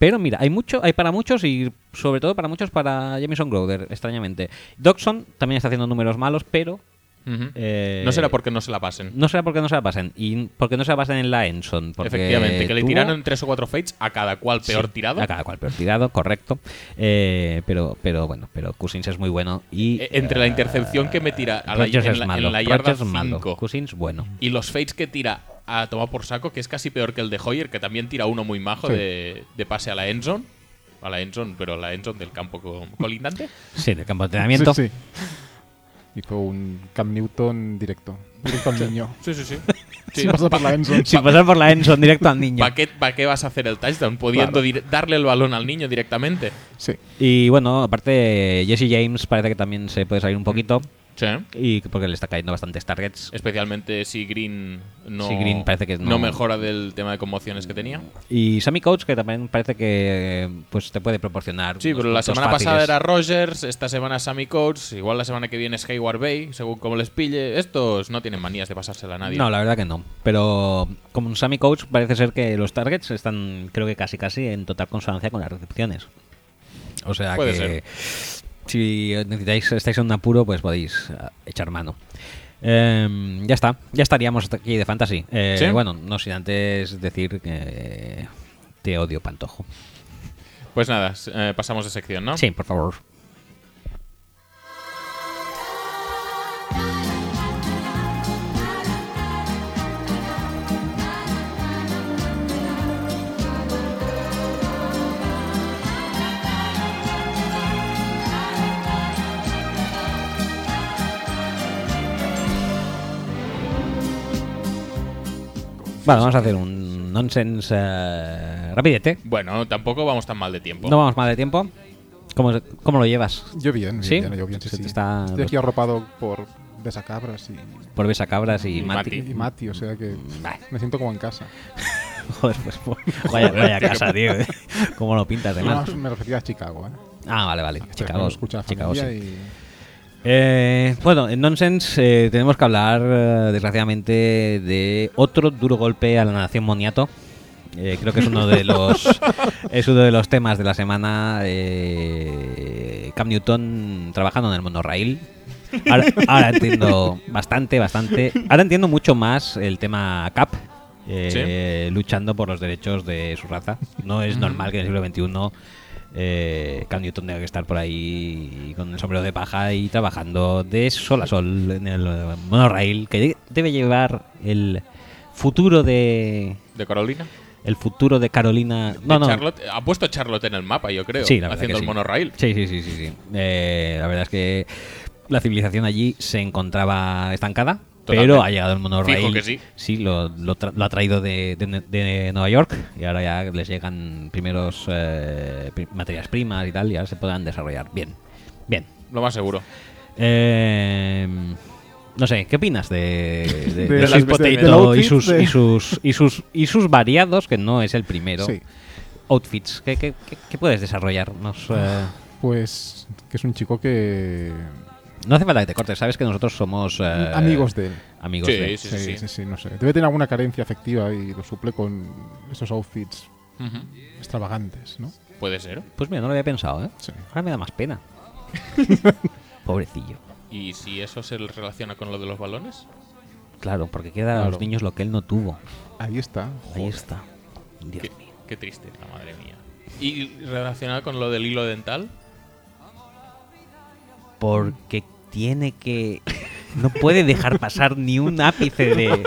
Speaker 1: pero mira, hay mucho, hay para muchos y sobre todo para muchos para Jamison Crowder, extrañamente. Doxon también está haciendo números malos, pero
Speaker 2: Ujú.
Speaker 1: Eh,
Speaker 2: no será porque no se la pasen.
Speaker 1: No será porque no se la pasen. Y porque no se la pasen en la Enson. Porque
Speaker 2: Efectivamente, que le
Speaker 1: tuvo-
Speaker 2: tiraron tres o cuatro fates a cada cual peor
Speaker 1: Sí,
Speaker 2: tirado.
Speaker 1: A cada cual peor tirado, correcto. Eh, pero, pero bueno, pero Cousins es muy bueno. Y,
Speaker 2: Eh, entre la intercepción que me tira a la-
Speaker 1: Rodgers
Speaker 2: en
Speaker 1: es
Speaker 2: la- en
Speaker 1: malo,
Speaker 2: la yarda
Speaker 1: Rodgers es malo.
Speaker 2: cinco.
Speaker 1: Cousins, bueno.
Speaker 2: Y los fates que tira a tomar por saco, que es casi peor que el de Hoyer, que también tira uno muy majo de, de pase a la endzone. A la endzone, pero a la endzone del campo co- colindante.
Speaker 1: Sí, en el campo de entrenamiento.
Speaker 3: Sí, sí. Hizo un Cam Newton directo. Directo al niño.
Speaker 2: Sí, sí, sí.
Speaker 3: Sin pasar por la end zone.
Speaker 1: Sin pasar por la Enson directo al niño.
Speaker 2: ¿Para qué, pa' qué vas a hacer el touchdown? Pudiendo dir- darle el balón al niño directamente.
Speaker 3: Sí.
Speaker 1: Y bueno, aparte, Jesse James parece que también se puede salir un poquito.
Speaker 2: Sí.
Speaker 1: Y que- porque le está cayendo bastantes targets.
Speaker 2: Especialmente si Green no,
Speaker 1: Si Green parece que no- Mm,
Speaker 2: mejora del tema de conmociones que tenía.
Speaker 1: Y Sammy Coates, que también parece que pues te puede proporcionar.
Speaker 2: Sí,
Speaker 1: unos
Speaker 2: pero la
Speaker 1: puntos
Speaker 2: semana pasada
Speaker 1: fáciles.
Speaker 2: era Rogers, esta semana Sammy Coates, igual la semana que viene es Hayward Bay, según como les pille. Estos no tienen manías de pasársela a nadie.
Speaker 1: No, la verdad que no. Pero como un Sammy Coach parece ser que los targets están, creo que casi casi en total consonancia con las recepciones. O sea
Speaker 2: Puede
Speaker 1: que
Speaker 2: ser.
Speaker 1: si necesitáis, estáis en un apuro, pues podéis ah, echar mano. Em, ya está, ya estaríamos hasta aquí de fantasy. Eh,
Speaker 2: ¿Sí?
Speaker 1: Bueno, no sin antes decir que te odio, Pantojo.
Speaker 2: Pues nada, s- eh, pasamos de sección, ¿no?
Speaker 1: Sí, por favor. Bueno, vamos a hacer un nonsense eh, rapidete.
Speaker 2: Bueno, tampoco vamos tan mal de tiempo.
Speaker 1: No vamos mal de tiempo. ¿Cómo, cómo lo llevas?
Speaker 3: Yo bien,
Speaker 1: ¿Sí?
Speaker 3: bien, yo bien, sí,
Speaker 1: Se te
Speaker 3: sí.
Speaker 1: está-
Speaker 3: Estoy aquí arropado por besacabras y,
Speaker 1: Por besacabras y,
Speaker 2: Y
Speaker 1: Mati. Mm,
Speaker 2: Mati.
Speaker 3: y Mati, o sea que
Speaker 1: Vale.
Speaker 3: me siento como en casa.
Speaker 1: Joder, pues pues, vaya, vaya casa, tío. ¿eh? ¿Cómo lo pintas de
Speaker 3: No,
Speaker 1: mal?
Speaker 3: me refería a Chicago, ¿eh?
Speaker 1: Ah, vale, vale. Chicago,
Speaker 3: escucha la
Speaker 1: Chicago,
Speaker 3: familia
Speaker 1: sí.
Speaker 3: y-
Speaker 1: Eh, bueno, en Nonsense eh, tenemos que hablar, eh, desgraciadamente, de otro duro golpe a la nación moniato. Eh, creo que es uno de los es uno de los temas de la semana. eh, Cam Newton trabajando en el monorail. Ahora, ahora entiendo bastante, bastante. Ahora entiendo mucho más el tema Cap. eh, Luchando por los derechos de su raza. No es normal que en el siglo XXI eh, Cam Newton tenga que estar por ahí con el sombrero de paja y trabajando de sol a sol en el eh, monorail que de- debe llevar el futuro de
Speaker 2: ¿De Carolina?
Speaker 1: el futuro de Carolina. No,
Speaker 2: De
Speaker 1: no.
Speaker 2: Charlotte. Ha puesto Charlotte en el mapa, yo creo.
Speaker 1: Sí, la verdad que
Speaker 2: haciendo el
Speaker 1: sí.
Speaker 2: monorail.
Speaker 1: Sí, sí, sí, sí. sí. Eh, la verdad es que la civilización allí se encontraba estancada. Pero
Speaker 2: Totalmente.
Speaker 1: ha llegado el monorail.
Speaker 2: Fijo que sí.
Speaker 1: lo, lo tra- lo ha traído de, de- de Nueva York y ahora ya les llegan primeros eh, pri- materias primas y tal y ahora se podrán desarrollar. Bien, bien.
Speaker 2: Lo más seguro.
Speaker 1: Eh, no sé, ¿qué opinas de, de,
Speaker 3: De
Speaker 1: de
Speaker 3: las-
Speaker 1: Sweet
Speaker 3: de-
Speaker 1: Potato
Speaker 3: del
Speaker 1: y,
Speaker 3: outfit
Speaker 1: sus,
Speaker 3: de-
Speaker 1: y, sus, y, sus, y sus variados, que no es el primero?
Speaker 3: Sí.
Speaker 1: Outfits, ¿qué, qué, qué- qué puedes desarrollarnos? eh?
Speaker 3: Pues que es un chico que...
Speaker 1: no hace falta que te cortes, sabes que nosotros somos eh,
Speaker 3: Amigos de él.
Speaker 1: Amigos
Speaker 2: Sí,
Speaker 1: de.
Speaker 2: sí, sí. sí.
Speaker 3: no sé. Debe tener alguna carencia afectiva y lo suple con esos outfits
Speaker 2: Ujú.
Speaker 3: extravagantes, ¿no?
Speaker 2: Puede ser.
Speaker 1: Pues mira, no lo había pensado, ¿eh?
Speaker 3: Sí.
Speaker 1: Ahora me da más pena. Pobrecillo.
Speaker 2: ¿Y si eso se relaciona con lo de los balones?
Speaker 1: Claro, porque queda a
Speaker 2: Claro.
Speaker 1: los niños lo que él no tuvo.
Speaker 3: Ahí está.
Speaker 1: Ahí está. Dios
Speaker 2: Qué,
Speaker 1: mío.
Speaker 2: qué triste, la madre mía. Y relacionado con lo del hilo dental,
Speaker 1: Porque tiene que. No puede dejar pasar ni un ápice de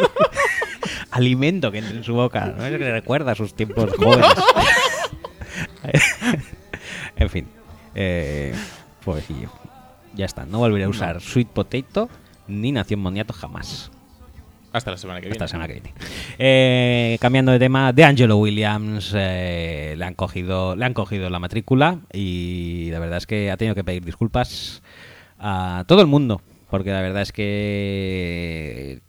Speaker 1: alimento que entre en su boca. ¿no? Eso que le recuerda a sus tiempos jóvenes. en fin. Eh, pobrecillo. Ya está. No volveré a usar Sweet Potato ni Nación Moniato jamás.
Speaker 2: hasta la semana que viene.
Speaker 1: Esta semana que viene. Eh, cambiando de tema, de Angelo Williams eh, le, han cogido, le han cogido la matrícula y la verdad es que ha tenido que pedir disculpas a todo el mundo. Porque la verdad es que.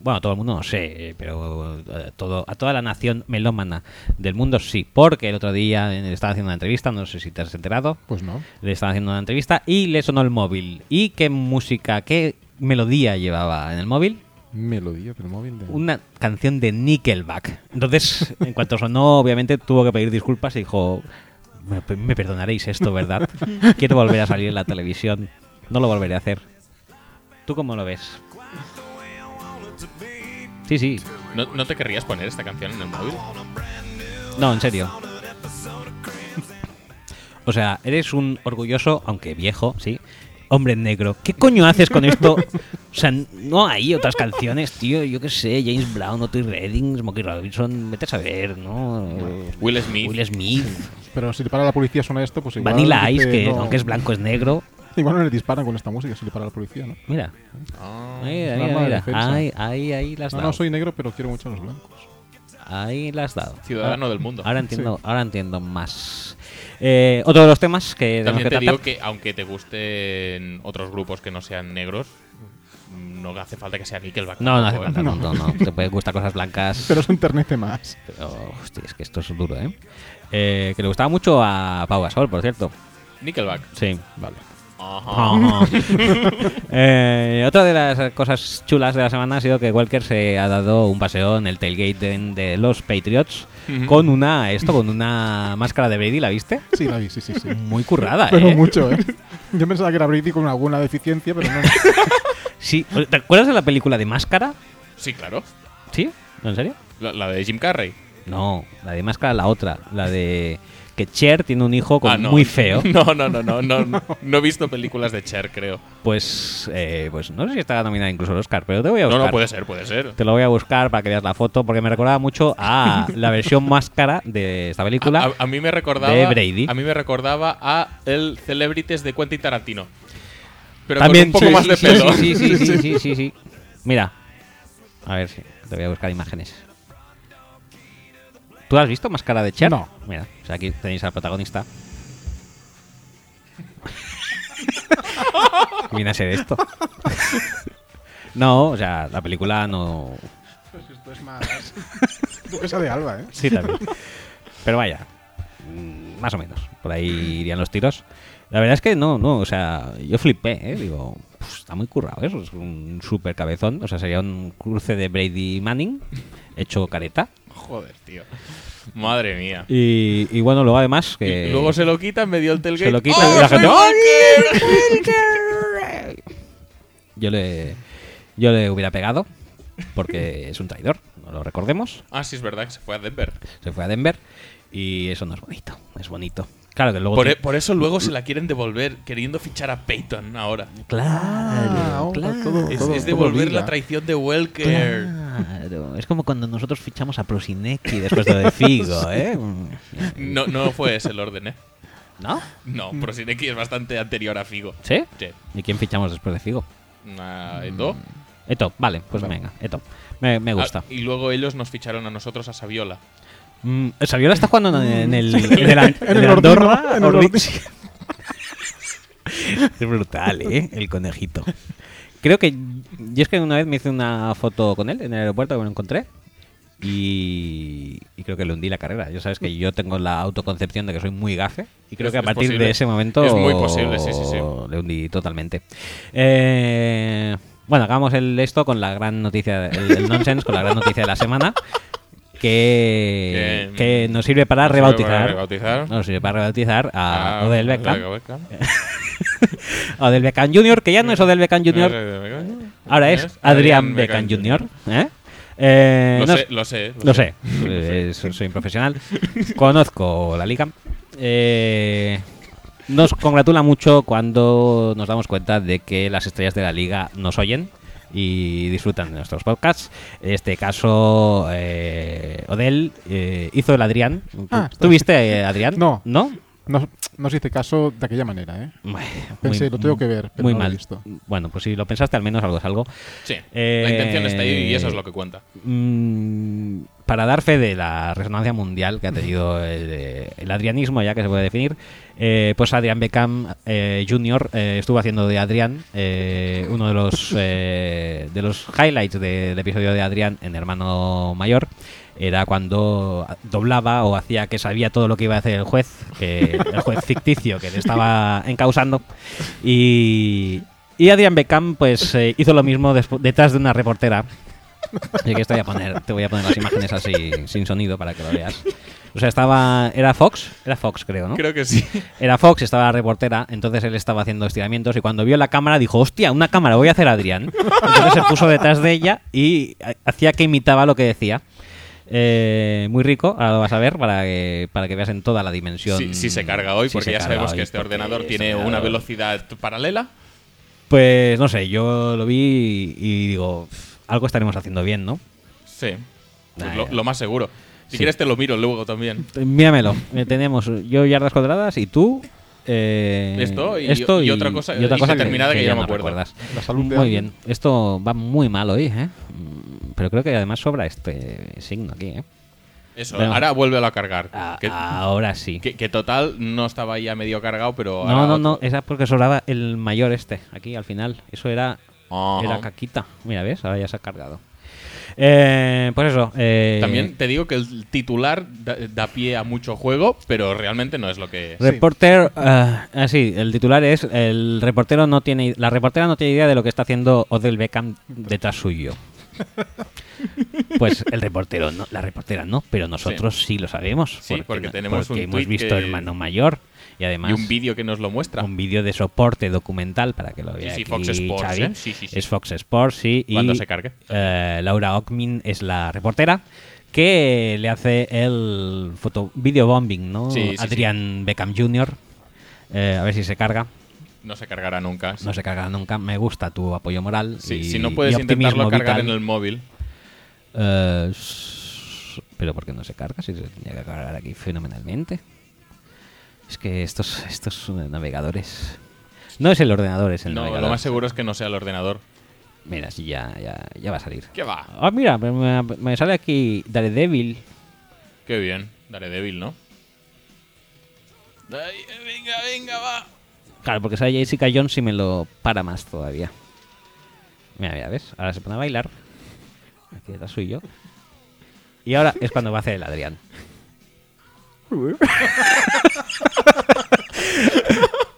Speaker 1: Bueno, todo el mundo no sé, pero a, todo, a toda la nación melómana del mundo sí. Porque el otro día eh, le estaban haciendo una entrevista, no sé si te has enterado
Speaker 3: Pues no.
Speaker 1: le estaban haciendo una entrevista y le sonó el móvil. ¿Y qué música, qué melodía llevaba en el móvil?
Speaker 3: Melodía del móvil de.
Speaker 1: Una canción de Nickelback. Entonces, en cuanto sonó, obviamente tuvo que pedir disculpas y dijo, me, me perdonaréis esto, ¿verdad? Quiero volver a salir en la televisión. No lo volveré a hacer. ¿Tú cómo lo ves? Sí, sí.
Speaker 2: ¿No, no te querrías poner esta canción en el móvil?
Speaker 1: No, en serio. O sea, eres un orgulloso, aunque viejo, sí. Hombre negro. ¿Qué coño haces con esto? O sea, no hay otras canciones, tío. Yo qué sé, James Brown, Otis Redding, Smokey Robinson, vete a saber, ¿no?
Speaker 2: Will Smith.
Speaker 1: Will Smith,
Speaker 3: Pero si le para la policía suena esto, pues igual.
Speaker 1: Vanilla
Speaker 3: dice,
Speaker 1: Ice, que
Speaker 3: no-
Speaker 1: aunque es blanco es negro.
Speaker 3: Igual no le disparan con esta música si le para la policía, ¿no?
Speaker 1: Mira,
Speaker 2: Ah,
Speaker 1: mira,
Speaker 3: es un
Speaker 1: mira,
Speaker 3: arma de
Speaker 1: mira.
Speaker 3: defensa.
Speaker 1: Ahí, ahí, ahí la has
Speaker 3: No,
Speaker 1: dado.
Speaker 3: no, soy negro, pero quiero mucho a los blancos.
Speaker 1: Ahí la has dado.
Speaker 2: Ciudadano del mundo.
Speaker 1: Ahora entiendo, ahora entiendo más. Eh, otro de los temas que tenemos
Speaker 2: También
Speaker 1: que
Speaker 2: te digo
Speaker 1: tratar.
Speaker 2: que aunque te gusten otros grupos que no sean negros, no hace falta que sea Nickelback.
Speaker 1: No, no hace
Speaker 2: tampoco, ¿eh?
Speaker 1: falta tanto, no. Te pueden gustar cosas blancas.
Speaker 3: Pero es un ternete más.
Speaker 1: pero, hostia, es que esto es duro, ¿eh? Eh, Que le gustaba mucho a Pau Gasol, por cierto.
Speaker 2: Nickelback.
Speaker 1: Sí. Ah.
Speaker 3: Vale.
Speaker 2: Ajá.
Speaker 1: Eh, otra de las cosas chulas de la semana ha sido que Walker se ha dado un paseo en el tailgate de, de los Patriots
Speaker 2: Ujú.
Speaker 1: con una esto con una máscara de Brady, ¿la viste?
Speaker 3: Sí, la vi, sí, sí, sí.
Speaker 1: Muy currada,
Speaker 3: Pero
Speaker 1: ¿eh?
Speaker 3: mucho, ¿eh? Yo pensaba que era Brady con alguna deficiencia, pero no.
Speaker 1: Sí. ¿Te acuerdas de la película de Máscara?
Speaker 2: Sí, claro.
Speaker 1: ¿Sí? ¿En serio?
Speaker 2: La, la de Jim Carrey.
Speaker 1: No, la de Máscara la otra, la de que Cher tiene un hijo con-
Speaker 2: Ah, no.
Speaker 1: muy feo.
Speaker 2: No, no, no, no, no, no. No he visto películas de Cher, creo.
Speaker 1: Pues, eh, pues no sé si estaba nominada incluso al Oscar, pero te voy a
Speaker 2: No,
Speaker 1: buscar.
Speaker 2: no, puede ser, puede ser.
Speaker 1: Te lo voy a buscar para que veas la foto, porque me recordaba mucho a la versión máscara de esta película.
Speaker 2: A, a mí me recordaba
Speaker 1: de Brady.
Speaker 2: a mí me recordaba a el Celebrities de Quentin Tarantino. Pero
Speaker 1: También
Speaker 2: con un poco
Speaker 1: sí,
Speaker 2: más
Speaker 1: sí,
Speaker 2: de pelo.
Speaker 1: sí, sí, sí, sí, sí, sí, sí. Mira, a ver si te voy a buscar imágenes. ¿Tú has visto máscara de Cher?
Speaker 3: No.
Speaker 1: Mira, o sea, aquí tenéis al protagonista. Viene a ser esto. no, o sea, la película no,
Speaker 3: Esto es más. Duquesa de Alba, ¿eh?
Speaker 1: Sí, también. Pero vaya, mm, más o menos. Por ahí irían los tiros. La verdad es que no, no, o sea, yo flipé, ¿eh? Digo, "Puf, está muy currado eso, es un súper cabezón. O sea, sería un cruce de Brady y Manning, hecho careta.
Speaker 2: Joder, tío. Madre mía.
Speaker 1: Y, y bueno, luego además que...
Speaker 2: Y luego se lo quitan medio el tailgate.
Speaker 1: Se lo quitan
Speaker 2: ¡Oh,
Speaker 1: y la
Speaker 2: soy
Speaker 1: gente,
Speaker 2: Walker!
Speaker 1: Yo le, yo le hubiera pegado, porque es un traidor, no lo recordemos.
Speaker 2: Ah, sí, es verdad que se fue a Denver.
Speaker 1: Se fue a Denver y eso no es bonito, no es bonito. Claro que luego...
Speaker 2: Por,
Speaker 1: te-
Speaker 2: e- por eso luego se la quieren devolver, queriendo fichar a Peyton ahora.
Speaker 3: Ah,
Speaker 1: Claro,
Speaker 3: oh,
Speaker 1: claro.
Speaker 3: todo-
Speaker 2: Es,
Speaker 3: todo-
Speaker 2: es
Speaker 3: todo
Speaker 2: devolver
Speaker 3: liga.
Speaker 2: la traición de Welker.
Speaker 1: Claro, es como cuando nosotros fichamos a Prosinecki después de lo de Figo, ¿eh?
Speaker 2: No, no fue ese el orden, ¿eh?
Speaker 1: ¿No?
Speaker 2: No, Prosinecki es bastante anterior a Figo.
Speaker 1: ¿Sí?
Speaker 2: Che,
Speaker 1: ¿Y quién fichamos después de Figo?
Speaker 2: na- Eto.
Speaker 1: Mm. Eto, vale, pues
Speaker 3: Vale.
Speaker 1: venga, Eto. Me, me gusta.
Speaker 2: Ah, y luego ellos nos ficharon a nosotros a Saviola.
Speaker 1: Mm, Saviola está jugando en, en el, en el, An-
Speaker 3: En
Speaker 1: en el
Speaker 3: el
Speaker 1: Andorra.
Speaker 3: Ordino, en el
Speaker 1: Ordi-
Speaker 3: Ordino.
Speaker 1: Sí. es brutal, ¿eh? El conejito. Creo que. Yo es que una vez me hice una foto con él en el aeropuerto que me lo encontré. Y, y creo que le hundí la carrera. Yo sabes que yo tengo la autoconcepción de que soy muy gafe. Y creo
Speaker 2: Es-
Speaker 1: que a
Speaker 2: es
Speaker 1: partir
Speaker 2: posible.
Speaker 1: de ese momento.
Speaker 2: Es muy posible, sí, sí, sí.
Speaker 1: Le hundí totalmente. Eh, bueno, acabamos el esto con la gran noticia. El, el nonsense con la gran noticia de la semana que,
Speaker 2: Que-
Speaker 1: que nos sirve para
Speaker 2: nos sirve
Speaker 1: rebautizar. Ah,
Speaker 2: para rebautizar.
Speaker 1: Nos sirve para rebautizar
Speaker 2: Ah,
Speaker 1: a Odell Beckham.
Speaker 2: Beckham.
Speaker 1: Odell Beckham Jr., que ya no es Odell Beckham Jr., Ahora es
Speaker 2: ¿Ves?
Speaker 1: Adrián
Speaker 2: Adrián
Speaker 1: Beckham
Speaker 2: Beckham
Speaker 1: Jr. ¿eh? Eh,
Speaker 2: Lo,
Speaker 1: no
Speaker 2: sé,
Speaker 1: sé-
Speaker 2: lo sé,
Speaker 1: lo sé, eh, soy, soy un profesional. Conozco la liga. Eh, nos congratula mucho cuando nos damos cuenta de que las estrellas de la liga nos oyen y disfrutan de nuestros podcasts. En este caso, eh, Odell eh, hizo el Adrián.
Speaker 3: Ah,
Speaker 1: ¿Tú viste eh, Adrián?
Speaker 3: No.
Speaker 1: ¿No?
Speaker 3: No, no os hice caso de aquella manera, ¿eh?
Speaker 1: Bueno,
Speaker 3: Pensé, lo tengo que ver, pero
Speaker 1: muy
Speaker 3: no lo he
Speaker 1: mal.
Speaker 3: visto.
Speaker 1: Bueno, pues si lo pensaste, al menos algo es algo.
Speaker 2: Sí,
Speaker 1: Eh,
Speaker 2: la intención está ahí y eso es lo que cuenta.
Speaker 1: Mm, para dar fe de la resonancia mundial que ha tenido el, eh, el adrianismo, ya que se puede definir, eh, pues Adrián Beckham eh, Jr. eh, estuvo haciendo de Adrián eh, uno de los, eh, de los highlights del episodio de Adrián en Hermano Mayor. Era cuando doblaba o hacía que sabía todo lo que iba a hacer el juez, que- el juez ficticio que le estaba encausando. Y, y Adrián Beckham pues eh, hizo lo mismo despu- detrás de una reportera Así que esto voy a poner, te voy a poner las imágenes así, sin sonido, para que lo veas. O sea, estaba. ¿Era Fox? Era Fox, creo, ¿no?
Speaker 2: Creo que sí.
Speaker 1: Era Fox, estaba la reportera, entonces él estaba haciendo estiramientos y cuando vio la cámara dijo, hostia, una cámara, voy a hacer a Adrián. Entonces se puso detrás de ella y ha- hacía que imitaba lo que decía. Eh, muy rico, ahora lo vas a ver para que, para que veas en toda la dimensión.
Speaker 2: Si, si se carga hoy,
Speaker 1: si
Speaker 2: porque
Speaker 1: se
Speaker 2: ya
Speaker 1: carga
Speaker 2: sabemos
Speaker 1: hoy,
Speaker 2: que este
Speaker 1: porque
Speaker 2: ordenador
Speaker 1: este
Speaker 2: tiene
Speaker 1: ordenador-
Speaker 2: una velocidad paralela.
Speaker 1: Pues no sé, yo lo vi y, y digo, "Pff, algo estaremos haciendo bien, ¿no?
Speaker 2: Sí, Pues
Speaker 1: Ah,
Speaker 2: lo,
Speaker 1: ya.
Speaker 2: lo más seguro. Si
Speaker 1: Sí.
Speaker 2: quieres te lo miro luego también.
Speaker 1: Míramelo. Eh, tenemos yo yardas cuadradas y tú. eh,
Speaker 2: Esto y- y otra cosa- y determinada que ya no me acuerdo.
Speaker 1: recuerdas.
Speaker 3: La salud de
Speaker 1: Muy
Speaker 3: alguien.
Speaker 1: bien. Esto va muy mal hoy, ¿eh? Mm, Pero creo que además sobra este signo aquí, ¿eh?
Speaker 2: Eso,
Speaker 1: Venga. Ah,
Speaker 2: ahora vuélvelo a cargar.
Speaker 1: A-
Speaker 2: que,
Speaker 1: ahora sí.
Speaker 2: que- que total no estaba ya medio cargado, pero
Speaker 1: No, no, no. Esa porque sobraba el mayor este, aquí al final. Eso era,
Speaker 2: Ajá.
Speaker 1: era caquita. Mira, ¿ves? Ahora ya se ha cargado. Eh, pues eso. eh,
Speaker 2: También te digo que el titular da, da pie a mucho juego, pero realmente no es lo que es.
Speaker 1: Reporter, ah, ah, sí, el titular es el reportero no tiene la reportera no tiene idea de lo que está haciendo Odell Beckham detrás suyo. Pues el reportero no, la reportera no, pero nosotros sí, lo sabemos.
Speaker 2: Sí, porque
Speaker 1: no-
Speaker 2: tenemos
Speaker 1: porque
Speaker 2: un
Speaker 1: hemos
Speaker 2: tuit
Speaker 1: visto
Speaker 2: que-
Speaker 1: Hermano Mayor y además
Speaker 2: Y un vídeo que nos lo muestra.
Speaker 1: un vídeo de soporte documental para que lo vea
Speaker 2: sí,
Speaker 1: aquí
Speaker 2: Fox Sports,
Speaker 1: Xavi.
Speaker 2: ¿eh? Sí, sí, sí.
Speaker 1: Es Fox Sports, sí. y,
Speaker 2: Cuando se cargue.
Speaker 1: eh, Laura Ockmin es la reportera que le hace el foto videobombing, ¿no?
Speaker 2: Sí, sí, sí.
Speaker 1: Adrián Beckham Jr. Eh, a ver si se carga.
Speaker 2: No se cargará nunca.
Speaker 1: No se carga nunca. Me gusta tu apoyo moral.
Speaker 2: Sí,
Speaker 1: y-
Speaker 2: si no puedes
Speaker 1: y optimismo
Speaker 2: intentarlo cargar
Speaker 1: vital.
Speaker 2: en el móvil.
Speaker 1: Eh, s- pero ¿por qué no se carga? Si se tenía que cargar aquí fenomenalmente. Es que estos, estos eh, navegadores. No es el ordenador, es el
Speaker 2: No,
Speaker 1: navegador.
Speaker 2: lo más seguro es que no sea el ordenador.
Speaker 1: Mira, sí, ya, ya, ya va a salir.
Speaker 2: ¿Qué va?
Speaker 1: Ah, mira, me, me- me sale aquí Daredevil.
Speaker 2: Qué bien. Daré débil, ¿no? Ay, eh, venga, venga, va.
Speaker 1: Claro, porque sale Jessica Jones y me lo para más todavía. Mira, mira, ¿ves? Ahora se pone a bailar. Aquí la soy yo. Y ahora es cuando va a hacer el Adrián.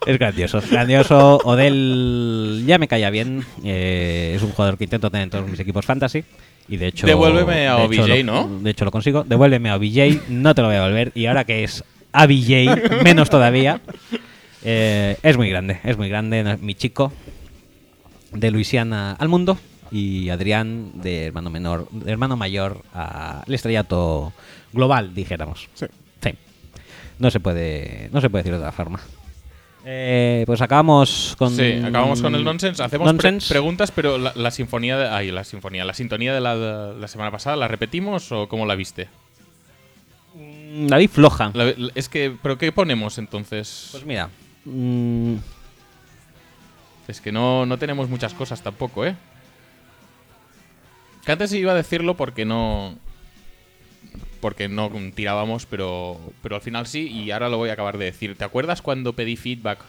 Speaker 1: Es grandioso, grandioso. Odell ya me caía bien. eh, es un jugador que intento tener en todos mis equipos fantasy. Y de hecho.
Speaker 2: Devuélveme a
Speaker 1: de
Speaker 2: OBJ,
Speaker 1: hecho lo-
Speaker 2: ¿no?
Speaker 1: De hecho lo consigo. Devuélveme a OBJ, no te lo voy a devolver. Y ahora que es ABJ, menos todavía. Eh, es muy grande, es muy grande. no- Mi chico de Luisiana al mundo. Y Adrián de hermano menor, de hermano mayor al estrellato global, dijéramos.
Speaker 3: Sí.
Speaker 1: Sí. No se puede, no se puede decir de otra forma. Eh, pues acabamos con.
Speaker 2: Sí, acabamos con el nonsense. Hacemos pre-
Speaker 1: Nonsense.
Speaker 2: preguntas, pero la, la sinfonía. De, ay, la sinfonía. La sintonía de la, la semana pasada, ¿la repetimos o cómo la viste?
Speaker 1: Mm, La vi floja.
Speaker 2: La- la- es que. ¿Pero qué ponemos entonces?
Speaker 1: Pues mira. mm,
Speaker 2: Es que no, no tenemos muchas cosas tampoco, ¿eh? Que antes iba a decirlo porque no. Porque no tirábamos, pero, pero al final sí, y ahora lo voy a acabar de decir. ¿Te acuerdas cuando pedí feedback?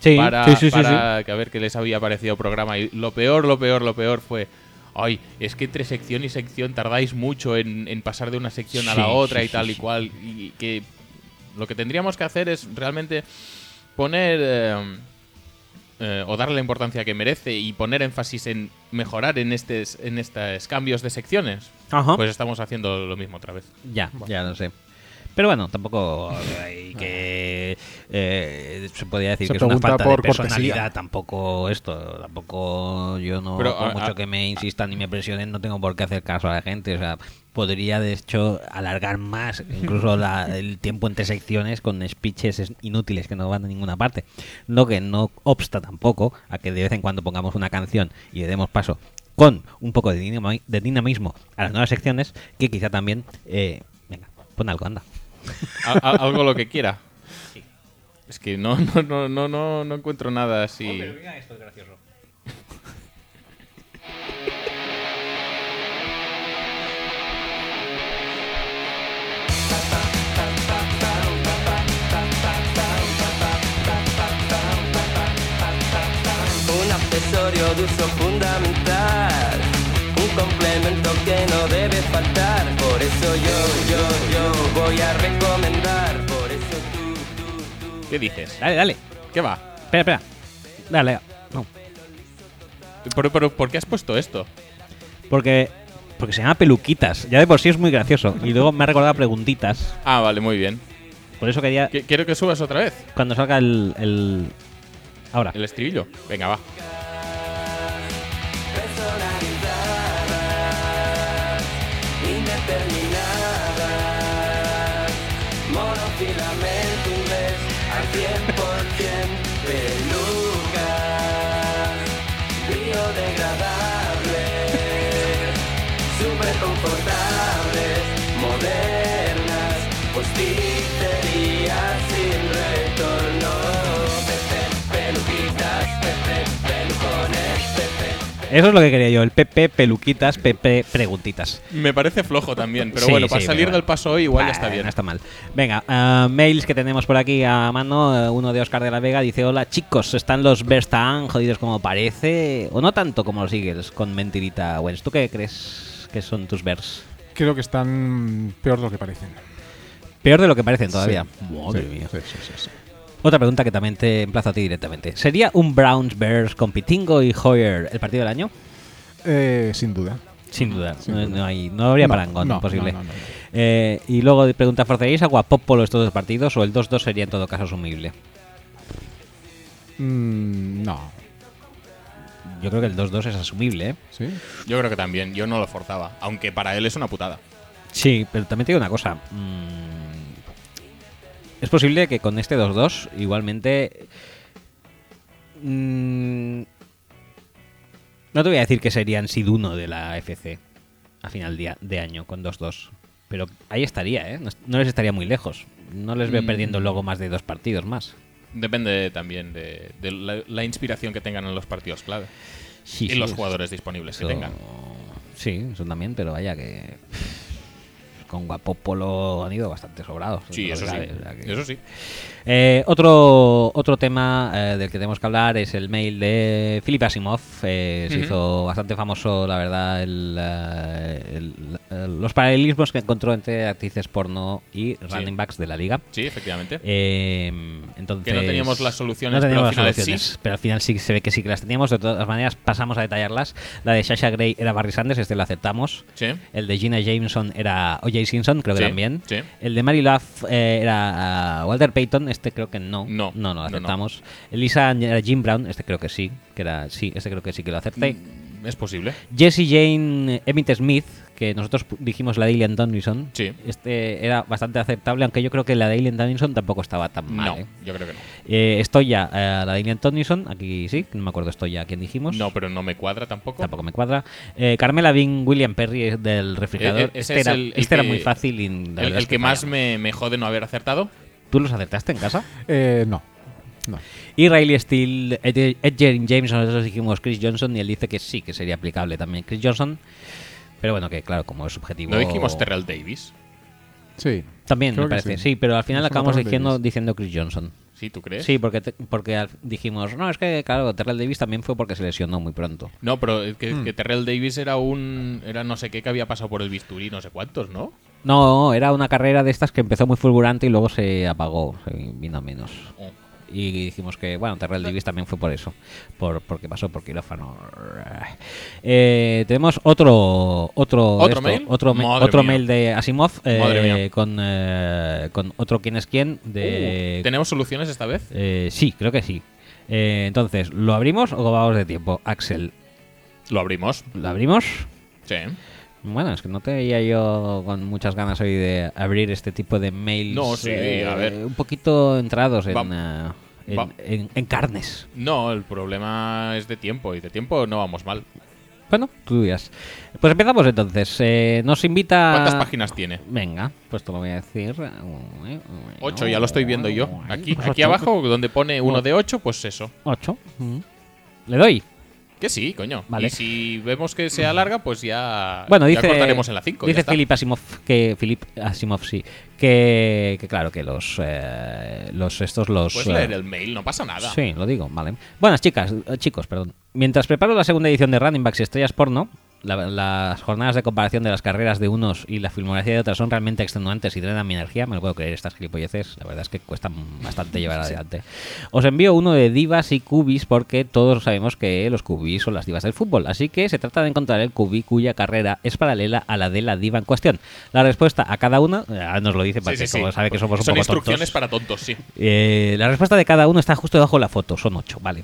Speaker 1: sí,
Speaker 2: para,
Speaker 1: sí, sí, sí,
Speaker 2: para que a ver qué les había parecido el programa. Y lo peor, lo peor, lo peor fue. Ay, es que entre sección y sección tardáis mucho en, en pasar de una sección a
Speaker 1: Sí,
Speaker 2: la otra
Speaker 1: sí,
Speaker 2: y tal
Speaker 1: sí,
Speaker 2: y
Speaker 1: sí.
Speaker 2: cual. Y que lo que tendríamos que hacer es realmente poner eh, eh, o darle la importancia que merece y poner énfasis en mejorar en estos en estos cambios de secciones.
Speaker 1: sí. Ajá.
Speaker 2: Pues estamos haciendo lo mismo otra vez.
Speaker 1: ya, ya lo sé. Pero bueno, tampoco hay que eh, se podría decir
Speaker 3: Se
Speaker 1: que es una
Speaker 3: pregunta
Speaker 1: falta
Speaker 3: por
Speaker 1: de personalidad.
Speaker 3: cortesía.
Speaker 1: Ah, Tampoco esto, tampoco yo no,
Speaker 2: Pero,
Speaker 1: por
Speaker 2: a-
Speaker 1: mucho
Speaker 2: a-
Speaker 1: que me insistan y me presionen, no tengo por qué hacer caso a la gente. O sea, podría de hecho alargar más incluso la- el tiempo entre secciones con speeches es- inútiles que no van a ninguna parte. Lo que no obsta tampoco a que de vez en cuando pongamos una canción y le demos paso con un poco de, dinami- de dinamismo a las nuevas secciones, que quizá también... eh, venga, pon algo, anda.
Speaker 2: A- a- algo lo que quiera. Es que no, no, no, no, no, no encuentro nada así.
Speaker 1: esto es gracioso.
Speaker 8: un accesorio de uso fundamental, un complemento que no debe faltar. Por eso yo, yo, yo voy a recomendar, por eso tú, tú, tú.
Speaker 2: ¿Qué dices?
Speaker 1: Dale, dale.
Speaker 2: ¿Qué va?
Speaker 1: Espera, espera. Dale. No.
Speaker 2: ¿Pero, pero por qué has puesto esto?
Speaker 1: Porque, porque se llama Peluquitas. Ya de por sí es muy gracioso. Y luego me ha recordado preguntitas.
Speaker 2: Ah, vale, muy bien.
Speaker 1: Por eso quería.
Speaker 2: Qui- Quiero que subas otra vez
Speaker 1: Cuando salga el. el- Ahora.
Speaker 2: el estribillo. Venga, va.
Speaker 8: personalizadas, indeterminadas, monofilamente inglés al 100% pelucas, biodegradables, súper confortables, modernas, posticerías sin retorno, pepe, peluquitas, pepe, pelucones, pepe.
Speaker 1: Eso es lo que quería yo. El PP Peluquitas, PP Preguntitas.
Speaker 2: Me parece flojo también, pero
Speaker 1: Sí,
Speaker 2: bueno, para
Speaker 1: sí,
Speaker 2: salir
Speaker 1: pero
Speaker 2: del
Speaker 1: bueno.
Speaker 2: paso hoy igual ya
Speaker 1: Ah,
Speaker 2: está bien.
Speaker 1: No está mal. Venga, ah, mails que tenemos por aquí a mano. Eh, Uno de Oscar de la Vega dice: Hola chicos, están los Verstappen jodidos como parece. O no tanto como los Eagles con mentirita Wells. ¿Tú qué crees que son tus Vers?
Speaker 3: Creo que están peor de lo que parecen.
Speaker 1: Peor de lo que parecen todavía. Madre
Speaker 3: Sí,
Speaker 1: mía.
Speaker 3: sí, sí, sí, sí.
Speaker 1: Otra pregunta que también te emplazo a ti directamente. ¿Sería un Browns Bears con Pitingo y Hoyer el partido del año?
Speaker 3: Eh, sin duda.
Speaker 1: Sin duda.
Speaker 3: Sin
Speaker 1: no,
Speaker 3: duda.
Speaker 1: no hay, no habría
Speaker 3: No,
Speaker 1: parangón
Speaker 3: no,
Speaker 1: posible.
Speaker 3: no, no, no, no.
Speaker 1: Eh, y luego de- pregunta ¿forzaríais a Guapopolo estos dos partidos o el 2-2 sería en todo caso asumible?
Speaker 3: Mm, no.
Speaker 1: Yo creo que el 2-2 es asumible, ¿eh?
Speaker 3: ¿Sí?
Speaker 2: Yo creo que también, yo no lo forzaba, aunque para él es una putada.
Speaker 1: Sí, pero también te digo una cosa. mm, es posible que con este 2-2 igualmente... mm, no te voy a decir que serían Sid 1 de la FC a final día- de año con 2-2. Pero ahí estaría, ¿eh? No est- No les estaría muy lejos. No les veo
Speaker 2: Mm.
Speaker 1: perdiendo luego más de dos partidos más.
Speaker 2: Depende también de, de la, la inspiración que tengan en los partidos clave
Speaker 1: Sí,
Speaker 2: y
Speaker 1: sí,
Speaker 2: los
Speaker 1: es-
Speaker 2: jugadores disponibles que
Speaker 1: eso-
Speaker 2: tengan.
Speaker 1: Sí, eso también, pero vaya que... Con Guapopolo han ido bastante sobrados.
Speaker 2: Sí,
Speaker 1: lo que
Speaker 2: eso sí.
Speaker 1: cabe, o sea que-
Speaker 2: Eso sí.
Speaker 1: Eh, otro, otro tema eh, del que tenemos que hablar es el mail de Philip Asimov. Eh, Se
Speaker 2: Ujú.
Speaker 1: hizo bastante famoso, la verdad, el, eh, el- eh, los paralelismos que encontró entre actrices porno y running backs de la liga.
Speaker 2: Sí, efectivamente.
Speaker 1: Eh, entonces,
Speaker 2: Que no teníamos las soluciones,
Speaker 1: no
Speaker 2: pero
Speaker 1: teníamos
Speaker 2: al final
Speaker 1: las soluciones,
Speaker 2: sí.
Speaker 1: pero al final sí se ve que sí que las teníamos. De todas maneras, pasamos a detallarlas. La de Sasha Gray era Barry Sanders, este lo aceptamos.
Speaker 2: Sí.
Speaker 1: El de Gina Jameson era O.J. Simpson, creo que
Speaker 2: Sí,
Speaker 1: también.
Speaker 2: sí.
Speaker 1: El de Mary Love eh, era ah, Walter Payton, este creo que no.
Speaker 2: No,
Speaker 1: No, no lo
Speaker 2: no, no.
Speaker 1: aceptamos. Elisa era Jim Brown, este creo que sí. Que era, sí, este creo que sí que lo acepté.
Speaker 2: Es posible.
Speaker 1: Jesse Jane eh, Emmett Smith, que nosotros pu- dijimos la de Alien Donison.
Speaker 2: Sí.
Speaker 1: Este era bastante aceptable, aunque yo creo que la de Alien Donison tampoco estaba tan mal.
Speaker 2: No,
Speaker 1: ¿eh?
Speaker 2: yo creo que no.
Speaker 1: Eh, Estoya, eh, la de Alien Donison, aquí sí, no me acuerdo Estoya a quién dijimos.
Speaker 2: No, pero no me cuadra tampoco.
Speaker 1: Tampoco me cuadra. Eh, Carmela Bing, William Perry es del refrigerador.
Speaker 2: Eh, eh, ese
Speaker 1: este
Speaker 2: es
Speaker 1: era,
Speaker 2: el- el
Speaker 1: este era
Speaker 2: que-
Speaker 1: muy fácil. y la verdad
Speaker 2: El, el
Speaker 1: es
Speaker 2: que más
Speaker 1: falla.
Speaker 2: me, me jode no haber acertado.
Speaker 1: ¿Tú los acertaste en casa?
Speaker 3: Eh, no. No.
Speaker 1: Y Riley Steele, Ed- Edgerrin James, nosotros dijimos Chris Johnson y él dice que sí, que sería aplicable también Chris Johnson. Pero bueno, que claro, como es subjetivo.
Speaker 2: No dijimos Terrell Davis.
Speaker 3: Sí.
Speaker 1: También,
Speaker 3: Creo
Speaker 1: me
Speaker 3: que
Speaker 1: parece. Sí. pero al final
Speaker 3: Nos
Speaker 1: acabamos
Speaker 3: mataron de
Speaker 1: diciendo,
Speaker 3: Davis.
Speaker 1: diciendo Chris Johnson.
Speaker 2: Sí, ¿tú crees?
Speaker 1: Sí, porque, te- porque al- dijimos, no, es que claro, Terrell Davis también fue porque se lesionó muy pronto.
Speaker 2: eh, No, pero es que, que Terrell Davis era un. Era no sé qué que había pasado por el bisturí, no sé cuántos, ¿no?
Speaker 1: No, era una carrera de estas que empezó muy fulgurante y luego se apagó, se vino a menos.
Speaker 2: Oh.
Speaker 1: Y dijimos que, bueno, Terrell Davis también fue por eso, por porque pasó por quirófano. Eh, tenemos otro otro
Speaker 2: ¿Otro
Speaker 1: de esto,
Speaker 2: mail?
Speaker 1: otro, ma-
Speaker 2: Madre
Speaker 1: otro
Speaker 2: mía.
Speaker 1: mail de Asimov eh,
Speaker 2: Madre mía.
Speaker 1: con eh, con otro quién es quién de
Speaker 2: Uh, ¿Tenemos soluciones esta vez?
Speaker 1: eh, sí, creo que sí. Eh, entonces, ¿lo abrimos o vamos de tiempo? Axel,
Speaker 2: Lo abrimos.
Speaker 1: ¿lo abrimos?
Speaker 2: Sí.
Speaker 1: Bueno, es que no te veía yo con muchas ganas hoy de abrir este tipo de mails.
Speaker 2: No, sí,
Speaker 1: eh,
Speaker 2: a ver.
Speaker 1: Un poquito entrados en,
Speaker 2: Va-
Speaker 1: eh, en-
Speaker 2: va-
Speaker 1: en- en carnes.
Speaker 2: No, el problema es de tiempo y de tiempo no vamos mal.
Speaker 1: Bueno, tú dirás. Pues empezamos entonces. Eh, nos invita.
Speaker 2: ¿Cuántas páginas tiene?
Speaker 1: Venga, pues te lo voy a decir.
Speaker 2: Ocho, ya lo estoy viendo yo. Aquí,
Speaker 1: Pues
Speaker 2: aquí
Speaker 1: ocho.
Speaker 2: abajo, donde pone uno de ocho, pues eso.
Speaker 1: Ocho. Mm. Le doy.
Speaker 2: Que sí, coño.
Speaker 1: Vale.
Speaker 2: Y si vemos que se alarga, pues ya,
Speaker 1: Bueno,
Speaker 2: ya
Speaker 1: dice.
Speaker 2: cortaremos en la 5.
Speaker 1: Dice Philip Asimov que. Philip Asimov, sí. Que, que claro, que los. eh, los estos los.
Speaker 2: Puedes
Speaker 1: eh,
Speaker 2: leer el mail, no pasa nada.
Speaker 1: Sí, lo digo, vale. Buenas chicas, eh, chicos, perdón. Mientras preparo la segunda edición de Running Backs y Estrellas Porno, la- las jornadas de comparación de las carreras de unos y la filmografía de otras son realmente extenuantes y drenan mi energía. Me lo puedo creer, estas gilipolleces, la verdad es que cuestan bastante llevar adelante. Os envío uno de divas y cubis porque todos sabemos que los cubis son las divas del fútbol, así que se trata de encontrar el cubi cuya carrera es paralela a la de la diva en cuestión. La respuesta a cada una, eh, ahora nos lo dice
Speaker 2: Sí,
Speaker 1: porque
Speaker 2: sí, sí.
Speaker 1: como sabe que somos un
Speaker 2: Son
Speaker 1: poco
Speaker 2: instrucciones
Speaker 1: tontos.
Speaker 2: para tontos, sí.
Speaker 1: Eh, la respuesta de cada uno está justo debajo de la foto, son ocho, vale.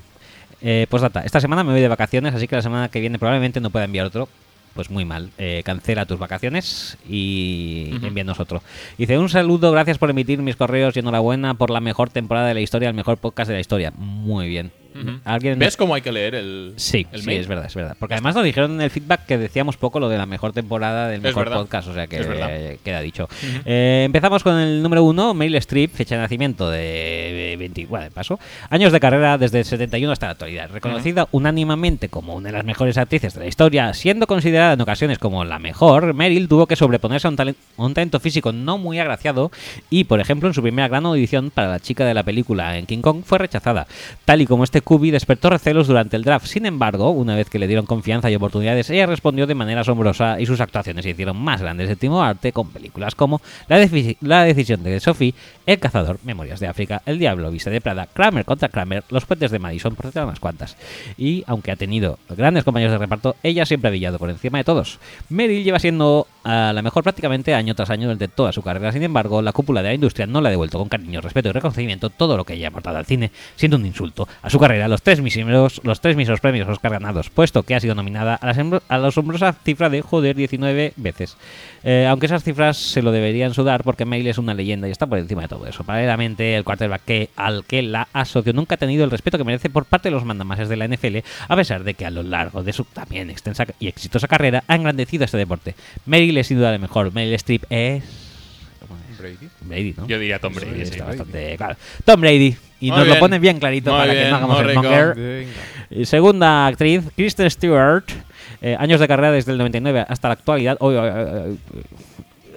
Speaker 1: Eh, pues data, esta semana me voy de vacaciones, así que la semana que viene probablemente no pueda enviar otro. Pues muy mal. Eh, cancela tus vacaciones y
Speaker 2: Ujú.
Speaker 1: envíanos otro. Dice, un saludo, gracias por emitir mis correos y enhorabuena por la mejor temporada de la historia, el mejor podcast de la historia. Muy bien.
Speaker 2: Ujú.
Speaker 1: ¿Alguien
Speaker 2: ¿Ves cómo hay que leer el,
Speaker 1: Sí,
Speaker 2: el
Speaker 1: sí,
Speaker 2: mail?
Speaker 1: es verdad, es verdad. Porque además nos dijeron en el feedback que decíamos poco lo de la mejor temporada del
Speaker 2: Es
Speaker 1: mejor
Speaker 2: verdad.
Speaker 1: podcast, o sea que
Speaker 2: Es verdad.
Speaker 1: eh, queda dicho. Eh, empezamos con el número uno, Mail Strip, fecha de nacimiento de, de 20, bueno, de paso, años de carrera desde el 71 hasta la actualidad, reconocida unánimemente como una de las mejores actrices de la historia, siendo considerada en ocasiones como la mejor, Meryl tuvo que sobreponerse a un, talen- a un talento físico no muy agraciado y, por ejemplo, en su primera gran audición para la chica de la película en King Kong fue rechazada, tal y como este Kubi despertó recelos durante el draft. Sin embargo, una vez que le dieron confianza y oportunidades, ella respondió de manera asombrosa y sus actuaciones se hicieron más grandes de Timo Arte con películas como La, defi- La decisión de Sophie, El cazador, Memorias de África, El diablo viste de Prada, Kramer contra Kramer, Los puentes de Madison, por citar unas cuantas. Y aunque ha tenido grandes compañeros de reparto, ella siempre ha brillado por encima de todos. Meryl lleva siendo a la mejor prácticamente año tras año durante toda su carrera. Sin embargo, la cúpula de la industria no le ha devuelto con cariño, respeto y reconocimiento todo lo que ella ha aportado al cine, siendo un insulto a su carrera los tres miseros, los tres míseros premios Oscar ganados, puesto que ha sido nominada a la, asombro- a la asombrosa cifra de joder 19 veces. Eh, aunque esas cifras se lo deberían sudar porque Mail es una leyenda y está por encima de todo eso. Paralelamente, el quarterback que, al que la asocio nunca ha tenido el respeto que merece por parte de los mandamases de la NFL, a pesar de que a lo largo de su también extensa y exitosa carrera ha engrandecido este deporte. Mail es sin duda la mejor. Mail Strip es... ¿cómo es?
Speaker 2: Brady.
Speaker 1: Brady, ¿no?
Speaker 2: Yo diría Tom Brady,
Speaker 1: Sí,
Speaker 2: sí.
Speaker 1: está bastante claro. Tom Brady. Y
Speaker 2: Muy
Speaker 1: nos lo
Speaker 2: bien.
Speaker 1: ponen bien clarito
Speaker 2: Muy
Speaker 1: para que
Speaker 2: bien,
Speaker 1: no hagamos el
Speaker 2: Morrico.
Speaker 1: monger.
Speaker 3: Venga.
Speaker 1: Y Segunda actriz, Kristen Stewart. Eh, años de carrera desde el 99 hasta la actualidad. Uy, uy, uy, uy,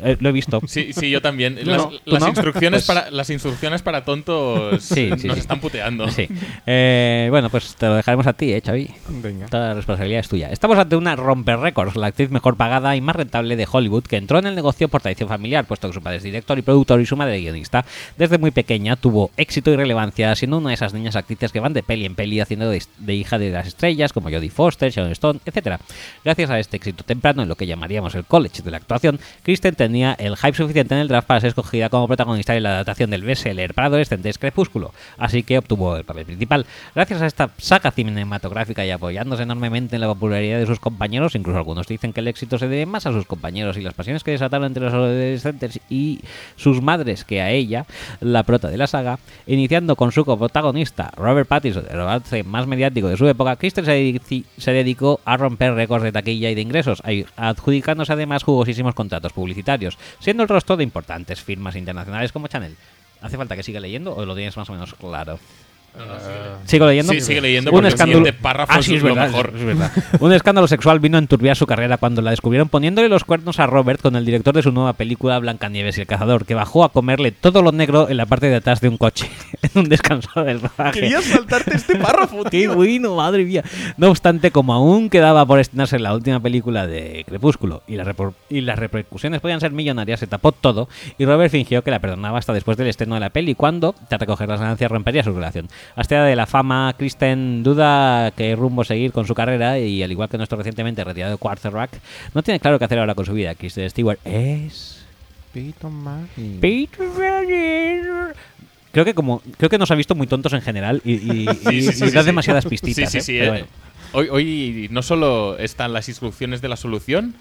Speaker 1: eh, lo he visto.
Speaker 2: Sí, sí, yo también. Las,
Speaker 1: ¿tú
Speaker 2: las
Speaker 1: no?
Speaker 2: instrucciones
Speaker 1: Pues-
Speaker 2: para, las instrucciones para tontos
Speaker 1: Sí, sí,
Speaker 2: nos
Speaker 1: sí.
Speaker 2: están puteando.
Speaker 1: Sí. Eh, bueno, pues te lo dejaremos a ti, eh, Xavi.
Speaker 3: Venga.
Speaker 1: Toda la responsabilidad es tuya. Estamos ante una romper récords, la actriz mejor pagada y más rentable de Hollywood que entró en el negocio por tradición familiar, puesto que su padre es director y productor y su madre guionista. Desde muy pequeña tuvo éxito y relevancia, siendo una de esas niñas actrices que van de peli en peli haciendo de, de hija de las estrellas, como Jodie Foster, Sharon Stone, etc. Gracias a este éxito temprano en lo que llamaríamos el college de la actuación, Kristen tenía el hype suficiente en el draft para ser escogida como protagonista en la adaptación del bestseller para adolescentes Crepúsculo, así que obtuvo el papel principal. Gracias a esta saga cinematográfica y apoyándose enormemente en la popularidad de sus compañeros, incluso algunos dicen que el éxito se debe más a sus compañeros y las pasiones que desataron entre los adolescentes y sus madres que a ella, la prota de la saga, iniciando con su coprotagonista Robert Pattinson, el romance más mediático de su época, Kristen se, dedici- se dedicó a romper récords de taquilla y de ingresos, ay- adjudicándose además jugosísimos contratos publicitarios, siendo el rostro de importantes firmas internacionales como Chanel. ¿Hace falta que siga leyendo o lo tienes más o menos claro? Sigo leyendo.
Speaker 2: Sí, sigue leyendo porque el siguiente párrafo
Speaker 1: Ah,
Speaker 2: es
Speaker 1: sí,
Speaker 2: lo
Speaker 1: verdad,
Speaker 2: mejor.
Speaker 1: es verdad. Un escándalo sexual vino a enturbiar su carrera cuando la descubrieron poniéndole los cuernos a Robert con el director de su nueva película Blancanieves y el cazador, que bajó a comerle todo lo negro en la parte de atrás de un coche en un descanso del rodaje.
Speaker 2: Querías saltarte este párrafo,
Speaker 1: ¡Qué
Speaker 2: tío.
Speaker 1: bueno, madre mía! No obstante, como aún quedaba por estrenarse la última película de Crepúsculo y, la repor- y las repercusiones podían ser millonarias, se tapó todo y Robert fingió que la perdonaba hasta después del estreno de la peli, cuando, tras recoger las ganancias, rompería su relación. Hasta de la fama, Kristen duda qué rumbo seguir con su carrera y, al igual que nuestro recientemente retirado Quarterback, no tiene claro qué hacer ahora con su vida. Kristen Stewart eh, es...
Speaker 3: Peyton Manning.
Speaker 1: Peter Rabbit. Creo que como creo que nos ha visto muy tontos en general y, y, y- y da demasiadas pistitas.
Speaker 2: Sí,
Speaker 1: ¿eh?
Speaker 2: sí, sí.
Speaker 1: Pero
Speaker 2: eh.
Speaker 1: bueno.
Speaker 2: Hoy, hoy no solo están las instrucciones de la solución,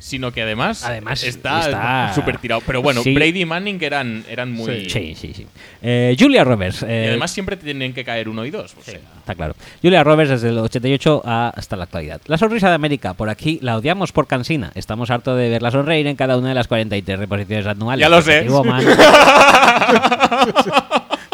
Speaker 2: sino que además,
Speaker 1: Además,
Speaker 2: está
Speaker 1: está-
Speaker 2: súper tirado. Pero bueno,
Speaker 1: Sí.
Speaker 2: Brady y Manning eran, eran muy.
Speaker 1: Sí, sí, sí. Eh, Julia Roberts.
Speaker 2: Y
Speaker 1: eh,
Speaker 2: además siempre tienen que caer uno y dos. o sea.
Speaker 1: Está claro. Julia Roberts desde el 88 a- hasta la actualidad. La sonrisa de América, por aquí la odiamos por cansina. Estamos hartos de verla sonreír en cada una de las 43 reposiciones anuales.
Speaker 2: Ya lo sé.
Speaker 1: Pretty Woman,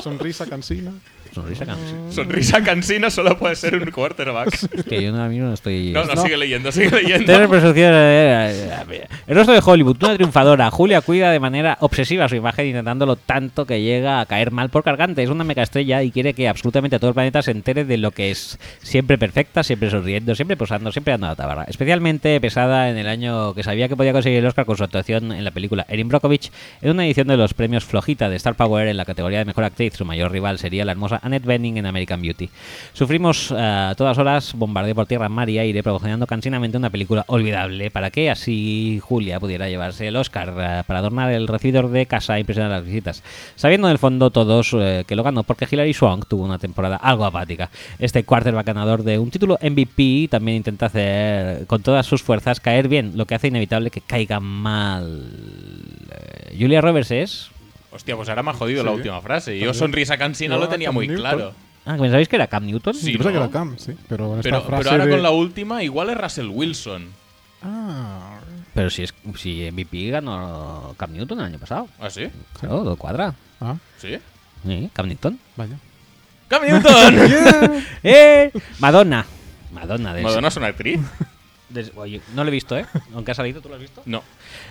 Speaker 3: Sonrisa cansina.
Speaker 1: sonrisa cansina.
Speaker 2: Sonrisa cansina solo puede ser un quarterback.
Speaker 1: Es que yo ahora mismo no estoy...
Speaker 2: No, no, sigue leyendo, sigue leyendo.
Speaker 1: Tres reproducciones, eh, eh, eh, El rostro de Hollywood, una triunfadora. Julia cuida de manera obsesiva su imagen, intentándolo tanto que llega a caer mal por cargante. Es una megaestrella y quiere que absolutamente todo el planeta se entere de lo que es. Siempre perfecta, siempre sonriendo, siempre posando, siempre dando la tabarra. Especialmente pesada en el año que sabía que podía conseguir el Oscar con su actuación en la película Erin Brockovich en una edición de los premios Flojita de Star Power en la categoría de mejor actriz. Su mayor rival sería la hermosa Annette Bening en American Beauty. Sufrimos eh, a todas horas bombardeo por tierra, mar y aire, proporcionando cansinamente una película olvidable para que así Julia pudiera llevarse el Oscar eh, para adornar el recibidor de casa e impresionar las visitas. Sabiendo en el fondo todos eh, que lo ganó porque Hilary Swank tuvo una temporada algo apática. Este quarterback ganador de un título MVP también intenta hacer con todas sus fuerzas caer bien, lo que hace inevitable que caiga mal. Eh, Julia Roberts es...
Speaker 2: Hostia, pues ahora me ha jodido la última frase. Yo
Speaker 3: También.
Speaker 2: sonrisa cansina
Speaker 3: No,
Speaker 2: lo tenía
Speaker 3: Cam
Speaker 2: muy
Speaker 3: Newton.
Speaker 2: claro.
Speaker 1: Ah, ¿que ¿Pensabais que era Cam Newton?
Speaker 2: Sí,
Speaker 3: Yo pensaba que
Speaker 2: ¿no?
Speaker 3: era Cam, sí. Pero en esta
Speaker 2: Pero,
Speaker 3: frase.
Speaker 2: pero ahora
Speaker 3: de-
Speaker 2: con la última igual es Russell Wilson.
Speaker 3: Ah,
Speaker 1: Pero si, es, si MVP ganó Cam Newton el año pasado.
Speaker 2: ¿Ah, sí?
Speaker 1: Claro, todo cuadra.
Speaker 3: ah,
Speaker 2: ¿Sí?
Speaker 1: Sí, Cam Newton.
Speaker 3: vaya.
Speaker 2: ¡Cam Newton!
Speaker 1: ¡Eh! Madonna. Madonna de
Speaker 2: ¿Madonna es una actriz?
Speaker 1: de- oye, no lo he visto, ¿eh? Aunque ha salido, ¿tú lo has visto?
Speaker 2: No.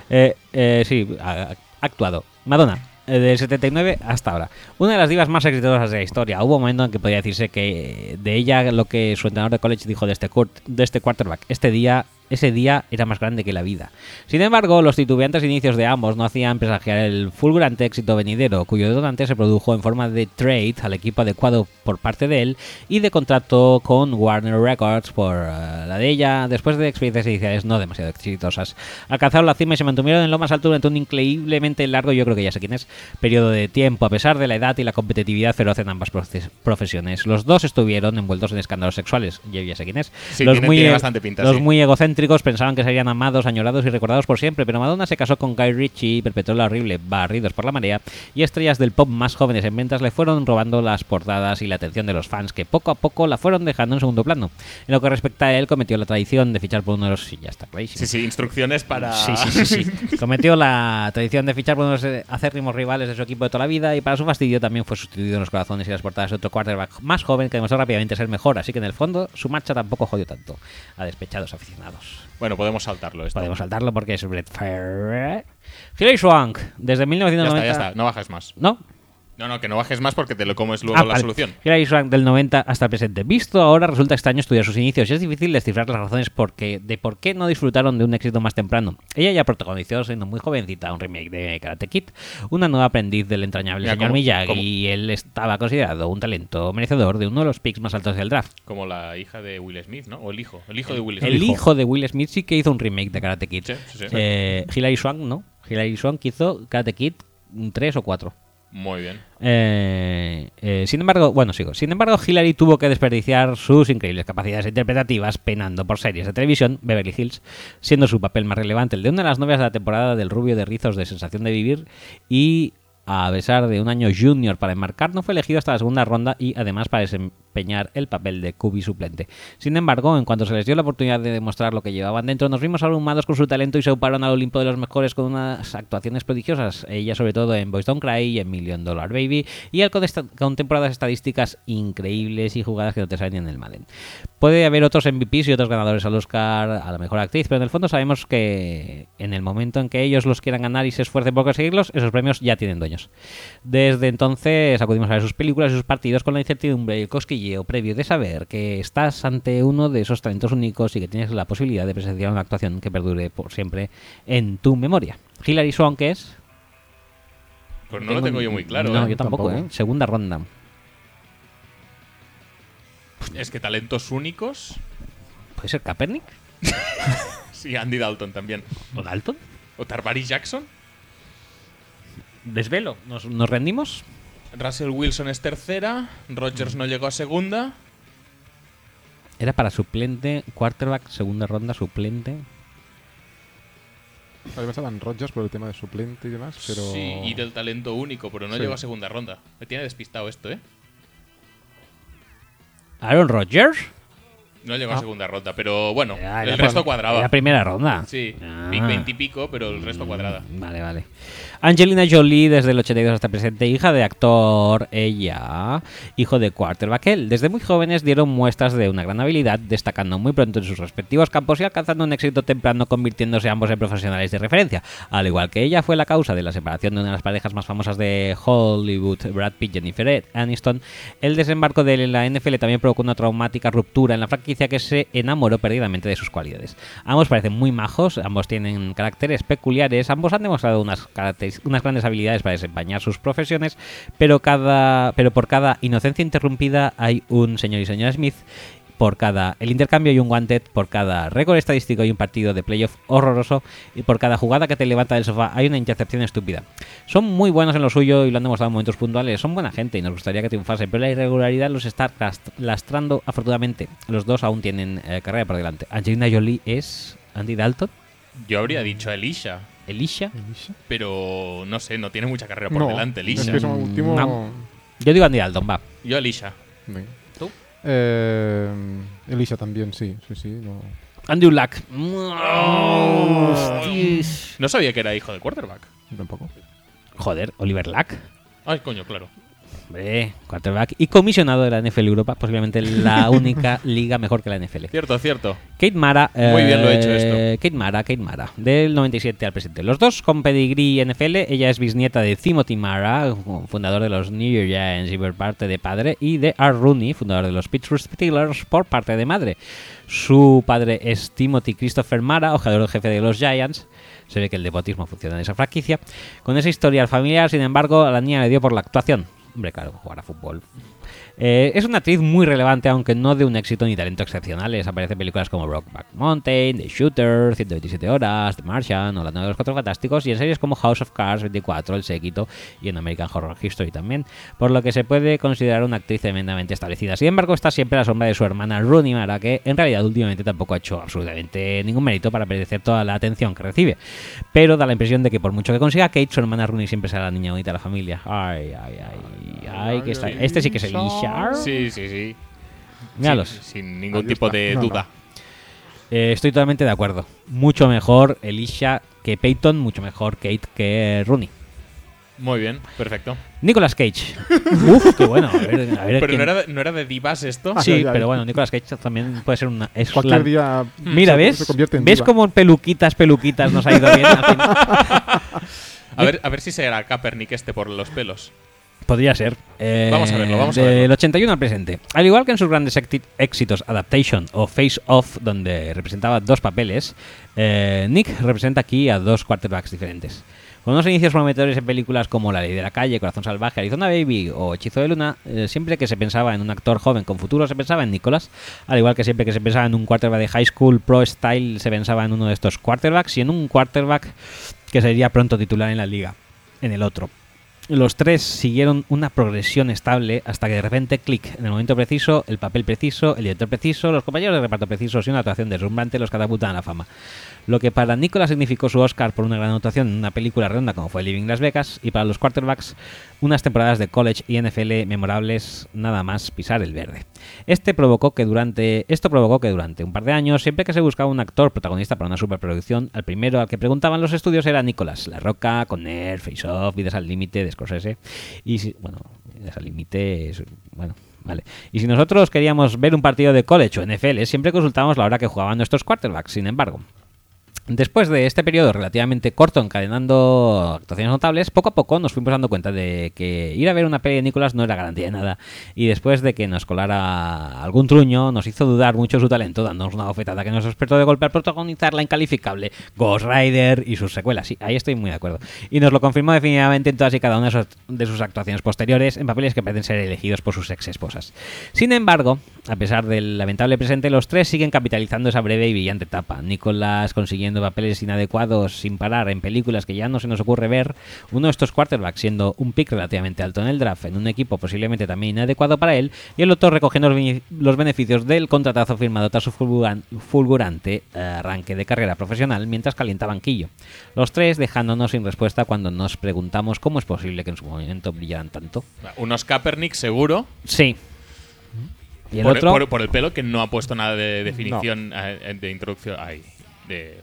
Speaker 1: Eh, eh, sí, ha ha actuado. Madonna, eh, del 79 hasta ahora. Una de las divas más exitosas de la historia. Hubo un momento en que podía decirse que eh, de ella lo que su entrenador de college dijo de este, cur- de este quarterback. Este día, ese día era más grande que la vida. Sin embargo, los titubeantes inicios de ambos no hacían presagiar el fulgurante éxito venidero, cuyo donante se produjo en forma de trade al equipo adecuado por parte de él y de contrato con Warner Records por eh, la de ella, después de experiencias iniciales no demasiado exitosas. Alcanzaron la cima y se mantuvieron en lo más alto durante un increíblemente largo, yo creo que ya sé quién es, periodo de tiempo, a pesar de la edad y la competitividad feroz en ambas proces- profesiones. Los dos estuvieron envueltos en escándalos sexuales, yo ya sé quién es.
Speaker 2: Sí,
Speaker 1: los
Speaker 2: tiene-
Speaker 1: muy,
Speaker 2: tiene bastante pinta,
Speaker 1: los
Speaker 2: sí.
Speaker 1: muy egocéntricos pensaban que serían amados, añorados y recordados por siempre, pero Madonna se casó con Guy Ritchie y perpetró la horrible Barridos por la Marea y estrellas del pop más jóvenes en ventas le fueron robando las portadas y la atención de los fans que poco a poco la fueron dejando en segundo plano. En lo que respecta a él, cometió la traición de fichar por uno de los... Sí, ya está clarísimo.
Speaker 2: Sí, sí, instrucciones para...
Speaker 1: Sí, sí, sí, sí. Cometió la tradición de fichar por unos eh, acérrimos rivales de su equipo de toda la vida y para su fastidio también fue sustituido en los corazones y las portadas de otro quarterback más joven que demostró rápidamente ser mejor, así que en el fondo su marcha tampoco jodió tanto a despechados aficionados.
Speaker 2: Bueno, podemos saltarlo esto.
Speaker 1: Pues Podemos saltarlo porque es Brett Favre. Hilary Swank, desde
Speaker 2: Ya
Speaker 1: 1990...
Speaker 2: está, ya está. No bajes más.
Speaker 1: ¿No?
Speaker 2: No, no, que no bajes más porque te lo comes luego
Speaker 1: Ah,
Speaker 2: la
Speaker 1: vale.
Speaker 2: solución.
Speaker 1: Hilary Swank del 90 hasta el presente. Visto ahora, resulta extraño estudiar sus inicios y es difícil descifrar las razones porque, de por qué no disfrutaron de un éxito más temprano. Ella ya protagonizó, siendo muy jovencita, un remake de Karate Kid, una nueva aprendiz del entrañable
Speaker 2: Mira,
Speaker 1: señor
Speaker 2: cómo-
Speaker 1: Miyagi
Speaker 2: cómo-
Speaker 1: y él estaba considerado un talento merecedor de uno de los picks más altos del draft.
Speaker 2: Como la hija de Will Smith, ¿no? O el hijo. El hijo de Will Smith.
Speaker 1: El hijo de Will Smith sí que hizo un remake de Karate Kid.
Speaker 2: Sí, sí, sí.
Speaker 1: Eh, Hilary Swank no. Hilary Swank hizo Karate Kid 3 o 4.
Speaker 2: Muy bien.
Speaker 1: Eh, eh, sin embargo, bueno, sigo. Sin embargo, Hillary tuvo que desperdiciar sus increíbles capacidades interpretativas penando por series de televisión, Beverly Hills, siendo su papel más relevante el de una de las novias de la temporada del rubio de rizos de Sensación de Vivir y, a pesar de un año junior para enmarcar, no fue elegido hasta la segunda ronda y, además, para desem- desempeñar el papel de cubi suplente. Sin embargo, en cuanto se les dio la oportunidad de demostrar lo que llevaban dentro, nos vimos abrumados con su talento y se uparon al Olimpo de los mejores con unas actuaciones prodigiosas, ella sobre todo en Boys Don't Cry y en Million Dollar Baby, y al con, esta- con temporadas estadísticas increíbles y jugadas que no te salen ni en el Madden. Puede haber otros MVPs y otros ganadores al Oscar a la mejor actriz, pero en el fondo sabemos que en el momento en que ellos los quieran ganar y se esfuercen por conseguirlos, esos premios ya tienen dueños. Desde entonces acudimos a ver sus películas y sus partidos con la incertidumbre y el cosquilleo previo de saber que estás ante uno de esos talentos únicos y que tienes la posibilidad de presenciar una actuación que perdure por siempre en tu memoria. Hilary Swank es...
Speaker 2: Pues no lo tengo yo muy claro.
Speaker 1: No,
Speaker 2: ¿eh?
Speaker 1: yo tampoco,
Speaker 3: Tampoco.
Speaker 1: ¿eh? Segunda ronda.
Speaker 2: Es que talentos únicos.
Speaker 1: ¿Puede ser Kaepernick?
Speaker 2: Sí, Andy Dalton también.
Speaker 1: ¿O Dalton?
Speaker 2: O Tarbari Jackson.
Speaker 1: Desvelo. ¿Nos, nos rendimos?
Speaker 2: Russell Wilson es tercera. Rogers
Speaker 3: Mm.
Speaker 2: no llegó a segunda.
Speaker 1: Era para suplente, quarterback, segunda ronda, suplente.
Speaker 3: Había pensado en Rodgers por el tema de suplente y demás, pero.
Speaker 2: Sí, y del talento único, pero no
Speaker 3: Sí.
Speaker 2: llegó a segunda ronda. Me tiene despistado esto, ¿eh?
Speaker 1: Aaron Rodgers.
Speaker 2: No llegó
Speaker 3: Ah.
Speaker 2: a segunda ronda, pero bueno,
Speaker 1: Ah,
Speaker 2: el
Speaker 1: era
Speaker 2: resto
Speaker 1: por- Era
Speaker 2: cuadraba.
Speaker 1: primera ronda.
Speaker 2: Sí,
Speaker 1: Ah.
Speaker 2: Big 20 y pico, pero el resto cuadrada.
Speaker 1: Vale, vale. Angelina Jolie, desde el 82 hasta el presente, hija de actor, ella, hijo de quarterback, él. Desde muy jóvenes dieron muestras de una gran habilidad, destacando muy pronto en sus respectivos campos y alcanzando un éxito temprano, convirtiéndose ambos en profesionales de referencia. Al igual que ella, fue la causa de la separación de una de las parejas más famosas de Hollywood, Brad Pitt y Jennifer Aniston. El desembarco de la NFL también provocó una traumática ruptura en la franquicia que se enamoró perdidamente de sus cualidades. Ambos parecen muy majos, ambos tienen caracteres peculiares, ambos han demostrado unas, caracteris- unas grandes habilidades para desempeñar sus profesiones, pero, cada, pero por cada inocencia interrumpida hay un señor y señora Smith por cada el intercambio y un wanted, por cada récord estadístico y un partido de playoff horroroso, y por cada jugada que te levanta del sofá hay una intercepción estúpida. Son muy buenos en lo suyo y lo han demostrado en momentos puntuales, son buena gente y nos gustaría que triunfasen, pero la irregularidad los está last- lastrando afortunadamente. Los dos aún tienen eh, carrera por delante. Angelina Jolie es Andy Dalton,
Speaker 2: Yo habría dicho Elisha,
Speaker 1: Elisha.
Speaker 2: pero no sé, no tiene mucha carrera por
Speaker 3: No,
Speaker 2: delante,
Speaker 3: Es
Speaker 2: Elisha.
Speaker 3: que es un último.
Speaker 1: No. Yo digo Andy Dalton, va.
Speaker 2: Yo Elisha.
Speaker 3: Venga.
Speaker 1: ¿Tú?
Speaker 3: Eh, Elisa también, sí, sí, sí. no.
Speaker 1: Andrew Luck.
Speaker 2: No sabía que era hijo de quarterback.
Speaker 3: Yo tampoco.
Speaker 1: Joder, Oliver Luck.
Speaker 2: Ay, coño, claro.
Speaker 1: Hombre, quarterback y comisionado de la NFL Europa, posiblemente la única liga mejor que la NFL.
Speaker 2: Cierto, cierto.
Speaker 1: Kate Mara.
Speaker 2: Muy
Speaker 1: eh,
Speaker 2: bien lo he hecho esto.
Speaker 1: Kate Mara, Kate Mara. Del 97 al presente. Los dos con pedigrí NFL. Ella es bisnieta de Timothy Mara, fundador de los New York Giants y por parte de padre, y de Art Rooney, fundador de los Pittsburgh Steelers por parte de madre. Su padre es Timothy Christopher Mara, ojeador jefe de los Giants. Se ve que el depotismo funciona en esa franquicia. Con esa historia familiar, sin embargo, a la niña le dio por la actuación. Hombre, claro, jugar a fútbol. Eh, es una actriz muy relevante, aunque no de un éxito ni talento excepcionales. Aparece en películas como Rockback Mountain, The Shooter, 127 Horas, The Martian o La Nueva de los Cuatro Fantásticos, y en series como House of Cards, 24, El Séquito y en American Horror History también. Por lo que se puede considerar una actriz tremendamente establecida. Sin embargo, está siempre a la sombra de su hermana Rooney Mara, que en realidad últimamente tampoco ha hecho absolutamente ningún mérito para merecer toda la atención que recibe. Pero da la impresión de que por mucho que consiga Kate, su hermana Rooney siempre será la niña bonita de la familia. Ay, ay, ay. ay que está- Este sí que es el Ishar.
Speaker 2: Sí, sí, sí.
Speaker 1: Míralos.
Speaker 2: Sin, sin ningún
Speaker 3: Ahí
Speaker 2: tipo
Speaker 3: está.
Speaker 2: de
Speaker 3: No,
Speaker 2: duda.
Speaker 1: Eh, estoy totalmente de acuerdo. Mucho mejor Elisha que Peyton, mucho mejor Kate que Rooney.
Speaker 2: Muy bien, perfecto.
Speaker 1: Nicolas Cage. Uf, qué bueno. A ver, a ver
Speaker 2: Pero
Speaker 1: quién-
Speaker 2: no era, de, no era de divas esto.
Speaker 3: Ah,
Speaker 1: Sí,
Speaker 3: ya, ya.
Speaker 1: pero bueno, Nicolas Cage también puede ser una. es
Speaker 3: Cualquier
Speaker 1: la-
Speaker 3: día.
Speaker 1: Mira,
Speaker 3: se-
Speaker 1: ¿ves?
Speaker 3: Se convierte en
Speaker 1: ¿Ves
Speaker 3: diva.
Speaker 1: cómo peluquitas, peluquitas nos ha ido bien? Al final.
Speaker 2: A ver, a ver si será Kaepernick este por los pelos.
Speaker 1: Podría ser. Eh,
Speaker 2: Vamos a verlo, vamos a
Speaker 1: del
Speaker 2: verlo.
Speaker 1: 81 al presente. Al igual que en sus grandes éxti- éxitos Adaptation o Face Off, donde representaba dos papeles, eh, Nick representa aquí a dos quarterbacks diferentes. Con unos inicios prometedores en películas como La Ley de la Calle, Corazón Salvaje, Arizona Baby o Hechizo de Luna, eh, siempre que se pensaba en un actor joven con futuro, se pensaba en Nicholas. Al igual que siempre que se pensaba en un quarterback de high school pro style, se pensaba en uno de estos quarterbacks y en un quarterback que sería pronto titular en la liga, en el otro. Los tres siguieron una progresión estable hasta que de repente, clic, en el momento preciso, el papel preciso, el director preciso, los compañeros de reparto precisos y una actuación deslumbrante los catapultan a la fama. Lo que para Nicolas significó su Oscar por una gran actuación en una película redonda como fue Living Las Vegas y para los quarterbacks unas temporadas de college y NFL memorables nada más pisar el verde. Este provocó que durante esto provocó que durante un par de años siempre que se buscaba un actor protagonista para una superproducción, al primero al que preguntaban los estudios era Nicolas, La Roca, Conner, Face Off, Vidas al límite de Scorsese y si- bueno, Vidas al límite es- bueno, Vale. Y si nosotros queríamos ver un partido de college o NFL, siempre consultábamos la hora que jugaban nuestros quarterbacks. Sin embargo, Después de este periodo relativamente corto encadenando actuaciones notables, poco a poco nos fuimos dando cuenta de que ir a ver una peli de Nicolás no era garantía de nada y después de que nos colara algún truño nos hizo dudar mucho su talento dándonos una bofetada que nos despertó de golpe al protagonizar la incalificable Ghost Rider y sus secuelas. Sí, ahí estoy muy de acuerdo. Y nos lo confirmó definitivamente en todas y cada una de sus- de sus actuaciones posteriores en papeles que parecen ser elegidos por sus ex esposas. Sin embargo, a pesar del lamentable presente, los tres siguen capitalizando esa breve y brillante etapa. Nicolás consiguiendo papeles inadecuados sin parar en películas que ya no se nos ocurre ver. Uno de estos quarterbacks siendo un pick relativamente alto en el draft, en un equipo posiblemente también inadecuado para él. Y el otro recogiendo los bene- los beneficios del contratazo firmado tras su fulguran- fulgurante eh, arranque de carrera profesional mientras calienta banquillo. Los tres dejándonos sin respuesta cuando nos preguntamos cómo es posible que en su momento brillaran tanto.
Speaker 2: Unos Kaepernick seguro.
Speaker 1: Sí. Y el
Speaker 2: por, e-
Speaker 1: otro.
Speaker 2: por- por el pelo, que no ha puesto nada de definición, eh, de introducción. ay, de,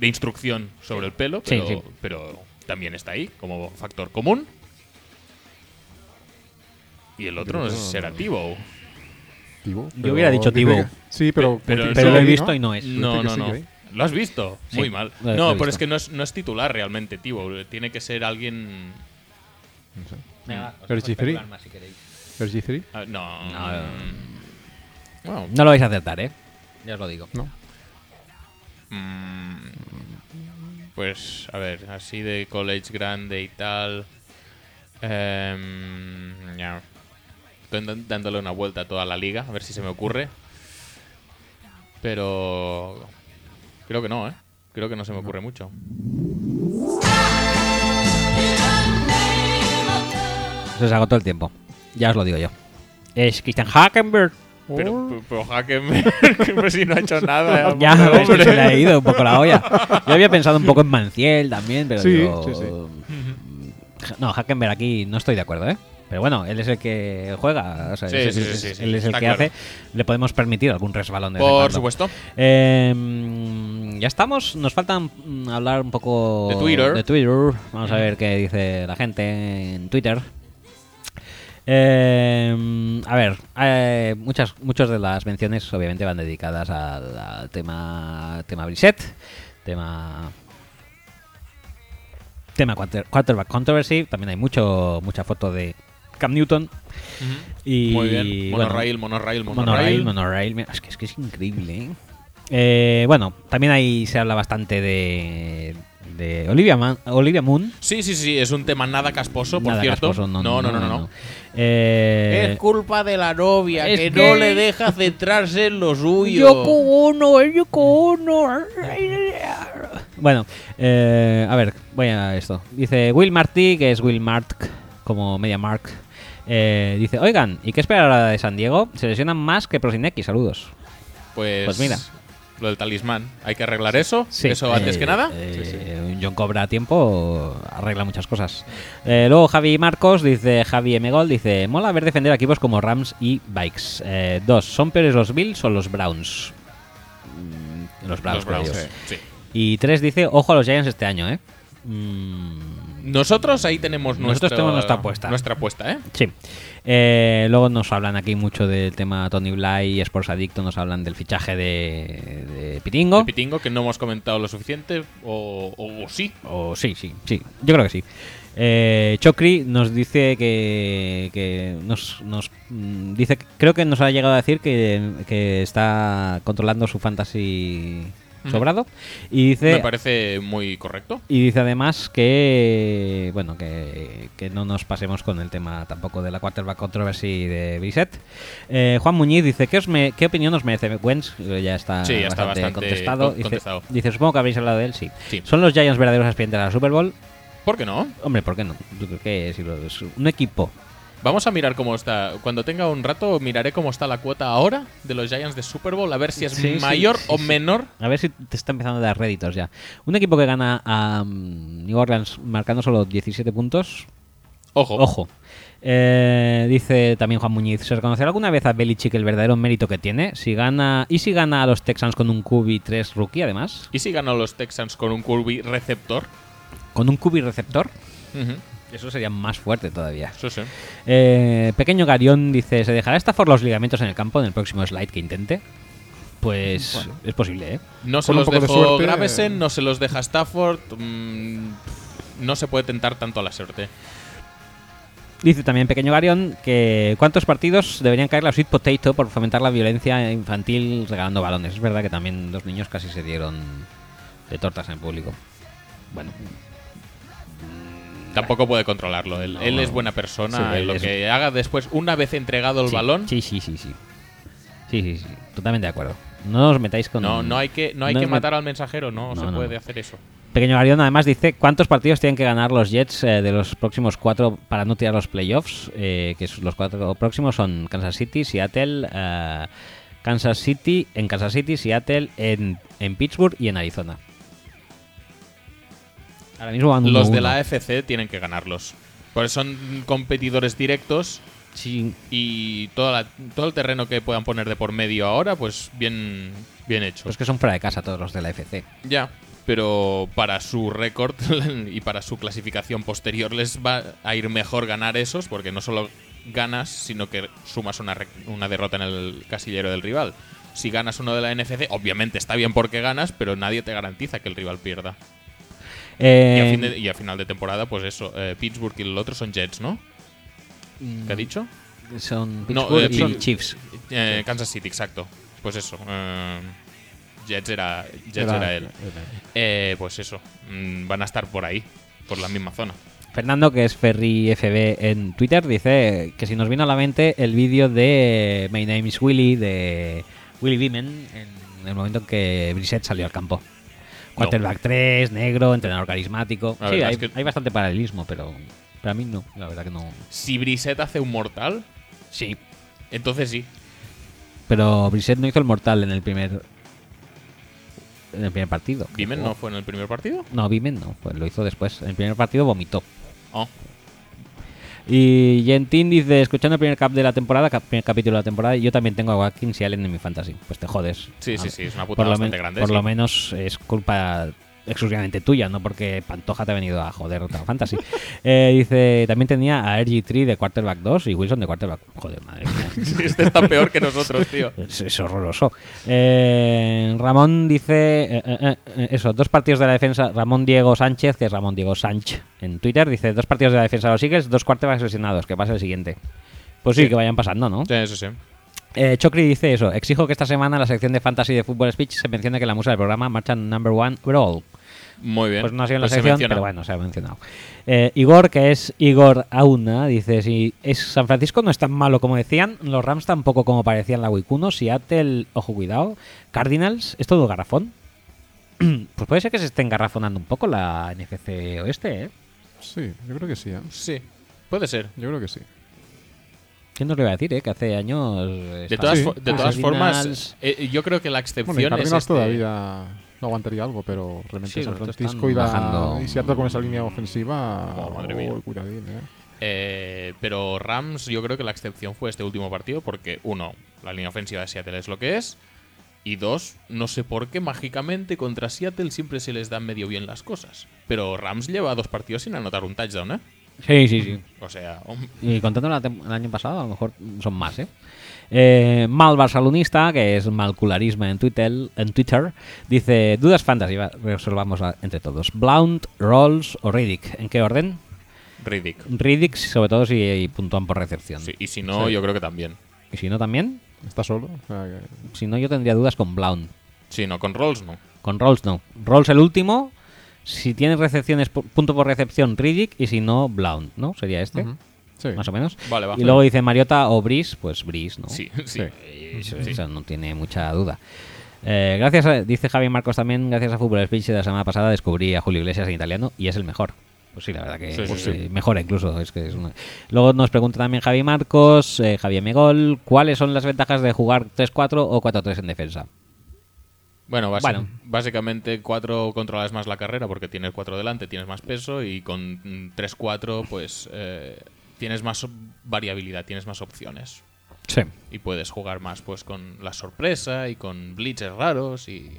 Speaker 2: de instrucción sobre el pelo,
Speaker 1: Sí,
Speaker 2: pero,
Speaker 1: sí.
Speaker 2: pero también está ahí como factor común. Y el otro no sé si será Tibo.
Speaker 3: Tibo,
Speaker 1: Yo
Speaker 3: pero
Speaker 1: hubiera dicho
Speaker 3: dice
Speaker 1: Tibo.
Speaker 3: que- Sí, pero.
Speaker 2: Pero-
Speaker 3: porque-
Speaker 1: pero lo he
Speaker 3: ¿no?
Speaker 1: visto y no es.
Speaker 2: e- No,
Speaker 3: que
Speaker 2: no,
Speaker 3: sí,
Speaker 2: no.
Speaker 3: que hay.
Speaker 2: ¿Lo has visto?
Speaker 1: Sí,
Speaker 2: Muy mal.
Speaker 1: lo he- lo he
Speaker 2: No, pero
Speaker 1: visto.
Speaker 2: es que no es, no es titular realmente, Tibo. Tiene que ser alguien.
Speaker 3: No sé.
Speaker 1: Venga,
Speaker 2: Mm.
Speaker 3: os Pero dejo G3. especular más ¿Pero es G3?
Speaker 2: ah, no.
Speaker 1: No.
Speaker 2: Bueno,
Speaker 1: No lo vais a acertar, ¿eh? Ya os lo digo.
Speaker 3: No.
Speaker 2: Mm, Pues, a ver, así de college grande y tal. Em, ya. Estoy dan- dándole una vuelta a toda la liga, a ver si se me ocurre. Pero. Creo que no, ¿eh? Creo que no se me ocurre mucho.
Speaker 1: Se os agotó el tiempo. Ya os lo digo yo. Es Christian Hackenberg.
Speaker 2: Pero, pero Hackenberg, pues si no ha hecho nada.
Speaker 1: Ya,
Speaker 2: hombre,
Speaker 1: es que se
Speaker 2: hombre.
Speaker 1: le ha ido un poco la olla. Yo había pensado un poco en Manciel también, pero
Speaker 3: Sí,
Speaker 1: digo,
Speaker 3: sí, sí.
Speaker 1: mm, No, Hackenberg aquí no estoy de acuerdo, ¿eh? Pero bueno, él es el que juega. o sea,
Speaker 2: Sí,
Speaker 1: es-
Speaker 2: sí,
Speaker 1: es-
Speaker 2: sí,
Speaker 1: es-
Speaker 2: sí, sí,
Speaker 1: él es el
Speaker 2: está
Speaker 1: que
Speaker 2: claro.
Speaker 1: hace. Le podemos permitir algún resbalón de vez en
Speaker 2: Por
Speaker 1: cuando.
Speaker 2: supuesto.
Speaker 1: Eh, mm, ya estamos. Nos faltan mm, hablar un poco
Speaker 2: De Twitter.
Speaker 1: de Twitter. Vamos a ver qué dice la gente en Twitter. Eh, a ver, eh, muchas, muchas de las menciones obviamente van dedicadas al, al tema, tema Brissett, tema tema quarter- quarterback controversy. También hay mucho, mucha foto de Cam Newton. Y
Speaker 2: Muy bien.
Speaker 1: bueno,
Speaker 2: Monorail, monorail,
Speaker 1: Monorail,
Speaker 2: monorail.
Speaker 1: monorail. mira, Es que es, que es increíble, ¿eh? Eh, Bueno, también ahí se habla bastante de, de Olivia, Man- Olivia Moon.
Speaker 2: Sí, sí, sí, es un tema nada casposo, por
Speaker 1: Nada
Speaker 2: cierto.
Speaker 1: casposo,
Speaker 2: no, no, no, no. no.
Speaker 1: Eh,
Speaker 2: culpa de la novia
Speaker 1: Es que que- no le
Speaker 2: deja centrarse en lo
Speaker 1: Ono, es Yoko Ono. eh, Bueno, eh, a ver, voy a esto. Dice Will Marty, que es Will Mark, como Media Mark. eh, dice, oigan, ¿y qué esperar ahora de San Diego? Se lesionan más que Prosinecki, saludos.
Speaker 2: Pues,
Speaker 1: Pues mira.
Speaker 2: Lo del talismán. Hay que arreglar eso. eso antes
Speaker 1: eh,
Speaker 2: que nada.
Speaker 1: eh, Un John Cobra a tiempo arregla muchas cosas. Eh, luego Javi Marcos dice, Javi M. Gol dice, mola ver defender a equipos como Rams y Bikes. Eh, dos, ¿son peores los Bills o los Browns? Mm, Los Browns,
Speaker 2: Los Browns,
Speaker 1: por Dios.
Speaker 2: sí.
Speaker 1: Y tres dice, ojo a los Giants este año, ¿eh? Mm,
Speaker 2: Nosotros ahí tenemos,
Speaker 1: Nosotros
Speaker 2: nuestro-
Speaker 1: tenemos nuestra apuesta.
Speaker 2: Nuestra apuesta, ¿eh?
Speaker 1: Sí. Eh, luego nos hablan aquí mucho del tema Tony Bly y Sports Adicto, nos hablan del fichaje de, de Pitingo.
Speaker 2: El pitingo que no hemos comentado lo suficiente. O, o- o sí.
Speaker 1: O sí, sí, sí. Yo creo que sí. Eh, Chocri nos dice que, que nos, nos, mm, dice creo que nos ha llegado a decir que, que está controlando su fantasy
Speaker 2: Ujú.
Speaker 1: sobrado y
Speaker 2: Me
Speaker 1: dice
Speaker 2: parece muy correcto.
Speaker 1: y dice además que bueno que, que no nos pasemos con el tema tampoco de la quarterback controversy de Bisset. Eh, Juan Muñiz dice ¿qué, os me- ¿qué opinión os merece Wentz? Eh, Ya está,
Speaker 2: Sí, ya está bastante con-
Speaker 1: Dice-
Speaker 2: contestado.
Speaker 1: Dice, supongo que habéis hablado de él, sí.
Speaker 2: Sí.
Speaker 1: ¿Son los Giants verdaderos aspirantes a la Super Bowl?
Speaker 2: ¿Por qué no?
Speaker 1: Hombre, ¿por qué no? Yo creo que si lo- es un equipo.
Speaker 2: Vamos a mirar cómo está. Cuando tenga un rato, miraré cómo está la cuota ahora de los Giants de Super Bowl, a ver si es
Speaker 1: Sí, sí,
Speaker 2: mayor
Speaker 1: sí,
Speaker 2: o
Speaker 1: sí.
Speaker 2: menor.
Speaker 1: A ver si te está empezando a dar réditos ya. Un equipo que gana a mm, New Orleans marcando solo 17 puntos.
Speaker 2: Ojo.
Speaker 1: Ojo. Eh, dice también Juan Muñiz, ¿se reconocerá alguna vez a Belichick el verdadero mérito que tiene? Si gana, ¿Y si gana a los Texans con un QB 3 rookie además?
Speaker 2: ¿Y si ganan los Texans con un Kirby receptor?
Speaker 1: ¿Con un QB receptor?
Speaker 2: Ujú,
Speaker 1: Eso sería más fuerte todavía.
Speaker 2: Sí, sí.
Speaker 1: Eh, pequeño Garión dice, ¿se dejará estafar los ligamentos en el campo en el próximo slide que intente? Pues es posible, ¿eh?
Speaker 2: No se
Speaker 3: Con un
Speaker 2: los
Speaker 3: poco de
Speaker 2: dejó
Speaker 3: suerte,
Speaker 2: Gravesen,
Speaker 3: eh.
Speaker 2: no se los deja Stafford. mm, no se puede tentar tanto a la suerte.
Speaker 1: Dice también Pequeño Garión que cuántos partidos deberían caer la Sweet Potato por fomentar la violencia infantil regalando balones. Es verdad que también los niños casi se dieron de tortas en público. Bueno,
Speaker 2: Tampoco puede controlarlo. Él,
Speaker 1: No.
Speaker 2: él es buena persona.
Speaker 1: Sí, él
Speaker 2: lo
Speaker 1: es-
Speaker 2: que haga después, una vez entregado el
Speaker 1: sí,
Speaker 2: balón,
Speaker 1: Sí, sí, sí, sí. Sí, sí, sí. Totalmente de acuerdo. No os metáis con...
Speaker 2: no, no hay que, no hay
Speaker 1: no
Speaker 2: que
Speaker 1: os met-
Speaker 2: matar al mensajero. No,
Speaker 1: No,
Speaker 2: se
Speaker 1: no,
Speaker 2: puede
Speaker 1: no.
Speaker 2: hacer eso.
Speaker 1: Pequeño Garión además dice cuántos partidos tienen que ganar los Jets eh, de los próximos cuatro para no tirar los playoffs, eh, que es- los cuatro próximos son Kansas City, Seattle, eh, Kansas City, en Kansas City, Seattle, en, en Pittsburgh y en Arizona. Ahora mismo van
Speaker 2: Los de
Speaker 1: 1-1.
Speaker 2: la E AFC tienen que ganarlos. Porque son competidores directos
Speaker 1: Sí,
Speaker 2: y toda la- todo el terreno que puedan poner de por medio ahora, pues bien, bien hecho.
Speaker 1: pero es que son fuera de casa todos los de la E FC.
Speaker 2: Ya, pero para su récord y para su clasificación posterior les va a ir mejor ganar esos, porque no solo ganas, sino que sumas una, re- una derrota en el casillero del rival. Si ganas uno de la NFC, obviamente está bien porque ganas, pero nadie te garantiza que el rival pierda. Y, a
Speaker 1: Eh,
Speaker 2: fin de- y a final de temporada, pues eso, eh, Pittsburgh y el otro son Jets, ¿no? ¿Qué
Speaker 1: Mm.
Speaker 2: ha dicho?
Speaker 1: son
Speaker 2: No,
Speaker 1: Pittsburgh
Speaker 2: eh,
Speaker 1: y
Speaker 2: Pit-
Speaker 1: Chiefs.
Speaker 2: Eh, Kansas City, exacto. Pues eso. eh, Jets era, Jets
Speaker 3: Era-
Speaker 2: era él. Eh, pues eso. mm, van a estar por ahí, por la misma zona.
Speaker 1: Fernando, que es FerryFB en Twitter, dice que si nos vino a la mente el vídeo de My Name is Willy de Willy Beeman en el momento en que Brissett salió al campo. Quarterback 3, negro, entrenador carismático.
Speaker 2: La
Speaker 1: sí,
Speaker 2: verdad
Speaker 1: hay,
Speaker 2: es que-
Speaker 1: hay bastante paralelismo, pero para mí no, la verdad que no.
Speaker 2: Si Brissett hace un mortal,
Speaker 1: Sí.
Speaker 2: entonces sí.
Speaker 1: Pero Brissett no hizo el mortal en el primer en el primer partido.
Speaker 2: Vimen no fue en el primer partido.
Speaker 1: No, Beeman no, pues lo hizo después. En el primer partido vomitó.
Speaker 2: Oh,
Speaker 1: Y Gentin dice, escuchando el primer cap de la temporada, cap- primer capítulo de la temporada, yo también tengo a Watkins y Allen en mi fantasy. Pues te jodes.
Speaker 2: sí,
Speaker 1: A
Speaker 2: sí,
Speaker 1: ver,
Speaker 2: sí. Es una
Speaker 1: por
Speaker 2: putada
Speaker 1: lo,
Speaker 2: bastante
Speaker 1: men-
Speaker 2: grande.
Speaker 1: por
Speaker 2: sí.
Speaker 1: lo menos es culpa exclusivamente tuya, no porque Pantoja te ha venido a joder otra fantasy. Eh, dice, también tenía a RG3 de quarterback 2 y Wilson de quarterback. Joder, madre mía.
Speaker 2: este está peor que nosotros, tío.
Speaker 1: Es, es horroroso. Eh, Ramón dice, eh, eh, eh, eso, dos partidos de la defensa, Ramón Diego Sánchez, que es Ramón Diego Sánchez en Twitter, dice, dos partidos de la defensa de los Eagles, dos quarterbacks lesionados, que pasa el siguiente. Pues sí, que vayan pasando, ¿no?
Speaker 2: Sí, eso sí.
Speaker 1: Eh, Chocri dice eso, exijo que esta semana en la sección de Fantasy de Fútbol Speech se mencione que la musa del programa marcha number one overall.
Speaker 2: Muy bien.
Speaker 1: Pues no ha sido en la
Speaker 2: Pues se
Speaker 1: sección,
Speaker 2: menciona.
Speaker 1: pero bueno, se ha mencionado. Eh, Igor, que es Igor Auna, dice: Si es San Francisco no es tan malo como decían, los Rams tampoco como parecían la Week 1, Seattle, ojo cuidado, Cardinals, es todo garrafón. pues puede ser que se esté engarrafonando un poco la NFC Oeste, ¿eh?
Speaker 3: Sí, yo creo que sí, ¿eh?
Speaker 2: Sí, puede ser.
Speaker 3: Yo creo que sí.
Speaker 1: ¿Quién nos lo iba a decir, eh? Que hace años. eh,
Speaker 2: De
Speaker 1: estaba-
Speaker 2: todas,
Speaker 3: Sí.
Speaker 2: fo- de
Speaker 1: Ah,
Speaker 2: todas formas,
Speaker 1: Cardinals.
Speaker 2: eh, yo creo que la excepción
Speaker 3: Bueno, en
Speaker 2: es.
Speaker 3: Cardinals
Speaker 2: este-
Speaker 3: todavía no aguantaría algo, pero realmente
Speaker 1: Sí,
Speaker 3: San
Speaker 1: pero estos
Speaker 3: Francisco
Speaker 1: están
Speaker 3: iba
Speaker 1: bajando.
Speaker 3: y Seattle con esa línea ofensiva.
Speaker 2: Oh, madre mía.
Speaker 3: oh, cuidadín, ¿eh?
Speaker 2: Eh, pero Rams, yo creo que la excepción fue este último partido porque, uno, la línea ofensiva de Seattle es lo que es. Y dos, no sé por qué mágicamente contra Seattle siempre se les dan medio bien las cosas. Pero Rams lleva dos partidos sin anotar un touchdown, ¿eh?
Speaker 1: Sí, sí, sí.
Speaker 2: O sea, hom-
Speaker 1: Y contando la tem- el año pasado, a lo mejor son más, ¿eh? Eh, mal barcelonista, que es malcularismo en Twitter, en Twitter, dice dudas fantasy, va, resolvamos a- entre todos. Blount, Rolls o Riddick, ¿en qué orden?
Speaker 2: Riddick.
Speaker 1: Riddick, sobre todo si puntúan por recepción.
Speaker 2: Sí, y si no,
Speaker 3: Sí.
Speaker 2: yo creo que también.
Speaker 1: Y si no también,
Speaker 3: Está solo. o sea que-
Speaker 1: si no yo tendría dudas con Blount.
Speaker 2: Si no, con Rolls no.
Speaker 1: Con Rolls no. Rolls el último, si tiene recepciones pu- punto por recepción Riddick y si no Blount, ¿no? Sería este,
Speaker 3: Ujú. Sí.
Speaker 1: más o menos.
Speaker 2: Vale, va.
Speaker 1: Y luego dice Mariota o Brice, pues Brice, ¿no?
Speaker 2: Sí, sí.
Speaker 3: Sí.
Speaker 2: Eh,
Speaker 1: Eso, eso no tiene mucha duda. Eh, gracias a- dice Javi Marcos también, gracias a Fútbol Speech de la semana pasada descubrí a Julio Iglesias en italiano y es el mejor. Pues sí, la verdad que
Speaker 2: Sí, sí,
Speaker 1: es,
Speaker 2: sí.
Speaker 1: eh, mejora incluso. Es que es una- Luego nos pregunta también Javi Marcos, eh, Javier Megol, ¿cuáles son las ventajas de jugar 3-4 o 4-3 en defensa?
Speaker 2: Bueno, basi-
Speaker 1: Bueno.
Speaker 2: básicamente cuatro controlas más la carrera porque tienes cuatro delante, tienes más peso y con mm, 3-4 pues eh, tienes más op- variabilidad, tienes más opciones
Speaker 1: Sí.
Speaker 2: y puedes jugar más pues con la sorpresa y con blitzes raros y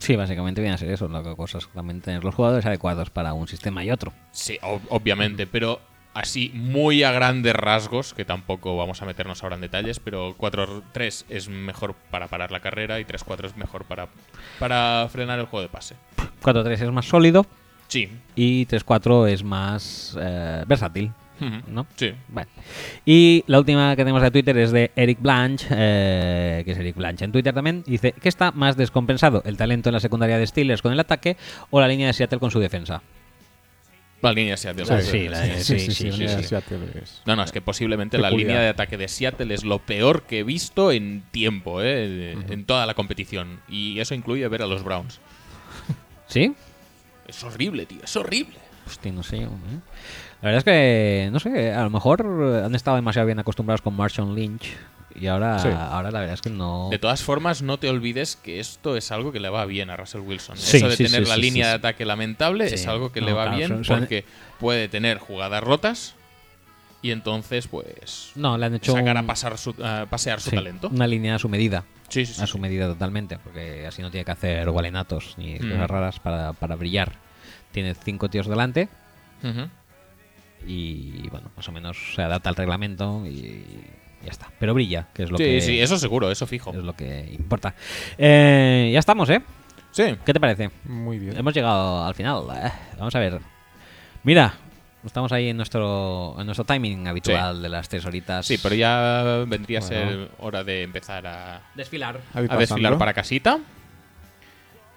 Speaker 1: Sí, básicamente viene a ser eso, la cosa es también tener los jugadores adecuados para un sistema y otro.
Speaker 2: sí, ob- obviamente, pero así muy a grandes rasgos que tampoco vamos a meternos ahora en detalles, pero 4-3 es mejor para parar la carrera y 3-4 es mejor para para frenar el juego de pase.
Speaker 1: 4-3 es más sólido
Speaker 2: Sí.
Speaker 1: y 3-4 es más eh, versátil,
Speaker 2: Ujú.
Speaker 1: ¿no?
Speaker 2: Sí.
Speaker 1: Bueno. Y la última que tenemos de Twitter es de Eric Blanche, eh, que es Eric Blanche en Twitter también. y Dice: ¿Qué está más descompensado? ¿El talento en la secundaria de Steelers con el ataque o la línea de Seattle con su defensa?
Speaker 2: La línea se hace
Speaker 1: Sí, sí, la- sí, sí, sí,
Speaker 3: la línea
Speaker 1: sí.
Speaker 3: de Seattle es-
Speaker 2: No, no, es que posiblemente la
Speaker 3: Peculiar.
Speaker 2: línea de ataque de Seattle es lo peor que he visto en tiempo, ¿eh? en toda la competición. Y eso incluye ver a los Browns.
Speaker 1: ¿Sí?
Speaker 2: Es horrible, tío, es horrible.
Speaker 1: Hostia, no sé yo, ¿eh? La verdad es que, no sé, a lo mejor eh, han estado demasiado bien acostumbrados con Marshawn Lynch y ahora,
Speaker 3: Sí.
Speaker 1: ahora la verdad es que no.
Speaker 2: De todas formas, no te olvides que esto es algo que le va bien a Russell Wilson.
Speaker 1: Sí,
Speaker 2: eso de
Speaker 1: sí,
Speaker 2: tener
Speaker 1: sí,
Speaker 2: la
Speaker 1: sí,
Speaker 2: línea
Speaker 1: sí,
Speaker 2: de
Speaker 1: sí.
Speaker 2: ataque lamentable
Speaker 1: Sí.
Speaker 2: es algo que
Speaker 1: No,
Speaker 2: le va
Speaker 1: claro,
Speaker 2: bien
Speaker 1: son- son-
Speaker 2: porque puede tener jugadas rotas y entonces, pues,
Speaker 1: No, le han hecho.
Speaker 2: sacar a
Speaker 1: un-
Speaker 2: pasar su- a pasear su
Speaker 1: sí,
Speaker 2: talento.
Speaker 1: Una línea a su medida.
Speaker 2: Sí, sí, sí,
Speaker 1: a su
Speaker 2: sí.
Speaker 1: medida totalmente, porque así no tiene que hacer gualenatos ni
Speaker 2: Mm.
Speaker 1: cosas raras para, para brillar. Tiene cinco tíos delante
Speaker 2: Ujú.
Speaker 1: y, bueno, más o menos se adapta al reglamento y ya está. Pero brilla, que es lo,
Speaker 2: Sí,
Speaker 1: que,
Speaker 2: sí, eso seguro, eso fijo.
Speaker 1: es lo que importa. Eh, ya estamos, ¿eh?
Speaker 2: Sí,
Speaker 1: ¿Qué te parece?
Speaker 3: Muy bien.
Speaker 1: Hemos llegado al final. eh. Vamos a ver. Mira, estamos ahí en nuestro, en nuestro timing habitual de las tres horitas.
Speaker 2: sí, pero ya vendría a
Speaker 3: Bueno.
Speaker 2: ser hora de empezar a
Speaker 1: Desfilar.
Speaker 3: A ver,
Speaker 2: a desfilar
Speaker 3: pasando.
Speaker 2: para casita.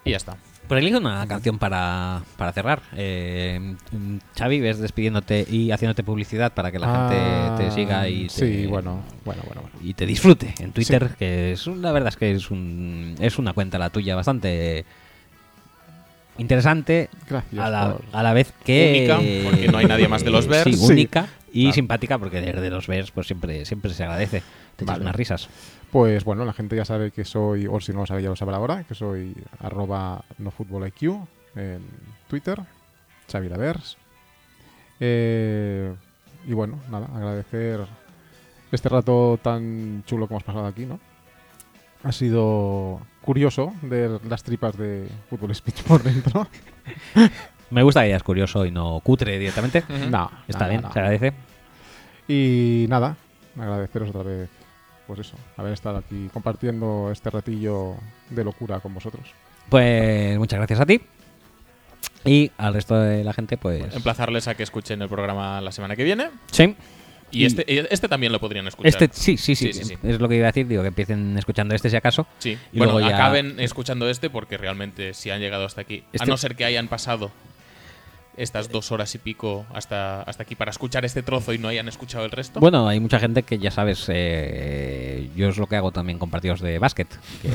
Speaker 2: Y ya está.
Speaker 1: Pues elige una canción para, para cerrar. Eh, mm, Xavi, ves despidiéndote y haciéndote publicidad para que la
Speaker 3: Ah,
Speaker 1: gente te siga y te,
Speaker 3: Sí, bueno, bueno, bueno. bueno.
Speaker 1: y te disfrute en Twitter, que es un- la verdad es que es, un, es una cuenta la tuya bastante interesante.
Speaker 3: Gracias
Speaker 1: A la,
Speaker 3: por-
Speaker 1: a la vez que
Speaker 2: Única, porque no hay nadie más de los Bears.
Speaker 1: Sí,
Speaker 3: Sí,
Speaker 1: única y
Speaker 3: claro.
Speaker 1: simpática, porque de, de los Bears pues siempre, siempre se agradece. Te echas
Speaker 3: Vale.
Speaker 1: unas risas.
Speaker 3: Pues bueno, la gente ya sabe que soy, o si no lo sabe ya lo sabrá ahora, que soy arroba nofutboliq en Twitter, Xavi Lavers. Eh, y bueno, nada, agradecer este rato tan chulo que hemos pasado aquí, ¿no? Ha sido curioso ver las tripas de Fútbol Speech por dentro.
Speaker 1: Me gusta que es curioso y no cutre directamente.
Speaker 3: no,
Speaker 1: Está
Speaker 3: no,
Speaker 1: bien,
Speaker 3: no, no.
Speaker 1: se agradece.
Speaker 3: Y nada, agradeceros otra vez, pues eso, haber estado aquí compartiendo este ratillo de locura con vosotros.
Speaker 1: Pues muchas gracias a ti. Y al resto de la gente, pues.
Speaker 2: Emplazarles a que escuchen el programa la semana que viene.
Speaker 1: Sí.
Speaker 2: Y,
Speaker 1: Y-
Speaker 2: este, este también lo podrían escuchar.
Speaker 1: Este, sí, sí, sí,
Speaker 2: Sí, sí, sí.
Speaker 1: Es lo que iba a decir. Digo que empiecen escuchando este si acaso.
Speaker 2: Sí.
Speaker 1: Y
Speaker 2: bueno,
Speaker 1: luego ya-
Speaker 2: acaben escuchando este porque realmente si han llegado hasta aquí, a
Speaker 1: Este-
Speaker 2: no ser que hayan pasado estas dos horas y pico hasta, hasta aquí para escuchar este trozo y no hayan escuchado el resto.
Speaker 1: Bueno, hay mucha gente que ya sabes. eh, yo es lo que hago también con partidos de básquet. Que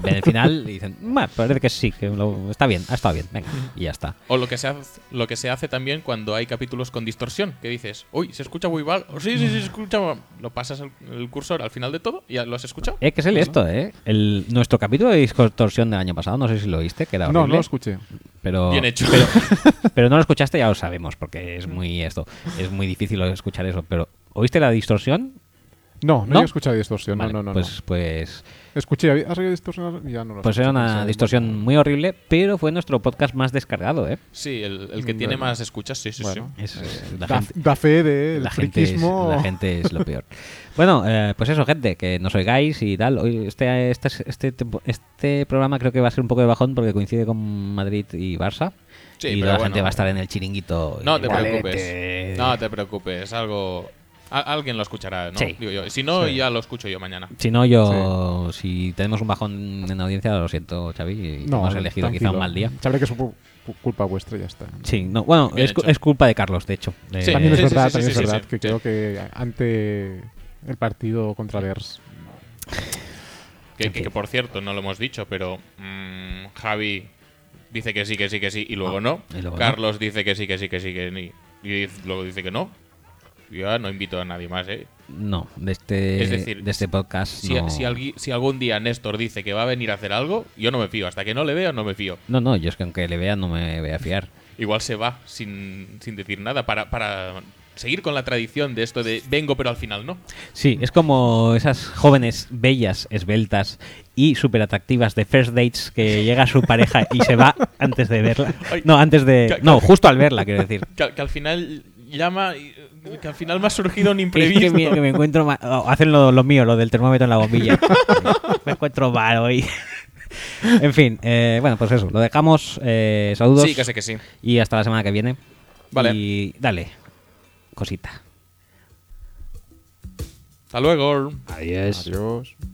Speaker 1: ven el final y dicen, "Bah, parece que sí, que lo- está bien, ha estado bien. Venga, y ya está.
Speaker 2: O lo que, se hace, lo que se hace también cuando hay capítulos con distorsión, que dices, uy, se escucha muy mal, o sí, sí, sí, se escucha mal". Lo pasas el, el cursor al final de todo y ya lo has escuchado.
Speaker 1: Eh, que es el esto, ¿eh? El, nuestro capítulo de distorsión del año pasado, no sé si lo oíste, que era
Speaker 3: No, no
Speaker 1: horrible,
Speaker 3: lo escuché.
Speaker 1: pero
Speaker 2: Bien hecho.
Speaker 1: Pero no lo escuchaste, ya lo sabemos, porque es muy esto, es muy difícil escuchar eso. Pero ¿oíste la distorsión?
Speaker 3: No, no,
Speaker 1: ¿No?
Speaker 3: he escuchado distorsión.
Speaker 1: Vale,
Speaker 3: no, no, no.
Speaker 1: pues, pues,
Speaker 3: no. Escuché, ¿has oído distorsión? Ya no lo
Speaker 1: pues
Speaker 3: escuché,
Speaker 1: era
Speaker 3: pensaba
Speaker 1: una
Speaker 3: que-
Speaker 1: distorsión muy horrible, pero fue nuestro podcast más descargado, ¿eh?
Speaker 2: Sí, el, el que tiene
Speaker 3: Bueno.
Speaker 2: más escuchas, sí, sí,
Speaker 3: Bueno.
Speaker 1: Es- es- la
Speaker 3: Pues, Da,
Speaker 1: gente-
Speaker 3: da fe del
Speaker 1: la gente es,
Speaker 3: friquismo.
Speaker 1: la gente es lo peor. Bueno, eh, pues eso, gente, que nos oigáis y tal. Hoy este, este, este, tempo- este programa creo que va a ser un poco de bajón porque coincide con Madrid y Barça.
Speaker 2: Sí,
Speaker 1: y
Speaker 2: pero
Speaker 1: la
Speaker 2: bueno.
Speaker 1: gente va a estar en el chiringuito.
Speaker 2: No te
Speaker 1: igual. este
Speaker 2: preocupes. No te preocupes. Algo. a- alguien lo escuchará, ¿no?
Speaker 1: Sí.
Speaker 2: Digo yo. Si no, ya lo escucho yo mañana.
Speaker 1: Si no, yo. Si tenemos un bajón en audiencia, lo siento, Xavi. y
Speaker 3: No,
Speaker 1: hemos elegido quizá un
Speaker 3: tranquilo.
Speaker 1: mal día.
Speaker 3: Sabré que es pu- pu- culpa vuestra y ya está.
Speaker 1: Sí, no, bueno,
Speaker 2: Bien
Speaker 1: es, cu-
Speaker 2: hecho.
Speaker 1: es culpa de Carlos, de hecho. Eh,
Speaker 2: Sí,
Speaker 3: También es
Speaker 2: sí,
Speaker 3: verdad,
Speaker 2: sí, sí,
Speaker 3: también
Speaker 2: sí,
Speaker 3: es verdad
Speaker 2: sí,
Speaker 3: que
Speaker 2: sí.
Speaker 3: creo que ante el partido contra Vers
Speaker 2: Que, que- que, por cierto, no lo hemos dicho, pero mm, Javi dice que sí, que sí, que sí, y luego no.
Speaker 1: Ah, y luego no.
Speaker 2: Carlos dice que sí, que sí, que sí, que ni. Y diz- luego dice que no. Yo ya no invito a nadie más, ¿eh?
Speaker 1: No, de este,
Speaker 2: Es decir,
Speaker 1: de este podcast.
Speaker 2: Si,
Speaker 1: no.
Speaker 2: si, algui- si algún día Néstor dice que va a venir a hacer algo, yo no me fío. Hasta que no le veo, no me fío.
Speaker 1: No, no, yo es que aunque le vea no me voy a fiar.
Speaker 2: Igual se va sin, sin decir nada para, para seguir con la tradición de esto de vengo, pero al final no.
Speaker 1: Sí, es como esas jóvenes bellas, esbeltas y súper atractivas de first dates que llega su pareja y se va antes de verla.
Speaker 2: Ay.
Speaker 1: No, antes de...
Speaker 2: Ca-
Speaker 1: No, justo al verla, quiero decir.
Speaker 2: Que, al- que al final llama. y- Que al final me ha surgido un
Speaker 1: Es
Speaker 2: imprevisto.
Speaker 1: que me, que me encuentro mal. Oh, hacen lo, lo mío, lo del termómetro en la bombilla. me encuentro mal hoy. en fin, eh, bueno, pues eso. Lo dejamos. eh, saludos.
Speaker 2: Sí, que sé que sí.
Speaker 1: Y hasta la semana que viene.
Speaker 2: Vale.
Speaker 1: Y dale. Cosita.
Speaker 2: Hasta luego.
Speaker 1: Adiós.
Speaker 3: Adiós.